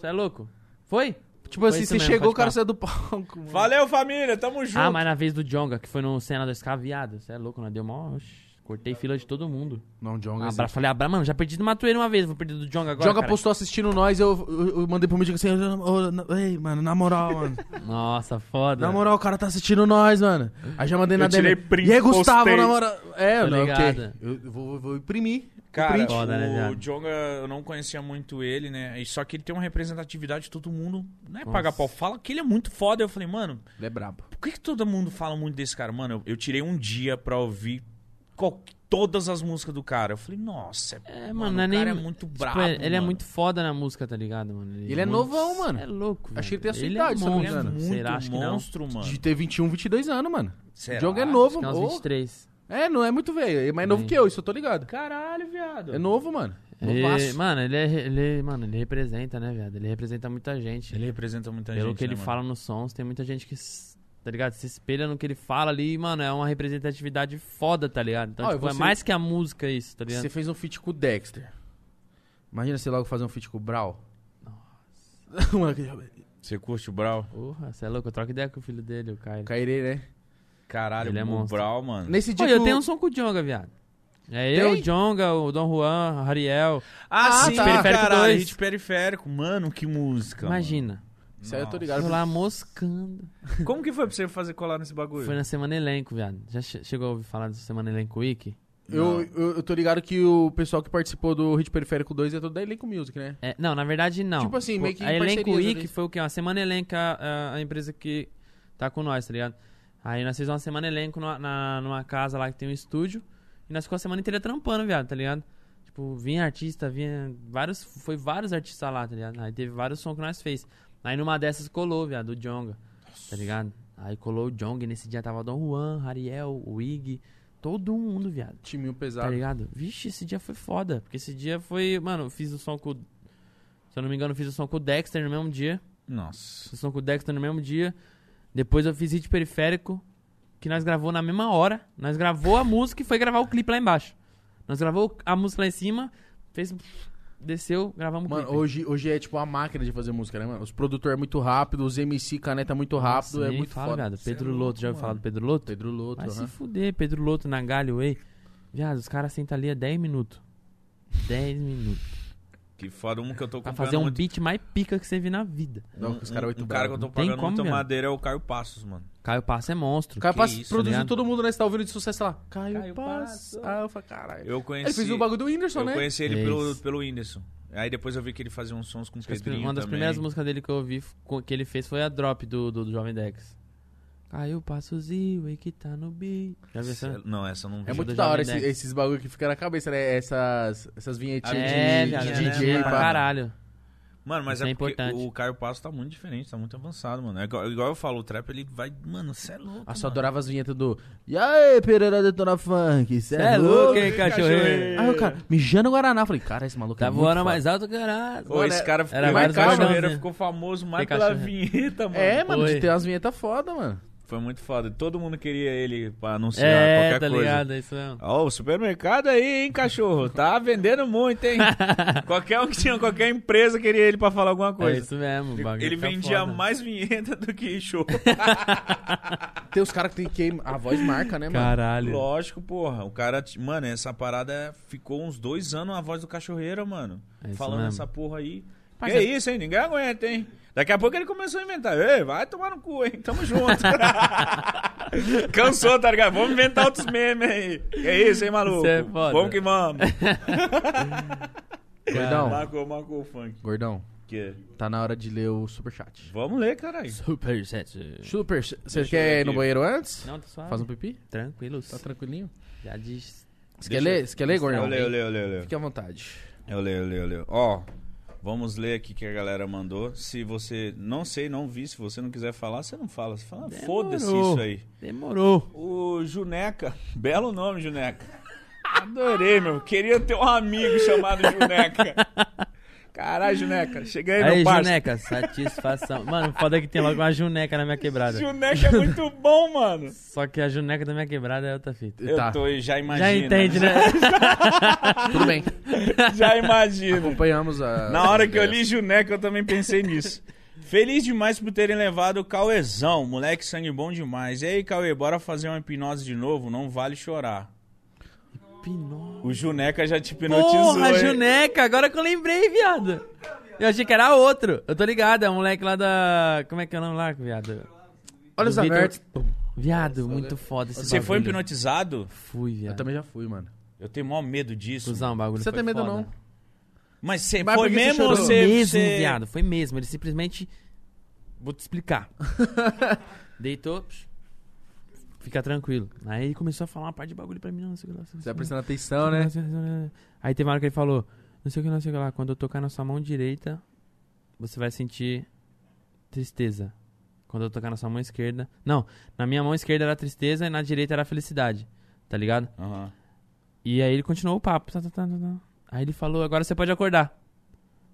[SPEAKER 3] você é louco? Foi?
[SPEAKER 2] Tipo assim,
[SPEAKER 3] Foi isso
[SPEAKER 2] você
[SPEAKER 3] mesmo,
[SPEAKER 2] chegou,
[SPEAKER 3] pode
[SPEAKER 2] o cara
[SPEAKER 3] falar.
[SPEAKER 2] saiu do palco. mano.
[SPEAKER 1] Valeu, família. Tamo junto.
[SPEAKER 3] Ah, mas na vez do Jonga, que foi no Cena 2K, viado, você é louco, nós deu mó... oxi, Cortei fila de todo mundo.
[SPEAKER 2] Não, Jonga.
[SPEAKER 3] Abra, falei, abra, mano, já perdi do Matueiro uma vez, vou perder do Jonga Um agora,
[SPEAKER 2] Jonga
[SPEAKER 3] cara.
[SPEAKER 2] postou assistindo nós, eu, eu, eu mandei pro mídia assim, ô, na- ei, mano, na moral, [laughs] mano.
[SPEAKER 3] Nossa, foda.
[SPEAKER 2] Na moral, o cara tá assistindo nós, mano. Aí já mandei na
[SPEAKER 1] Eu tirei
[SPEAKER 2] DM.
[SPEAKER 1] print,
[SPEAKER 2] e aí, Gustavo,
[SPEAKER 1] postei.
[SPEAKER 2] na moral. É,
[SPEAKER 3] Tô
[SPEAKER 2] não, ok.
[SPEAKER 3] Tá ligado.
[SPEAKER 2] Eu vou, vou imprimir. o
[SPEAKER 1] Cara,
[SPEAKER 2] print.
[SPEAKER 3] Foda, né,
[SPEAKER 1] o
[SPEAKER 3] viado?
[SPEAKER 1] Jonga, eu não conhecia muito ele, né? E Só que ele tem uma representatividade, todo mundo. Não é paga pau. Fala que ele é muito foda. Eu falei, mano,
[SPEAKER 2] Ele é brabo.
[SPEAKER 1] por que, que todo mundo fala muito desse cara? Mano, eu, eu tirei um dia pra ouvir qual- todas as músicas do cara. Eu falei, nossa,
[SPEAKER 3] É,
[SPEAKER 1] mano,
[SPEAKER 3] mano,
[SPEAKER 1] o
[SPEAKER 3] não é nem...
[SPEAKER 1] cara é muito
[SPEAKER 3] tipo,
[SPEAKER 1] brabo.
[SPEAKER 3] ele ele é
[SPEAKER 1] mano.
[SPEAKER 3] muito foda na música, tá ligado, mano?
[SPEAKER 2] Ele é
[SPEAKER 3] muito-
[SPEAKER 2] novão, mano.
[SPEAKER 3] É louco,
[SPEAKER 2] Acho que ele
[SPEAKER 3] velho.
[SPEAKER 2] tem a sua
[SPEAKER 3] é
[SPEAKER 2] idade, se eu não me
[SPEAKER 1] Ele é
[SPEAKER 3] monstro.
[SPEAKER 2] engano.
[SPEAKER 1] muito
[SPEAKER 3] Será? Acho que não.
[SPEAKER 1] monstro, mano.
[SPEAKER 2] De ter 21, 22 anos, mano.
[SPEAKER 1] Será?
[SPEAKER 2] O jogo é novo,
[SPEAKER 3] Acho que é
[SPEAKER 2] mano.
[SPEAKER 3] uns 23.
[SPEAKER 2] É, não é muito velho. É mais novo
[SPEAKER 3] Bem.
[SPEAKER 2] que eu, isso eu tô ligado.
[SPEAKER 1] Caralho, viado.
[SPEAKER 2] É novo, mano.
[SPEAKER 3] Ele,
[SPEAKER 2] Novaço.
[SPEAKER 3] mano, ele, é, ele, mano, ele representa, né, viado? Ele representa muita gente.
[SPEAKER 1] Ele representa muita gente.
[SPEAKER 3] Pelo que
[SPEAKER 1] né,
[SPEAKER 3] ele
[SPEAKER 1] mano?
[SPEAKER 3] fala nos sons, tem muita gente que, s- tá ligado? Se espelha no que ele fala ali, e, mano, é uma representatividade foda, tá ligado? Então,
[SPEAKER 2] Ó, e
[SPEAKER 3] tipo, é
[SPEAKER 2] você-
[SPEAKER 3] mais que a música isso, tá ligado?
[SPEAKER 2] Você fez um feat com o Dexter. Imagina você logo fazer um feat com o Brau. Nossa. [laughs] mano, que-
[SPEAKER 1] Você curte o Brau?
[SPEAKER 3] Porra, você é louco, eu troco ideia com o filho dele, o Caio.
[SPEAKER 2] Cairei, né?
[SPEAKER 1] Caralho,
[SPEAKER 3] Ele é
[SPEAKER 1] o
[SPEAKER 3] monstro.
[SPEAKER 1] Brau, mano.
[SPEAKER 2] Nesse
[SPEAKER 3] Pô,
[SPEAKER 2] dia. que
[SPEAKER 3] eu
[SPEAKER 2] o-
[SPEAKER 3] tenho um som com o Djonga, viado. É eu,
[SPEAKER 2] Tem?
[SPEAKER 3] o Djonga, o Dom Juan, o Ariel.
[SPEAKER 1] Ah,
[SPEAKER 2] Ah,
[SPEAKER 1] sim,
[SPEAKER 2] tá.
[SPEAKER 1] periférico
[SPEAKER 3] Caralho,
[SPEAKER 1] caralho,
[SPEAKER 3] hit
[SPEAKER 1] hit periférico. Mano, que música.
[SPEAKER 3] Imagina.
[SPEAKER 2] Isso aí eu tô ligado.
[SPEAKER 3] Eu lá moscando.
[SPEAKER 1] [laughs] Como que foi pra você fazer colar nesse bagulho?
[SPEAKER 3] Foi na semana elenco, viado. Já che- chegou a ouvir falar da semana elenco Wiki?
[SPEAKER 2] Eu, eu, eu tô ligado que o pessoal que participou do Hit Periférico 2 é todo da Elenco Music, né?
[SPEAKER 3] É, não, na verdade não.
[SPEAKER 2] Tipo assim,
[SPEAKER 3] Pô,
[SPEAKER 2] meio que
[SPEAKER 3] A Elenco
[SPEAKER 2] parcerias,
[SPEAKER 3] Week
[SPEAKER 2] né?
[SPEAKER 3] foi o quê? Uma semana elenca a, a empresa que tá com nós, tá ligado? Aí nós fizemos uma semana elenco numa, na- numa casa lá que tem um estúdio. E nós ficamos a semana inteira trampando, viado, tá ligado? Tipo, vinha artista, vinha vários. Foi vários artistas lá, tá ligado? Aí teve vários sons que nós fez. Aí numa dessas colou, viado, o Jonga, tá ligado? Aí colou o Jonga e nesse dia tava Dom Juan, Ariel, o Ig, todo mundo, viado.
[SPEAKER 2] Timinho
[SPEAKER 3] Tá
[SPEAKER 2] pesado.
[SPEAKER 3] ligado? Vixe, esse dia foi foda. Porque esse dia foi. Mano, eu fiz o som com. o- Se eu não me engano, eu fiz o som com o Dexter no mesmo dia.
[SPEAKER 1] Nossa.
[SPEAKER 3] Fiz o som com o Dexter no mesmo dia. Depois eu fiz hit periférico. Que nós gravou na mesma hora. Nós gravou a música e foi gravar o clipe lá embaixo. Nós gravou a música lá em cima. Fez. Desceu, gravamos o
[SPEAKER 2] Mano,
[SPEAKER 3] clipe.
[SPEAKER 2] hoje, hoje é tipo uma máquina de fazer música, né, mano? Os produtores é muito rápido, os MC caneta muito rápido,
[SPEAKER 3] Nossa,
[SPEAKER 2] é
[SPEAKER 3] nem
[SPEAKER 2] muito
[SPEAKER 3] fala,
[SPEAKER 2] foda.
[SPEAKER 3] viado.
[SPEAKER 2] Cê é
[SPEAKER 3] Pedro
[SPEAKER 2] louco,
[SPEAKER 3] Loto, já ouviu
[SPEAKER 2] mano.
[SPEAKER 3] falar do Pedro Loto?
[SPEAKER 2] Pedro Loto,
[SPEAKER 3] Vai se
[SPEAKER 2] aham.
[SPEAKER 3] fuder, Pedro Loto na Galho Way. Viado, os caras sentam ali há 10 minutos. 10 minutos.
[SPEAKER 1] Que foda. Um que eu tô
[SPEAKER 3] Pra
[SPEAKER 1] comprando
[SPEAKER 3] fazer um
[SPEAKER 1] muito.
[SPEAKER 3] beat mais pica que você viu na vida.
[SPEAKER 2] Não, que os caras
[SPEAKER 1] um,
[SPEAKER 2] é muito
[SPEAKER 1] um cara que eu
[SPEAKER 2] bravo.
[SPEAKER 1] tô
[SPEAKER 3] Não tem
[SPEAKER 1] pagando
[SPEAKER 3] como,
[SPEAKER 1] muita
[SPEAKER 3] mesmo.
[SPEAKER 1] madeira é o Caio Passos, mano.
[SPEAKER 3] Caio Passo é monstro.
[SPEAKER 2] O Caio Passo
[SPEAKER 1] isso,
[SPEAKER 2] produziu
[SPEAKER 3] tá ligado?
[SPEAKER 2] todo mundo, né? Você tá ouvindo de sucesso lá. Caio,
[SPEAKER 1] Caio Passo.
[SPEAKER 2] Passo. Ah, eu falei, caralho.
[SPEAKER 1] Eu conheci.
[SPEAKER 2] Ele fez o bagulho do Whindersson,
[SPEAKER 1] Eu
[SPEAKER 2] né?
[SPEAKER 1] conheci ele pelo,
[SPEAKER 3] É Isso.
[SPEAKER 1] pelo Whindersson. Aí depois eu vi que ele fazia uns sons com o
[SPEAKER 3] Acho que as
[SPEAKER 1] Pedrinho
[SPEAKER 3] prim- uma das
[SPEAKER 1] também.
[SPEAKER 3] primeiras músicas dele que eu ouvi f- co- que ele fez foi a Drop do, do, do Jovem Dex. Caiu passozinho e que tá no beat. Já viu essa?
[SPEAKER 1] Cê- Não, essa eu não vi.
[SPEAKER 2] É muito
[SPEAKER 3] do
[SPEAKER 2] da hora
[SPEAKER 3] Jovem
[SPEAKER 2] esse-
[SPEAKER 3] Nerd.
[SPEAKER 2] esses bagulho que fica na cabeça, né? Essas, essas vinhetinhas
[SPEAKER 1] Ah,
[SPEAKER 3] É,
[SPEAKER 2] de,
[SPEAKER 1] viado,
[SPEAKER 2] de
[SPEAKER 3] velho,
[SPEAKER 1] né?
[SPEAKER 2] DJ.
[SPEAKER 1] Mano,
[SPEAKER 2] pá.
[SPEAKER 3] pra caralho.
[SPEAKER 1] Mano, mas
[SPEAKER 3] Isso
[SPEAKER 1] é,
[SPEAKER 3] é
[SPEAKER 1] porque
[SPEAKER 3] importante.
[SPEAKER 1] o Caio Passos tá muito diferente, tá muito avançado, mano. É igual, igual eu falo, o trap ele vai. Mano, você é louco.
[SPEAKER 2] Ah, só
[SPEAKER 1] mano.
[SPEAKER 2] adorava as vinhetas do... E aí, Pereira Detona Funk, cê
[SPEAKER 3] Cê
[SPEAKER 2] é louco?
[SPEAKER 3] hein, cachorro?
[SPEAKER 2] Aí o cara, mijando o Guaraná. Eu Falei, cara, esse maluco é
[SPEAKER 3] Tá
[SPEAKER 2] muito
[SPEAKER 3] voando
[SPEAKER 2] foda.
[SPEAKER 3] mais alto que É, era.
[SPEAKER 1] Ô, esse cara ficou,
[SPEAKER 3] Era vários
[SPEAKER 1] Caio
[SPEAKER 3] bordões,
[SPEAKER 1] Ferreira
[SPEAKER 3] né?
[SPEAKER 1] ficou famoso mais
[SPEAKER 3] Tem
[SPEAKER 1] pela
[SPEAKER 3] cachorro.
[SPEAKER 1] vinheta, um, mano.
[SPEAKER 2] É, mano,
[SPEAKER 3] Oi.
[SPEAKER 2] de ter umas vinhetas foda, mano.
[SPEAKER 1] Foi muito foda. Todo mundo queria ele pra anunciar
[SPEAKER 3] É,
[SPEAKER 1] qualquer
[SPEAKER 3] tá
[SPEAKER 1] coisa.
[SPEAKER 3] ligado? é Isso mesmo.
[SPEAKER 1] Ó, o supermercado aí, hein, cachorro? Tá vendendo muito, hein? qualquer um que tinha, qualquer empresa queria ele pra falar alguma
[SPEAKER 3] É
[SPEAKER 1] coisa.
[SPEAKER 3] isso mesmo. o bagulho
[SPEAKER 1] ele
[SPEAKER 3] fica
[SPEAKER 1] vendia
[SPEAKER 3] foda.
[SPEAKER 1] mais vinheta do que
[SPEAKER 3] [laughs]
[SPEAKER 1] show.
[SPEAKER 2] Tem os caras que tem que... A voz marca, né, mano?
[SPEAKER 3] Caralho.
[SPEAKER 1] Lógico, porra. O cara. t- Mano, essa parada é, ficou uns dois anos a voz do cachorreiro, mano.
[SPEAKER 3] É isso
[SPEAKER 1] falando
[SPEAKER 3] mesmo.
[SPEAKER 1] essa porra aí.
[SPEAKER 3] Parça-
[SPEAKER 1] Que isso, hein? Ninguém aguenta, hein? Daqui a pouco ele começou a inventar. Ei, vai tomar no cu, hein? Tamo
[SPEAKER 3] [laughs]
[SPEAKER 1] junto. Cansou, tá ligado? Vamos inventar outros memes aí. Que isso, hein, maluco?
[SPEAKER 3] Isso é foda.
[SPEAKER 1] Vamos que
[SPEAKER 3] [laughs]
[SPEAKER 1] vamos.
[SPEAKER 2] Gordão,
[SPEAKER 1] Marcou, marcou o funk.
[SPEAKER 2] gordão,
[SPEAKER 1] Que...
[SPEAKER 2] tá na hora de ler o superchat.
[SPEAKER 1] Vamos ler, caralho.
[SPEAKER 3] Super set.
[SPEAKER 2] Super... Você
[SPEAKER 1] Deixa eu ver
[SPEAKER 2] quer ir no
[SPEAKER 1] aqui.
[SPEAKER 2] banheiro antes?
[SPEAKER 3] Não, tá suave.
[SPEAKER 2] Faz um pipi?
[SPEAKER 3] Tranquilo.
[SPEAKER 2] Tá tranquilinho?
[SPEAKER 3] Já diz.
[SPEAKER 2] Você quer
[SPEAKER 1] Deixa
[SPEAKER 2] ler?
[SPEAKER 1] eu-
[SPEAKER 2] Você quer ler,
[SPEAKER 3] um
[SPEAKER 2] gordão?
[SPEAKER 1] Eu leio, eu leio, eu leio. eu leio.
[SPEAKER 2] Fique à vontade.
[SPEAKER 1] Eu leio, eu leio, eu leio. Ó, vamos ler aqui que a galera mandou. Se você não sei, não vi, se você não quiser falar, você não fala. Você fala, "Ah,
[SPEAKER 3] Demorou.
[SPEAKER 1] foda-se isso aí.
[SPEAKER 3] Demorou.
[SPEAKER 1] [laughs] O Juneca, belo nome, Juneca. Adorei, meu. Queria ter um amigo chamado Juneca. Caralho, Juneca. Chega aí,
[SPEAKER 3] Aí,
[SPEAKER 1] meu parça.
[SPEAKER 3] Juneca, satisfação. Mano, foda é que tem logo uma Juneca na minha quebrada.
[SPEAKER 1] Juneca é muito bom, mano.
[SPEAKER 3] Só que a Juneca da minha quebrada é outra fita.
[SPEAKER 1] Eu
[SPEAKER 2] Tá,
[SPEAKER 1] tô, já
[SPEAKER 3] Já
[SPEAKER 1] imagino.
[SPEAKER 3] entende, né?
[SPEAKER 2] tudo bem.
[SPEAKER 1] [laughs] Já imagino.
[SPEAKER 2] Acompanhamos a.
[SPEAKER 1] Na hora que eu li Juneca, eu também pensei nisso. Feliz demais por terem levado o Cauezão, moleque sangue bom demais. E aí, Cauê, bora fazer uma hipnose de novo? Não vale chorar.
[SPEAKER 3] Pinó.
[SPEAKER 1] O Juneca já te hipnotizou.
[SPEAKER 3] Porra,
[SPEAKER 1] hein?
[SPEAKER 3] Juneca, agora que eu lembrei, viado. Eu achei que era outro. Eu tô ligado, é o moleque lá da. Como é que é o nome lá, viado?
[SPEAKER 2] Olha os
[SPEAKER 3] Do Vitor-
[SPEAKER 2] abertos.
[SPEAKER 3] Viado, muito foda esse
[SPEAKER 1] Você foi
[SPEAKER 3] bagulho.
[SPEAKER 1] hipnotizado?
[SPEAKER 3] Fui, viado.
[SPEAKER 2] Eu também já fui, mano.
[SPEAKER 1] Eu tenho maior medo disso.
[SPEAKER 3] Cusão, o bagulho
[SPEAKER 2] Você
[SPEAKER 3] foi
[SPEAKER 2] tem medo,
[SPEAKER 3] foda.
[SPEAKER 2] não.
[SPEAKER 1] Mas você
[SPEAKER 2] Mas por
[SPEAKER 1] foi
[SPEAKER 2] que você
[SPEAKER 1] mesmo ou
[SPEAKER 2] chorou?
[SPEAKER 3] Foi
[SPEAKER 1] você...
[SPEAKER 3] mesmo,
[SPEAKER 1] você-
[SPEAKER 3] viado, foi mesmo. Ele simplesmente. Vou te explicar. Deitou. psh, Fica tranquilo. Aí ele começou a falar uma parte de bagulho pra mim. Não, não sei o que lá. não sei o
[SPEAKER 2] Você tá
[SPEAKER 3] que lá.
[SPEAKER 2] prestando atenção, né?
[SPEAKER 3] Aí teve uma hora que ele falou: Não sei o que, não sei o que lá. Quando eu tocar na sua mão direita, você vai sentir tristeza. Quando eu tocar na sua mão esquerda. Não, na minha mão esquerda era tristeza e na direita era felicidade. Tá ligado?
[SPEAKER 1] Aham.
[SPEAKER 3] E aí ele continuou o papo. tá, tá, tá, tá, tá. Aí ele falou, agora você pode acordar.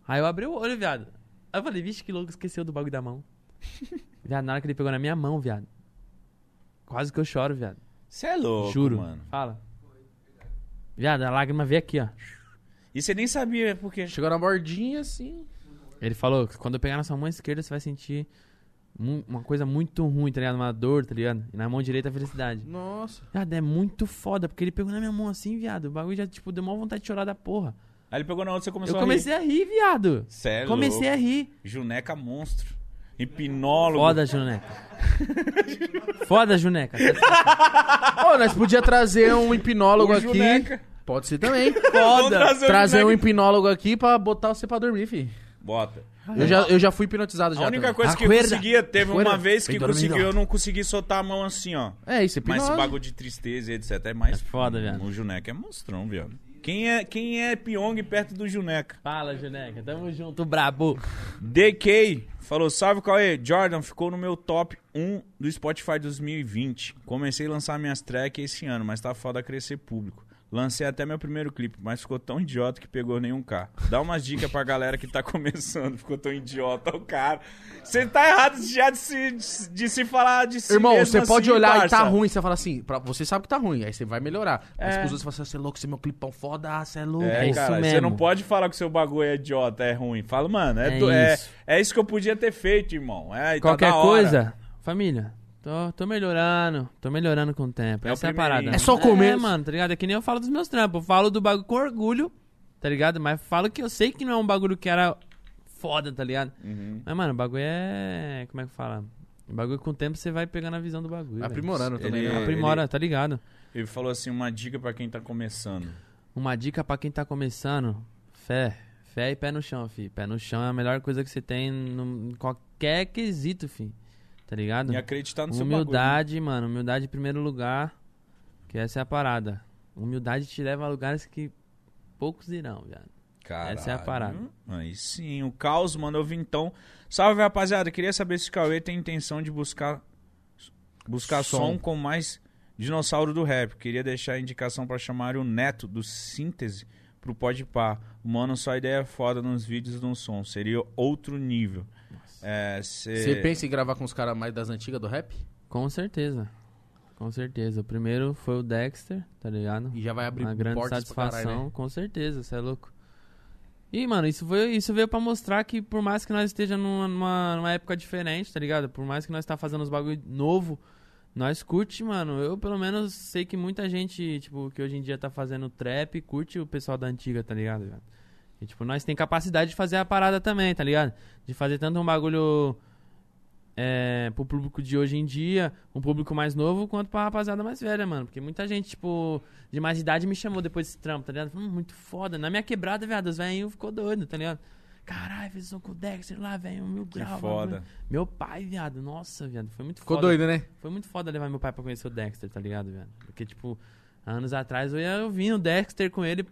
[SPEAKER 3] Aí eu abri o olho, viado. Aí eu falei, vixe, que louco, esqueceu do bagulho
[SPEAKER 1] [laughs]
[SPEAKER 3] da mão. viado, na hora que ele pegou na minha mão, viado. Quase que eu choro, viado.
[SPEAKER 1] Você é louco,
[SPEAKER 3] Juro.
[SPEAKER 1] mano.
[SPEAKER 3] Fala. Viado, a lágrima veio aqui, ó.
[SPEAKER 1] E você nem sabia por quê.
[SPEAKER 2] Chegou na bordinha assim.
[SPEAKER 3] Ele falou que quando eu pegar na sua mão esquerda, você vai sentir mu- uma coisa muito ruim, tá ligado? Uma dor, tá ligado? E na mão direita, a felicidade.
[SPEAKER 2] Nossa.
[SPEAKER 3] Viado, é muito foda, porque ele pegou na minha mão assim, viado. O bagulho já, tipo, deu maior vontade de chorar da porra.
[SPEAKER 1] Aí ele pegou na outra e você começou
[SPEAKER 3] eu
[SPEAKER 1] a
[SPEAKER 3] comecei a rir, viado.
[SPEAKER 1] rir. Cê é
[SPEAKER 3] Comecei a
[SPEAKER 1] louco.
[SPEAKER 3] rir.
[SPEAKER 1] Juneca monstro. Hipnólogo.
[SPEAKER 3] Foda, Juneca. [laughs] Foda, Juneca.
[SPEAKER 2] [laughs] Ô, nós podia trazer um hipnólogo
[SPEAKER 1] O
[SPEAKER 2] aqui.
[SPEAKER 1] Juneca.
[SPEAKER 2] Pode ser também.
[SPEAKER 1] [laughs] Vamos
[SPEAKER 3] Foda.
[SPEAKER 1] o
[SPEAKER 2] trazer um
[SPEAKER 1] Juneca.
[SPEAKER 2] hipnólogo aqui pra botar você pra dormir, fi.
[SPEAKER 1] Bota.
[SPEAKER 2] Eu já, eu já fui hipnotizado já.
[SPEAKER 1] Ah, A única
[SPEAKER 2] também.
[SPEAKER 1] coisa que eu
[SPEAKER 3] Acuerda.
[SPEAKER 1] conseguia, teve uma
[SPEAKER 2] Acuerda.
[SPEAKER 1] vez que
[SPEAKER 2] Vem dormindo.
[SPEAKER 1] conseguiu, eu não consegui soltar a mão assim, ó.
[SPEAKER 2] É isso,
[SPEAKER 1] Mas esse
[SPEAKER 2] hipnose.
[SPEAKER 1] bagulho de tristeza e etc é mais.
[SPEAKER 3] É foda, viado.
[SPEAKER 1] O Juneca é monstrão, viado. Quem é, quem é Pyong perto do Juneca?
[SPEAKER 3] Fala, Juneca. Tamo junto, brabo.
[SPEAKER 1] Tá DK falou: Salve Cauê, Jordan ficou no meu top 1 do Spotify 2020. Comecei a lançar minhas tracks esse ano, mas tá foda crescer público. Lancei até meu primeiro clipe, mas ficou tão idiota que pegou nenhum K. Dá umas dicas pra galera que tá [laughs] começando, ficou tão idiota o cara. Você tá errado já de se, de se falar de si
[SPEAKER 2] Irmão,
[SPEAKER 1] mesmo
[SPEAKER 2] você
[SPEAKER 1] assim,
[SPEAKER 2] pode olhar e tá
[SPEAKER 1] parça.
[SPEAKER 2] ruim, você fala assim, pra- você sabe que tá ruim, aí você vai melhorar. Mas pros outros você fala assim, você é louco, você é meu clipão foda, você é louco.
[SPEAKER 1] É,
[SPEAKER 3] É isso
[SPEAKER 1] cara, você
[SPEAKER 3] mesmo.
[SPEAKER 1] não pode falar que seu bagulho é idiota, é ruim. Fala, mano, é,
[SPEAKER 3] É
[SPEAKER 1] tu- é- é isso.
[SPEAKER 3] isso.
[SPEAKER 1] que eu podia ter feito, irmão. É, e tá
[SPEAKER 3] Qualquer
[SPEAKER 1] da hora.
[SPEAKER 3] coisa, família. Tô, tô melhorando, tô melhorando com o tempo.
[SPEAKER 1] É o
[SPEAKER 3] Essa é a
[SPEAKER 1] primeirinho.
[SPEAKER 3] parada.
[SPEAKER 1] É
[SPEAKER 2] só o começo.
[SPEAKER 3] É, mano, tá ligado? É que nem eu falo dos meus trampos. Eu falo do bagulho com orgulho, tá ligado? Mas falo que eu sei que não é um bagulho que era foda, tá ligado?
[SPEAKER 1] Uhum.
[SPEAKER 3] Mas, mano, o bagulho é. Como é que fala? O bagulho com o tempo você vai pegando a visão do bagulho. velho.
[SPEAKER 2] Aprimorando também,
[SPEAKER 1] Ele-
[SPEAKER 2] né?
[SPEAKER 3] Aprimora, tá ligado?
[SPEAKER 1] Ele falou assim, uma dica pra quem tá começando.
[SPEAKER 3] Uma dica pra quem tá começando, fé. Fé e pé no chão, fi. Pé no chão é a melhor coisa que você tem no- em qualquer quesito, fi. Tá ligado?
[SPEAKER 1] E é acreditar no seu bagulho. né?
[SPEAKER 3] Humildade, mano. Humildade em primeiro lugar. Que essa é a parada. Humildade te leva a lugares que poucos irão, viado.
[SPEAKER 1] Caralho.
[SPEAKER 3] Essa é a parada.
[SPEAKER 1] Aí sim, o Caos mandou então. Salve, rapaziada. Queria saber se o Cauê tem intenção de buscar buscar som,
[SPEAKER 2] Som.
[SPEAKER 1] com mais dinossauro do rap. Queria deixar a indicação pra chamar o Neto do Síntese pro Pode Pá. Mano, só ideia foda nos vídeos no som. Seria outro nível. É, cê-
[SPEAKER 2] Você pensa em gravar com os caras mais das antigas do rap?
[SPEAKER 3] Com certeza. Com certeza. O primeiro foi o Dexter, tá ligado?
[SPEAKER 2] E já vai abrir
[SPEAKER 3] Uma grande
[SPEAKER 2] portas pra
[SPEAKER 3] satisfação,
[SPEAKER 2] caralho, né?
[SPEAKER 3] com certeza, você é louco. E, mano, isso, foi, isso veio pra mostrar que por mais que nós esteja numa, numa, numa época diferente, tá ligado? Por mais que nós tá fazendo os bagulho novo, nós curte, mano. Eu, pelo menos, sei que muita gente, tipo, que hoje em dia tá fazendo trap, curte o pessoal da antiga, tá ligado? velho? E, tipo, nós tem capacidade de fazer a parada também, tá ligado? De fazer tanto um bagulho é, pro público de hoje em dia, um público mais novo, quanto pra rapaziada mais velha, mano. Porque muita gente, tipo, de mais idade me chamou depois desse trampo, tá ligado? Hum, muito foda. Na minha quebrada, viado, os velhinhos ficou doido, tá ligado? Caralho, fez som com o Dexter lá, velho, mil
[SPEAKER 1] Que
[SPEAKER 3] grau.
[SPEAKER 1] foda.
[SPEAKER 3] bagulho. Meu pai, viado, nossa, viado, foi muito
[SPEAKER 2] Ficou
[SPEAKER 3] foda.
[SPEAKER 2] doido, né?
[SPEAKER 3] Foi muito foda levar meu pai pra conhecer o Dexter, tá ligado, velho? Porque, tipo, anos atrás eu ia eu vinha o Dexter com ele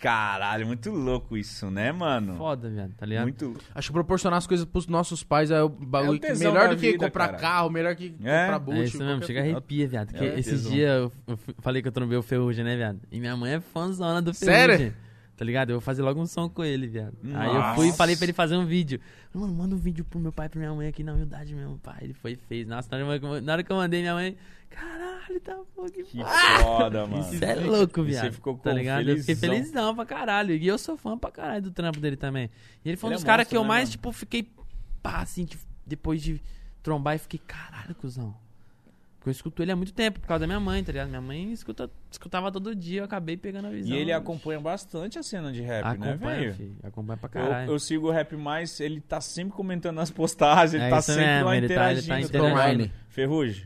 [SPEAKER 1] Caralho, muito louco isso, né, mano?
[SPEAKER 3] Foda, viado, tá ligado?
[SPEAKER 1] Muito louco.
[SPEAKER 2] Acho que proporcionar as coisas pros nossos pais é o bagulho
[SPEAKER 1] É o
[SPEAKER 2] que-
[SPEAKER 1] tesão
[SPEAKER 2] melhor
[SPEAKER 1] da
[SPEAKER 2] do que
[SPEAKER 1] vida,
[SPEAKER 2] comprar
[SPEAKER 1] cara.
[SPEAKER 2] carro, melhor que comprar boot.
[SPEAKER 3] É isso mesmo,
[SPEAKER 2] qualquer
[SPEAKER 3] chega
[SPEAKER 2] coisa.
[SPEAKER 3] arrepia, viado. Porque
[SPEAKER 1] É,
[SPEAKER 3] esses
[SPEAKER 1] tesão.
[SPEAKER 3] dias eu, eu f- falei que eu trombei o Ferrugem, né, viado? E minha mãe é fãzona do
[SPEAKER 2] Sério?
[SPEAKER 3] Ferrugem. Tá ligado? Eu vou fazer logo um som com ele, viado. Aí eu
[SPEAKER 1] Nossa.
[SPEAKER 3] fui e falei pra ele fazer um vídeo. Mano, manda um vídeo pro meu pai e pra minha mãe aqui na humildade mesmo, pai. Ele foi e fez. Nossa, na hora que eu- na hora que eu mandei, minha mãe... Caralho, tá bom, que
[SPEAKER 1] Que
[SPEAKER 3] foda.
[SPEAKER 1] foda, mano.
[SPEAKER 3] Ah! Isso é louco,
[SPEAKER 1] E
[SPEAKER 3] viado.
[SPEAKER 1] você ficou
[SPEAKER 3] tá ligado? Eu fiquei
[SPEAKER 1] felizão.
[SPEAKER 3] felizão pra caralho. E eu sou fã pra caralho do trampo dele também. E ele foi
[SPEAKER 1] Ele
[SPEAKER 3] um dos
[SPEAKER 1] é
[SPEAKER 3] caras
[SPEAKER 1] monstro,
[SPEAKER 3] que eu
[SPEAKER 1] né,
[SPEAKER 3] mais,
[SPEAKER 1] mano?
[SPEAKER 3] tipo, fiquei pá, assim, tipo, depois de trombar e fiquei, caralho, cuzão. Porque eu escuto ele há muito tempo, por causa da minha mãe, tá ligado? Minha mãe escuta, escutava todo dia, eu acabei pegando a visão.
[SPEAKER 1] E ele acompanha bastante a cena de rap, né,
[SPEAKER 3] acompanha,
[SPEAKER 1] velho?
[SPEAKER 3] filho, acompanha pra caralho.
[SPEAKER 1] Eu, eu sigo o rap mais, ele tá sempre comentando nas postagens, ele
[SPEAKER 3] É
[SPEAKER 1] tá
[SPEAKER 3] isso
[SPEAKER 1] sempre
[SPEAKER 3] mesmo,
[SPEAKER 1] lá
[SPEAKER 3] ele tá- ele
[SPEAKER 1] interagindo.
[SPEAKER 3] tá
[SPEAKER 1] ligado?
[SPEAKER 2] interagindo.
[SPEAKER 1] Ferrugem,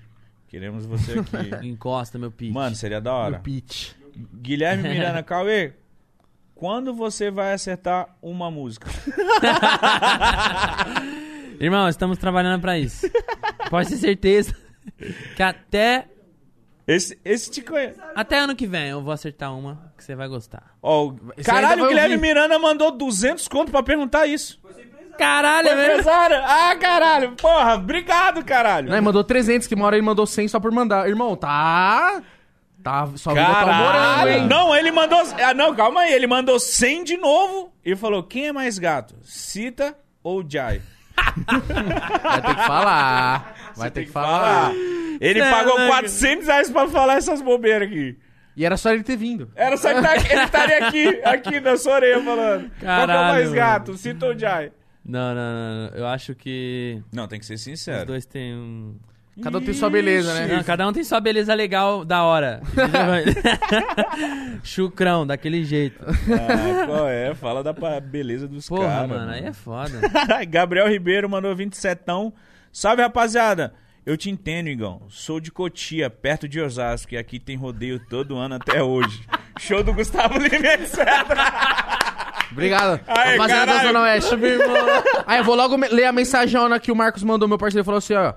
[SPEAKER 1] queremos
[SPEAKER 3] [laughs]
[SPEAKER 1] você aqui.
[SPEAKER 3] Encosta, meu pitch.
[SPEAKER 1] Mano, seria da
[SPEAKER 2] Meu
[SPEAKER 1] hora.
[SPEAKER 2] pitch.
[SPEAKER 1] Guilherme
[SPEAKER 3] [laughs]
[SPEAKER 1] Miranda, Cauê, quando você vai acertar uma música?
[SPEAKER 3] Irmão, estamos trabalhando
[SPEAKER 1] [laughs]
[SPEAKER 3] pra isso. Pode ter certeza que até,
[SPEAKER 1] Esse, esse te conhece.
[SPEAKER 3] até ano que vem eu vou acertar uma que você vai gostar.
[SPEAKER 1] Ó, o-
[SPEAKER 2] Esse ainda
[SPEAKER 1] caralho,
[SPEAKER 2] vai
[SPEAKER 1] o Guilherme
[SPEAKER 2] ouvir.
[SPEAKER 1] Miranda mandou 200 conto pra perguntar isso.
[SPEAKER 2] é
[SPEAKER 3] Caralho, velho.
[SPEAKER 1] Empresário? Ah, caralho, porra, obrigado, caralho.
[SPEAKER 2] Não, é ele Né, mandou 300, que uma hora ele mandou 100 só por mandar. Irmão, tá... Tá... Só vou botar um morango,
[SPEAKER 1] Caralho!
[SPEAKER 2] hein?
[SPEAKER 1] Não, ele mandou. Ah, não, calma aí. Ele mandou 100 de novo e falou: quem é mais gato? Cita ou Jai?
[SPEAKER 2] Vai ter
[SPEAKER 1] [laughs]
[SPEAKER 2] que falar. Vai ter que falar.
[SPEAKER 1] Ele
[SPEAKER 3] Ah. Não,
[SPEAKER 1] pagou
[SPEAKER 3] não,
[SPEAKER 1] 400 reais pra falar essas bobeiras aqui.
[SPEAKER 2] E era só ele ter vindo.
[SPEAKER 1] Era só ele tá- ele estaria aqui, aqui na sua orelha falando. Qual que é o
[SPEAKER 3] Caralho,
[SPEAKER 1] mais
[SPEAKER 3] mano.
[SPEAKER 1] gato? Cita ou Jai?
[SPEAKER 3] Não, não, não, não. Eu acho que
[SPEAKER 1] Não, tem que ser
[SPEAKER 3] os
[SPEAKER 1] sincero.
[SPEAKER 3] dois têm um.
[SPEAKER 2] Cada um tem sua beleza, né?
[SPEAKER 3] Não, cada um tem sua beleza legal da hora. Chucrão, daquele jeito.
[SPEAKER 1] Ah, qual é? Fala da pa- beleza dos
[SPEAKER 3] Porra,
[SPEAKER 1] caras.
[SPEAKER 3] mano, aí é foda.
[SPEAKER 1] Caralho, [laughs] Gabriel Ribeiro mandou 27. Salve, rapaziada. Eu te entendo, Igão. Sou de Cotia, perto de Osasco, e aqui tem rodeio todo ano até hoje. Show do Gustavo Lima, etc.
[SPEAKER 3] [laughs]
[SPEAKER 2] Obrigado.
[SPEAKER 1] Aí,
[SPEAKER 2] Rapaziada da
[SPEAKER 1] caralho.
[SPEAKER 2] Zona Oeste. Aí eu vou logo me- ler a mensajona que o Marcos mandou, meu parceiro. Ele falou assim, ó.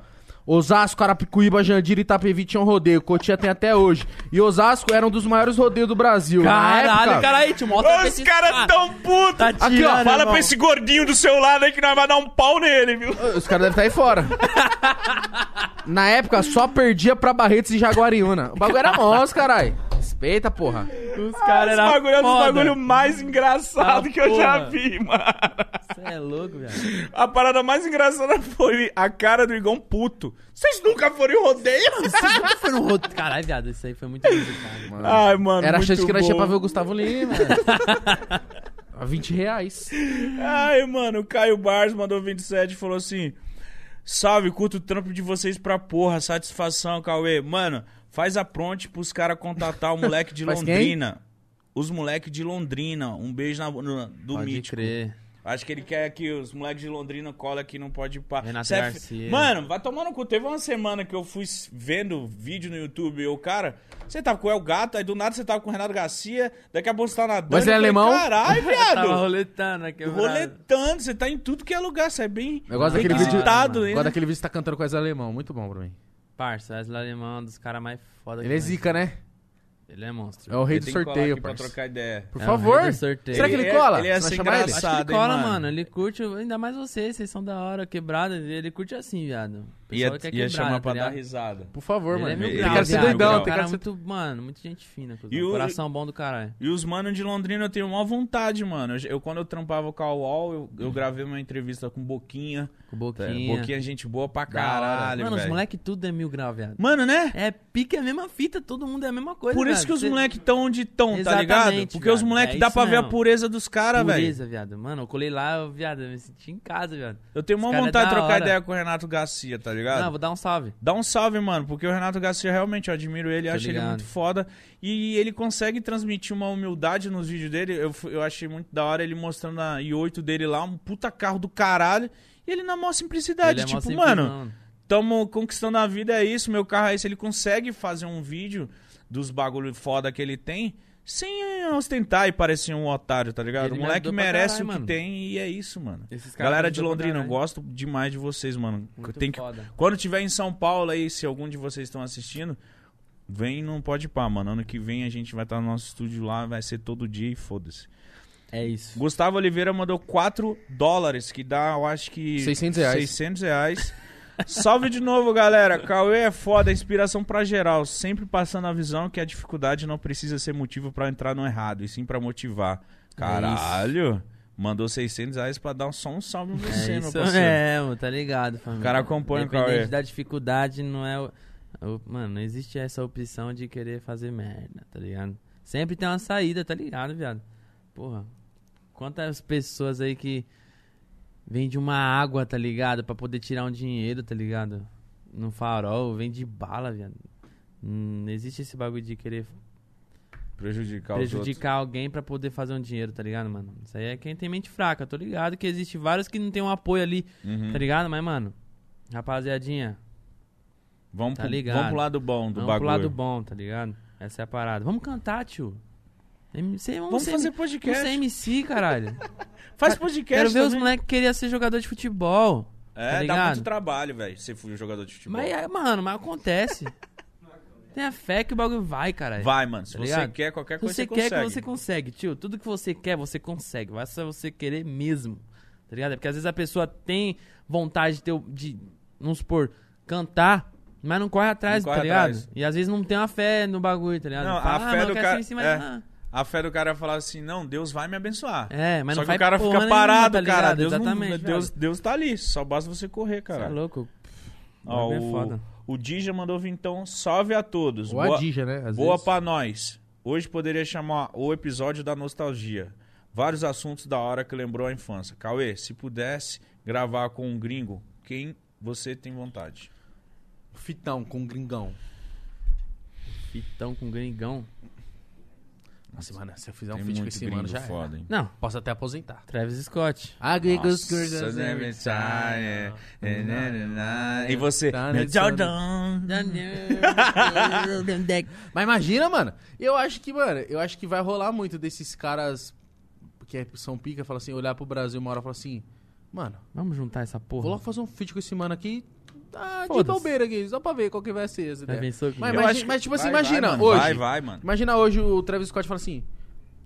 [SPEAKER 2] Osasco, Arapicuíba, Jandira e Itapevi tinham rodeio. Cotia tem até hoje. E Osasco era um dos maiores rodeios do Brasil. Na
[SPEAKER 3] Caralho,
[SPEAKER 2] época-
[SPEAKER 3] caralho, te mostra
[SPEAKER 1] Os caras tão putos.
[SPEAKER 3] Tá
[SPEAKER 2] Aqui, ó,
[SPEAKER 3] tirando,
[SPEAKER 1] Fala
[SPEAKER 3] irmão.
[SPEAKER 1] pra esse gordinho do seu lado aí que nós vai dar um pau nele, viu?
[SPEAKER 2] Os caras devem estar aí fora. Na época, só perdia pra Barretos e Jaguariúna. O bagulho era monstro, caralho. Respeita, porra.
[SPEAKER 3] Os caras
[SPEAKER 1] Esse
[SPEAKER 3] eram.
[SPEAKER 1] bagulho é um dos
[SPEAKER 3] foda.
[SPEAKER 1] bagulho mais engraçado
[SPEAKER 3] Ah,
[SPEAKER 1] que eu já
[SPEAKER 3] porra.
[SPEAKER 1] vi, mano.
[SPEAKER 3] Você é louco, velho.
[SPEAKER 1] A parada mais engraçada foi a cara do Igão puto. Vocês nunca foram em rodeio?
[SPEAKER 3] Vocês nunca foram rodeio. Caralho, viado, isso aí foi muito complicado. Mano.
[SPEAKER 1] Ai, mano, Ah,
[SPEAKER 2] Era a
[SPEAKER 1] muito
[SPEAKER 2] chance que nós tinha
[SPEAKER 1] bom.
[SPEAKER 2] pra ver o
[SPEAKER 1] [laughs]
[SPEAKER 2] Gustavo Lima. A 20 reais.
[SPEAKER 1] Ai, mano, o Caio Bars mandou 27 e falou assim: Salve, curto o trampo de vocês pra porra, satisfação, Cauê. Mano, faz a pronte pros caras contatar o moleque de
[SPEAKER 2] Faz quem?
[SPEAKER 1] Londrina. Os moleques de Londrina. Um beijo na, no- do
[SPEAKER 3] Pode
[SPEAKER 1] Mítico.
[SPEAKER 3] crer.
[SPEAKER 1] Acho que ele quer que os moleques de Londrina colem aqui, não pode pá.
[SPEAKER 3] Renato
[SPEAKER 1] Cê é fi-
[SPEAKER 3] Garcia.
[SPEAKER 1] Mano, vai tomando cu. Teve uma semana que eu fui s- vendo vídeo no YouTube e o cara, você tava com o El Gato, aí do nada você tava com o Renato Garcia, daqui a pouco você tá na
[SPEAKER 2] Mas ele é alemão?
[SPEAKER 1] Caralho, viado.
[SPEAKER 3] Tava roletando aqui,
[SPEAKER 1] Roletando, você tá em tudo que é lugar, você é bem
[SPEAKER 2] Eu gosto daquele vídeo.
[SPEAKER 1] visitado,
[SPEAKER 2] Eu
[SPEAKER 1] hein?
[SPEAKER 2] gosto daquele vídeo que você tá cantando com as alemão. Muito bom pra mim.
[SPEAKER 3] "Ah, Parça, Wesley Alemão é um dos caras mais foda
[SPEAKER 2] Ele é
[SPEAKER 3] que tem.
[SPEAKER 2] zica, né?
[SPEAKER 3] Ele é monstro.
[SPEAKER 2] É o rei
[SPEAKER 1] Eu
[SPEAKER 2] do
[SPEAKER 1] tenho que colar
[SPEAKER 2] sorteio,
[SPEAKER 1] aqui pra
[SPEAKER 2] parceiro.
[SPEAKER 1] trocar ideia.
[SPEAKER 2] Por
[SPEAKER 3] É o
[SPEAKER 2] favor.
[SPEAKER 3] rei do sorteio.
[SPEAKER 2] Será que ele
[SPEAKER 1] Ele é-
[SPEAKER 2] cola?
[SPEAKER 1] ele ia
[SPEAKER 2] Você
[SPEAKER 1] ser
[SPEAKER 2] vai chamar ele?
[SPEAKER 1] engraçado.
[SPEAKER 3] Acho que ele
[SPEAKER 1] Engraçado, hein, mano?
[SPEAKER 3] cola, mano. Ele curte, ainda mais vocês, vocês são da hora, quebrada. Ele curte assim, viado. O pessoal
[SPEAKER 1] Ia,
[SPEAKER 3] quer
[SPEAKER 1] ia
[SPEAKER 3] quebrada,
[SPEAKER 1] é- chamar
[SPEAKER 3] tá
[SPEAKER 1] pra dar
[SPEAKER 3] ligado?
[SPEAKER 1] risada.
[SPEAKER 2] Por favor,
[SPEAKER 3] Ele é
[SPEAKER 2] mano.
[SPEAKER 3] mil
[SPEAKER 1] Ele
[SPEAKER 2] Tem
[SPEAKER 3] grau,
[SPEAKER 2] cara de ser
[SPEAKER 3] viado.
[SPEAKER 2] doidão.
[SPEAKER 3] O
[SPEAKER 2] Tem
[SPEAKER 3] cara
[SPEAKER 2] cara
[SPEAKER 3] é
[SPEAKER 2] de ser...
[SPEAKER 3] muito, mano, muito gente fina. cuzão.
[SPEAKER 1] E o-
[SPEAKER 3] Coração bom do caralho.
[SPEAKER 1] E os manos de Londrina eu tenho uma vontade, mano. Eu, eu- quando eu trampava com a UOL, eu, eu gravei uma entrevista com Boquinha. É,
[SPEAKER 3] Com Tá. boquinha.
[SPEAKER 1] Boquinha, gente boa pra
[SPEAKER 3] da hora.
[SPEAKER 1] caralho,
[SPEAKER 3] Mano, os
[SPEAKER 1] velho.
[SPEAKER 3] moleque tudo é mil grau, viado.
[SPEAKER 1] Mano, né?
[SPEAKER 3] É pique, é a mesma fita, todo mundo é a mesma coisa,
[SPEAKER 1] Por isso
[SPEAKER 3] viado.
[SPEAKER 1] que os
[SPEAKER 3] Cê-
[SPEAKER 1] moleques tão onde tão, tá
[SPEAKER 3] Exatamente,
[SPEAKER 1] ligado? Porque os
[SPEAKER 3] viado.
[SPEAKER 1] moleques
[SPEAKER 3] É
[SPEAKER 1] dá
[SPEAKER 3] isso
[SPEAKER 1] pra ver a
[SPEAKER 3] mesmo.
[SPEAKER 1] pureza dos caras, velho.
[SPEAKER 3] Pureza, viado. Mano, eu colei lá, eu, viado, eu me senti em casa, viado.
[SPEAKER 1] Eu tenho uma
[SPEAKER 3] Os cara é
[SPEAKER 1] vontade de
[SPEAKER 3] da
[SPEAKER 1] trocar
[SPEAKER 3] hora.
[SPEAKER 1] ideia com o Renato Garcia, tá ligado?
[SPEAKER 3] Não, vou dar um salve.
[SPEAKER 1] Dá um salve, mano, porque o Renato Garcia realmente eu admiro ele, acho ele
[SPEAKER 3] ligado.
[SPEAKER 1] muito foda. E ele consegue transmitir uma humildade nos vídeos dele. Eu, fu- eu achei muito da hora ele mostrando a i8 dele lá, um puta carro do caralho. E ele na maior simplicidade,
[SPEAKER 3] Ele é mó
[SPEAKER 1] tipo,
[SPEAKER 3] simplesão.
[SPEAKER 1] mano, tamo conquistando a vida, é isso, meu carro é esse. Ele consegue fazer um vídeo dos bagulho foda que ele tem. Sem ostentar e parecer um otário, tá ligado?
[SPEAKER 3] Ele
[SPEAKER 1] o
[SPEAKER 3] me
[SPEAKER 1] moleque
[SPEAKER 3] ajudou pra
[SPEAKER 1] merece
[SPEAKER 3] caralho,
[SPEAKER 1] o que
[SPEAKER 3] mano.
[SPEAKER 1] tem e é isso, mano.
[SPEAKER 3] Esses caras
[SPEAKER 1] Galera
[SPEAKER 3] me
[SPEAKER 1] de
[SPEAKER 3] ajudam pra
[SPEAKER 1] Londrina, eu
[SPEAKER 3] caralho.
[SPEAKER 1] gosto demais de vocês, mano.
[SPEAKER 3] Muito
[SPEAKER 1] Tem que
[SPEAKER 3] foda.
[SPEAKER 1] quando tiver em São Paulo aí, se algum de vocês estão assistindo, Vem não pode pá, mano. Ano que vem a gente vai estar no nosso estúdio lá, vai ser todo dia e foda-se.
[SPEAKER 3] É isso.
[SPEAKER 1] Gustavo Oliveira mandou 4 dólares, que dá, eu acho que.
[SPEAKER 2] 600 reais.
[SPEAKER 1] 600 reais. Salve de novo, galera. Cauê é foda, inspiração pra geral. Sempre passando a visão que a dificuldade não precisa ser motivo pra entrar no errado, e sim pra motivar. Caralho. Mandou 600 reais pra dar só um salve em você, meu
[SPEAKER 3] É isso
[SPEAKER 1] parceiro.
[SPEAKER 3] mesmo, tá ligado, família.
[SPEAKER 1] O cara acompanha,
[SPEAKER 3] Independente
[SPEAKER 1] Cauê.
[SPEAKER 3] da dificuldade, não é... o- o- Mano, não existe essa opção de querer fazer merda, tá ligado? Sempre tem uma saída, tá ligado, viado? Porra, quantas pessoas aí que vende uma água, tá ligado? Pra poder tirar um dinheiro, tá ligado? No farol, vende bala, viado. Hum, Não existe esse bagulho de querer
[SPEAKER 1] Prejudicar, os outros.
[SPEAKER 3] prejudicar alguém pra poder fazer um dinheiro, tá ligado, mano? Isso aí é quem tem mente fraca, tô ligado que existe vários que não tem um apoio ali,
[SPEAKER 1] Uhum.
[SPEAKER 3] tá ligado? Mas, mano, rapaziadinha,
[SPEAKER 1] Vamos,
[SPEAKER 3] Tá
[SPEAKER 1] pro,
[SPEAKER 3] ligado.
[SPEAKER 1] vamos pro lado bom do
[SPEAKER 3] vamos
[SPEAKER 1] bagulho.
[SPEAKER 3] pro lado bom, tá ligado? Essa é a parada. Vamos cantar, tio. MC, vamos,
[SPEAKER 1] Vamos
[SPEAKER 3] ser
[SPEAKER 1] fazer
[SPEAKER 3] M- vamos ser
[SPEAKER 1] podcast. [laughs]
[SPEAKER 3] MC, caralho.
[SPEAKER 1] Faz podcast.
[SPEAKER 3] Quero ver os
[SPEAKER 1] também.
[SPEAKER 3] moleques que queriam ser jogador de futebol.
[SPEAKER 1] É,
[SPEAKER 3] tá
[SPEAKER 1] dá
[SPEAKER 3] ligado?
[SPEAKER 1] muito trabalho, velho, se for um jogador de futebol.
[SPEAKER 3] Mas, é, mano, mas
[SPEAKER 1] [laughs]
[SPEAKER 3] acontece. Tenha fé que o bagulho vai, caralho.
[SPEAKER 1] Vai, mano. Se
[SPEAKER 3] Tá
[SPEAKER 1] você
[SPEAKER 3] ligado?
[SPEAKER 1] quer qualquer
[SPEAKER 3] Se
[SPEAKER 1] coisa,
[SPEAKER 3] você
[SPEAKER 1] você,
[SPEAKER 3] quer que
[SPEAKER 1] consegue.
[SPEAKER 3] você consegue, tio. Tudo que você quer, você consegue. Vai só você querer mesmo. Tá ligado? É Porque às vezes a pessoa tem vontade de, ter, o- de vamos supor, cantar, mas não corre atrás,
[SPEAKER 1] Não
[SPEAKER 3] tá
[SPEAKER 1] corre
[SPEAKER 3] ligado?
[SPEAKER 1] atrás.
[SPEAKER 3] E às vezes não tem uma fé no bagulho, tá ligado?
[SPEAKER 1] Não,
[SPEAKER 3] Fala,
[SPEAKER 1] a
[SPEAKER 3] "Ah,
[SPEAKER 1] fé
[SPEAKER 3] mas
[SPEAKER 1] do
[SPEAKER 3] eu quero
[SPEAKER 1] cara-
[SPEAKER 3] ser MC, mas
[SPEAKER 1] é.
[SPEAKER 3] não."
[SPEAKER 1] A fé do cara é falar assim, não, Deus vai me abençoar.
[SPEAKER 3] É, mas
[SPEAKER 1] Só
[SPEAKER 3] não
[SPEAKER 1] que
[SPEAKER 3] faz
[SPEAKER 1] o cara
[SPEAKER 3] porra
[SPEAKER 1] fica
[SPEAKER 3] nenhuma,
[SPEAKER 1] parado,
[SPEAKER 3] tá
[SPEAKER 1] cara.
[SPEAKER 3] ligado?
[SPEAKER 1] Deus, não-
[SPEAKER 3] Exatamente,
[SPEAKER 1] Deus,
[SPEAKER 3] velho.
[SPEAKER 1] Deus tá ali, só basta você correr,
[SPEAKER 3] Você
[SPEAKER 1] cara.
[SPEAKER 3] é louco.
[SPEAKER 1] Ó,
[SPEAKER 3] bagulho é
[SPEAKER 1] o,
[SPEAKER 3] foda.
[SPEAKER 1] o Dija mandou então, salve a todos.
[SPEAKER 2] Ou
[SPEAKER 1] boa
[SPEAKER 2] a Dija, né? Às
[SPEAKER 1] boa
[SPEAKER 2] vezes.
[SPEAKER 1] pra nós. Hoje poderia chamar o episódio da nostalgia. Vários assuntos da hora que lembrou a infância. Cauê, se pudesse gravar com um gringo, quem você tem vontade?
[SPEAKER 2] Fitão com gringão.
[SPEAKER 3] Fitão com gringão.
[SPEAKER 2] Nossa, mano, se eu fizer um
[SPEAKER 1] tem
[SPEAKER 2] feat
[SPEAKER 1] muito
[SPEAKER 2] com esse
[SPEAKER 1] gringo
[SPEAKER 2] mano, já
[SPEAKER 1] foda, hein?
[SPEAKER 3] Não,
[SPEAKER 2] Posso até aposentar. Ah,
[SPEAKER 3] Travis Scott.
[SPEAKER 1] Nossa,
[SPEAKER 2] é
[SPEAKER 1] é, never tired. né, E você? Né,
[SPEAKER 2] Meu
[SPEAKER 1] Jordan.
[SPEAKER 2] né. Mas imagina, mano. Eu acho que, mano, eu acho que vai rolar muito desses caras que é- são pica, fala assim, olhar pro Brasil uma hora e falar assim, mano,
[SPEAKER 3] [laughs] Vamos juntar essa porra.
[SPEAKER 2] vou logo fazer um feat com esse mano aqui. Tá de
[SPEAKER 3] Foda-se.
[SPEAKER 2] bobeira aqui, só pra ver qual que vai ser essa
[SPEAKER 3] Já
[SPEAKER 2] ideia.
[SPEAKER 3] pensou que...
[SPEAKER 2] né? Mas,
[SPEAKER 1] Eu
[SPEAKER 2] mas-
[SPEAKER 1] acho que-
[SPEAKER 2] mas, tipo
[SPEAKER 1] vai,
[SPEAKER 2] assim, imagina,
[SPEAKER 1] vai, mano,
[SPEAKER 2] hoje.
[SPEAKER 1] Vai, vai, mano.
[SPEAKER 2] Imagina hoje o Travis Scott fala assim: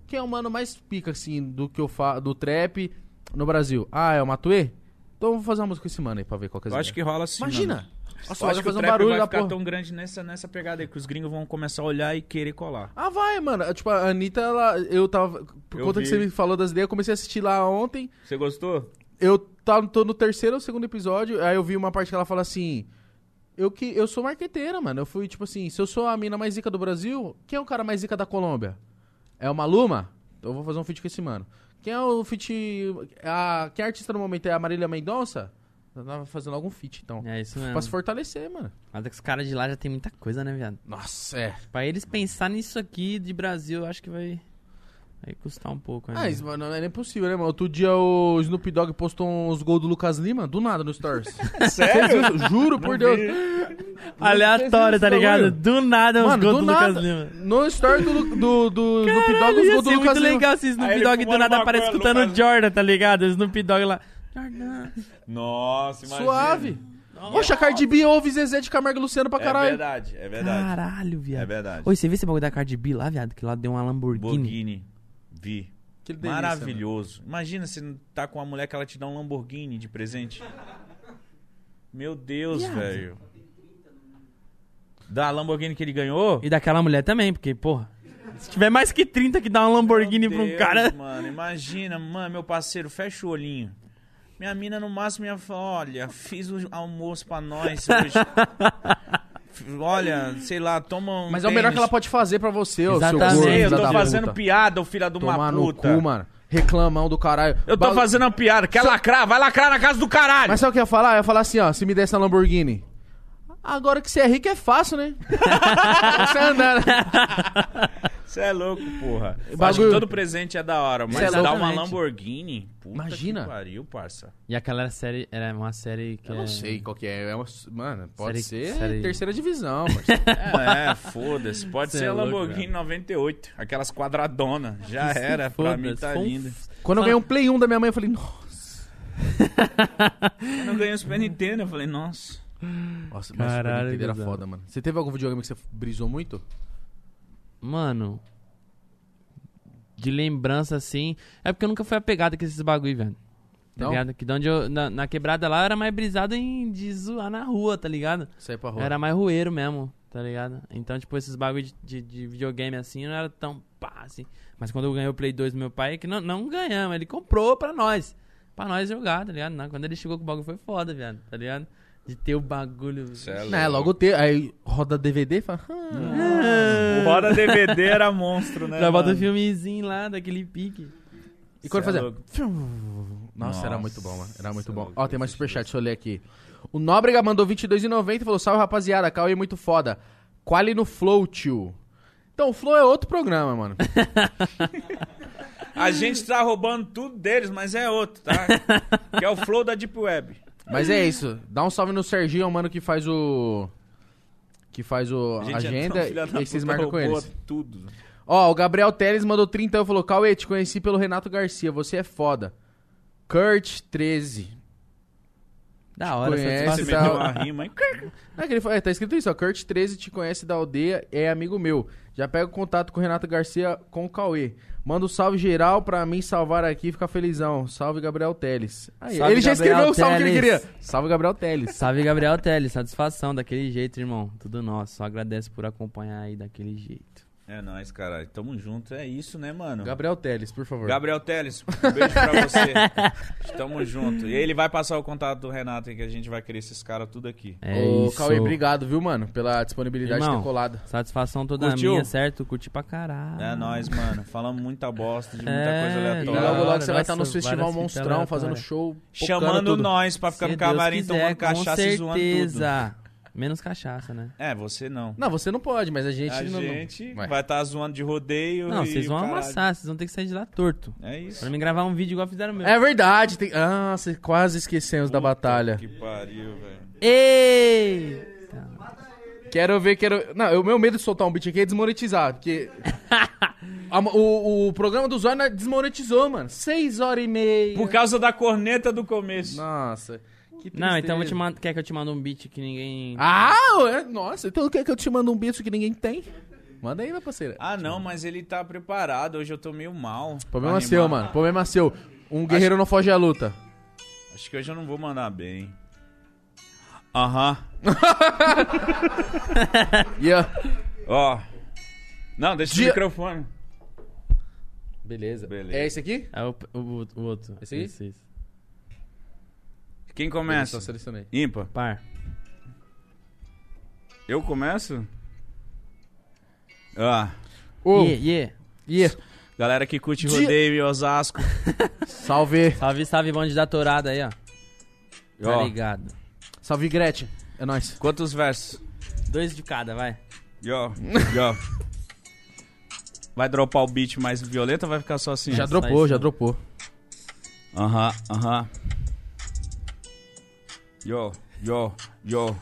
[SPEAKER 2] quem é o mano mais pica, assim, do que eu fa do trap no Brasil? Ah, é o Matuê? Então eu vou fazer uma música com esse mano aí pra ver qual que é
[SPEAKER 1] Eu
[SPEAKER 2] a
[SPEAKER 1] acho que rola assim.
[SPEAKER 2] Imagina!
[SPEAKER 1] Mano.
[SPEAKER 2] Nossa,
[SPEAKER 1] Eu
[SPEAKER 2] vai
[SPEAKER 1] acho que o
[SPEAKER 2] fazer um
[SPEAKER 1] trap
[SPEAKER 2] barulho
[SPEAKER 1] vai
[SPEAKER 2] da
[SPEAKER 1] ficar
[SPEAKER 2] porra.
[SPEAKER 1] tão grande nessa, nessa pegada aí que os gringos vão começar a olhar e querer colar.
[SPEAKER 2] Ah, vai, mano. Tipo, a Anitta, ela, eu tava. Por
[SPEAKER 1] Eu
[SPEAKER 2] conta que
[SPEAKER 1] vi.
[SPEAKER 2] você me falou das ideias, eu comecei a assistir lá ontem.
[SPEAKER 1] Você gostou?
[SPEAKER 2] Eu tá- tô no terceiro ou segundo episódio, aí eu vi uma parte que ela fala assim. Eu, que, eu sou marqueteira, mano. Eu fui, tipo assim, se eu sou a mina mais rica do Brasil, quem é o cara mais rica da Colômbia? É o Maluma? Então eu vou fazer um feat com esse mano. Quem é o feat. A, quem é a artista no momento? É a Marília Mendonça? Eu tava fazendo algum feat, então.
[SPEAKER 3] É isso
[SPEAKER 2] pra se
[SPEAKER 3] mesmo.
[SPEAKER 2] fortalecer, mano.
[SPEAKER 3] Mas é que os caras de lá já tem muita coisa, né, viado?
[SPEAKER 2] Nossa, é.
[SPEAKER 3] Pra eles pensar nisso aqui de Brasil, eu acho que vai, vai custar um pouco. ainda.
[SPEAKER 2] Ah, isso, mano, não é nem possível, né, mano? Outro dia o Snoop Dogg postou uns gols do Lucas Lima, do nada, no [laughs] Stories.
[SPEAKER 1] Sério?
[SPEAKER 2] Juro por Deus.
[SPEAKER 3] Aleatório, tá ligado? Do nada, os
[SPEAKER 2] Mano,
[SPEAKER 3] gols
[SPEAKER 2] do
[SPEAKER 3] do
[SPEAKER 2] nada.
[SPEAKER 3] Tá Lucas Lima.
[SPEAKER 2] No story do, Lu- do, do Snoop Dogg, os
[SPEAKER 3] Ia
[SPEAKER 2] gols do
[SPEAKER 3] ser muito
[SPEAKER 2] Lucas Lima.
[SPEAKER 3] legal se
[SPEAKER 1] Aí
[SPEAKER 3] Snoop
[SPEAKER 1] ele
[SPEAKER 3] Dog do
[SPEAKER 1] fumando
[SPEAKER 3] nada
[SPEAKER 1] maconha,
[SPEAKER 3] aparece escutando
[SPEAKER 1] Lucas.
[SPEAKER 3] Jordan, tá ligado? Snoop Dogg lá. Jordan.
[SPEAKER 1] Nossa, imagina.
[SPEAKER 2] Suave. Poxa, Cardi B ouve Zezé de Camargo e Luciano pra
[SPEAKER 1] É
[SPEAKER 2] caralho.
[SPEAKER 1] verdade, é verdade.
[SPEAKER 3] Caralho, viado.
[SPEAKER 1] É verdade.
[SPEAKER 3] Oi, você viu esse bagulho da Cardi B lá, viado? Que lá deu uma Lamborghini.
[SPEAKER 1] Borghini. Vi.
[SPEAKER 2] Que delícia, mano.
[SPEAKER 1] Maravilhoso. Imagina se não tá com uma mulher que ela te dá um Lamborghini de presente. Meu Deus,
[SPEAKER 3] Viado.
[SPEAKER 1] velho. Da Lamborghini que ele ganhou?
[SPEAKER 3] E daquela mulher também, porque, porra. Se tiver mais que 30 que dá uma Lamborghini
[SPEAKER 1] Meu
[SPEAKER 2] um
[SPEAKER 3] pro
[SPEAKER 1] Deus,
[SPEAKER 3] cara.
[SPEAKER 1] Mano, imagina, mano, meu parceiro, fecha o olhinho. Minha mina no máximo ia falar: olha, fiz o almoço pra nós
[SPEAKER 2] [laughs]
[SPEAKER 1] hoje. F- olha, sei lá, toma um.
[SPEAKER 2] Mas é o melhor que
[SPEAKER 1] tênis.
[SPEAKER 2] ela pode fazer pra você, ô seu
[SPEAKER 3] Exatamente.
[SPEAKER 2] gordo,
[SPEAKER 1] Sei, eu
[SPEAKER 2] né? filha
[SPEAKER 1] tô
[SPEAKER 2] da
[SPEAKER 1] fazendo
[SPEAKER 2] puta.
[SPEAKER 1] piada, ô filha de uma
[SPEAKER 2] Tomar no
[SPEAKER 1] puta.
[SPEAKER 2] cu, mano. Reclamão do caralho.
[SPEAKER 1] Eu tô
[SPEAKER 2] Ba-
[SPEAKER 1] fazendo uma piada. Quer lacrar? Vai lacrar na casa do caralho.
[SPEAKER 2] Mas sabe o que eu ia falar? Eu ia falar assim, ó, se me desse a Lamborghini. Agora que você é rico é fácil,
[SPEAKER 3] [laughs]
[SPEAKER 2] né? você né? andando.
[SPEAKER 1] Você é louco, porra. Acho que
[SPEAKER 2] Bagulho-
[SPEAKER 1] todo presente é da hora, mas
[SPEAKER 2] Cê é
[SPEAKER 1] dar
[SPEAKER 2] louco,
[SPEAKER 1] uma
[SPEAKER 3] gente.
[SPEAKER 1] Lamborghini? Puta
[SPEAKER 2] Imagina.
[SPEAKER 1] Que pariu, parça.
[SPEAKER 3] E aquela era série era uma série que
[SPEAKER 2] Eu
[SPEAKER 3] é-
[SPEAKER 2] não sei qual que é. é uma- mano, pode
[SPEAKER 3] Série-
[SPEAKER 2] ser
[SPEAKER 3] série-
[SPEAKER 2] terceira divisão, parceiro.
[SPEAKER 1] É, é, foda-se. Pode
[SPEAKER 3] Cê
[SPEAKER 1] ser
[SPEAKER 3] é
[SPEAKER 1] a
[SPEAKER 3] louco,
[SPEAKER 1] Lamborghini
[SPEAKER 3] velho.
[SPEAKER 1] 98. Aquelas quadradona. Já era, pra
[SPEAKER 3] Foda-se,
[SPEAKER 1] mim tá
[SPEAKER 3] foi um
[SPEAKER 1] lindo.
[SPEAKER 2] Quando eu ganhei um Play 1 da minha mãe, eu falei, nossa.
[SPEAKER 1] Quando eu ganhei o Super Nintendo, eu falei, nossa.
[SPEAKER 2] Nossa, mas Super
[SPEAKER 3] Caralho,
[SPEAKER 2] Nintendo era
[SPEAKER 3] Guzão.
[SPEAKER 2] foda, mano. Você teve algum videogame que você brisou muito?
[SPEAKER 3] Mano. De lembrança, assim. É porque eu nunca fui apegado com esses bagulho, velho. Tá
[SPEAKER 2] Não?
[SPEAKER 3] ligado? Que de onde eu. Na, na quebrada lá eu era mais brisado em de zoar na rua, tá ligado?
[SPEAKER 2] Sair pra
[SPEAKER 3] Eu
[SPEAKER 2] rua.
[SPEAKER 3] Era mais rueiro mesmo, tá ligado? Então, tipo, esses bagulho de, de- de videogame assim não era tão pá, assim. Mas quando eu ganhei o Play 2 do meu pai, que não, não ganhamos, ele comprou pra nós. Pra nós jogar, tá ligado? Não, quando ele chegou com o bagulho foi foda, viado, tá ligado? De ter o bagulho.
[SPEAKER 1] Cê
[SPEAKER 2] Não, é logo ter. Aí roda DVD e fala. "Ah,
[SPEAKER 1] O Roda DVD era monstro, né?
[SPEAKER 3] Já bota o
[SPEAKER 1] mano?
[SPEAKER 3] um filmezinho lá daquele pique.
[SPEAKER 2] E quando
[SPEAKER 1] Cê é
[SPEAKER 2] fazer.
[SPEAKER 1] louco.
[SPEAKER 2] Nossa, era
[SPEAKER 1] Nossa,
[SPEAKER 2] muito bom, mano. Era muito
[SPEAKER 1] é
[SPEAKER 2] bom.
[SPEAKER 1] louco,
[SPEAKER 2] Ó, tem mais superchat, deixa eu ler aqui. O Nóbrega mandou 22,90 e falou: Salve rapaziada, Cauê é muito foda. Quali no Flow, tio. Então, o Flow é outro
[SPEAKER 1] [laughs]
[SPEAKER 2] programa, mano.
[SPEAKER 1] A gente tá roubando tudo deles, mas é outro, tá? que é o Flow da Deep Web.
[SPEAKER 2] Mas é isso. Dá um salve no Serginho, é o mano que faz o. Que faz o
[SPEAKER 1] A gente
[SPEAKER 2] agenda
[SPEAKER 1] é tão filha da
[SPEAKER 2] e vocês
[SPEAKER 1] puta,
[SPEAKER 2] marcam com
[SPEAKER 1] roubou
[SPEAKER 2] eles.
[SPEAKER 1] tudo.
[SPEAKER 2] Ó, o Gabriel Teles mandou 30 e um, falou: Cauê, te conheci pelo Renato Garcia, você é foda. Kurt 13.
[SPEAKER 3] Da hora,
[SPEAKER 2] conhece,
[SPEAKER 1] Você
[SPEAKER 2] tá-
[SPEAKER 3] satisfação.
[SPEAKER 1] meteu uma rima, hein?
[SPEAKER 2] Ah, que ele fa- é, tá escrito isso, ó. Kurt 13 te conhece da aldeia, é amigo meu. Já pega o contato com o Renato Garcia com o Cauê. Manda um salve geral pra mim salvar aqui e ficar felizão. Salve, Gabriel Teles. Aí,
[SPEAKER 3] Salve,
[SPEAKER 2] ele já
[SPEAKER 3] Gabriel
[SPEAKER 2] escreveu o salve que ele queria.
[SPEAKER 3] Teles.
[SPEAKER 2] Salve, Gabriel Teles. [laughs]
[SPEAKER 3] Salve Gabriel Teles, satisfação daquele jeito, irmão. Tudo nosso. Só agradece por acompanhar aí daquele jeito.
[SPEAKER 1] É nóis, caralho. Tamo junto. É isso, né, mano?
[SPEAKER 2] Gabriel Teles, por favor.
[SPEAKER 1] Gabriel Teles, um beijo pra você. Tamo junto. E ele vai passar o contato do Renato aí, que a gente vai querer esses caras tudo aqui.
[SPEAKER 3] É
[SPEAKER 2] Ô,
[SPEAKER 3] isso.
[SPEAKER 2] Cauê, obrigado, viu, mano, pela disponibilidade de ter
[SPEAKER 3] Irmão.
[SPEAKER 2] colado.
[SPEAKER 3] Satisfação toda
[SPEAKER 1] Curtiu?
[SPEAKER 3] minha, certo? Curti pra caralho.
[SPEAKER 1] É nóis, mano. Falamos muita bosta, de muita
[SPEAKER 3] É,
[SPEAKER 1] coisa
[SPEAKER 2] E
[SPEAKER 3] Da
[SPEAKER 1] aleatória.
[SPEAKER 2] logo, logo
[SPEAKER 3] hora,
[SPEAKER 2] você vai estar
[SPEAKER 3] nossa,
[SPEAKER 2] no Festival
[SPEAKER 3] várias fitas
[SPEAKER 2] Monstrão fazendo
[SPEAKER 3] aleatórias.
[SPEAKER 2] show. pocando
[SPEAKER 1] Chamando
[SPEAKER 2] tudo.
[SPEAKER 1] nós pra ficar
[SPEAKER 3] Se
[SPEAKER 1] no camarim
[SPEAKER 3] Deus quiser,
[SPEAKER 1] tomando
[SPEAKER 3] com
[SPEAKER 1] cachaça e zoando tudo.
[SPEAKER 3] certeza. Menos cachaça, né?
[SPEAKER 1] É, você não.
[SPEAKER 2] Não, você não pode, mas a gente...
[SPEAKER 1] A
[SPEAKER 2] não- não-
[SPEAKER 1] gente
[SPEAKER 2] Vai.
[SPEAKER 1] vai estar zoando de rodeio
[SPEAKER 3] Não,
[SPEAKER 1] e
[SPEAKER 3] vocês vão
[SPEAKER 1] o caralho.
[SPEAKER 3] amassar, vocês vão ter que sair de lá torto.
[SPEAKER 1] É isso.
[SPEAKER 3] Pra me gravar um vídeo igual fizeram o meu.
[SPEAKER 2] É verdade. Tem... Ah, você quase esquecemos da batalha.
[SPEAKER 1] Que pariu, velho.
[SPEAKER 3] Eita!
[SPEAKER 2] Quero ver, quero. Não, o meu medo de soltar um beat aqui é desmonetizar,
[SPEAKER 1] [laughs]
[SPEAKER 2] porque. A- o, o programa do Zóio né, desmonetizou, mano. Seis horas e meia.
[SPEAKER 1] Por causa da corneta do começo.
[SPEAKER 2] Nossa. Que
[SPEAKER 3] Não, então eu vou
[SPEAKER 2] tristeza.
[SPEAKER 3] te mando. Quer que eu te mande um beat que ninguém.
[SPEAKER 2] Ah, é? nossa, então quer que eu te mando um bicho que ninguém tem? Manda aí, minha parceira.
[SPEAKER 1] Ah, não, mas ele tá preparado. Hoje eu tô meio mal.
[SPEAKER 2] Problema é
[SPEAKER 1] Pra
[SPEAKER 2] seu,
[SPEAKER 1] rimar.
[SPEAKER 2] mano. Problema seu. Um guerreiro não foge à luta.
[SPEAKER 1] Acho que hoje eu não vou mandar bem. Aham.
[SPEAKER 2] E ó. é
[SPEAKER 1] Ó. Não, deixa
[SPEAKER 2] Dia-
[SPEAKER 1] o microfone.
[SPEAKER 2] Beleza.
[SPEAKER 1] Beleza.
[SPEAKER 2] É esse aqui?
[SPEAKER 3] É o, o- o outro.
[SPEAKER 2] Esse aí?
[SPEAKER 3] Isso, isso.
[SPEAKER 1] Quem
[SPEAKER 2] É- Só
[SPEAKER 1] começa?
[SPEAKER 2] selecionei.
[SPEAKER 1] Ímpar.
[SPEAKER 3] Par.
[SPEAKER 1] Eu começo? Ah.
[SPEAKER 2] Ô,
[SPEAKER 3] Yeah, yeah.
[SPEAKER 2] yeah.
[SPEAKER 1] Galera que curte
[SPEAKER 2] Dia-
[SPEAKER 1] rodeio e Osasco.
[SPEAKER 2] Salve.
[SPEAKER 3] Salve, salve, bonde da tourada aí, ó. Tá
[SPEAKER 1] Ó,
[SPEAKER 3] ligado.
[SPEAKER 2] Salve, Gretchen. É nóis.
[SPEAKER 1] quantos versos?
[SPEAKER 3] Dois de cada, vai.
[SPEAKER 1] Yo,
[SPEAKER 2] [laughs]
[SPEAKER 1] yo. Vai dropar o beat mais violento ou vai ficar só assim?
[SPEAKER 2] Já
[SPEAKER 3] Nossa,
[SPEAKER 2] dropou,
[SPEAKER 3] aí
[SPEAKER 2] já
[SPEAKER 3] sim.
[SPEAKER 2] dropou.
[SPEAKER 1] Aham, aham. Yo, yo, yo.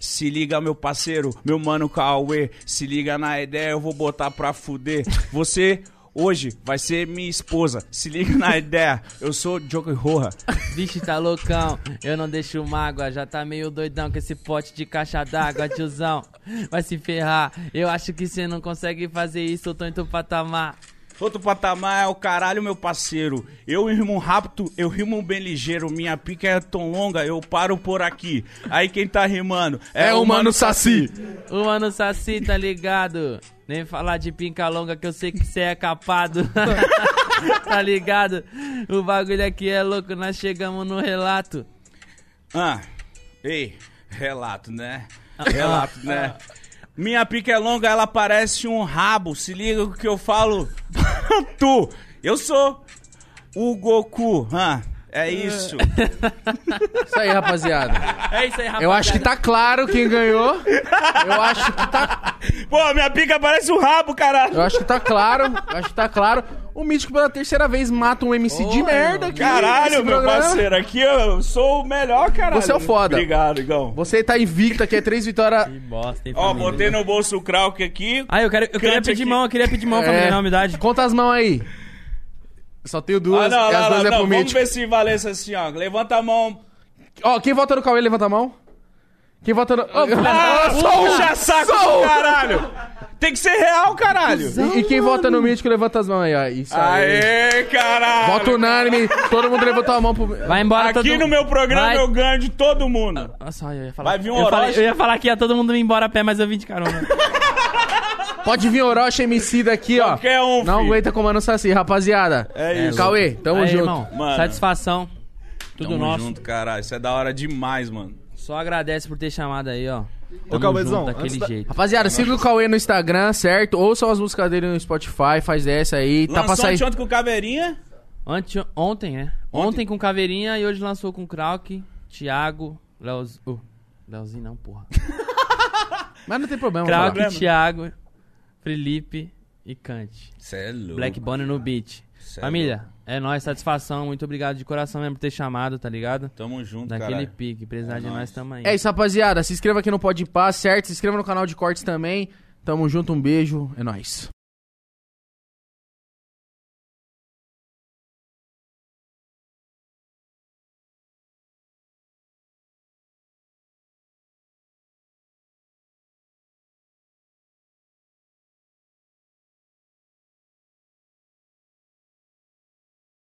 [SPEAKER 1] Se liga, meu parceiro, meu mano Cauê. Se liga na ideia, eu vou botar pra fuder. Você hoje vai ser minha esposa. Se liga na ideia, eu sou Joker Roja.
[SPEAKER 3] Vixe, tá loucão, eu não deixo mágoa. Já tá meio doidão com esse pote de caixa d'água, tiozão. Vai se ferrar. Eu acho que você não consegue fazer isso, eu tô em teu patamar.
[SPEAKER 1] Outro patamar é o caralho, meu parceiro. Eu rimo rápido, eu rimo bem ligeiro. Minha pica é tão longa, eu paro por aqui. Aí quem tá rimando é, o mano.
[SPEAKER 2] Saci.
[SPEAKER 3] O mano saci, tá ligado? Nem falar de pinca longa que eu sei que cê é capado. [laughs] tá ligado? O bagulho aqui é louco, nós chegamos no relato.
[SPEAKER 1] Ah, ei, relato, né?
[SPEAKER 2] Ah,
[SPEAKER 1] Relato, né? Minha pica é longa, ela parece um rabo. Se liga com o que eu falo. [laughs] tu, eu sou o Goku. Ah, é isso.
[SPEAKER 2] Isso aí, rapaziada.
[SPEAKER 3] É isso aí, rapaziada.
[SPEAKER 2] Eu acho que tá claro quem ganhou. Eu acho que tá,
[SPEAKER 1] Pô, minha pica parece um rabo, caralho.
[SPEAKER 2] eu acho que tá claro. Eu acho que tá claro. O Mítico pela terceira vez mata um MC de
[SPEAKER 3] Porra,
[SPEAKER 2] merda
[SPEAKER 3] irmão.
[SPEAKER 2] aqui. nesse
[SPEAKER 1] Caralho, meu
[SPEAKER 2] programa.
[SPEAKER 1] parceiro, aqui eu sou o melhor, caralho.
[SPEAKER 2] Você é o foda.
[SPEAKER 1] Obrigado, Igão.
[SPEAKER 2] Você é tá invicto aqui, é três vitórias.
[SPEAKER 3] Que bosta, hein,
[SPEAKER 1] Ó,
[SPEAKER 3] família?
[SPEAKER 1] botei no bolso o Krauk aqui.
[SPEAKER 3] Ah, eu, quero, eu queria
[SPEAKER 1] Cante
[SPEAKER 3] pedir
[SPEAKER 1] aqui.
[SPEAKER 3] mão, eu queria pedir mão, família,
[SPEAKER 2] É.
[SPEAKER 3] na umidade.
[SPEAKER 2] Conta as mãos aí. Só tenho
[SPEAKER 1] Ah,
[SPEAKER 2] duas,
[SPEAKER 1] não,
[SPEAKER 2] e as
[SPEAKER 1] não,
[SPEAKER 2] duas
[SPEAKER 1] não,
[SPEAKER 2] é pro
[SPEAKER 1] não. Vamos
[SPEAKER 2] Mítico.
[SPEAKER 1] ver se valesse assim, ó. Levanta a mão.
[SPEAKER 2] Ó, quem vota no Cauê, levanta a mão. Quem vota no.
[SPEAKER 1] Ah, puxa saco do caralho! Tem que ser real, caralho!
[SPEAKER 2] E, e quem vota no mítico levanta as mãos aí, ó. Isso aí.
[SPEAKER 1] Aê, caralho!
[SPEAKER 2] Voto unânime, todo mundo levantou a mão pro.
[SPEAKER 3] Vai embora todo
[SPEAKER 1] Aqui no meu programa
[SPEAKER 3] Vai-
[SPEAKER 1] eu ganho de todo mundo.
[SPEAKER 3] Nossa, Ah, eu ia falar.
[SPEAKER 1] Vai vir um
[SPEAKER 3] eu, falei-
[SPEAKER 1] Orochi.
[SPEAKER 3] eu ia falar que ia todo mundo ir embora a pé, mas eu vim
[SPEAKER 1] [laughs]
[SPEAKER 3] de carona.
[SPEAKER 2] Pode vir Orochi MC daqui, ó.
[SPEAKER 1] Qualquer um,
[SPEAKER 2] Não
[SPEAKER 1] filho.
[SPEAKER 2] aguenta com o Mano Saci, rapaziada.
[SPEAKER 1] É isso.
[SPEAKER 2] Cauê, tamo
[SPEAKER 3] Aí,
[SPEAKER 2] junto.
[SPEAKER 3] irmão,
[SPEAKER 1] Mano.
[SPEAKER 3] Satisfação. Tudo
[SPEAKER 1] Tamo
[SPEAKER 3] nosso.
[SPEAKER 1] junto, caralho. Isso é da hora demais, mano.
[SPEAKER 3] Só agradece por ter chamado aí, ó. Tamo
[SPEAKER 5] Cauêzão,
[SPEAKER 3] junto, daquele
[SPEAKER 5] antes da-
[SPEAKER 3] jeito.
[SPEAKER 2] Rapaziada, siga o Cauê no Instagram, certo? Ouçam as músicas dele no Spotify, faz essa aí. Tá pra
[SPEAKER 1] Lançou
[SPEAKER 2] sair.
[SPEAKER 1] ontem ontem com o Caveirinha.
[SPEAKER 3] Ante- ontem, né? Ontem.
[SPEAKER 1] Ontem.
[SPEAKER 3] com Caveirinha e hoje lançou com Krauk, Thiago, Leoz... uh, Leozinho não, porra.
[SPEAKER 2] Mas não tem problema, vamos lá.
[SPEAKER 3] Krauk,
[SPEAKER 1] problema.
[SPEAKER 3] [laughs] Thiago, Felipe e Kant.
[SPEAKER 1] Cê é louco.
[SPEAKER 3] Black Bunny no beat.
[SPEAKER 1] Cê é
[SPEAKER 3] Família, é nóis, satisfação. Muito obrigado de coração mesmo por ter chamado, tá ligado?
[SPEAKER 1] Tamo junto,
[SPEAKER 3] Daquele
[SPEAKER 1] caralho.
[SPEAKER 3] pique. Precisar de nós, tamo aí.
[SPEAKER 2] É isso, rapaziada. Se inscreva aqui no Pode Pá, certo? Se inscreva no canal de cortes também. Tamo junto, um beijo. É nóis.